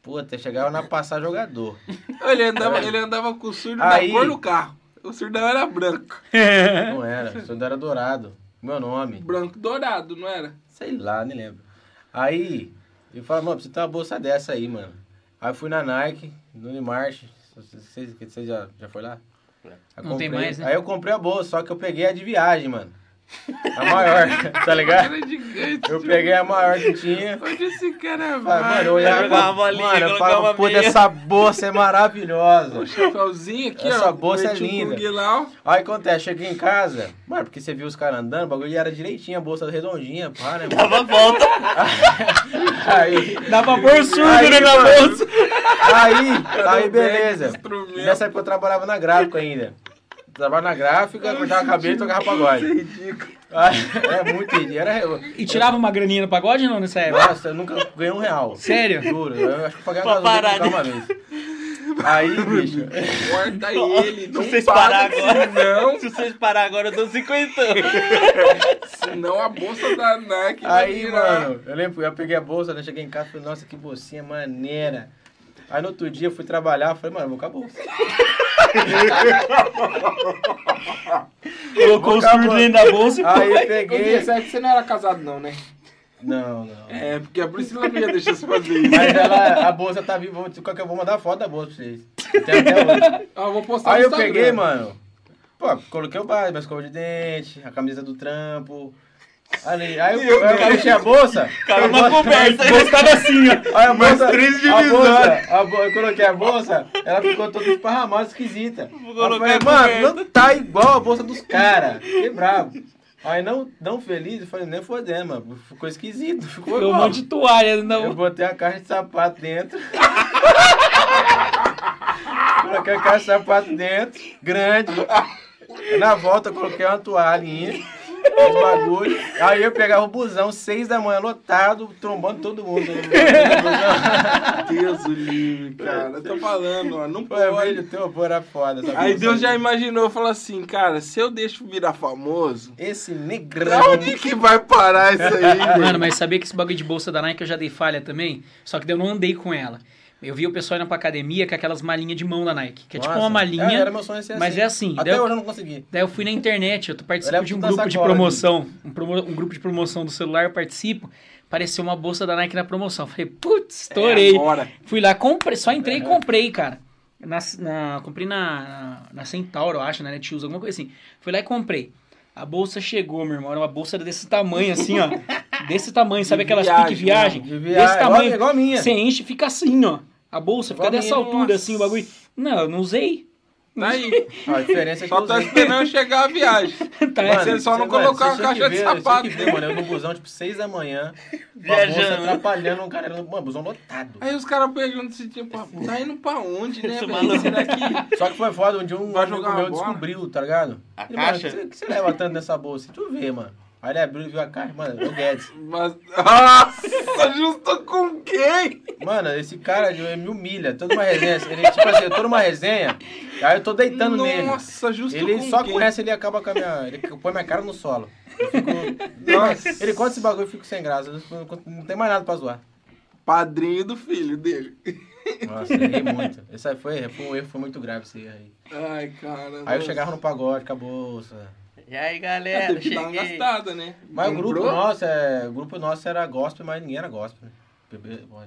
Speaker 4: Puta, chegava na passar jogador.
Speaker 3: Ele andava, ele andava com o surdo
Speaker 4: Aí-
Speaker 3: da cor do carro. O surdão era branco.
Speaker 4: Não era, isso era dourado. Meu nome.
Speaker 3: Branco dourado, não era?
Speaker 4: Sei lá, nem lembro. Aí, eu falei, mano, preciso ter uma bolsa dessa aí, mano. Aí eu fui na Nike, no Unimarch. Vocês você já, já foi lá?
Speaker 6: É.
Speaker 4: Aí
Speaker 2: Não tem
Speaker 4: comprei-
Speaker 2: mais, né?
Speaker 4: Aí eu comprei a bolsa, só que eu peguei a de viagem, mano. A maior, tá ligado?
Speaker 3: Era gigante.
Speaker 4: Eu peguei a maior que tinha.
Speaker 3: Onde esse cara vai?
Speaker 4: Falei, mano, eu olhava,
Speaker 6: Jogava uma bolinha,
Speaker 4: mano, eu
Speaker 6: colocava
Speaker 4: falava,
Speaker 6: uma
Speaker 4: puta,
Speaker 6: meia."
Speaker 4: essa bolsa é maravilhosa.
Speaker 3: O chapéuzinho aqui,
Speaker 4: Essa
Speaker 3: ó.
Speaker 4: bolsa é
Speaker 3: meti um
Speaker 4: linda.
Speaker 3: Guilau,
Speaker 4: Aí acontece, cheguei em casa, mano, porque você viu os caras andando, o bagulho era direitinho, a bolsa redondinha, pá, né, mano?
Speaker 6: Dava volta.
Speaker 4: Aí,
Speaker 2: Dava por surdo né, na bolsa.
Speaker 4: Aí, aí
Speaker 3: Back,
Speaker 4: beleza.
Speaker 3: instrumento.
Speaker 4: Nessa época eu trabalhava na gráfica ainda. Trabalhava na gráfica, cortava cabelo e tocava pagode. Aí, é muito ridículo. Era, eu- É,
Speaker 2: E tirava uma graninha no pagode não nessa época?
Speaker 4: nossa, eu nunca ganhei um real.
Speaker 2: Sério?
Speaker 4: Juro, eu acho que eu paguei
Speaker 6: Pra
Speaker 4: uma gasolina
Speaker 6: parar,
Speaker 4: pra tocar uma vez. Aí, bicho,
Speaker 3: corta ele.
Speaker 6: Se
Speaker 3: Não
Speaker 6: vocês
Speaker 3: para
Speaker 6: pararem agora.
Speaker 3: agora. Não,
Speaker 6: Se vocês parar agora, eu dou 50.
Speaker 3: senão a bolsa da Nike vai
Speaker 4: aí,
Speaker 3: virar.
Speaker 4: mano, eu lembro, eu peguei a bolsa, né, cheguei em casa e falei, nossa, que bolsinha maneira. Aí no outro dia eu fui trabalhar, eu falei, mano, eu vou com a bolsa.
Speaker 2: Colocou
Speaker 4: o surdo dentro
Speaker 2: da bolsa
Speaker 4: Aí eu
Speaker 3: Ô, Gui,
Speaker 4: peguei.
Speaker 3: sabe que você não era casado não, né?
Speaker 4: Não, não.
Speaker 3: É, porque a Priscila não ia deixar você fazer isso.
Speaker 4: Mas ela, a bolsa tá viva. Vou, qual que eu vou mandar foto da bolsa pra vocês? Tem até hoje.
Speaker 3: Ó, Ah, eu vou postar
Speaker 4: Aí
Speaker 3: no
Speaker 4: eu
Speaker 3: Instagram.
Speaker 4: peguei, mano. Pô, coloquei o bar, minha escova de dente, a camisa do trampo. Ali, aí eu, aí eu puxei a bolsa.
Speaker 6: Cara,
Speaker 4: eu
Speaker 6: uma
Speaker 4: gosto-
Speaker 6: conversa.
Speaker 2: Gostava assim, ó.
Speaker 4: Aí a bolsa,
Speaker 6: três
Speaker 4: a bolsa,
Speaker 6: divisórias.
Speaker 4: a bo- eu coloquei a bolsa, ela ficou toda esparramada, esquisita. Aí Eu
Speaker 6: colocar
Speaker 4: falei,
Speaker 6: a
Speaker 4: mano,
Speaker 6: coberta."
Speaker 4: não tá igual a bolsa dos caras. Fiquei bravo. Aí não, não feliz, eu falei, nem fodendo, mano. Ficou esquisito, ficou
Speaker 2: Deu um
Speaker 4: igual.
Speaker 2: monte de toalha. Não.
Speaker 4: Eu botei a caixa de sapato dentro. coloquei a caixa de sapato dentro, grande. Na volta eu coloquei uma toalhinha, uns bagulho. Aí eu pegava o busão, seis da manhã, lotado, trombando todo mundo.
Speaker 3: Deus o livre, cara. Eu tô falando, ó. Não
Speaker 4: Pô,
Speaker 3: pode.
Speaker 4: É, velho, teu pô era é foda. essa
Speaker 3: Aí
Speaker 4: bolsa
Speaker 3: Deus já é imaginou, falou assim, cara, se eu deixo virar famoso,
Speaker 4: Esse
Speaker 3: pra
Speaker 4: negrão.
Speaker 3: onde que vai parar isso aí,
Speaker 2: Mano, mas sabia que esse bagulho de bolsa da Nike eu já dei falha também? Só que daí eu não andei com ela. Eu vi o pessoal indo pra academia com aquelas malinhas de mão da Nike. Que é tipo uma
Speaker 4: Nossa,
Speaker 2: malinha.
Speaker 4: Era meu sonho ser assim.
Speaker 2: mas é assim,
Speaker 4: Até
Speaker 2: deu-
Speaker 4: hoje eu não consegui.
Speaker 2: Daí eu fui na internet, eu tô- participo
Speaker 4: Olha
Speaker 2: de um
Speaker 4: tudo na
Speaker 2: grupo de
Speaker 4: sacola,
Speaker 2: promoção. Um, promo- um grupo de promoção do celular, eu participo. Apareceu uma bolsa da Nike na promoção. Falei,
Speaker 4: É,
Speaker 2: putz, estourei.
Speaker 3: É Agora.
Speaker 2: Fui lá, comprei, só entrei e comprei, cara. Na, na- comprei na, na, na Centauro, eu acho, na Netshoes, alguma coisa assim. Fui lá e comprei. A bolsa chegou, meu irmão. Era uma bolsa desse tamanho, assim, ó. Desse tamanho, sabe
Speaker 3: De
Speaker 2: aquelas
Speaker 3: viagem,
Speaker 2: pique viagem?
Speaker 4: De
Speaker 2: Desse
Speaker 4: viagem, é igual,
Speaker 2: tamanho.
Speaker 4: igual a minha.
Speaker 2: Você enche e fica assim, ó. A bolsa fica
Speaker 4: Igual a
Speaker 2: dessa
Speaker 4: minha,
Speaker 2: altura,
Speaker 4: nossa.
Speaker 2: assim, o bagulho. Não, eu não usei.
Speaker 3: Tá aí.
Speaker 4: A diferença é que
Speaker 3: Só
Speaker 4: eu
Speaker 3: tá
Speaker 4: usei.
Speaker 3: esperando chegar a viagem.
Speaker 2: Tá,
Speaker 3: Mas você só não
Speaker 4: mano,
Speaker 3: colocar a
Speaker 4: você tinha que
Speaker 3: caixa de
Speaker 4: ver, você
Speaker 3: sapato.
Speaker 4: tinha que ver, mano, eu no busão, tipo, 6 da manhã, uma moça
Speaker 1: Viajando.
Speaker 4: atrapalhando um cara, mano, busão lotado.
Speaker 3: Aí os caras perguntam se tinha pra... Tá indo pra onde, né,
Speaker 1: Esse
Speaker 3: velho?
Speaker 1: maluco.
Speaker 3: Esse daqui.
Speaker 4: Só que foi foda, um dia um
Speaker 3: Vai
Speaker 4: amigo
Speaker 3: jogar uma
Speaker 4: meu
Speaker 3: bola?
Speaker 4: descobriu, tá ligado?
Speaker 1: A
Speaker 4: Ele, mano,
Speaker 1: caixa?
Speaker 4: "O que você- O que você leva tanto nessa bolsa? Deixa eu ver, mano. Aí ele abriu e viu a caixa, mano, é o Guedes.
Speaker 3: Mas... Nossa, justo com quem?
Speaker 4: Mano, esse cara ele me humilha, toda uma resenha, ele, tipo assim, eu tô numa resenha, aí eu tô deitando nele.
Speaker 3: Nossa, justo
Speaker 4: tá Ele
Speaker 3: com
Speaker 4: só
Speaker 3: quem?
Speaker 4: conhece, ele acaba com a minha. Ele põe minha cara no solo. Eu fico-
Speaker 3: Nossa.
Speaker 4: Ele conta esse bagulho e fico sem graça. eu Não, não tem mais nada pra zoar.
Speaker 3: Padrinho do filho dele.
Speaker 4: Nossa, eu errei muito. Esse aí foi, foi um erro, foi muito grave esse erro aí.
Speaker 3: Ai, cara.
Speaker 4: Aí eu
Speaker 3: nossa.
Speaker 4: chegava no pagode, com a bolsa.
Speaker 1: E aí,
Speaker 3: É,
Speaker 1: galera,
Speaker 3: teve que dar uma
Speaker 1: cheguei.
Speaker 3: gastada, né?
Speaker 4: Mas o grupo
Speaker 3: Comprou?
Speaker 4: nosso, é, o grupo nosso era gospel, mas ninguém era gospel. né? Bebê, ó,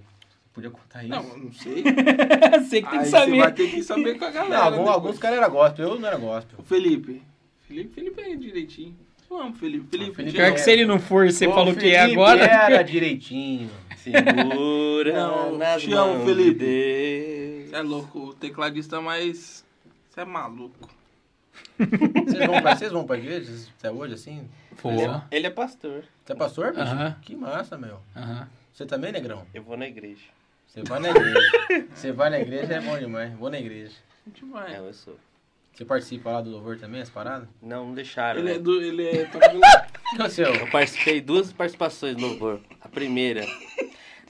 Speaker 4: podia contar isso.
Speaker 3: Não, eu
Speaker 4: Não,
Speaker 3: não sei.
Speaker 2: Você que tem
Speaker 3: Aí
Speaker 2: que
Speaker 3: você vai
Speaker 2: saber.
Speaker 3: ter que saber com a galera. né,
Speaker 4: algum-
Speaker 3: depois.
Speaker 4: alguns caras eram gospel, eu não era gospel.
Speaker 3: O Felipe. Felipe, Felipe é direitinho. Eu amo o Felipe. Felipe, é
Speaker 4: Ah, Felipe
Speaker 3: chega-
Speaker 2: Pior é que se ele não for, você
Speaker 4: Ô,
Speaker 2: falou que é
Speaker 4: Felipe
Speaker 2: agora.
Speaker 4: Era direitinho.
Speaker 1: Segura
Speaker 3: Não,
Speaker 1: nas
Speaker 3: te amo,
Speaker 1: mãos
Speaker 3: Felipe.
Speaker 1: de
Speaker 3: Você é louco, o tecladista mais. Você é maluco.
Speaker 4: Vocês vão pra, vocês vão pra igreja até hoje, assim?
Speaker 2: Pô.
Speaker 1: Deus. Ele é pastor.
Speaker 4: Você é pastor, bicho?
Speaker 2: Aham.
Speaker 4: Que massa, meu.
Speaker 2: Aham.
Speaker 4: Você também, negrão?
Speaker 1: Eu vou na igreja.
Speaker 4: Você vai na igreja. Você vai na igreja, é bom demais. Vou na igreja.
Speaker 3: Demais.
Speaker 1: Não, É, eu sou.
Speaker 4: Você participa lá do louvor também, as paradas?
Speaker 1: Não, não deixaram.
Speaker 3: ele é
Speaker 1: né?
Speaker 3: do. Ele é.
Speaker 4: O que aconteceu?
Speaker 1: Eu participei duas participações no louvor. A primeira,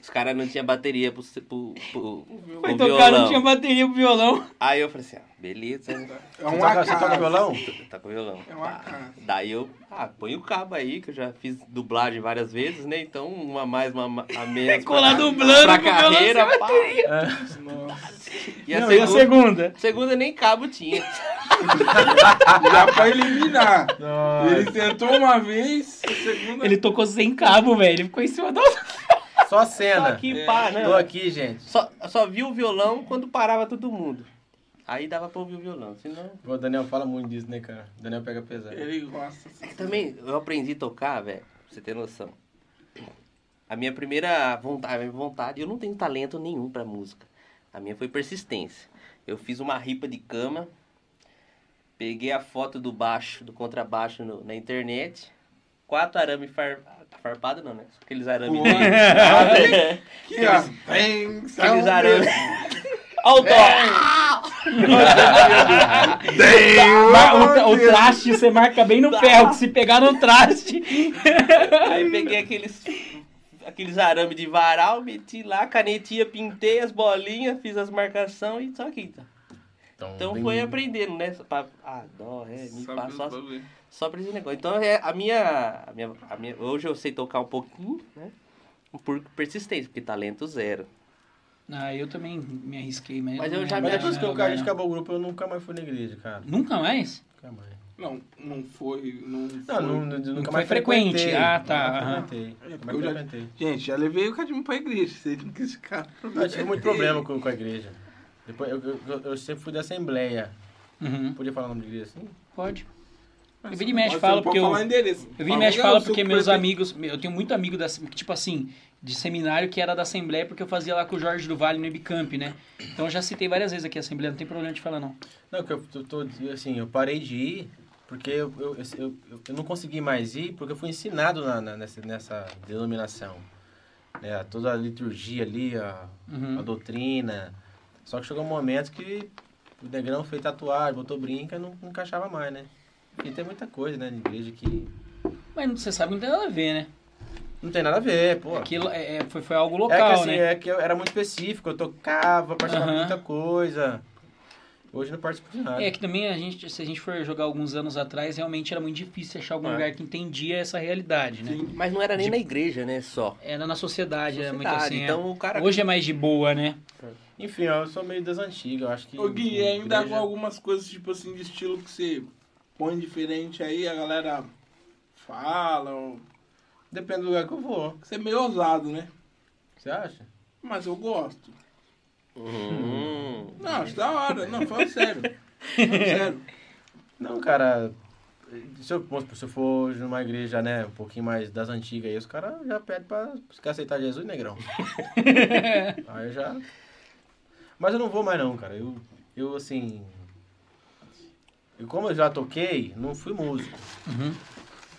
Speaker 1: os caras não tinham bateria pro, pro, pro, pro
Speaker 2: Foi tocar, não
Speaker 1: violão.
Speaker 2: tinha bateria pro violão.
Speaker 1: Aí eu falei assim, ah, beleza, né?
Speaker 3: É
Speaker 4: Você
Speaker 3: um
Speaker 4: toca, você toca
Speaker 3: acaso.
Speaker 4: violão?
Speaker 1: tá com violão.
Speaker 3: É um acaso.
Speaker 1: Daí eu, ah, põe o cabo aí, que eu já fiz dublagem várias vezes, né? Então, uma mais, uma ma- a menos.
Speaker 2: Ficou lá
Speaker 1: pra-
Speaker 2: dublando
Speaker 1: pra
Speaker 2: com o violão
Speaker 1: carreira, pá.
Speaker 3: Nossa.
Speaker 1: E a,
Speaker 2: Não,
Speaker 1: segunda,
Speaker 2: segunda?
Speaker 1: segunda nem cabo tinha.
Speaker 3: Dá pra eliminar.
Speaker 4: Nossa.
Speaker 3: Ele tentou uma vez, a segunda.
Speaker 2: Ele tocou sem cabo, velho. Ele ficou em cima da outra.
Speaker 4: Só a cena.
Speaker 1: Que pá, né?
Speaker 4: Tô aqui, gente.
Speaker 1: Só, só vi o violão quando parava todo mundo. Aí dava pra ouvir o violão, senão...
Speaker 4: O Daniel fala muito disso, né, cara? O Daniel pega pesado.
Speaker 3: Ele gosta.
Speaker 1: Eu Também, eu aprendi a tocar, velho, pra você ter noção. A minha primeira vontade, a minha vontade, eu não tenho talento nenhum pra música. A minha foi persistência. Eu fiz uma ripa de cama, peguei a foto do baixo, do contrabaixo no- na internet, quatro arame far, farpado não, né? Aqueles arame
Speaker 3: Pô,
Speaker 1: de...
Speaker 3: Que atenção.
Speaker 1: Aqueles arame...
Speaker 2: Olha o dó. Mar- o, tra- o traste, você marca bem no ferro, que se pegar no traste.
Speaker 1: Aí peguei aqueles, aqueles arame de varal, meti lá, canetinha, pintei as bolinhas, fiz as marcações e só aqui, tá? Então foi
Speaker 4: um-
Speaker 1: aprendendo, né? Pra, ah, dó, ré, mi,
Speaker 3: Sabe
Speaker 1: fá,
Speaker 3: os
Speaker 1: só,
Speaker 3: bagulho.
Speaker 1: só pra esse negócio. Então é, a, minha, a, minha, a minha- Hoje eu sei tocar um pouquinho, né? Por persistência, porque talento zero.
Speaker 2: Ah, eu também me arrisquei, mas.
Speaker 1: Mas
Speaker 2: não
Speaker 1: eu já
Speaker 2: era-
Speaker 4: Mas
Speaker 1: me
Speaker 4: depois que
Speaker 2: não
Speaker 4: eu,
Speaker 2: era
Speaker 4: a gente
Speaker 2: lugar,
Speaker 4: acabou o grupo, eu nunca mais fui na igreja, cara.
Speaker 2: não. Nunca mais?
Speaker 4: Nunca mais.
Speaker 3: Não, não foi. Não,
Speaker 4: Não,
Speaker 3: foi.
Speaker 4: nu- nu- nunca
Speaker 2: foi
Speaker 4: mais
Speaker 2: frequente.
Speaker 4: frequentei.
Speaker 2: Ah, tá,
Speaker 4: Nunca
Speaker 2: aham.
Speaker 4: frequentei.
Speaker 3: É,
Speaker 4: Nunca
Speaker 3: porque
Speaker 4: mais
Speaker 3: eu já-
Speaker 4: frequentei.
Speaker 3: Gente, já levei o Cadinho pra igreja. Se ele não quis ficar.
Speaker 4: Eu tive muito problema com, com a igreja. Depois, eu, eu- eu- eu sempre fui da Assembleia.
Speaker 2: Uhum.
Speaker 4: Podia falar o nome de igreja assim?
Speaker 2: Pode. Eu
Speaker 3: Mas
Speaker 2: vim de
Speaker 3: você
Speaker 2: mexe,
Speaker 3: não pode-
Speaker 2: fala
Speaker 3: você não
Speaker 2: porque
Speaker 3: pode
Speaker 2: eu-
Speaker 3: falar endereço.
Speaker 2: Eu vim e
Speaker 3: Fala,
Speaker 2: mexe
Speaker 3: eu
Speaker 2: fala
Speaker 3: sou
Speaker 2: porque
Speaker 3: do
Speaker 2: meus
Speaker 3: prefeito.
Speaker 2: amigos. Eu tenho muito amigo da, tipo assim, de seminário que era da Assembleia, porque eu fazia lá com o Jorge do Vale no Ibicamp, né? Então eu já citei várias vezes aqui a Assembleia, não tem problema de falar, não.
Speaker 4: Não, que eu tô, tô- assim, eu parei de ir porque eu, eu, eu, eu- eu não consegui mais ir porque eu fui ensinado na, na- nessa, nessa denominação. né? toda a liturgia ali, a,
Speaker 2: Uhum.
Speaker 4: a doutrina. Só que chegou um momento que o negrão fez tatuagem, botou brinca, não, não encaixava mais, né? E tem muita coisa, né, de igreja que
Speaker 2: Mas não- você sabe, não tem nada a ver, né?
Speaker 4: não tem nada a ver, pô.
Speaker 2: Aquilo é, é- foi, foi algo
Speaker 4: é que
Speaker 2: local,
Speaker 4: assim,
Speaker 2: né?
Speaker 4: é que eu era muito específico, eu tocava, participava de
Speaker 2: Aham.
Speaker 4: muita coisa. Hoje eu não participo de nada.
Speaker 2: É que também a gente, se a gente for jogar alguns anos atrás, realmente era muito difícil achar algum
Speaker 1: É.
Speaker 2: lugar que entendia essa realidade, né?
Speaker 1: Mas não era nem na igreja, né? Só.
Speaker 2: Era na sociedade, era muito
Speaker 1: Sociedade,
Speaker 2: assim. é.
Speaker 1: então o cara.
Speaker 2: Hoje é mais de boa, né?
Speaker 4: Enfim, eu sou meio das antigas, eu acho que.
Speaker 3: Ô Gui,
Speaker 4: igreja-
Speaker 3: ainda com algumas coisas tipo assim de estilo que você põe diferente aí, a galera fala. ou-
Speaker 4: Depende do lugar que eu vou.
Speaker 3: Você é meio ousado, né?
Speaker 4: Você acha?
Speaker 3: Mas eu gosto.
Speaker 1: Hum.
Speaker 3: Não, acho da hora. Não, fala sério. Fala sério.
Speaker 4: Não, cara. Se eu, vamos supor, se eu for numa igreja, né, um pouquinho mais das antigas aí, os caras já pedem pra você quer aceitar Jesus, negrão. aí eu já. Mas eu não vou mais não, cara. Eu, eu assim. E como eu já toquei, não fui músico.
Speaker 2: Uhum.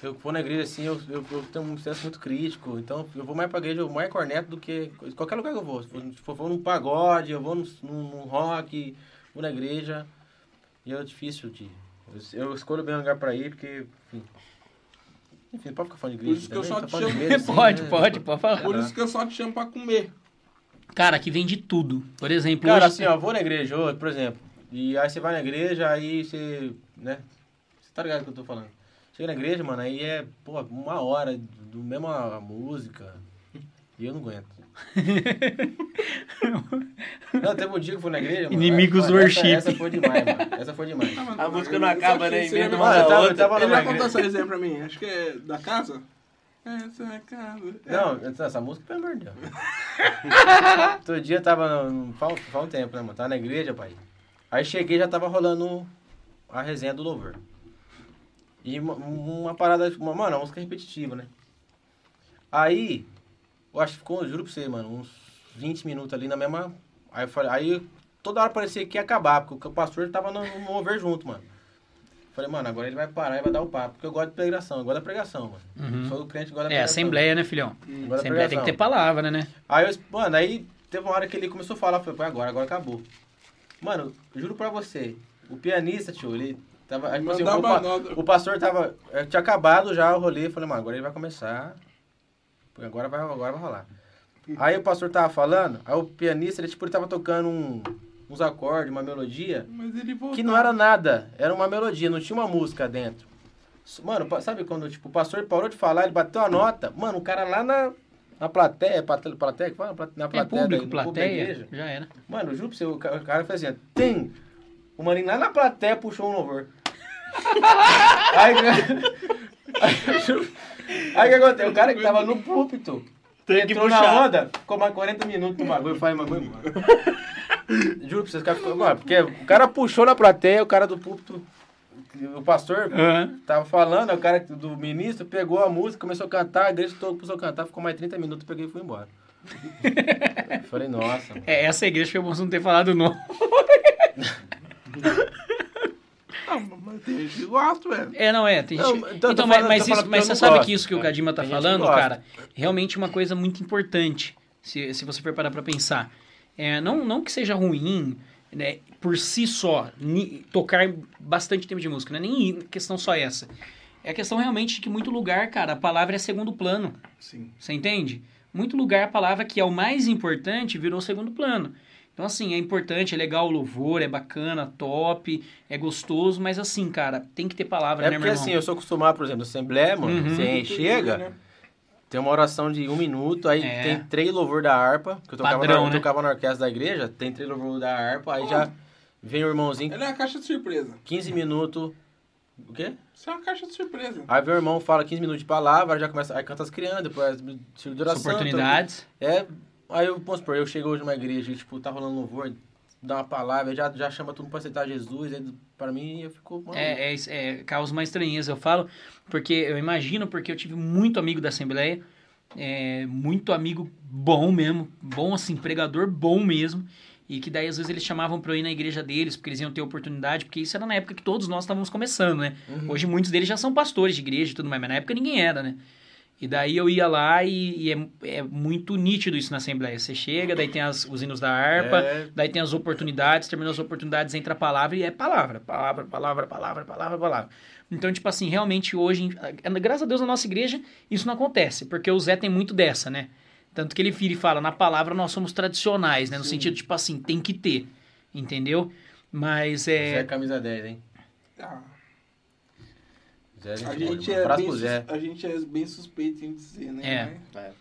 Speaker 4: Eu vou na igreja assim, eu, eu, eu tenho um senso muito crítico. Então eu vou mais pra igreja, eu vou mais corneto do que qualquer lugar que eu vou. Se for- se for, vou num pagode, eu vou num, num- num rock, vou na igreja. E é difícil de. eu- Eu escolho bem o lugar pra ir, porque. Enfim, enfim pode ficar falando de
Speaker 3: Por
Speaker 4: igreja.
Speaker 3: isso que eu
Speaker 4: também,
Speaker 3: só
Speaker 4: tá
Speaker 3: te
Speaker 4: falando de
Speaker 3: chamei.
Speaker 4: igreja, assim,
Speaker 2: Pode,
Speaker 4: né?
Speaker 2: pode, pode falar.
Speaker 4: Por
Speaker 3: Por
Speaker 4: isso
Speaker 3: isso que eu só te chamo pra comer.
Speaker 2: Cara, que vem de tudo. Por exemplo,
Speaker 4: Cara,
Speaker 2: hoje-
Speaker 4: assim, ó, vou na igreja hoje, por exemplo, e aí você vai na igreja, aí você, né, você tá ligado o que eu tô falando. Chega na igreja, mano, aí é, pô, uma hora do mesmo a, a música, e eu não aguento. não, teve um dia que eu fui na igreja, mano.
Speaker 2: Inimigos
Speaker 4: mano, essa-
Speaker 2: worship.
Speaker 4: Essa, foi demais, mano, essa foi demais.
Speaker 6: A música não acaba, né? Emenda
Speaker 4: Mano,
Speaker 6: uma
Speaker 4: eu
Speaker 6: na
Speaker 4: tava, eu
Speaker 6: outra.
Speaker 4: tava
Speaker 3: Ele
Speaker 4: numa
Speaker 3: vai
Speaker 4: igreja...
Speaker 3: contar essa resenha pra mim, acho que é da casa. Essa é a casa.
Speaker 4: Não, essa, essa música, pelo amor de Deus. Todo dia eu tava. no- Faz um- faz um tempo, né, mano? Tava na igreja, pai. Aí cheguei já tava rolando a resenha do louvor. E uma, uma parada, tipo, uma- mano, uma música repetitiva, né? Aí, eu acho que ficou, eu juro pra você, mano, uns 20 minutos ali na mesma. Aí eu falei, aí toda hora parecia que ia acabar, porque o pastor tava no, no mover junto, mano. Falei, mano, agora ele vai parar e vai dar o papo, porque eu gosto de pregação, eu gosto da pregação, mano.
Speaker 2: Uhum.
Speaker 4: Sou do crente, eu gosto da
Speaker 2: É,
Speaker 4: pregação.
Speaker 2: assembleia, né, filhão?
Speaker 4: Eu gosto da
Speaker 2: Assembleia tem que
Speaker 4: pregação.
Speaker 2: ter palavra, né?
Speaker 4: Aí, eu, mano, aí teve uma hora que ele começou a falar, eu falei, "Pô, agora, agora acabou. Mano, juro pra você, o pianista, tio, ele tava... aí, tipo assim,
Speaker 3: Mandava
Speaker 4: o, pa-
Speaker 3: nota.
Speaker 4: o pastor tava... eh, Tinha acabado já o rolê, eu falei, mano, agora ele vai começar, porque agora vai, agora vai rolar. Aí o pastor tava falando, aí o pianista, ele, tipo, ele tava tocando um- uns acordes, uma melodia,
Speaker 3: Mas ele voltou.
Speaker 4: que não era nada, era uma melodia, não tinha uma música dentro. S- Mano, pa- sabe quando tipo, o pastor parou de falar, ele bateu a nota, mano, o cara lá na, na plateia, plateia, plateia, que fala? Plate- na
Speaker 2: É
Speaker 4: plateia,
Speaker 2: público,
Speaker 4: da- no público da
Speaker 2: plateia.
Speaker 4: igreja.
Speaker 2: Já era.
Speaker 4: Mano, eu juro pra você, o ca- o cara fez assim, ó, tem! O maninho lá na plateia puxou um louvor. aí, aí, eu juro- aí o que aconteceu? O cara que tava no púlpito
Speaker 6: Tem que
Speaker 4: entrou na
Speaker 6: puxar.
Speaker 4: onda, ficou mais 40 minutos no bagulho, faz bagulho. mano. Juro pra vocês, o cara ficou. Mano, porque o cara puxou na plateia, o cara do púlpito, o pastor, tava falando, aí o cara do ministro pegou a música, começou a cantar, a igreja toda começou a cantar, ficou mais 30 minutos, eu peguei e fui embora. Falei, nossa, mano.
Speaker 2: É, essa igreja foi bom você não ter falado não.
Speaker 3: Ah, mas tem gente que gosta, velho.
Speaker 2: É, não é. Tem gente...
Speaker 4: Não,
Speaker 2: então,
Speaker 4: mas- então, tô
Speaker 2: mas, mas
Speaker 4: falando- tô
Speaker 2: isso-
Speaker 4: falando que
Speaker 2: mas
Speaker 4: eu
Speaker 2: você
Speaker 4: não
Speaker 2: sabe
Speaker 4: gosto,
Speaker 2: que isso que o
Speaker 4: cara.
Speaker 2: Kadima tá
Speaker 4: Tem gente que
Speaker 2: falando,
Speaker 4: gosta.
Speaker 2: cara, realmente é uma coisa muito importante, se, se você for parar pra pensar. É, não, não que seja ruim, né, por si só, ni- tocar bastante tempo de música, não é nem questão só essa. É a questão realmente de que muito lugar, cara, a palavra é segundo plano.
Speaker 7: Sim.
Speaker 2: Você entende? Muito lugar a palavra que é o mais importante virou segundo plano. Então, assim, é importante, é legal o louvor, é bacana, top, é gostoso, mas assim, cara, tem que ter palavra,
Speaker 4: É
Speaker 2: né,
Speaker 4: porque
Speaker 2: meu irmão?
Speaker 4: assim, eu sou acostumado, por exemplo, na Assembleia, mano,
Speaker 2: Uhum.
Speaker 4: você chega,
Speaker 3: Né?
Speaker 4: tem uma oração de um minuto, aí
Speaker 2: É.
Speaker 4: tem três louvor da harpa, que eu tocava,
Speaker 2: Padrão,
Speaker 4: na, eu
Speaker 2: né?
Speaker 4: tocava na orquestra da igreja, tem três louvor da harpa, aí já vem o irmãozinho,
Speaker 3: Ele é uma caixa de surpresa.
Speaker 4: 15 minutos. O quê?
Speaker 3: Isso é uma caixa de surpresa.
Speaker 4: Aí vem o irmão, fala 15 minutos de palavra, já começa, aí canta as crianças, depois tiro de
Speaker 2: As
Speaker 4: oração.
Speaker 2: oportunidades.
Speaker 4: É, aí eu, vamos supor, eu chego hoje numa igreja e, tipo, tá rolando louvor, dá uma palavra, aí já, já chama tudo pra aceitar Jesus, aí pra mim eu fico, mano,
Speaker 2: É, é, é, causa uma estranheza, eu falo, porque eu imagino, porque eu tive muito amigo da Assembleia, é, muito amigo bom mesmo, bom assim, pregador bom mesmo, e que daí às vezes eles chamavam pra eu ir na igreja deles, porque eles iam ter oportunidade, porque isso era na época que todos nós estávamos começando, né? Hoje muitos deles já são pastores de igreja e tudo mais, mas na época ninguém era, né? E daí eu ia lá e, e é, é muito nítido isso na Assembleia. Você chega, daí tem as, os hinos da harpa,
Speaker 4: É.
Speaker 2: daí tem as oportunidades, terminou as oportunidades, entra a palavra e é palavra, palavra, palavra, palavra, palavra, palavra. Então, tipo assim, realmente hoje, em- graças a Deus na nossa igreja, isso não acontece, porque o Zé tem muito dessa, né? Tanto que ele vira e fala, na palavra nós somos tradicionais, né? No sentido, tipo assim, tem que ter, entendeu? Mas
Speaker 4: Zé é
Speaker 2: é...
Speaker 4: camisa 10, hein?
Speaker 3: Ah,
Speaker 4: Zé,
Speaker 3: a,
Speaker 4: gente
Speaker 3: gente
Speaker 4: boa,
Speaker 3: é
Speaker 4: abraço
Speaker 3: bem,
Speaker 4: pro Zé.
Speaker 3: sus- a gente é bem suspeito em dizer, né?
Speaker 2: É.
Speaker 3: né?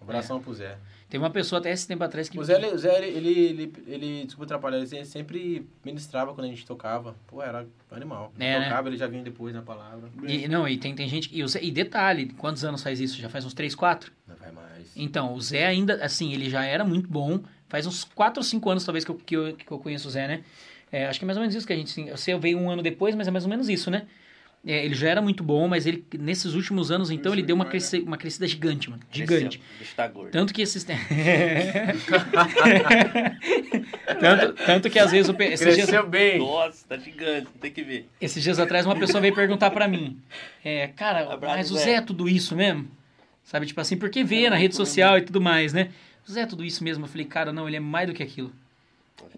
Speaker 4: um Abração pro Zé.
Speaker 2: Tem uma pessoa até esse tempo atrás que...
Speaker 4: O Zé, ele, o Zé, ele, ele, ele, ele, desculpa atrapalhar, ele sempre ministrava quando a gente tocava. Pô, era animal.
Speaker 2: É, né?
Speaker 4: tocava, ele já vinha depois na palavra.
Speaker 3: né?
Speaker 2: E, não, e tem, tem gente... E, o Zé- e detalhe, quantos anos faz isso? Já faz uns 3, 4?
Speaker 4: Não vai mais.
Speaker 2: Então, o Zé ainda, assim, ele já era muito bom. Faz uns 4 ou 5 anos, talvez, que eu, que assim, eu, que eu conheço o Zé, né? É, acho que é mais ou menos isso que a gente. se- Eu sei, eu veio um ano depois, mas é mais ou menos isso, né? É, ele já era muito bom, mas ele nesses últimos anos, então, ele deu uma,
Speaker 6: né?
Speaker 2: cresce, uma crescida gigante, mano.
Speaker 6: Esse
Speaker 2: Gigante.
Speaker 6: é- o bicho tá gordo.
Speaker 2: Tanto que esses. tanto, tanto que às vezes. O, pe- esses, dias,
Speaker 7: Cresceu bem.
Speaker 6: Nossa, tá gigante, tem que ver.
Speaker 2: esses dias atrás, uma pessoa veio perguntar pra mim: é, Cara,
Speaker 6: Abraço,
Speaker 2: mas o
Speaker 6: Zé.
Speaker 2: Zé é tudo isso mesmo? Sabe, tipo assim, porque vê na rede social e tudo mais, né? O Zé é tudo isso mesmo. Eu falei: Cara, não, ele é mais do que aquilo.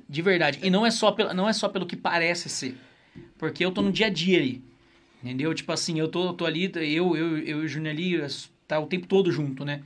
Speaker 2: De verdade. E não é só pelo, não é só pelo que parece ser. Porque eu tô no dia a dia ali. Entendeu? Tipo assim, eu tô, tô ali, eu, eu, eu e o Júnior ali, tá o tempo todo junto, né?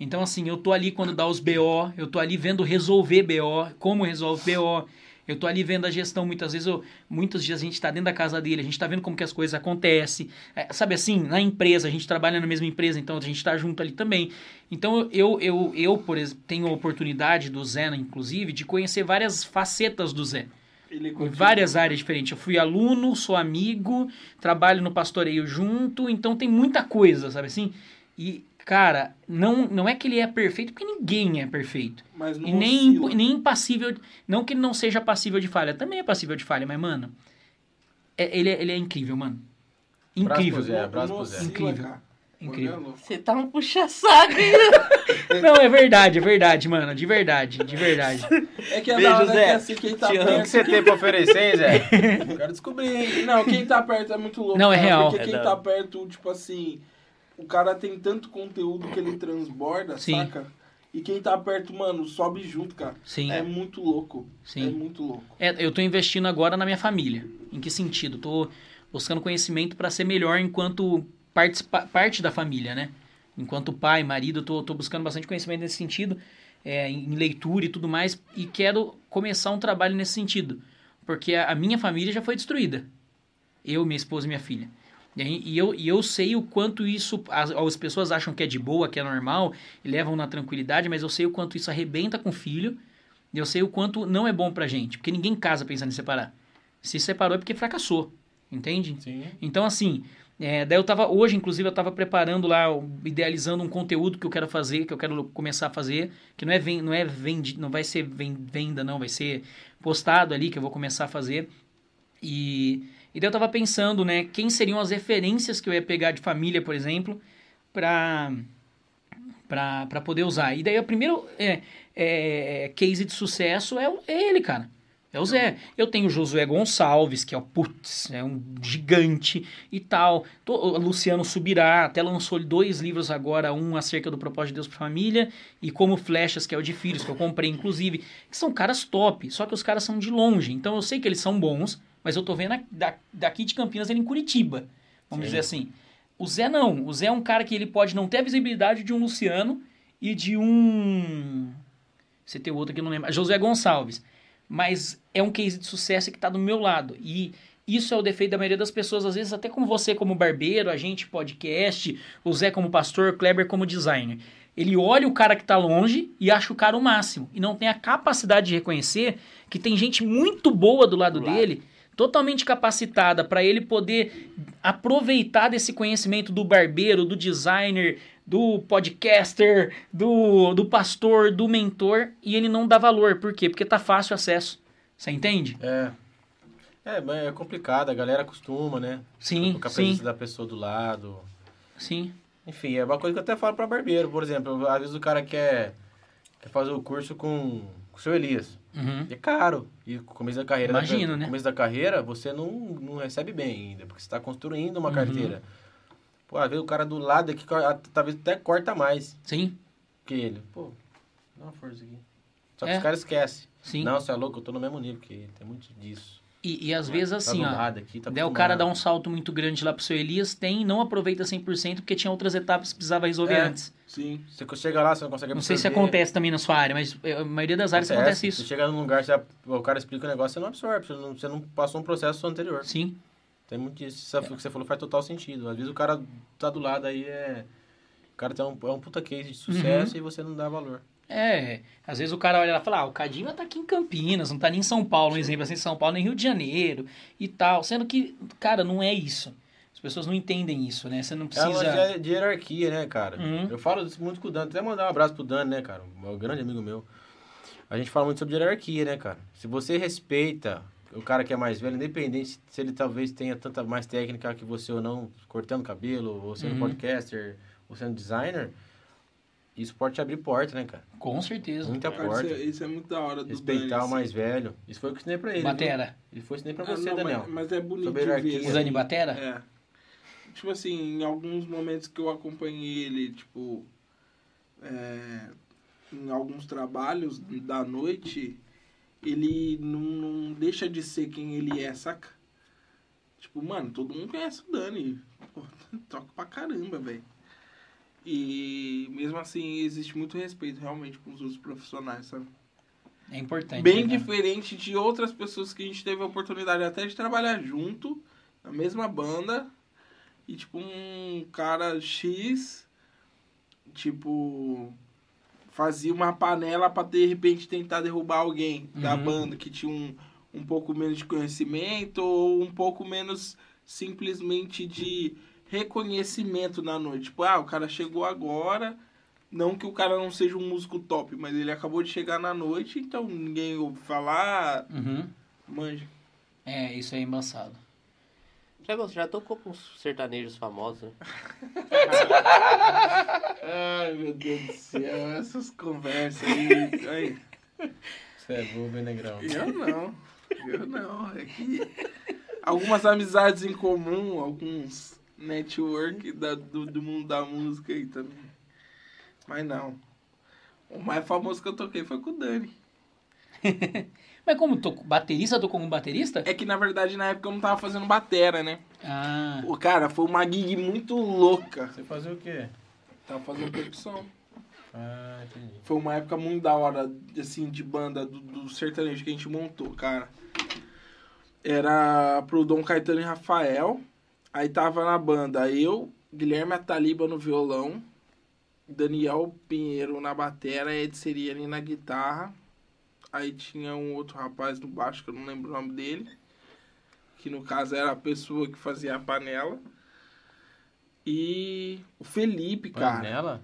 Speaker 2: Então, assim, eu tô ali quando dá os BO, eu tô ali vendo resolver BO, como resolve BO. Eu tô ali vendo a gestão, muitas vezes, eu, muitos dias a gente tá dentro da casa dele, a gente tá vendo como que as coisas acontecem. É, sabe assim, na empresa, a gente trabalha na mesma empresa, então a gente tá junto ali também. Então, eu, eu, eu por exemplo, tenho a oportunidade do Zé, né, inclusive, de conhecer várias facetas do Zé em várias áreas diferentes. Eu fui aluno, sou amigo, trabalho no pastoreio junto, então tem muita coisa, sabe assim? E, cara, não, não é que ele é perfeito, porque ninguém é perfeito.
Speaker 3: Mas não
Speaker 2: E nem, imp-
Speaker 3: oscila.
Speaker 2: nem passível. Não que ele não seja passível de falha, também é passível de falha, mas, mano, é- ele, é- ele é incrível, mano.
Speaker 4: Abraço
Speaker 2: Incrível.
Speaker 4: pro Zé, abraço
Speaker 3: Não
Speaker 4: pro Zé.
Speaker 3: oscila,
Speaker 2: Incrível.
Speaker 3: cara.
Speaker 2: Incrível.
Speaker 3: Olha, louco.
Speaker 6: Você tá um puxa-saco, hein?
Speaker 2: Não, é verdade, é verdade, mano. De verdade, de verdade.
Speaker 3: É que é
Speaker 6: Beijo,
Speaker 3: da hora
Speaker 6: Zé.
Speaker 3: que assim, quem tá
Speaker 6: Te amo.
Speaker 4: O que
Speaker 3: perto...
Speaker 4: você tem pra oferecer, Zé?
Speaker 3: Quero descobrir, hein? Não, quem tá perto é muito louco.
Speaker 2: Não, é
Speaker 3: cara,
Speaker 2: real.
Speaker 3: Porque
Speaker 6: É
Speaker 3: quem
Speaker 6: da
Speaker 3: tá
Speaker 6: hora.
Speaker 3: perto, tipo assim, o cara tem tanto conteúdo que ele transborda,
Speaker 2: Sim.
Speaker 3: saca? E quem tá perto, mano, sobe junto, cara.
Speaker 2: Sim.
Speaker 3: É muito louco.
Speaker 2: Sim.
Speaker 3: É muito louco.
Speaker 2: É, eu tô investindo agora na minha família. Em que sentido? Tô buscando conhecimento para ser melhor enquanto participa- parte da família, né? Enquanto pai, marido, eu tô, tô buscando bastante conhecimento nesse sentido, é, em leitura e tudo mais, e quero começar um trabalho nesse sentido. Porque a, a minha família já foi destruída. Eu, minha esposa e minha filha. E, aí- e eu, e eu sei o quanto isso. As, as pessoas acham que é de boa, que é normal, e levam na tranquilidade, mas eu sei o quanto isso arrebenta com o filho. E eu sei o quanto não é bom pra gente, porque ninguém casa pensando em separar. Se separou é porque fracassou, entende?
Speaker 4: Sim.
Speaker 2: Então, assim, é, daí eu tava, hoje, inclusive, eu tava preparando lá, um- idealizando um conteúdo que eu quero fazer, que eu quero começar a fazer, que não é, ven, não é vendi, não vai ser ven- venda, não, vai ser postado ali, que eu vou começar a fazer. E, e daí eu tava pensando, né, quem seriam as referências que eu ia pegar de família, por exemplo, pra, pra, pra poder usar. E daí o primeiro é, é, case de sucesso é, o- é ele, cara. É o Zé. Eu tenho o Josué Gonçalves, que é o putz, é um gigante e tal. Tô- o Luciano Subirá, até lançou dois livros agora, um acerca do propósito de Deus para família e Como Flechas, que é o de Filhos, que eu comprei inclusive, que são caras top, só que os caras são de longe. Então eu sei que eles são bons, mas eu tô vendo a- da- daqui de Campinas ele em Curitiba, vamos dizer assim. O Zé não. O Zé é um cara que ele pode não ter a visibilidade de um Luciano e de um. Você tem outro que eu não lembro. José Gonçalves. Mas é um case de sucesso que está do meu lado. E isso é o defeito da maioria das pessoas. Às vezes, até como você, como barbeiro, a gente, podcast, o Zé como pastor, o Kleber como designer. Ele olha o cara que está longe e acha o cara o máximo. E não tem a capacidade de reconhecer que tem gente muito boa do lado
Speaker 6: Do lado.
Speaker 2: dele, totalmente capacitada para ele poder aproveitar desse conhecimento do barbeiro, do designer, do podcaster, do, do pastor, do mentor, e ele não dá valor. Por quê? Porque tá fácil o acesso. Você entende?
Speaker 4: É. É, mas é complicado, a galera acostuma, né?
Speaker 2: Sim,
Speaker 4: Com a presença
Speaker 2: sim,
Speaker 4: da pessoa do lado.
Speaker 2: sim.
Speaker 4: Enfim, é uma coisa que eu até falo pra barbeiro, por exemplo. Às vezes o cara quer, quer fazer o curso com, com o seu Elias.
Speaker 2: Uhum.
Speaker 4: E é caro. E no começo da carreira...
Speaker 2: Imagino,
Speaker 4: da,
Speaker 2: né?
Speaker 4: No começo da carreira, você não, não recebe bem ainda, porque você tá construindo
Speaker 2: Uhum.
Speaker 4: uma carteira. Pô, às vezes o cara do lado aqui, a- talvez até corta mais
Speaker 2: Sim,
Speaker 4: que ele. Pô, dá uma força aqui. Só que
Speaker 2: É.
Speaker 4: os caras esquecem.
Speaker 2: sim.
Speaker 4: Não, você é louco, eu tô no mesmo nível que ele. Tem muito disso.
Speaker 2: E, e às vezes assim,
Speaker 4: tá do
Speaker 2: ó.
Speaker 4: lado aqui, tá
Speaker 2: Daí o cara dá um
Speaker 4: acostumado.
Speaker 2: salto muito grande lá pro seu Elias, tem, não aproveita 100% porque tinha outras etapas que precisava resolver
Speaker 4: É.
Speaker 2: antes.
Speaker 3: Sim.
Speaker 4: Você que chega lá, você não consegue
Speaker 2: Não sei se
Speaker 4: absorver.
Speaker 2: acontece também na sua área, mas eh, a maioria das áreas acontece
Speaker 4: Você
Speaker 2: isso.
Speaker 4: chega num lugar, você- o cara explica o negócio, você não absorve, você não, você não passou um processo anterior.
Speaker 2: Sim,
Speaker 4: Tem muito disso. Isso é O que você falou faz total sentido. Às vezes o cara tá do lado aí, é... O cara tem um, é um puta case de
Speaker 2: Uhum.
Speaker 4: sucesso e você não dá valor.
Speaker 2: É, às vezes o cara olha lá e fala, ah, o Kadima tá aqui em Campinas, não tá nem em São Paulo, um exemplo assim, São Paulo, nem Rio de Janeiro e tal. Sendo que, cara, não é isso. As pessoas não entendem isso, né? Você não
Speaker 4: É uma
Speaker 2: precisa...
Speaker 4: lance de, de hierarquia, né, cara?
Speaker 2: Uhum.
Speaker 4: Eu falo isso muito com o Dani. Até mandar um abraço pro Dani, né, cara? Um grande amigo meu. A gente fala muito sobre hierarquia, né, cara? Se você respeita... o cara que é mais velho, independente se ele talvez tenha tanta mais técnica que você ou não, cortando cabelo, ou sendo
Speaker 2: Uhum.
Speaker 4: podcaster, ou sendo designer, isso pode te abrir porta, né, cara?
Speaker 2: Com certeza.
Speaker 4: Muita
Speaker 3: Isso
Speaker 4: porta.
Speaker 3: é, isso é muito da hora do
Speaker 4: Respeitar
Speaker 3: Dani,
Speaker 4: o
Speaker 3: assim.
Speaker 4: mais velho. Isso foi o que eu ensinei pra ele. viu?
Speaker 2: Batera.
Speaker 4: E foi ensinei pra
Speaker 3: Ah,
Speaker 4: você,
Speaker 3: não,
Speaker 4: Daniel.
Speaker 3: Mas, mas é bonito
Speaker 4: Sobre
Speaker 3: de ver.
Speaker 4: hierarquia.
Speaker 2: O Dani Batera?
Speaker 3: É. Tipo assim, em alguns momentos que eu acompanhei ele, tipo, é, em alguns trabalhos da noite, ele não, não deixa de ser quem ele é, saca? Tipo, mano, todo mundo conhece o Dani. Pô, toca pra caramba, velho. E mesmo assim, existe muito respeito realmente com os outros profissionais, sabe?
Speaker 2: É importante.
Speaker 3: Bem
Speaker 2: né, cara?
Speaker 3: diferente de outras pessoas que a gente teve a oportunidade até de trabalhar junto, na mesma banda, e tipo, um cara X, tipo, fazia uma panela pra de repente tentar derrubar alguém da
Speaker 2: Uhum.
Speaker 3: banda que tinha um, um pouco menos de conhecimento ou um pouco menos simplesmente de reconhecimento na noite. Tipo, ah, o cara chegou agora. Não que o cara não seja um músico top, mas ele acabou de chegar na noite, então ninguém ouve falar,
Speaker 2: Uhum.
Speaker 3: manja.
Speaker 2: É, isso é embaçado.
Speaker 6: Já, gost- já tocou com os sertanejos famosos, né?
Speaker 3: Ai, meu Deus do céu, essas conversas aí. aí.
Speaker 4: Você é bobo, hein, negrão?
Speaker 3: Eu não, eu não. É que algumas amizades em comum, alguns network da- do, do mundo da música aí também. Mas não. O mais famoso que eu toquei foi com o Dani.
Speaker 2: Mas como tô, baterista, tô como baterista?
Speaker 3: É que na verdade na época eu não tava fazendo batera, né?
Speaker 2: Ah,
Speaker 3: O cara foi uma gig muito louca.
Speaker 4: Você fazia o quê?
Speaker 3: Tava fazendo percussão.
Speaker 4: Ah, entendi.
Speaker 3: Foi uma época muito da hora, assim, de banda do, do sertanejo que a gente montou, cara. Era pro Dom Caetano e Rafael. Aí tava na banda eu, Guilherme Ataliba no violão, Daniel Pinheiro na batera, Ed Seriani na guitarra. Aí tinha um outro rapaz no baixo, que eu não lembro o nome dele. Que no caso era a pessoa que fazia a panela. E o Felipe, cara.
Speaker 4: Panela?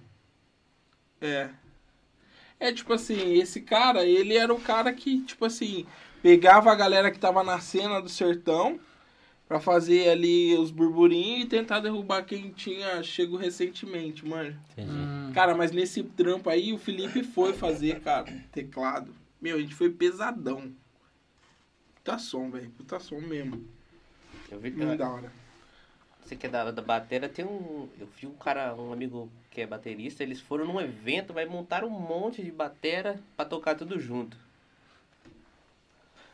Speaker 3: É. É tipo assim, esse cara, ele era o cara que, tipo assim, pegava a galera que tava na cena do sertão pra fazer ali os burburinhos e tentar derrubar quem tinha chego recentemente, mano.
Speaker 4: Entendi.
Speaker 2: hum,
Speaker 3: Cara, mas nesse trampo aí o Felipe foi fazer, cara, teclado. Meu, a gente foi pesadão. Puta som, velho. Puta som mesmo.
Speaker 6: Eu vi,
Speaker 3: Muito da hora.
Speaker 6: Você que é da, da batera, tem um. Eu vi um cara, um amigo que é baterista, eles foram num evento, vai montar um monte de batera pra tocar tudo junto.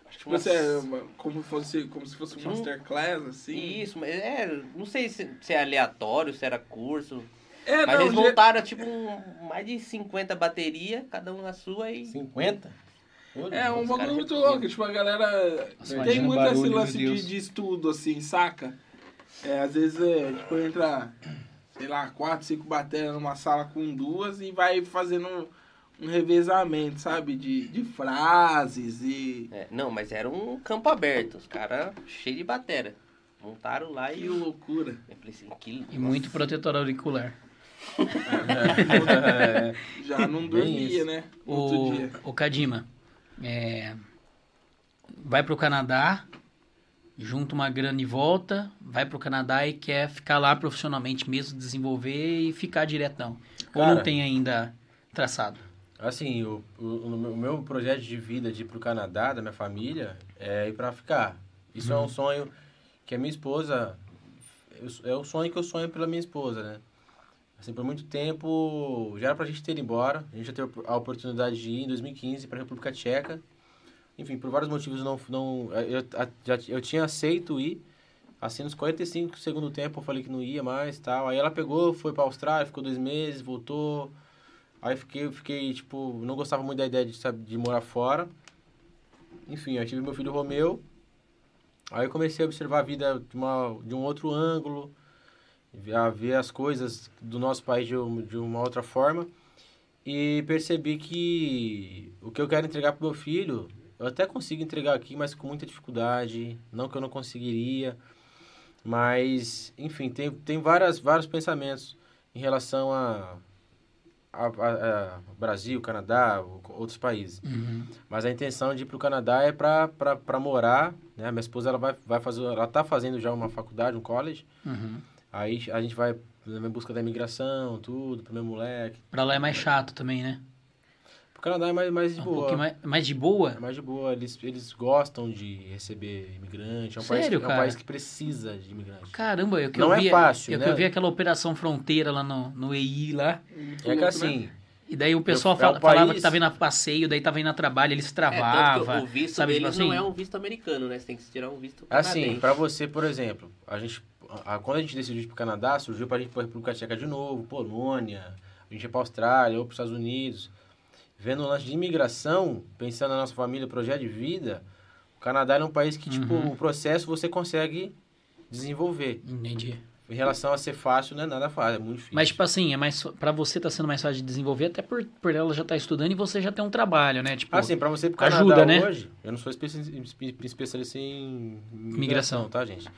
Speaker 6: Acho que
Speaker 3: Tipo, você é
Speaker 6: umas-
Speaker 3: uma- como, fosse, como se fosse um
Speaker 6: Hum.
Speaker 3: masterclass, assim.
Speaker 6: Isso, mas é. Não sei se, se é aleatório, se era curso.
Speaker 3: É,
Speaker 6: mas eles
Speaker 3: ge-
Speaker 6: montaram tipo um- mais de 50 baterias, cada um na sua e.
Speaker 4: 50? Olha,
Speaker 3: É
Speaker 6: Os
Speaker 3: um bagulho
Speaker 6: caras
Speaker 3: muito
Speaker 6: repetem.
Speaker 3: louco, tipo, a galera
Speaker 2: Nossa,
Speaker 3: tem
Speaker 2: imagina
Speaker 3: muito
Speaker 7: o
Speaker 3: esse
Speaker 7: barulho,
Speaker 3: lance
Speaker 7: meu
Speaker 3: de,
Speaker 7: Deus.
Speaker 3: de estudo, assim, saca? É, às vezes, é, tipo, entra, sei lá, quatro, cinco baterias numa sala com duas e vai fazendo um, um revezamento, sabe? De, de frases e...
Speaker 6: É, não, mas era um campo aberto, os caras cheios de batera. Montaram lá e.
Speaker 3: Que
Speaker 6: Eu
Speaker 3: loucura.
Speaker 6: falei assim, que.
Speaker 2: e muito protetor auricular.
Speaker 4: é,
Speaker 3: Já não
Speaker 4: Bem
Speaker 3: dormia,
Speaker 4: isso.
Speaker 3: né?
Speaker 2: O,
Speaker 3: Outro dia.
Speaker 2: o Kadima, é, vai pro Canadá, junta uma grana e volta, vai pro Canadá e quer ficar lá profissionalmente mesmo, desenvolver e ficar diretão. Ou
Speaker 4: Cara.
Speaker 2: não tem ainda traçado.
Speaker 4: Assim, o, o, o meu- o meu projeto de vida de ir pro Canadá, da minha família, é ir pra ficar. Isso é um sonho que a minha esposa. eu s- É o sonho que eu sonho pela minha esposa, né? Assim, por muito tempo já era pra gente ter ido embora. A gente já teve a oportunidade de ir em 2015 pra República Tcheca. Enfim, por vários motivos não. não eu, a- já, eu tinha aceito ir. Assim, nos 45 segundo tempo eu falei que não ia mais tal. Aí ela pegou, foi pra Austrália, ficou dois meses, voltou. Aí fiquei, fiquei, tipo, não gostava muito da ideia de, sabe, de morar fora. Enfim, aí tive meu filho Romeu. Aí eu comecei a observar a vida de, uma, de um outro ângulo, a ver as coisas do nosso país de, um- de uma outra forma. E percebi que o que eu quero entregar pro meu filho, eu até consigo entregar aqui, mas com muita dificuldade. Não que eu não conseguiria. Mas, enfim, tem, tem várias, vários pensamentos em relação a a- a- a Brasil, Canadá, o- outros países.
Speaker 6: Uhum.
Speaker 4: Mas a intenção de ir para o Canadá é para morar, né? Minha esposa, ela vai, vai fazer, ela tá fazendo já uma faculdade, um college.
Speaker 2: Uhum.
Speaker 4: Aí a gente vai em busca da imigração, tudo, pro meu moleque.
Speaker 2: Pra lá é mais chato também, né?
Speaker 4: O Canadá é mais, mais de
Speaker 2: É um
Speaker 4: boa.
Speaker 2: pouquinho mais, mais de
Speaker 4: É
Speaker 2: boa.
Speaker 4: mais de boa, eles, eles gostam de receber imigrante. É um, país,
Speaker 2: Sério,
Speaker 4: que- é um
Speaker 2: cara?
Speaker 4: país que precisa de imigrante.
Speaker 2: Caramba, eu que
Speaker 4: Não
Speaker 2: eu
Speaker 4: é
Speaker 2: vi,
Speaker 4: fácil,
Speaker 2: eu
Speaker 4: né?
Speaker 2: que eu vi aquela operação fronteira lá no, no EI lá.
Speaker 4: é
Speaker 3: né?
Speaker 2: né?
Speaker 4: que assim,
Speaker 2: E daí o pessoal
Speaker 4: é
Speaker 2: fala-
Speaker 4: um
Speaker 2: falava
Speaker 4: país-
Speaker 2: que tava indo a passeio, daí tava indo a trabalho, eles
Speaker 6: É, tanto que
Speaker 2: travava.
Speaker 6: o visto
Speaker 2: sabe, tipo
Speaker 6: deles
Speaker 2: assim?
Speaker 6: não
Speaker 2: Ah,
Speaker 6: é um visto americano, né? Você tem que tirar um visto
Speaker 4: assim,
Speaker 6: canadense.
Speaker 4: pra você, por exemplo, a gente, a- a- quando a gente decidiu ir pro Canadá, surgiu pra gente ir pra República Tcheca de novo, Polônia, a gente ia pra Austrália ou pros Estados Unidos. Vendo o lance de imigração, pensando na nossa família, projeto de vida, o Canadá é um país que, tipo,
Speaker 2: Uhum.
Speaker 4: o processo você consegue desenvolver.
Speaker 2: Entendi.
Speaker 4: Em relação a ser fácil, não é nada fácil, é muito difícil.
Speaker 2: Mas, tipo assim, é mais para você tá sendo mais fácil de desenvolver, até por, por ela já tá estudando e você já tem um trabalho, né? Tipo,
Speaker 4: Assim, pra você ir pro Canadá
Speaker 2: ajuda, né?
Speaker 4: hoje, eu não sou especi- espe- especialista em
Speaker 2: Migração.
Speaker 4: migração, tá, gente?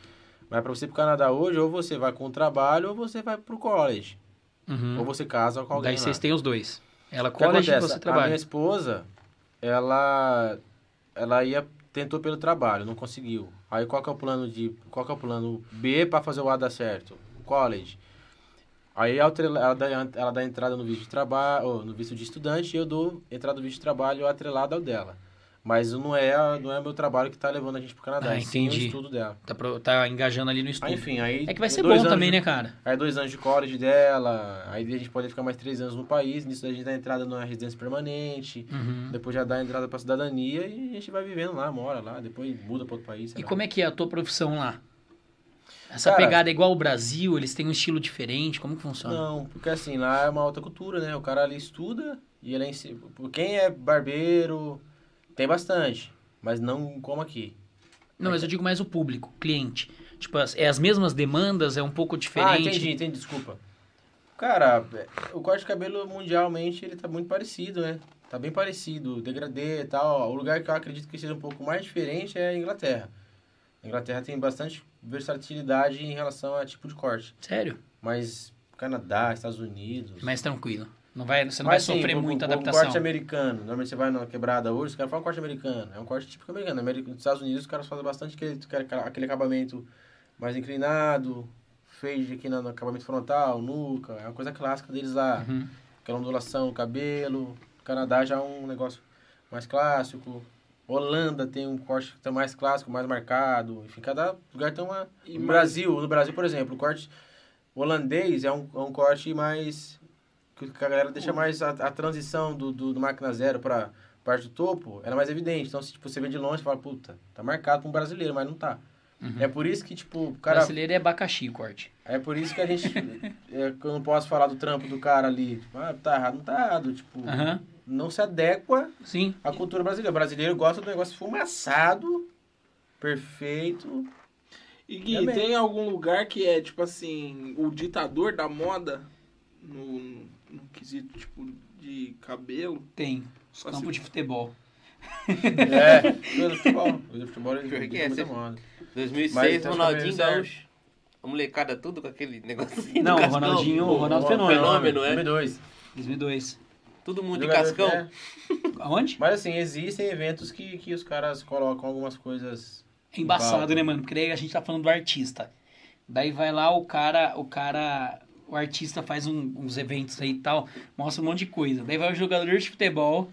Speaker 4: Mas pra você ir pro Canadá hoje, ou você vai com o trabalho, ou você vai pro college.
Speaker 2: uhum.
Speaker 4: Ou você casa com alguém
Speaker 2: daí
Speaker 4: lá.
Speaker 2: vocês têm os dois. Ela
Speaker 4: O que
Speaker 2: college e
Speaker 4: acontece?
Speaker 2: você
Speaker 4: A minha
Speaker 2: trabalha.
Speaker 4: esposa, ela, ela ia, tentou pelo trabalho, não conseguiu. Aí qual que é o plano de, qual que é o plano B pra fazer o A dar certo? O college. Aí atrela- ela dá, ela dá entrada no visto de trabalho, ou no visto de estudante, e eu dou entrada no visto de trabalho atrelada ao dela. Mas não é, a- não é meu trabalho que tá levando a gente pro Canadá,
Speaker 2: Ah,
Speaker 4: é sim o
Speaker 2: entendi.
Speaker 4: estudo dela.
Speaker 2: Tá, pro- tá engajando ali no estudo.
Speaker 4: Aí, Ah, enfim, aí
Speaker 2: é que vai ser
Speaker 4: dois
Speaker 2: bom
Speaker 4: anos
Speaker 2: também,
Speaker 4: de-
Speaker 2: né, cara?
Speaker 4: Aí dois anos de college dela, aí a gente pode ficar mais três anos no país, nisso a gente dá entrada numa residência permanente,
Speaker 2: Uhum.
Speaker 4: depois já dá entrada pra cidadania e a gente vai vivendo lá, mora lá, depois muda pra outro país. sei
Speaker 2: E
Speaker 4: lá.
Speaker 2: como é que é a tua profissão lá? Essa
Speaker 4: Cara-
Speaker 2: pegada é igual ao Brasil? Eles têm um estilo diferente? Como que funciona?
Speaker 4: Não, porque assim, lá é uma outra cultura, né? O cara ali estuda e ele é ensi- Quem é barbeiro tem bastante, mas não como aqui. é
Speaker 2: Não, mas eu digo mais o público, o cliente. Tipo, as- é as mesmas demandas, é um pouco
Speaker 4: Ah,
Speaker 2: diferente.
Speaker 4: entendi, entendi, desculpa. Cara, é, o corte de cabelo mundialmente ele tá muito parecido, né? Tá bem parecido, degradê e tal. O lugar que eu acredito que seja um pouco mais diferente é a Inglaterra. A Inglaterra tem bastante versatilidade em relação a tipo de corte.
Speaker 2: Sério?
Speaker 4: Mas Canadá, Estados Unidos.
Speaker 2: Mais tranquilo. Não vai, você não
Speaker 4: Mas,
Speaker 2: vai
Speaker 4: assim,
Speaker 2: sofrer
Speaker 4: o-
Speaker 2: muita
Speaker 4: o-
Speaker 2: adaptação.
Speaker 4: O corte americano. Normalmente você vai numa quebrada hoje, os caras falam corte americano. É um corte típico americano. América- Nos Estados Unidos os caras fazem bastante aquele, aquele acabamento mais inclinado, fade aqui na- no, acabamento frontal, nuca. É uma coisa clássica deles lá.
Speaker 2: Uhum.
Speaker 4: Aquela ondulação no cabelo. O Canadá já é um negócio mais clássico. Holanda tem um corte que tá mais clássico, mais marcado. Enfim, cada lugar tem uma.
Speaker 3: E
Speaker 4: no
Speaker 3: mais-
Speaker 4: Brasil, no Brasil, por exemplo, o corte holandês é um, é um corte mais. que a galera deixa mais a, a transição do, do, do máquina zero pra parte do topo, ela é mais evidente. Então, se tipo, você vê de longe, você fala, puta, tá marcado pra um brasileiro, mas não tá. É por isso que, tipo, o cara.
Speaker 2: Uhum. Brasileiro é abacaxi o corte.
Speaker 4: É por isso que a gente. é, que eu não posso falar do trampo do cara ali. Tipo, ah, tá errado, não tá errado. Tipo,
Speaker 2: Aham,
Speaker 4: não se adequa
Speaker 2: sim.
Speaker 4: a cultura brasileira. O brasileiro gosta do negócio fumaçado, perfeito.
Speaker 3: E Gui,
Speaker 4: Também.
Speaker 3: tem algum lugar que é, tipo assim, o ditador da moda no, no, no quesito, tipo, de cabelo?
Speaker 2: Tem. Os
Speaker 3: Só se-
Speaker 2: campos de futebol.
Speaker 4: É, coisa do futebol. Coisa do futebol ele
Speaker 6: Pior que
Speaker 4: fica
Speaker 6: é,
Speaker 4: muito
Speaker 6: você-
Speaker 4: moda. Mas
Speaker 6: 2006,
Speaker 4: então
Speaker 6: Ronaldinho
Speaker 4: ficou meio
Speaker 6: Gaúcho. A molecada tudo com aquele negocinho
Speaker 2: Não,
Speaker 6: do
Speaker 2: o
Speaker 6: cascão.
Speaker 2: Ronaldinho, o Ronaldo
Speaker 4: O
Speaker 2: Fenômeno. né? Um
Speaker 6: Fenômeno, é.
Speaker 4: Número dois.
Speaker 2: 2002.
Speaker 6: Todo mundo de
Speaker 4: Jogador-
Speaker 6: cascão.
Speaker 4: é.
Speaker 2: Aonde?
Speaker 4: Mas assim, existem eventos que, que os caras colocam algumas coisas.
Speaker 2: É embaçado,
Speaker 4: Valdo.
Speaker 2: né, mano? Porque daí a gente tá falando do artista. Daí vai lá o cara, o cara, o artista faz um- uns eventos aí e tal, mostra um monte de coisa. Daí vai o jogador de futebol,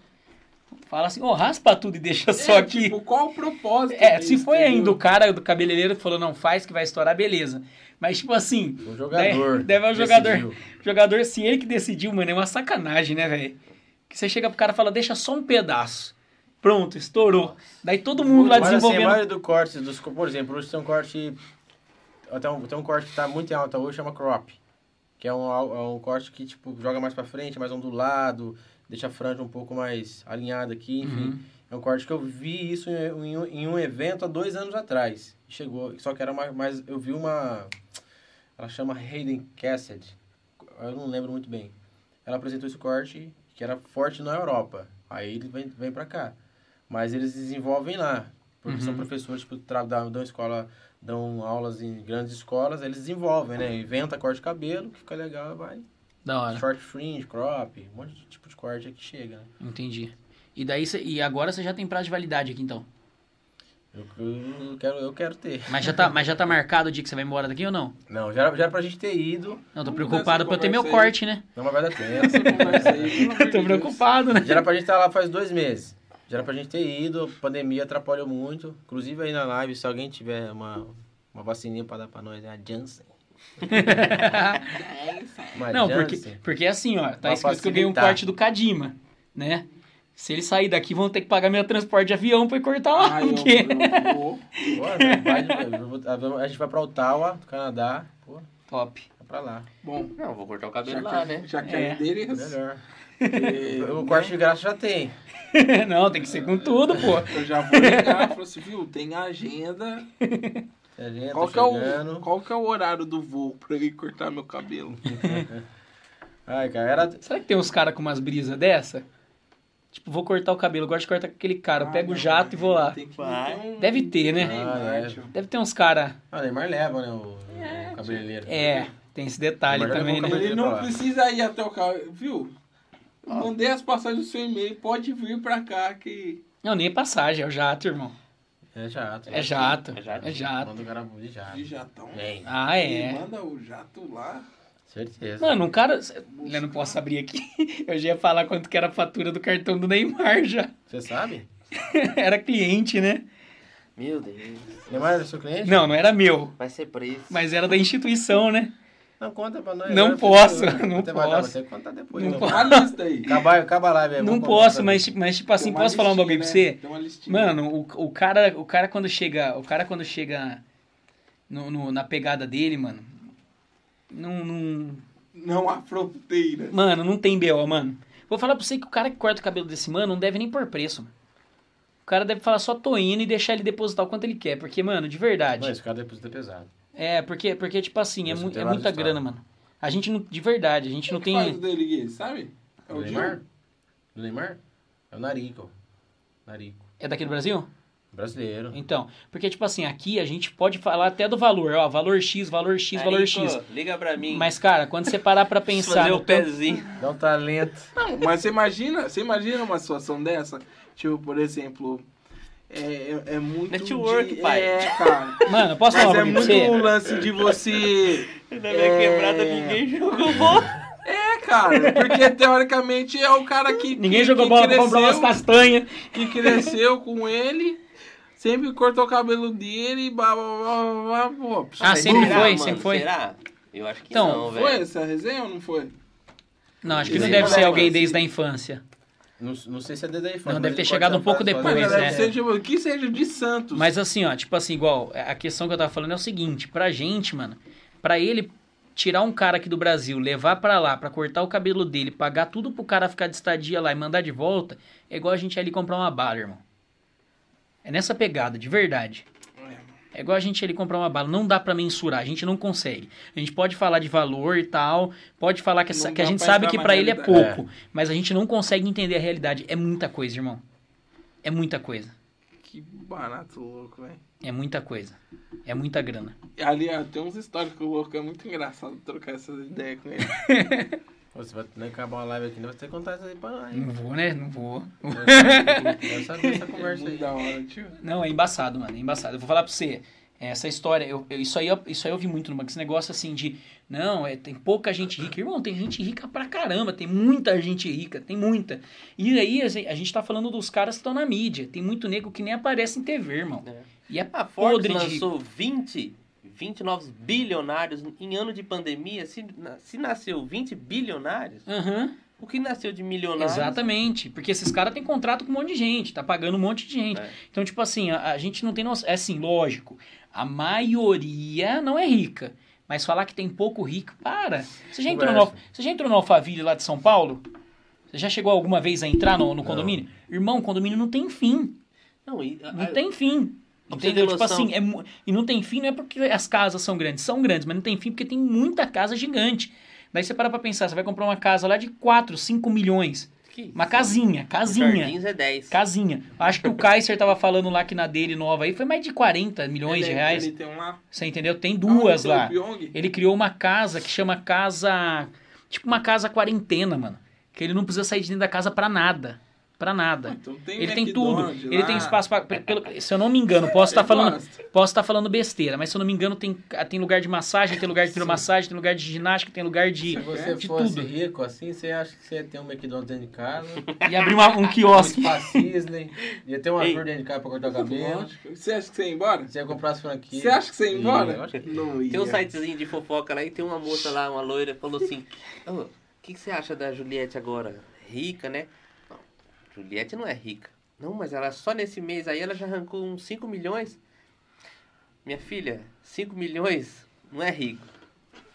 Speaker 2: fala assim, ô, raspa tudo e deixa só
Speaker 3: é,
Speaker 2: aqui.
Speaker 3: Tipo, qual o propósito?
Speaker 2: É,
Speaker 3: disso,
Speaker 2: se foi
Speaker 3: entendeu?
Speaker 2: ainda o cara do cabeleireiro que falou não faz, que vai estourar, beleza. Mas, tipo assim,
Speaker 4: Um jogador.
Speaker 2: Deve- deve ao
Speaker 4: decidiu.
Speaker 2: jogador. jogador, se ele que decidiu, mano, é uma sacanagem, né, velho? Que você chega pro cara e fala, deixa só um pedaço. Pronto, estourou. Daí todo mundo lá
Speaker 4: Mas,
Speaker 3: é
Speaker 4: Assim, a
Speaker 2: desenvolvendo.
Speaker 4: maioria do corte, dos, co- por exemplo, hoje tem um corte. Tem um, tem um corte que tá muito em alta hoje, chama crop. Que é um, al- é um corte que, tipo, joga mais pra frente, mais ondulado, deixa a franja um pouco mais alinhada aqui, enfim.
Speaker 2: Uhum.
Speaker 4: É um corte que eu vi isso em, em um- em um evento há dois anos atrás. Chegou, só que era mais, mais eu vi uma... Ela chama Hayden Cassidy. Eu não lembro muito bem. Ela apresentou esse corte que era forte na Europa. Aí ele vem, vem pra cá. Mas eles desenvolvem lá. Porque são
Speaker 2: Uhum.
Speaker 4: professores, tipo, tra- dão dão escola, dão aulas em grandes escolas, eles desenvolvem, né? Inventa corte de cabelo, que fica legal, vai.
Speaker 2: Da hora.
Speaker 4: Short fringe, crop, um monte de tipo de corte que chega, né?
Speaker 2: Entendi. E daí cê- e agora você já tem prazo de validade aqui então.
Speaker 4: Eu, eu quero, eu quero ter.
Speaker 2: Mas já tá, mas já tá marcado o dia que você vai embora daqui ou não?
Speaker 4: Não, já, era- já era pra gente ter ido.
Speaker 2: Não, tô
Speaker 3: Vamos
Speaker 2: preocupado
Speaker 3: nessa
Speaker 2: pra eu ter meu
Speaker 3: conversa aí.
Speaker 2: corte, né?
Speaker 4: Não, mas vai dar tempo.
Speaker 3: Conversa aí, pelo amor de
Speaker 2: tô
Speaker 3: Deus.
Speaker 2: preocupado, né?
Speaker 4: Já era pra gente estar lá faz dois meses. Já era pra gente ter ido, a pandemia atrapalhou muito. Inclusive aí na live, se alguém tiver uma, uma vacininha pra dar pra nós, é a Janssen. Uma
Speaker 2: Não, porque,
Speaker 4: Janssen.
Speaker 2: porque é assim, ó, tá
Speaker 4: Pra
Speaker 2: escrito que eu ganhei um
Speaker 4: facilitar.
Speaker 2: corte do Kadima, né? Se ele sair daqui, vão ter que pagar meu transporte de avião pra ir cortar lá,
Speaker 3: Ai, eu-
Speaker 2: porque...
Speaker 3: eu vou.
Speaker 4: Pô, não, vai de- eu vou- a gente vai pra Ottawa, do Canadá. Pô,
Speaker 2: Top.
Speaker 4: vai pra lá.
Speaker 3: Bom,
Speaker 6: Não, vou cortar o
Speaker 3: já
Speaker 6: cabelo
Speaker 3: que,
Speaker 6: lá, né?
Speaker 3: já que
Speaker 2: É.
Speaker 3: é deles,
Speaker 4: Melhor.
Speaker 3: que-
Speaker 4: O corte de graça já tem.
Speaker 2: Não, tem que ser com tudo, pô.
Speaker 3: eu já vou ligar e falar assim, viu, tem agenda.
Speaker 4: A gente
Speaker 3: Qual
Speaker 4: tá
Speaker 3: que, é o,
Speaker 4: chegando.
Speaker 3: qual que é o horário do voo pra eu ir cortar meu cabelo?
Speaker 4: Ai, cara, era...
Speaker 2: Será que tem uns caras com umas brisas dessa? Tipo, vou cortar o cabelo, gosto de cortar com aquele
Speaker 3: Ah,
Speaker 2: cara, eu pego o jato e vou lá.
Speaker 3: Tem que
Speaker 6: Vai.
Speaker 3: ter um-
Speaker 2: Deve ter, né?
Speaker 4: Ah, é.
Speaker 2: Deve ter uns cara...
Speaker 4: Ah, o Neymar leva, né, o, o cabeleireiro.
Speaker 2: É, tem esse detalhe
Speaker 4: Mas já
Speaker 2: também,
Speaker 4: levou
Speaker 2: né?
Speaker 4: o cabelo-
Speaker 3: Ele não precisa ir até o carro, viu? Mandei as passagens do seu e-mail, pode vir pra cá que.
Speaker 2: Não, nem é passagem, é o jato, irmão.
Speaker 4: É jato.
Speaker 2: É jato, é jato.
Speaker 6: jato.
Speaker 4: Manda o cara de jato.
Speaker 3: De jatão.
Speaker 4: Vem.
Speaker 2: Ah,
Speaker 3: Ele
Speaker 2: é.
Speaker 3: manda o jato lá.
Speaker 4: Certeza.
Speaker 2: Mano, um cara... Eu não posso abrir aqui. Eu já ia falar quanto que era a fatura do cartão do Neymar já.
Speaker 4: Você sabe?
Speaker 2: Era cliente, né?
Speaker 6: Meu Deus.
Speaker 4: Neymar é seu cliente?
Speaker 2: Não, não era meu.
Speaker 6: Vai ser preso.
Speaker 2: Mas era da instituição, né?
Speaker 4: Não conta pra nós.
Speaker 2: Não
Speaker 4: agora,
Speaker 2: posso,
Speaker 4: porque-
Speaker 2: não
Speaker 4: Até vai dar,
Speaker 2: posso.
Speaker 4: Você conta depois.
Speaker 2: Não
Speaker 4: né?
Speaker 2: posso.
Speaker 3: A Tá lista aí.
Speaker 4: Acaba, acaba a live. aí,
Speaker 2: não
Speaker 4: vamos
Speaker 2: posso,
Speaker 4: contar.
Speaker 2: mas, tipo- mas tipo assim,
Speaker 3: Tem uma
Speaker 2: posso falar um bagulho pra
Speaker 3: listinha,
Speaker 2: você?
Speaker 3: né? Tem uma listinha.
Speaker 2: Mano, o, o cara, o cara quando chega, o cara quando chega no, no- na pegada dele, mano, não, não,
Speaker 3: Não há fronteira.
Speaker 2: mano, não tem BO, mano. Vou falar pra você que o cara que corta o cabelo desse mano não deve nem pôr preço, mano. O cara deve falar só tô indo e deixar ele depositar o quanto ele quer, porque, mano, de verdade.
Speaker 4: Mano, esse cara depois é pesado.
Speaker 2: É, porque, porque tipo assim, é,
Speaker 4: Isso
Speaker 2: mu-
Speaker 4: tem
Speaker 2: é
Speaker 4: várias
Speaker 2: muita
Speaker 4: histórias.
Speaker 2: grana, mano. A gente não, de verdade, a gente não
Speaker 3: O que faz
Speaker 2: tem.
Speaker 3: o dele, Gui? sabe? É
Speaker 4: Do
Speaker 3: o
Speaker 4: Neymar?
Speaker 3: Gil.
Speaker 4: Do Neymar? É o Narico. Narico.
Speaker 2: É daqui do Brasil?
Speaker 4: Brasileiro.
Speaker 2: Então, porque tipo assim, aqui a gente pode falar até do valor, ó, valor X, valor X, valor X.
Speaker 6: Narico, Liga pra mim.
Speaker 2: Mas cara, quando você parar pra pensar,
Speaker 6: Fazer
Speaker 2: no
Speaker 6: o
Speaker 2: tanto-
Speaker 6: pezinho.
Speaker 4: Dá um talento.
Speaker 3: Não, mas você imagina, você imagina uma situação dessa? Tipo, por exemplo, é, é- é muito.
Speaker 6: Network,
Speaker 3: de-
Speaker 6: pai.
Speaker 3: É, cara.
Speaker 2: Mano, posso falar
Speaker 3: Mas
Speaker 2: uma coisa
Speaker 3: é
Speaker 2: pra
Speaker 3: muito
Speaker 2: você?
Speaker 3: um lance de você.
Speaker 6: Na minha quebrada ninguém jogou bola.
Speaker 3: É, cara, porque teoricamente é o cara que.
Speaker 2: Ninguém
Speaker 3: que-
Speaker 2: jogou
Speaker 3: que
Speaker 2: bola pra
Speaker 3: cresceu,
Speaker 2: comprar umas castanhas.
Speaker 3: Que cresceu com ele, sempre cortou o cabelo dele e blá blá blá blá blá. pô.
Speaker 2: Ah, sempre
Speaker 6: Será,
Speaker 2: foi,
Speaker 6: mano?
Speaker 2: sempre foi.
Speaker 6: Será? Eu acho que
Speaker 2: Então,
Speaker 6: não,
Speaker 3: Foi
Speaker 6: velho.
Speaker 3: essa resenha ou não foi?
Speaker 2: Não, acho que não
Speaker 6: Sim,
Speaker 2: deve
Speaker 6: mas
Speaker 2: ser
Speaker 6: é,
Speaker 2: alguém
Speaker 3: mas-
Speaker 2: desde a infância.
Speaker 4: Não, não sei se é desde aí.
Speaker 2: Não, deve ter chegado um pouco
Speaker 3: Mas
Speaker 2: Pois
Speaker 3: deve
Speaker 2: é.
Speaker 3: ser, tipo, que seja de Santos.
Speaker 2: Mas assim, ó, tipo assim, igual, a questão que eu tava falando é o seguinte, pra gente, mano, pra ele tirar um cara aqui do Brasil, levar pra lá, pra cortar o cabelo dele, pagar tudo pro cara ficar de estadia lá e mandar de volta, é igual a gente ir ali comprar uma bala, irmão. É nessa pegada, de verdade. É igual a gente ali comprar uma bala, não dá pra mensurar, a gente não consegue. A gente pode falar de valor e tal, pode falar que, essa-
Speaker 3: Não
Speaker 2: que a
Speaker 3: dá
Speaker 2: gente
Speaker 3: pra
Speaker 2: sabe
Speaker 3: entrar
Speaker 2: que
Speaker 3: na
Speaker 2: pra ele é
Speaker 3: realidade.
Speaker 2: pouco, mas a gente não consegue entender a realidade. É muita coisa, irmão. É muita coisa.
Speaker 3: Que barato louco, velho.
Speaker 2: É muita coisa. É muita grana.
Speaker 3: Ali, ó, tem uns históricos loucos, é muito engraçado trocar essas ideias com ele.
Speaker 4: Você vai né, acabar uma live aqui, não vai ter que contar isso aí pra nós. hein?
Speaker 2: Não vou, né? Não vou.
Speaker 4: Quero saber essa conversa
Speaker 3: Muito
Speaker 4: aí.
Speaker 3: da hora, tio.
Speaker 2: Não, é embaçado, mano. É embaçado. Eu vou falar pra você. Essa história, eu, eu- isso, aí, eu- isso aí eu vi muito no banco. Esse negócio assim de. Não, é, tem pouca gente rica. Irmão, tem gente rica pra caramba. Tem muita gente rica. Tem muita. E aí a gente, a gente tá falando dos caras que estão na mídia. Tem muito nego que nem aparece em TV, irmão.
Speaker 6: É.
Speaker 2: E é
Speaker 6: A Forbes
Speaker 2: podre de rico.
Speaker 6: lançou 20, 20 novos bilionários em ano de pandemia. Se, na- se nasceu 20 bilionários,
Speaker 2: Aham.
Speaker 6: o que nasceu de milionários?
Speaker 2: Exatamente, porque esses caras têm contrato com um monte de gente, tá pagando um monte de gente.
Speaker 6: É.
Speaker 2: Então, tipo assim, a, a gente não tem noção. É assim, lógico, a maioria não é rica. Mas falar que tem pouco rico, para. Você já entrou no, Al- você já entrou no Alphaville lá de São Paulo? Você já chegou alguma vez a entrar no, no condomínio? Irmão, condomínio não tem fim.
Speaker 6: Não, e, ah,
Speaker 2: Não
Speaker 6: a-
Speaker 2: tem fim.
Speaker 6: pra você
Speaker 2: Entendeu?
Speaker 6: ter
Speaker 2: Tipo
Speaker 6: noção.
Speaker 2: assim, é mu- e não tem fim não é porque as casas são grandes. São grandes, mas não tem fim porque tem muita casa gigante. Daí você para pra pensar, você vai comprar uma casa lá de 4, 5 milhões.
Speaker 6: que
Speaker 2: Uma
Speaker 6: isso?
Speaker 2: casinha,
Speaker 6: Os
Speaker 2: casinha.
Speaker 6: Jardins é 10.
Speaker 2: Casinha. Acho que o Kaiser tava falando lá que na dele nova aí foi mais de 40 milhões de
Speaker 3: é- Ele-
Speaker 2: reais.
Speaker 3: Ele tem um lá.
Speaker 2: Você entendeu? Tem duas
Speaker 3: Ah, não,
Speaker 2: lá.
Speaker 3: o Pyong?
Speaker 2: Ele criou uma casa que chama Casa. Tipo uma casa quarentena, mano. Que ele não precisa sair de dentro da casa pra nada. Pra nada.
Speaker 3: Então tem
Speaker 2: Ele tem tudo.
Speaker 3: McDonald's
Speaker 2: Ele
Speaker 3: lá.
Speaker 2: tem espaço pra. pe- pelo- se eu não me engano, posso estar
Speaker 3: Eu
Speaker 2: falando.
Speaker 3: gosto.
Speaker 2: Posso estar falando besteira, mas se eu não me engano, tem, tem lugar de massagem, tem lugar de hidromassagem, tem lugar de ginástica, tem lugar de,
Speaker 4: Se você
Speaker 2: de
Speaker 4: fosse
Speaker 2: tudo.
Speaker 4: rico assim, você acha que você ia ter um McDonald's dentro de casa,
Speaker 2: E abrir uma- um
Speaker 4: um
Speaker 2: quiosque.
Speaker 4: Spa Sisley, ia ter uma
Speaker 1: Ei.
Speaker 4: flor dentro de casa pra cortar o cabelo,
Speaker 3: Lógico. Você acha que você ia embora?
Speaker 4: você ia comprar as franquias.
Speaker 3: Você acha que você ia embora?
Speaker 4: Ia, eu acho que-
Speaker 3: Não ia.
Speaker 6: Tem um sitezinho de fofoca lá e tem uma moça lá, uma loira, falou assim: "Ô, O que, que você acha da Juliette agora? Rica, né? Não, Juliette não é rica. Não, mas ela só nesse mês aí ela já arrancou uns 5 milhões. Minha filha, 5 milhões não é rico.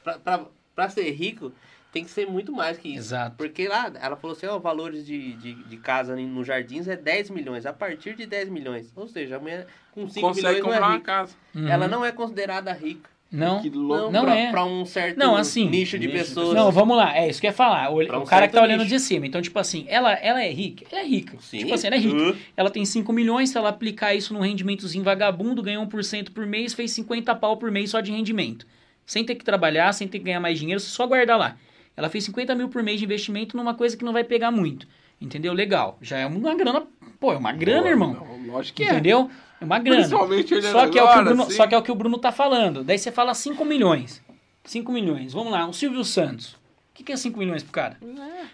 Speaker 6: Pra, pra, pra ser rico, tem que ser muito mais que isso.
Speaker 2: Exato.
Speaker 6: Porque lá, ela falou assim, ó, valores de, de, de casa nos jardins é 10 milhões, a partir de 10 milhões. Ou seja, a mulher com 5
Speaker 3: Consegue
Speaker 6: milhões não é
Speaker 3: comprar uma
Speaker 6: rica.
Speaker 3: casa.
Speaker 2: Uhum.
Speaker 6: Ela não é considerada rica.
Speaker 2: Não.
Speaker 3: Que louco.
Speaker 2: Não
Speaker 6: pra,
Speaker 2: é.
Speaker 6: pra um certo
Speaker 2: Não, assim,
Speaker 6: nicho de
Speaker 4: nicho de
Speaker 6: pessoas.
Speaker 2: Não, vamos lá, é isso que eu ia falar. O,
Speaker 6: Pra
Speaker 2: o
Speaker 6: um
Speaker 2: cara que tá
Speaker 6: certo
Speaker 2: olhando
Speaker 6: nicho.
Speaker 2: de cima. Então, tipo assim, ela, ela é rica? Ela é rica.
Speaker 6: Sim. Uh,
Speaker 2: Tipo assim, ela é rica.
Speaker 6: Hã?
Speaker 2: Ela tem 5 milhões, se ela aplicar isso num rendimentozinho vagabundo, ganhou 1% por mês, fez 50 pau por mês só de rendimento. Sem ter que trabalhar, sem ter que ganhar mais dinheiro, só guardar lá. Ela fez 50 mil por mês de investimento numa coisa que não vai pegar muito. Entendeu? Legal. Já é uma grana. Pô, é uma grana, irmão.
Speaker 3: Não, lógico que é.
Speaker 2: Entendeu? É uma grana.
Speaker 3: Principalmente olhando
Speaker 2: Só que, é o que o
Speaker 3: agora,
Speaker 2: Bruno,
Speaker 3: assim.
Speaker 2: só que é o que o Bruno tá falando. Daí você fala 5 milhões. 5 milhões. Vamos lá, o Silvio Santos. O que, que é 5 milhões pro cara?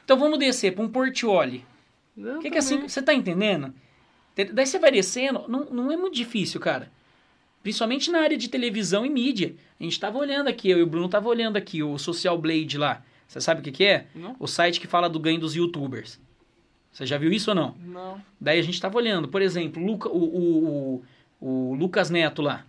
Speaker 2: Então vamos descer pra um Portioli. O que, que é 5? Você tá entendendo? Te- Daí você vai descendo. Não, não é muito difícil, cara. Principalmente na área de televisão e mídia. A gente tava olhando aqui, eu e o Bruno tava olhando aqui o Social Blade lá. Você sabe o que, que é?
Speaker 3: Não.
Speaker 2: O site que fala do ganho dos youtubers. Você já viu isso ou não?
Speaker 3: Não.
Speaker 2: Daí a gente tava olhando, por exemplo, o Luca- o, o, o, o Lucas Neto lá.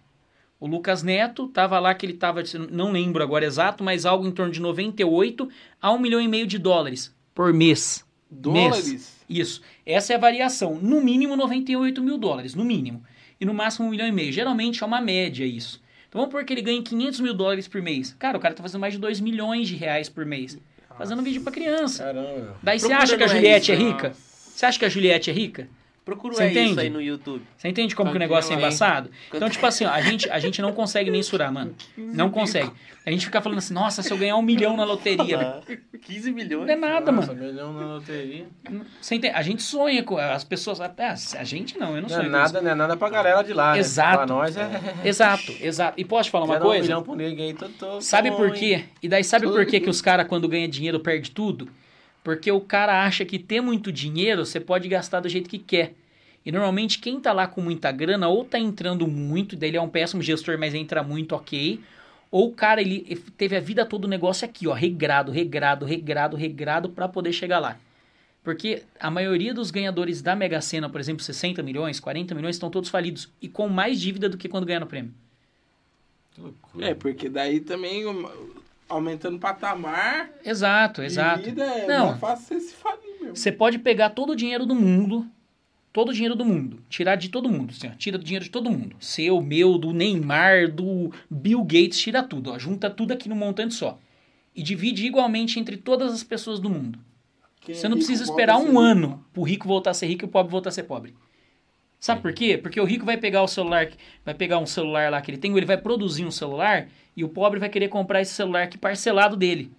Speaker 2: O Lucas Neto tava lá que ele tava, não lembro agora exato, mas algo em torno de 98 a 1 milhão e meio de dólares por mês.
Speaker 3: Dólares?
Speaker 2: Isso. Essa é a variação. No mínimo 98 mil dólares, no mínimo. E no máximo 1 milhão e meio. Geralmente é uma média isso. Então vamos supor que ele ganha 500 mil dólares por mês. Cara, o cara tá fazendo mais de 2 milhões de reais por mês. Fazendo vídeo pra criança.
Speaker 4: Caramba.
Speaker 2: Daí você
Speaker 6: Procura
Speaker 2: acha que a
Speaker 6: no
Speaker 2: Juliette é
Speaker 4: né?
Speaker 6: Edson.
Speaker 2: rica? Você acha que a Juliette é rica?
Speaker 6: Procura
Speaker 2: Você
Speaker 6: é
Speaker 2: entende?
Speaker 6: isso aí no YouTube.
Speaker 2: Você entende como que o
Speaker 6: Tadinha
Speaker 2: negócio é
Speaker 6: ela, hein?
Speaker 2: embaçado? Então, tipo assim, ó, a gente, a gente não consegue mensurar, mano. Não consegue. A gente fica falando assim, nossa, se eu ganhar um milhão na loteria, velho.
Speaker 6: 15 milhões.
Speaker 2: Não é nada,
Speaker 4: Nossa,
Speaker 2: mano.
Speaker 4: milhão na loteria.
Speaker 2: Você entende? A gente sonha com. As pessoas. ah, A gente não, eu não
Speaker 4: Não é
Speaker 2: sonho.
Speaker 4: nada, não é nada pra galera de lá, né?
Speaker 2: Exato.
Speaker 4: Pra nós é...
Speaker 2: Com isso. Exato, exato. E posso te falar uma
Speaker 4: Fizeram Um
Speaker 2: coisa?
Speaker 4: milhão pro nego aí, tô, tô,
Speaker 2: Sabe
Speaker 4: tô,
Speaker 2: por
Speaker 4: hein?
Speaker 2: quê? E daí sabe por quê que os caras, quando ganha dinheiro, perde tudo? Porque o cara acha que ter muito dinheiro, você pode gastar do jeito que quer. E normalmente quem tá lá com muita grana, ou tá entrando muito, daí ele é um péssimo gestor, mas entra muito ok. Ou o cara, ele teve a vida toda o negócio aqui, ó, regrado, regrado, regrado, regrado pra poder chegar lá. Porque a maioria dos ganhadores da Mega Sena, por exemplo, 60 milhões, 40 milhões, estão todos falidos e com mais dívida do que quando ganharam o prêmio.
Speaker 4: Que loucura.
Speaker 3: É, porque daí também um, aumentando o patamar
Speaker 2: Exato, exato.
Speaker 3: de vida é
Speaker 2: Não.
Speaker 3: mais fácil você se falir, meu.
Speaker 2: Você pode pegar todo o dinheiro do mundo, todo o dinheiro do mundo, tirar de todo mundo, assim, ó, tira do dinheiro de todo mundo. Seu, meu, do Neymar, do Bill Gates, tira tudo, ó, junta tudo aqui num montante só. E divide igualmente entre todas as pessoas do mundo.
Speaker 3: Quem
Speaker 2: Você
Speaker 3: é
Speaker 2: não
Speaker 3: rico
Speaker 2: precisa
Speaker 3: volta
Speaker 2: esperar
Speaker 3: a ser
Speaker 2: um
Speaker 3: rico.
Speaker 2: ano pro rico voltar a ser rico e o pobre voltar a ser pobre. Sabe por quê? Porque o rico vai pegar o celular, que- vai pegar um celular lá que ele tem, ou ele vai produzir um celular e o pobre vai querer comprar esse celular que parcelado dele.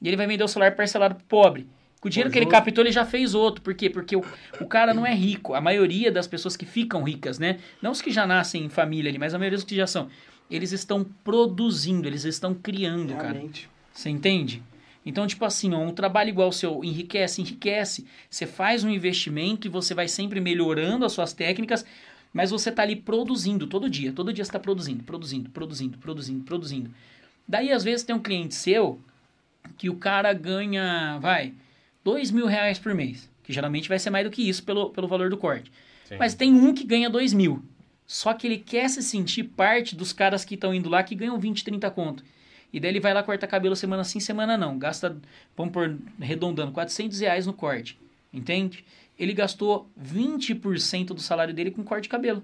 Speaker 2: E ele vai vender o celular parcelado pro pobre. Com o dinheiro que ele captou, ele já fez outro. Por quê? Porque o, o cara não é rico. A maioria das pessoas que ficam ricas, né? Não os que já nascem em família ali, mas a maioria dos que já são. Eles estão produzindo, eles estão criando, cara.
Speaker 3: Realmente.
Speaker 2: Você entende? Então, tipo assim, ó, um trabalho igual o seu enriquece, enriquece. Você faz um investimento e você vai sempre melhorando as suas técnicas, mas você tá ali produzindo todo dia. Todo dia você tá produzindo, produzindo, produzindo, produzindo, produzindo. Daí, às vezes, tem um cliente seu que o cara ganha, vai, dois mil reais por mês. Que geralmente vai ser mais do que isso pelo, pelo valor do corte.
Speaker 4: Sim.
Speaker 2: Mas tem um que ganha dois mil. Só que ele quer se sentir parte dos caras que estão indo lá que ganham 20, 30 conto. E daí ele vai lá corta cabelo semana sim, semana não. Gasta, vamos por arredondando, 400 reais no corte. Entende? Ele gastou 20% do salário dele com corte de cabelo.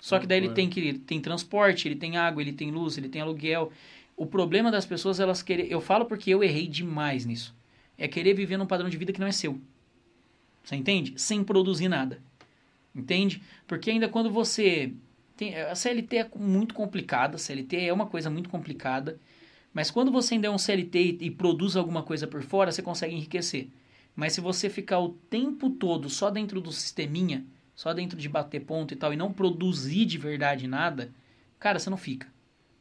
Speaker 2: Só que daí ele
Speaker 4: Loucura.
Speaker 2: tem que ele tem transporte, ele tem água, ele tem luz, ele tem aluguel. O problema das pessoas, elas querem. Eu falo porque eu errei demais nisso. É querer viver num padrão de vida que não é seu. Você entende? Sem produzir nada. Entende? Porque ainda quando você. Tem, a CLT é muito complicada, a CLT é uma coisa muito complicada. Mas quando você ainda é um CLT e, e produz alguma coisa por fora, você consegue enriquecer. Mas se você ficar o tempo todo só dentro do sisteminha, só dentro de bater ponto e tal, e não produzir de verdade nada, cara, você não fica.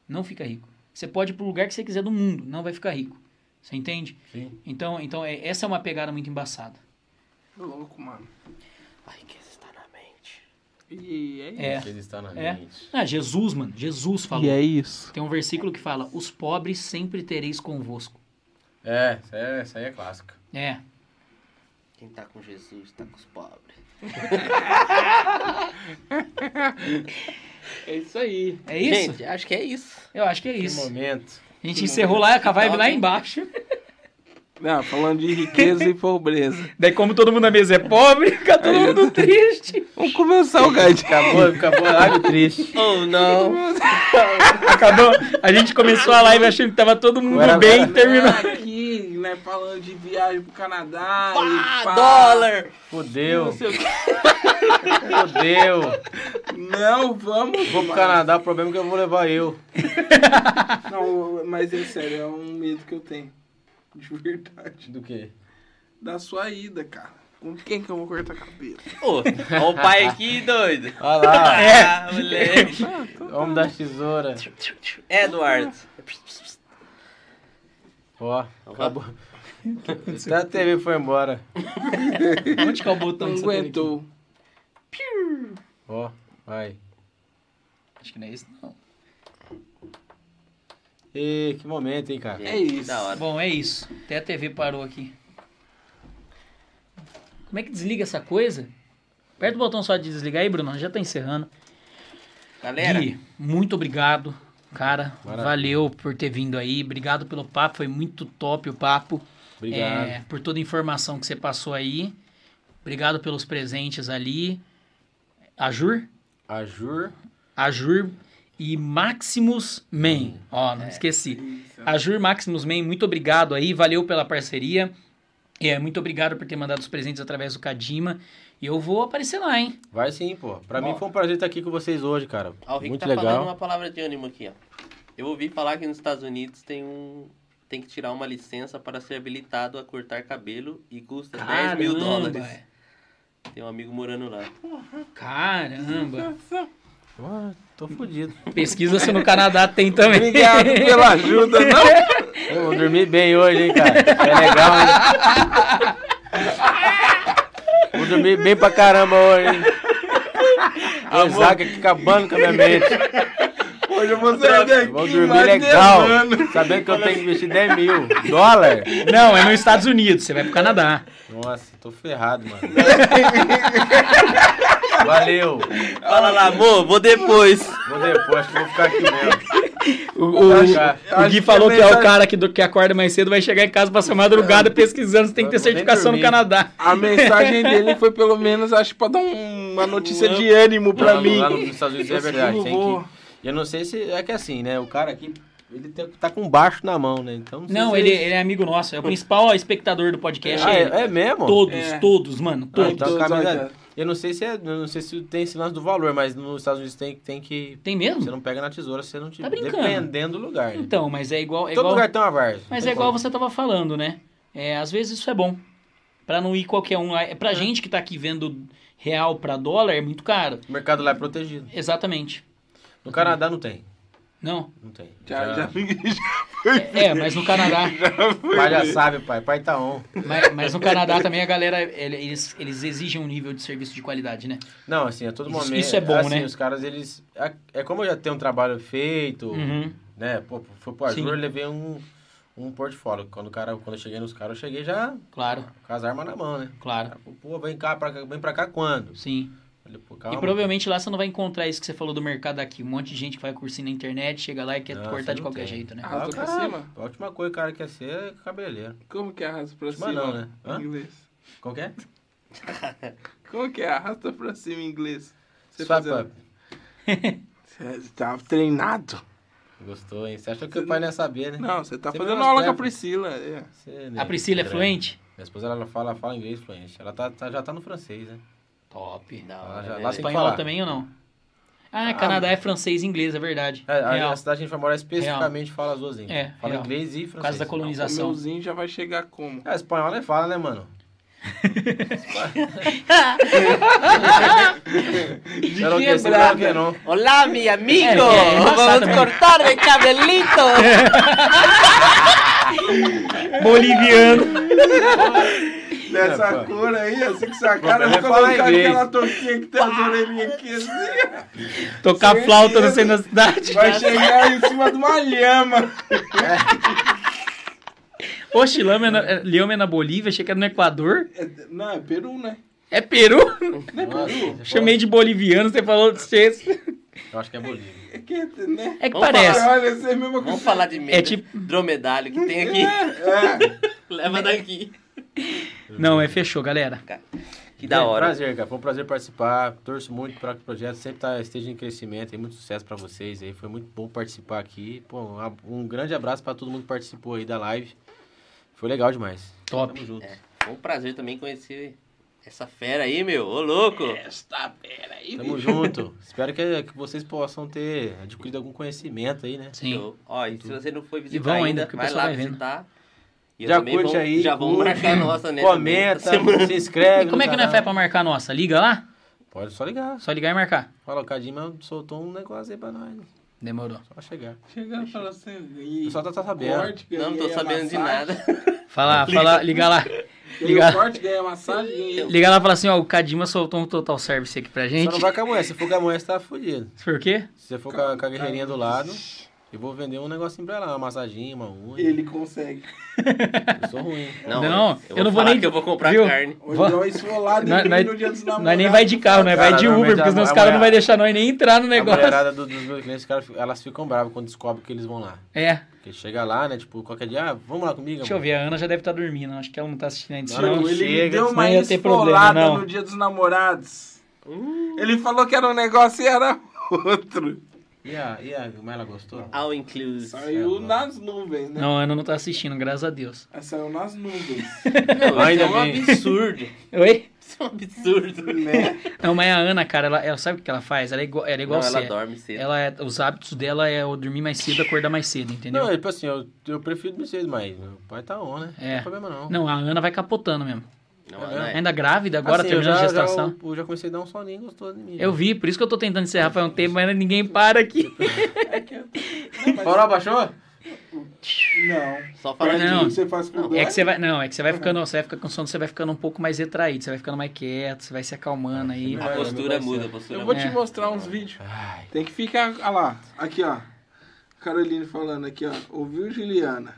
Speaker 2: Não fica rico. Você pode ir pro lugar que você quiser do mundo, não vai ficar rico. Você entende?
Speaker 4: Sim.
Speaker 2: Então, então é- essa é uma pegada muito embaçada.
Speaker 3: Louco, mano.
Speaker 6: A riqueza está tá na mente.
Speaker 3: E é isso.
Speaker 2: É.
Speaker 4: Vocês estão na
Speaker 2: É.
Speaker 4: mente.
Speaker 2: Ah, Jesus, mano. Jesus falou.
Speaker 3: E é isso.
Speaker 2: Tem um versículo que fala: Os pobres sempre tereis convosco.
Speaker 4: É, essa é, essa aí é clássica.
Speaker 2: É.
Speaker 6: Quem tá com Jesus tá com os pobres.
Speaker 3: É isso aí.
Speaker 2: É isso?
Speaker 6: Gente, acho que é isso.
Speaker 2: Eu acho que é
Speaker 4: Que
Speaker 2: isso.
Speaker 4: momento.
Speaker 2: A gente encerrou lá com a vibe lá embaixo.
Speaker 3: Não, falando de riqueza e pobreza.
Speaker 2: Daí, como todo mundo na mesa é pobre, fica todo mundo triste.
Speaker 3: Vamos começar Então, o guide.
Speaker 4: Acabou, acabou. Ai, meu triste.
Speaker 6: Oh, não.
Speaker 2: Acabou. A gente começou a live achando que tava todo mundo
Speaker 4: Agora-
Speaker 2: bem e
Speaker 4: agora-
Speaker 2: terminou.
Speaker 3: Aqui, né, falando de viagem pro Canadá. e
Speaker 6: Ah,
Speaker 3: pá,
Speaker 6: dólar.
Speaker 4: Fudeu,
Speaker 3: Não, sei o quê.
Speaker 4: fudeu.
Speaker 3: não, vamos.
Speaker 4: Vou
Speaker 3: mano.
Speaker 4: pro Canadá, o problema é que eu vou levar eu.
Speaker 3: Não, mas é sério, é um medo que eu tenho. De verdade.
Speaker 4: Do quê?
Speaker 3: Da sua ida, cara. Com quem que eu vou cortar a cabeça?
Speaker 6: Ô, ó o pai aqui, doido.
Speaker 4: Olha lá,
Speaker 2: É.
Speaker 6: Ah, moleque.
Speaker 4: homem da tesoura.
Speaker 6: Edward.
Speaker 4: Ó, acabou. Até a TV foi embora.
Speaker 2: Onde que é o botão
Speaker 3: Não
Speaker 2: dessa tela aqui?
Speaker 3: aguentou.
Speaker 4: Ó, vai.
Speaker 2: Acho que não é isso, não.
Speaker 4: E que momento, hein, cara.
Speaker 6: Gente,
Speaker 3: É isso.
Speaker 6: que Da hora.
Speaker 2: Bom, é isso. Até a TV parou aqui. Como é que desliga essa coisa? Aperta o botão só de desligar aí, Bruno. Já tá encerrando.
Speaker 6: Galera,
Speaker 2: Gui, muito obrigado, cara.
Speaker 4: Maravilha.
Speaker 2: Valeu por ter vindo aí. Obrigado pelo papo. Foi muito top o papo.
Speaker 4: Obrigado.
Speaker 2: É, por toda a informação que você passou aí. Obrigado pelos presentes ali. Ajur?
Speaker 4: Ajur.
Speaker 2: Ajur e Maximus Man. Ó,
Speaker 6: É.
Speaker 2: não esqueci. Ajur Maximus Man, muito obrigado aí. Valeu pela parceria. É, muito obrigado por ter mandado os presentes através do Kadima. E eu vou aparecer lá, hein?
Speaker 4: Vai sim, pô. Pra mim foi um prazer estar aqui com vocês hoje, cara.
Speaker 6: ó, o Rick
Speaker 4: Muito
Speaker 6: tá falando
Speaker 4: legal.
Speaker 6: uma palavra de ânimo aqui, ó. Eu ouvi falar que nos Estados Unidos tem um... Tem que tirar uma licença para ser habilitado a cortar cabelo e custa 10 mil dólares. Tem um amigo morando lá.
Speaker 2: Caramba!
Speaker 4: Ó, tô fudido.
Speaker 2: Pesquisa se no Canadá tem também.
Speaker 3: Obrigado pela ajuda. Não,
Speaker 4: Eu vou dormir bem hoje, hein, cara. É legal, hein? Vou dormir bem pra caramba hoje, hein? O Zaga aqui acabando com a minha mente.
Speaker 3: hoje eu vou sair daqui.
Speaker 4: Vou dormir
Speaker 3: mais
Speaker 4: legal.
Speaker 3: devendo.
Speaker 4: Sabendo que eu tenho que investir 10 mil. Dólar?
Speaker 2: Não, é nos Estados Unidos, você vai pro Canadá.
Speaker 4: Nossa, tô ferrado, mano. Valeu.
Speaker 6: Fala lá, amor, vou depois.
Speaker 4: Vou depois, acho que vou ficar aqui mesmo.
Speaker 2: O, o-
Speaker 4: Acho-
Speaker 2: o Gui
Speaker 3: acho que
Speaker 2: falou
Speaker 3: é
Speaker 2: que é o
Speaker 3: mensagem-
Speaker 2: cara que, do- que acorda mais cedo, vai chegar em casa passar madrugada pesquisando se tem que ter
Speaker 4: Eu vou nem
Speaker 2: certificação no
Speaker 4: dormir.
Speaker 2: Canadá.
Speaker 3: A mensagem dele foi pelo menos, acho, pra dar um- uma notícia de ânimo pra
Speaker 4: Lá no-
Speaker 3: mim.
Speaker 4: Lá nos Estados Unidos é
Speaker 3: Eu
Speaker 4: verdade.
Speaker 3: não
Speaker 4: Tem
Speaker 3: vou.
Speaker 4: que... E Eu não sei se. É que assim, né? O cara aqui, ele tem- tá com baixo na mão, né? Então. sei
Speaker 2: Não,
Speaker 4: se
Speaker 2: ele, ele é amigo nosso, é o principal espectador do podcast.
Speaker 4: Ah,
Speaker 2: é ele.
Speaker 4: é, é mesmo?
Speaker 2: Todos,
Speaker 3: É.
Speaker 2: todos, mano,
Speaker 4: Ah,
Speaker 2: todos.
Speaker 4: então
Speaker 3: Todos,
Speaker 4: a camisa-
Speaker 3: olha.
Speaker 4: Eu não sei se é, eu não sei se tem esse lance do valor, mas nos Estados Unidos tem, tem que.
Speaker 2: Tem mesmo?
Speaker 4: Você não pega na tesoura, você não te.
Speaker 2: Tá brincando.
Speaker 4: dependendo do lugar. né?
Speaker 2: Então, mas é igual. é
Speaker 4: Todo
Speaker 2: igual-
Speaker 4: lugar tem uma várzea.
Speaker 2: Mas
Speaker 4: Tem
Speaker 2: é igual
Speaker 4: como.
Speaker 2: você tava falando, né? É, às vezes isso é bom. Pra não ir qualquer um lá. É Pra gente que tá aqui vendo real pra dólar, é muito caro.
Speaker 4: O mercado lá é protegido.
Speaker 2: Exatamente.
Speaker 4: No Canadá não tem.
Speaker 2: Não.
Speaker 4: Não tem.
Speaker 3: Já, já,
Speaker 2: É, mas no Canadá.
Speaker 4: Pai já sabe, pai. Pai tá on.
Speaker 2: Mas, mas no Canadá também a galera, ele- eles, eles exigem um nível de serviço de qualidade, né?
Speaker 4: Não, assim, a todo
Speaker 2: Isso-
Speaker 4: momento.
Speaker 2: isso é bom,
Speaker 4: assim,
Speaker 2: né?
Speaker 4: Os caras, eles. É, é como eu já tenho um trabalho feito,
Speaker 2: Uhum.
Speaker 4: né? Pô, foi pro
Speaker 2: Sim.
Speaker 4: Azul, eu levei um, um portfólio. Quando, o cara, quando eu cheguei nos caras, eu cheguei já
Speaker 2: Claro,
Speaker 4: com as armas na mão, né?
Speaker 2: claro.
Speaker 4: Cara, Pô, vem cá, pra, cá- vem pra cá quando?
Speaker 2: Sim.
Speaker 4: Falei, pô,
Speaker 2: E
Speaker 4: calma.
Speaker 2: provavelmente lá você não vai encontrar isso que você falou do mercado aqui. Um monte de gente que vai cursinho na internet, chega lá e quer
Speaker 4: Não,
Speaker 2: cortar
Speaker 4: Ah, você
Speaker 2: de
Speaker 4: não
Speaker 2: qualquer
Speaker 4: tem.
Speaker 2: jeito, né?
Speaker 3: Ah,
Speaker 4: Ah,
Speaker 3: tô pra
Speaker 4: caralho.
Speaker 3: cima.
Speaker 4: A última coisa que o cara quer ser é cabeleireiro.
Speaker 3: Como que é arrasta pra
Speaker 4: Mas
Speaker 3: cima?
Speaker 4: não, né? Hã?
Speaker 3: Em inglês.
Speaker 4: Qual que é?
Speaker 3: Como que é arrasta pra cima em inglês? Você
Speaker 4: Swipe
Speaker 3: fazendo-
Speaker 4: up.
Speaker 3: Você tá treinado.
Speaker 4: Gostou, hein? Você achou que o pai não ia saber, né?
Speaker 3: Não, você tá
Speaker 4: Você
Speaker 3: fazendo
Speaker 4: não
Speaker 3: aula com a
Speaker 4: escreve.
Speaker 3: Priscila. é.
Speaker 4: Você, né,
Speaker 2: A Priscila é
Speaker 4: grande.
Speaker 2: fluente?
Speaker 4: Minha esposa, ela fala, fala inglês fluente. Ela tá, tá- já tá no francês, né?
Speaker 2: Top.
Speaker 6: Da
Speaker 4: Ah,
Speaker 6: hora,
Speaker 4: já-
Speaker 6: né,
Speaker 4: lá
Speaker 6: velho?
Speaker 4: tem que
Speaker 2: Espanhol
Speaker 4: falar.
Speaker 2: também ou não? Ah, Canadá é francês e inglês, é verdade.
Speaker 4: É, a,
Speaker 2: Real.
Speaker 4: a cidade que a gente vai morar especificamente fala as duas línguas.
Speaker 2: É,
Speaker 4: fala
Speaker 2: real.
Speaker 4: inglês e francês.
Speaker 2: Por causa da
Speaker 3: O
Speaker 2: colonização.
Speaker 3: meuzinho já vai chegar como?
Speaker 4: É, espanhol é fala, né, mano? Eu não quero
Speaker 2: quebrar,
Speaker 4: saber, não.
Speaker 6: Olá, mi amigo!
Speaker 2: É, é embaçado
Speaker 6: Vamos
Speaker 2: mesmo.
Speaker 6: cortar el cabelito!
Speaker 2: Boliviano.
Speaker 3: Dessa
Speaker 4: É, pô.
Speaker 3: cor aí, assim que sacaram, eu
Speaker 4: O problema
Speaker 3: vou
Speaker 4: é falar
Speaker 3: colocar
Speaker 4: inglês.
Speaker 3: aquela touquinha que tem as orelhinhas aqui assim.
Speaker 2: Tocar flauta no centro da cidade.
Speaker 3: Vai chegar em cima de uma lhama.
Speaker 2: Oxe, Lhama é na, é- Lhama é na Bolívia, achei que era no Equador.
Speaker 3: É, Não, é Peru, né?
Speaker 2: É Peru?
Speaker 3: Não é Peru?
Speaker 2: Chamei de boliviano, você falou de vocês.
Speaker 4: Eu acho que é Bolívia.
Speaker 3: É que, né?
Speaker 2: É que
Speaker 6: Vamos
Speaker 2: parece.
Speaker 3: Olha, essa é a mesma
Speaker 6: Vamos
Speaker 3: coisa.
Speaker 6: falar de medo.
Speaker 2: É tipo-
Speaker 6: Dromedário que tem aqui.
Speaker 3: É,
Speaker 6: Leva daqui.
Speaker 2: Não, é fechou, galera.
Speaker 6: Que da hora.
Speaker 4: Prazer, cara. Foi um prazer participar. Torço muito para que o projeto sempre tá, esteja em crescimento. Tem muito sucesso para vocês aí. Foi muito bom participar aqui. Pô, um ab- um grande abraço para todo mundo que participou aí da live. Foi legal demais.
Speaker 2: Top.
Speaker 4: Tamo junto.
Speaker 6: Foi um prazer também conhecer essa fera aí, meu. Ô, louco.
Speaker 4: Tamo junto. Espero que, que vocês possam ter adquirido algum conhecimento aí, né?
Speaker 2: Sim.
Speaker 6: Eu- Ó, e se você não foi
Speaker 2: vão
Speaker 6: visitar
Speaker 2: ainda,
Speaker 6: ainda,
Speaker 2: porque o
Speaker 6: vai
Speaker 2: pessoal
Speaker 6: lá
Speaker 2: vai vendo.
Speaker 6: visitar. E eu
Speaker 4: Já
Speaker 6: também
Speaker 4: curte
Speaker 6: vão-
Speaker 4: aí,
Speaker 6: Já vamos
Speaker 4: curte,
Speaker 6: marcar a nossa, né?
Speaker 4: Comenta,
Speaker 6: também, essa semana.
Speaker 4: se inscreve.
Speaker 2: E como é
Speaker 4: no
Speaker 2: que nós
Speaker 4: canal.
Speaker 2: faz pra marcar a nossa? Liga lá?
Speaker 4: Pode só ligar.
Speaker 2: Só ligar e marcar.
Speaker 4: Fala, o Cadima soltou um negócio aí pra nós.
Speaker 2: Demorou.
Speaker 4: Só chegar.
Speaker 3: chegando e falando assim.
Speaker 4: O
Speaker 3: E
Speaker 4: pessoal tá, tá sabendo.
Speaker 3: corte,
Speaker 6: Não, não tô
Speaker 3: ganhei a
Speaker 6: sabendo de
Speaker 3: massagem.
Speaker 6: nada.
Speaker 2: Fala, fala, liga lá.
Speaker 3: Ganhei
Speaker 2: Liga-
Speaker 3: o corte, ganhei a massagem, ganhei o
Speaker 2: Liga lá e fala assim, ó, o Kadima soltou um total service aqui pra
Speaker 4: Só não
Speaker 2: gente.
Speaker 4: vai com a mulher. Se for com a mulher, você tá fudido.
Speaker 2: Por quê?
Speaker 4: Se você for com a, com a guerreirinha do lado, eu vou vender um negocinho pra ela. Uma massaginha, uma unha.
Speaker 3: Ele consegue.
Speaker 4: Eu sou ruim.
Speaker 6: Não, eu,
Speaker 2: Não, eu não
Speaker 6: não
Speaker 2: vou
Speaker 6: vou falar
Speaker 2: nem-
Speaker 6: que eu vou comprar
Speaker 2: viu?
Speaker 6: carne.
Speaker 3: Ou
Speaker 2: Vó-
Speaker 3: então esfolado
Speaker 2: Nós-
Speaker 3: e
Speaker 2: nós-
Speaker 3: no dia dos namorados.
Speaker 2: Nós nem vai de carro, nós vai
Speaker 4: Cara,
Speaker 2: de Uber,
Speaker 4: normalmente
Speaker 2: porque senão
Speaker 4: a-
Speaker 2: os
Speaker 4: a
Speaker 2: caras não
Speaker 4: mulher-
Speaker 2: vão deixar nós nem entrar no
Speaker 4: A
Speaker 2: negócio.
Speaker 4: mulherada do- dos meus clientes, cara, elas ficam bravas quando descobrem que eles vão lá.
Speaker 2: É,
Speaker 4: Porque chega lá, né? Tipo, qualquer dia, ah, vamos lá comigo,
Speaker 2: deixa eu
Speaker 4: amor.
Speaker 2: ver, a Ana já deve estar dormindo, acho que ela não tá assistindo ainda.
Speaker 4: Não,
Speaker 2: senão-
Speaker 4: não
Speaker 3: Ele me
Speaker 4: chega,
Speaker 3: deu uma
Speaker 2: senão ia ter problema,
Speaker 3: esfolada
Speaker 2: não.
Speaker 3: no dia dos namorados. Ele falou que era um negócio e era outro.
Speaker 4: E a, e a Mayla gostou?
Speaker 6: All inclusive.
Speaker 3: Saiu nas nuvens, né?
Speaker 2: é Não, a Ana não tá assistindo, graças a Deus.
Speaker 3: Ah, Saiu nas nuvens.
Speaker 6: Não, isso
Speaker 4: Ainda
Speaker 6: é um
Speaker 4: bem.
Speaker 6: absurdo.
Speaker 2: Oi?
Speaker 6: Isso é um absurdo.
Speaker 2: É
Speaker 3: né?
Speaker 2: Não, mas a Ana, cara, ela, ela sabe o que ela faz? Ela é igual, ela é igual
Speaker 6: Não, ela
Speaker 2: você.
Speaker 6: dorme cedo.
Speaker 2: Ela é- os hábitos dela é o dormir mais cedo, acordar mais cedo, entendeu?
Speaker 4: Não, tipo assim, eu, eu prefiro vocês, mas meu pai tá on, né?
Speaker 2: É.
Speaker 4: Não tem problema não.
Speaker 2: Não, a Ana vai capotando mesmo.
Speaker 6: Não,
Speaker 4: É
Speaker 6: ela
Speaker 4: mesmo?
Speaker 6: é.
Speaker 2: Ainda grávida, agora
Speaker 4: Assim, eu
Speaker 2: terminando a
Speaker 4: já-
Speaker 2: gestação.
Speaker 4: Já, eu já comecei a dar um soninho gostoso em mim. né?
Speaker 2: Eu vi, por isso que eu tô tentando encerrar faz um tempo, mas ninguém para aqui.
Speaker 4: tá Farol abaixou?
Speaker 3: Não.
Speaker 6: Só falando
Speaker 3: Faz
Speaker 2: Não.
Speaker 6: de
Speaker 3: o que você faz com o
Speaker 2: É
Speaker 3: Dói?
Speaker 2: que você vai, não, é que você vai ficando, você vai ficando com sono, você vai ficando um pouco mais retraído, você vai ficando mais quieto, você vai se acalmando aí.
Speaker 6: a
Speaker 4: Vai,
Speaker 6: postura
Speaker 4: vai,
Speaker 6: muda,
Speaker 4: vai.
Speaker 6: a postura
Speaker 3: Eu vou
Speaker 6: muda.
Speaker 3: te
Speaker 2: É.
Speaker 3: mostrar uns vídeos.
Speaker 4: Ai,
Speaker 3: Tem que ficar. Olha lá. Aqui, ó. Caroline falando aqui, ó. Ouviu, Juliana?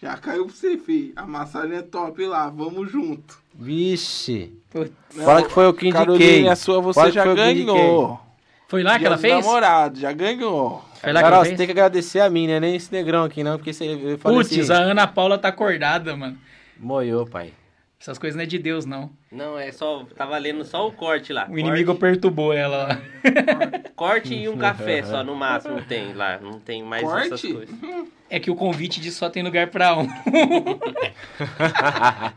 Speaker 3: Já caiu pra você, fi. A massagem é top lá. Vamos junto.
Speaker 4: vixe.
Speaker 2: Putz.
Speaker 4: Fala que foi o que indiquei.
Speaker 3: a sua você
Speaker 4: Fala que
Speaker 3: já
Speaker 4: foi o que indiquei.
Speaker 3: ganhou.
Speaker 2: Foi lá é que ela fez?
Speaker 3: Namorado, já ganhou.
Speaker 2: Foi lá que
Speaker 4: Carol,
Speaker 2: ela
Speaker 4: você tem
Speaker 2: fez?
Speaker 4: que agradecer a mim, né? Nem esse negrão aqui, não, porque você eu falei
Speaker 2: Putz,
Speaker 4: assim,
Speaker 2: a Ana Paula tá acordada, mano.
Speaker 4: Moiou, pai.
Speaker 2: Essas coisas não é de Deus, não.
Speaker 6: Não, é só. Tá valendo só o corte lá.
Speaker 2: O inimigo perturbou ela lá.
Speaker 6: Corte, corte e um café só, no máximo tem lá. Não tem mais essas
Speaker 3: Corte?
Speaker 6: coisas.
Speaker 2: É que o convite de só tem lugar pra um.
Speaker 3: Olha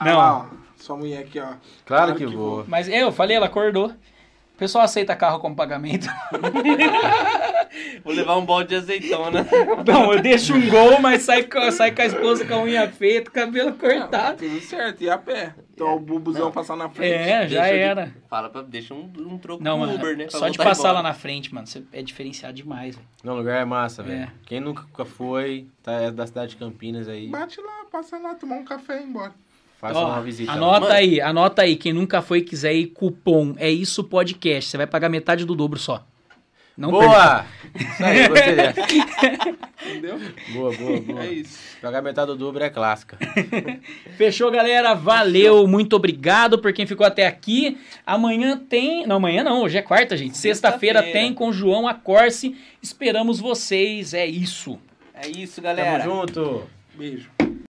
Speaker 2: Não.
Speaker 3: Ah, lá, ó. Sua mulher aqui, ó.
Speaker 4: Claro que vou.
Speaker 2: Mas é, eu falei, ela acordou. O pessoal aceita carro como pagamento.
Speaker 6: Vou levar um balde de azeitona.
Speaker 2: Não, eu deixo um gol, mas sai, com- sai com a esposa com a unha feita, cabelo cortado.
Speaker 3: Tá Tudo certo, e a pé. Então o bubuzão passar na frente.
Speaker 2: É, já
Speaker 6: Deixa de-
Speaker 2: era.
Speaker 6: Fala pra. Deixa um, um troco
Speaker 2: Não,
Speaker 6: pro
Speaker 2: mano,
Speaker 6: Uber, né? pra
Speaker 2: só de
Speaker 6: voltar
Speaker 2: passar lá
Speaker 6: embora.
Speaker 2: na frente, mano, você é diferenciado demais, velho.
Speaker 4: Não, o lugar é massa,
Speaker 2: É.
Speaker 4: velho. Quem nunca foi, tá, é da cidade de Campinas aí,
Speaker 3: Bate lá, passa lá, tomar um café e ir embora.
Speaker 4: faça
Speaker 2: Ó,
Speaker 4: uma visita.
Speaker 2: Anota
Speaker 6: Mano.
Speaker 2: aí, anota aí. Quem nunca foi e quiser ir, cupom. É isso podcast. Você vai pagar metade do dobro só. Não perca.
Speaker 4: boa! Isso aí, gostei dessa.
Speaker 3: Entendeu?
Speaker 4: Boa, boa, boa.
Speaker 3: É isso.
Speaker 4: Jogar metade do dobro é clássica.
Speaker 2: Fechou, galera. Valeu. Muito obrigado por quem ficou até aqui. Amanhã tem. Não, amanhã não. Hoje é quarta, gente. Sexta-feira
Speaker 6: Sexta-feira.
Speaker 2: tem com João Acorce. Esperamos vocês. É isso.
Speaker 6: É isso, galera.
Speaker 4: Tamo junto!
Speaker 3: Beijo.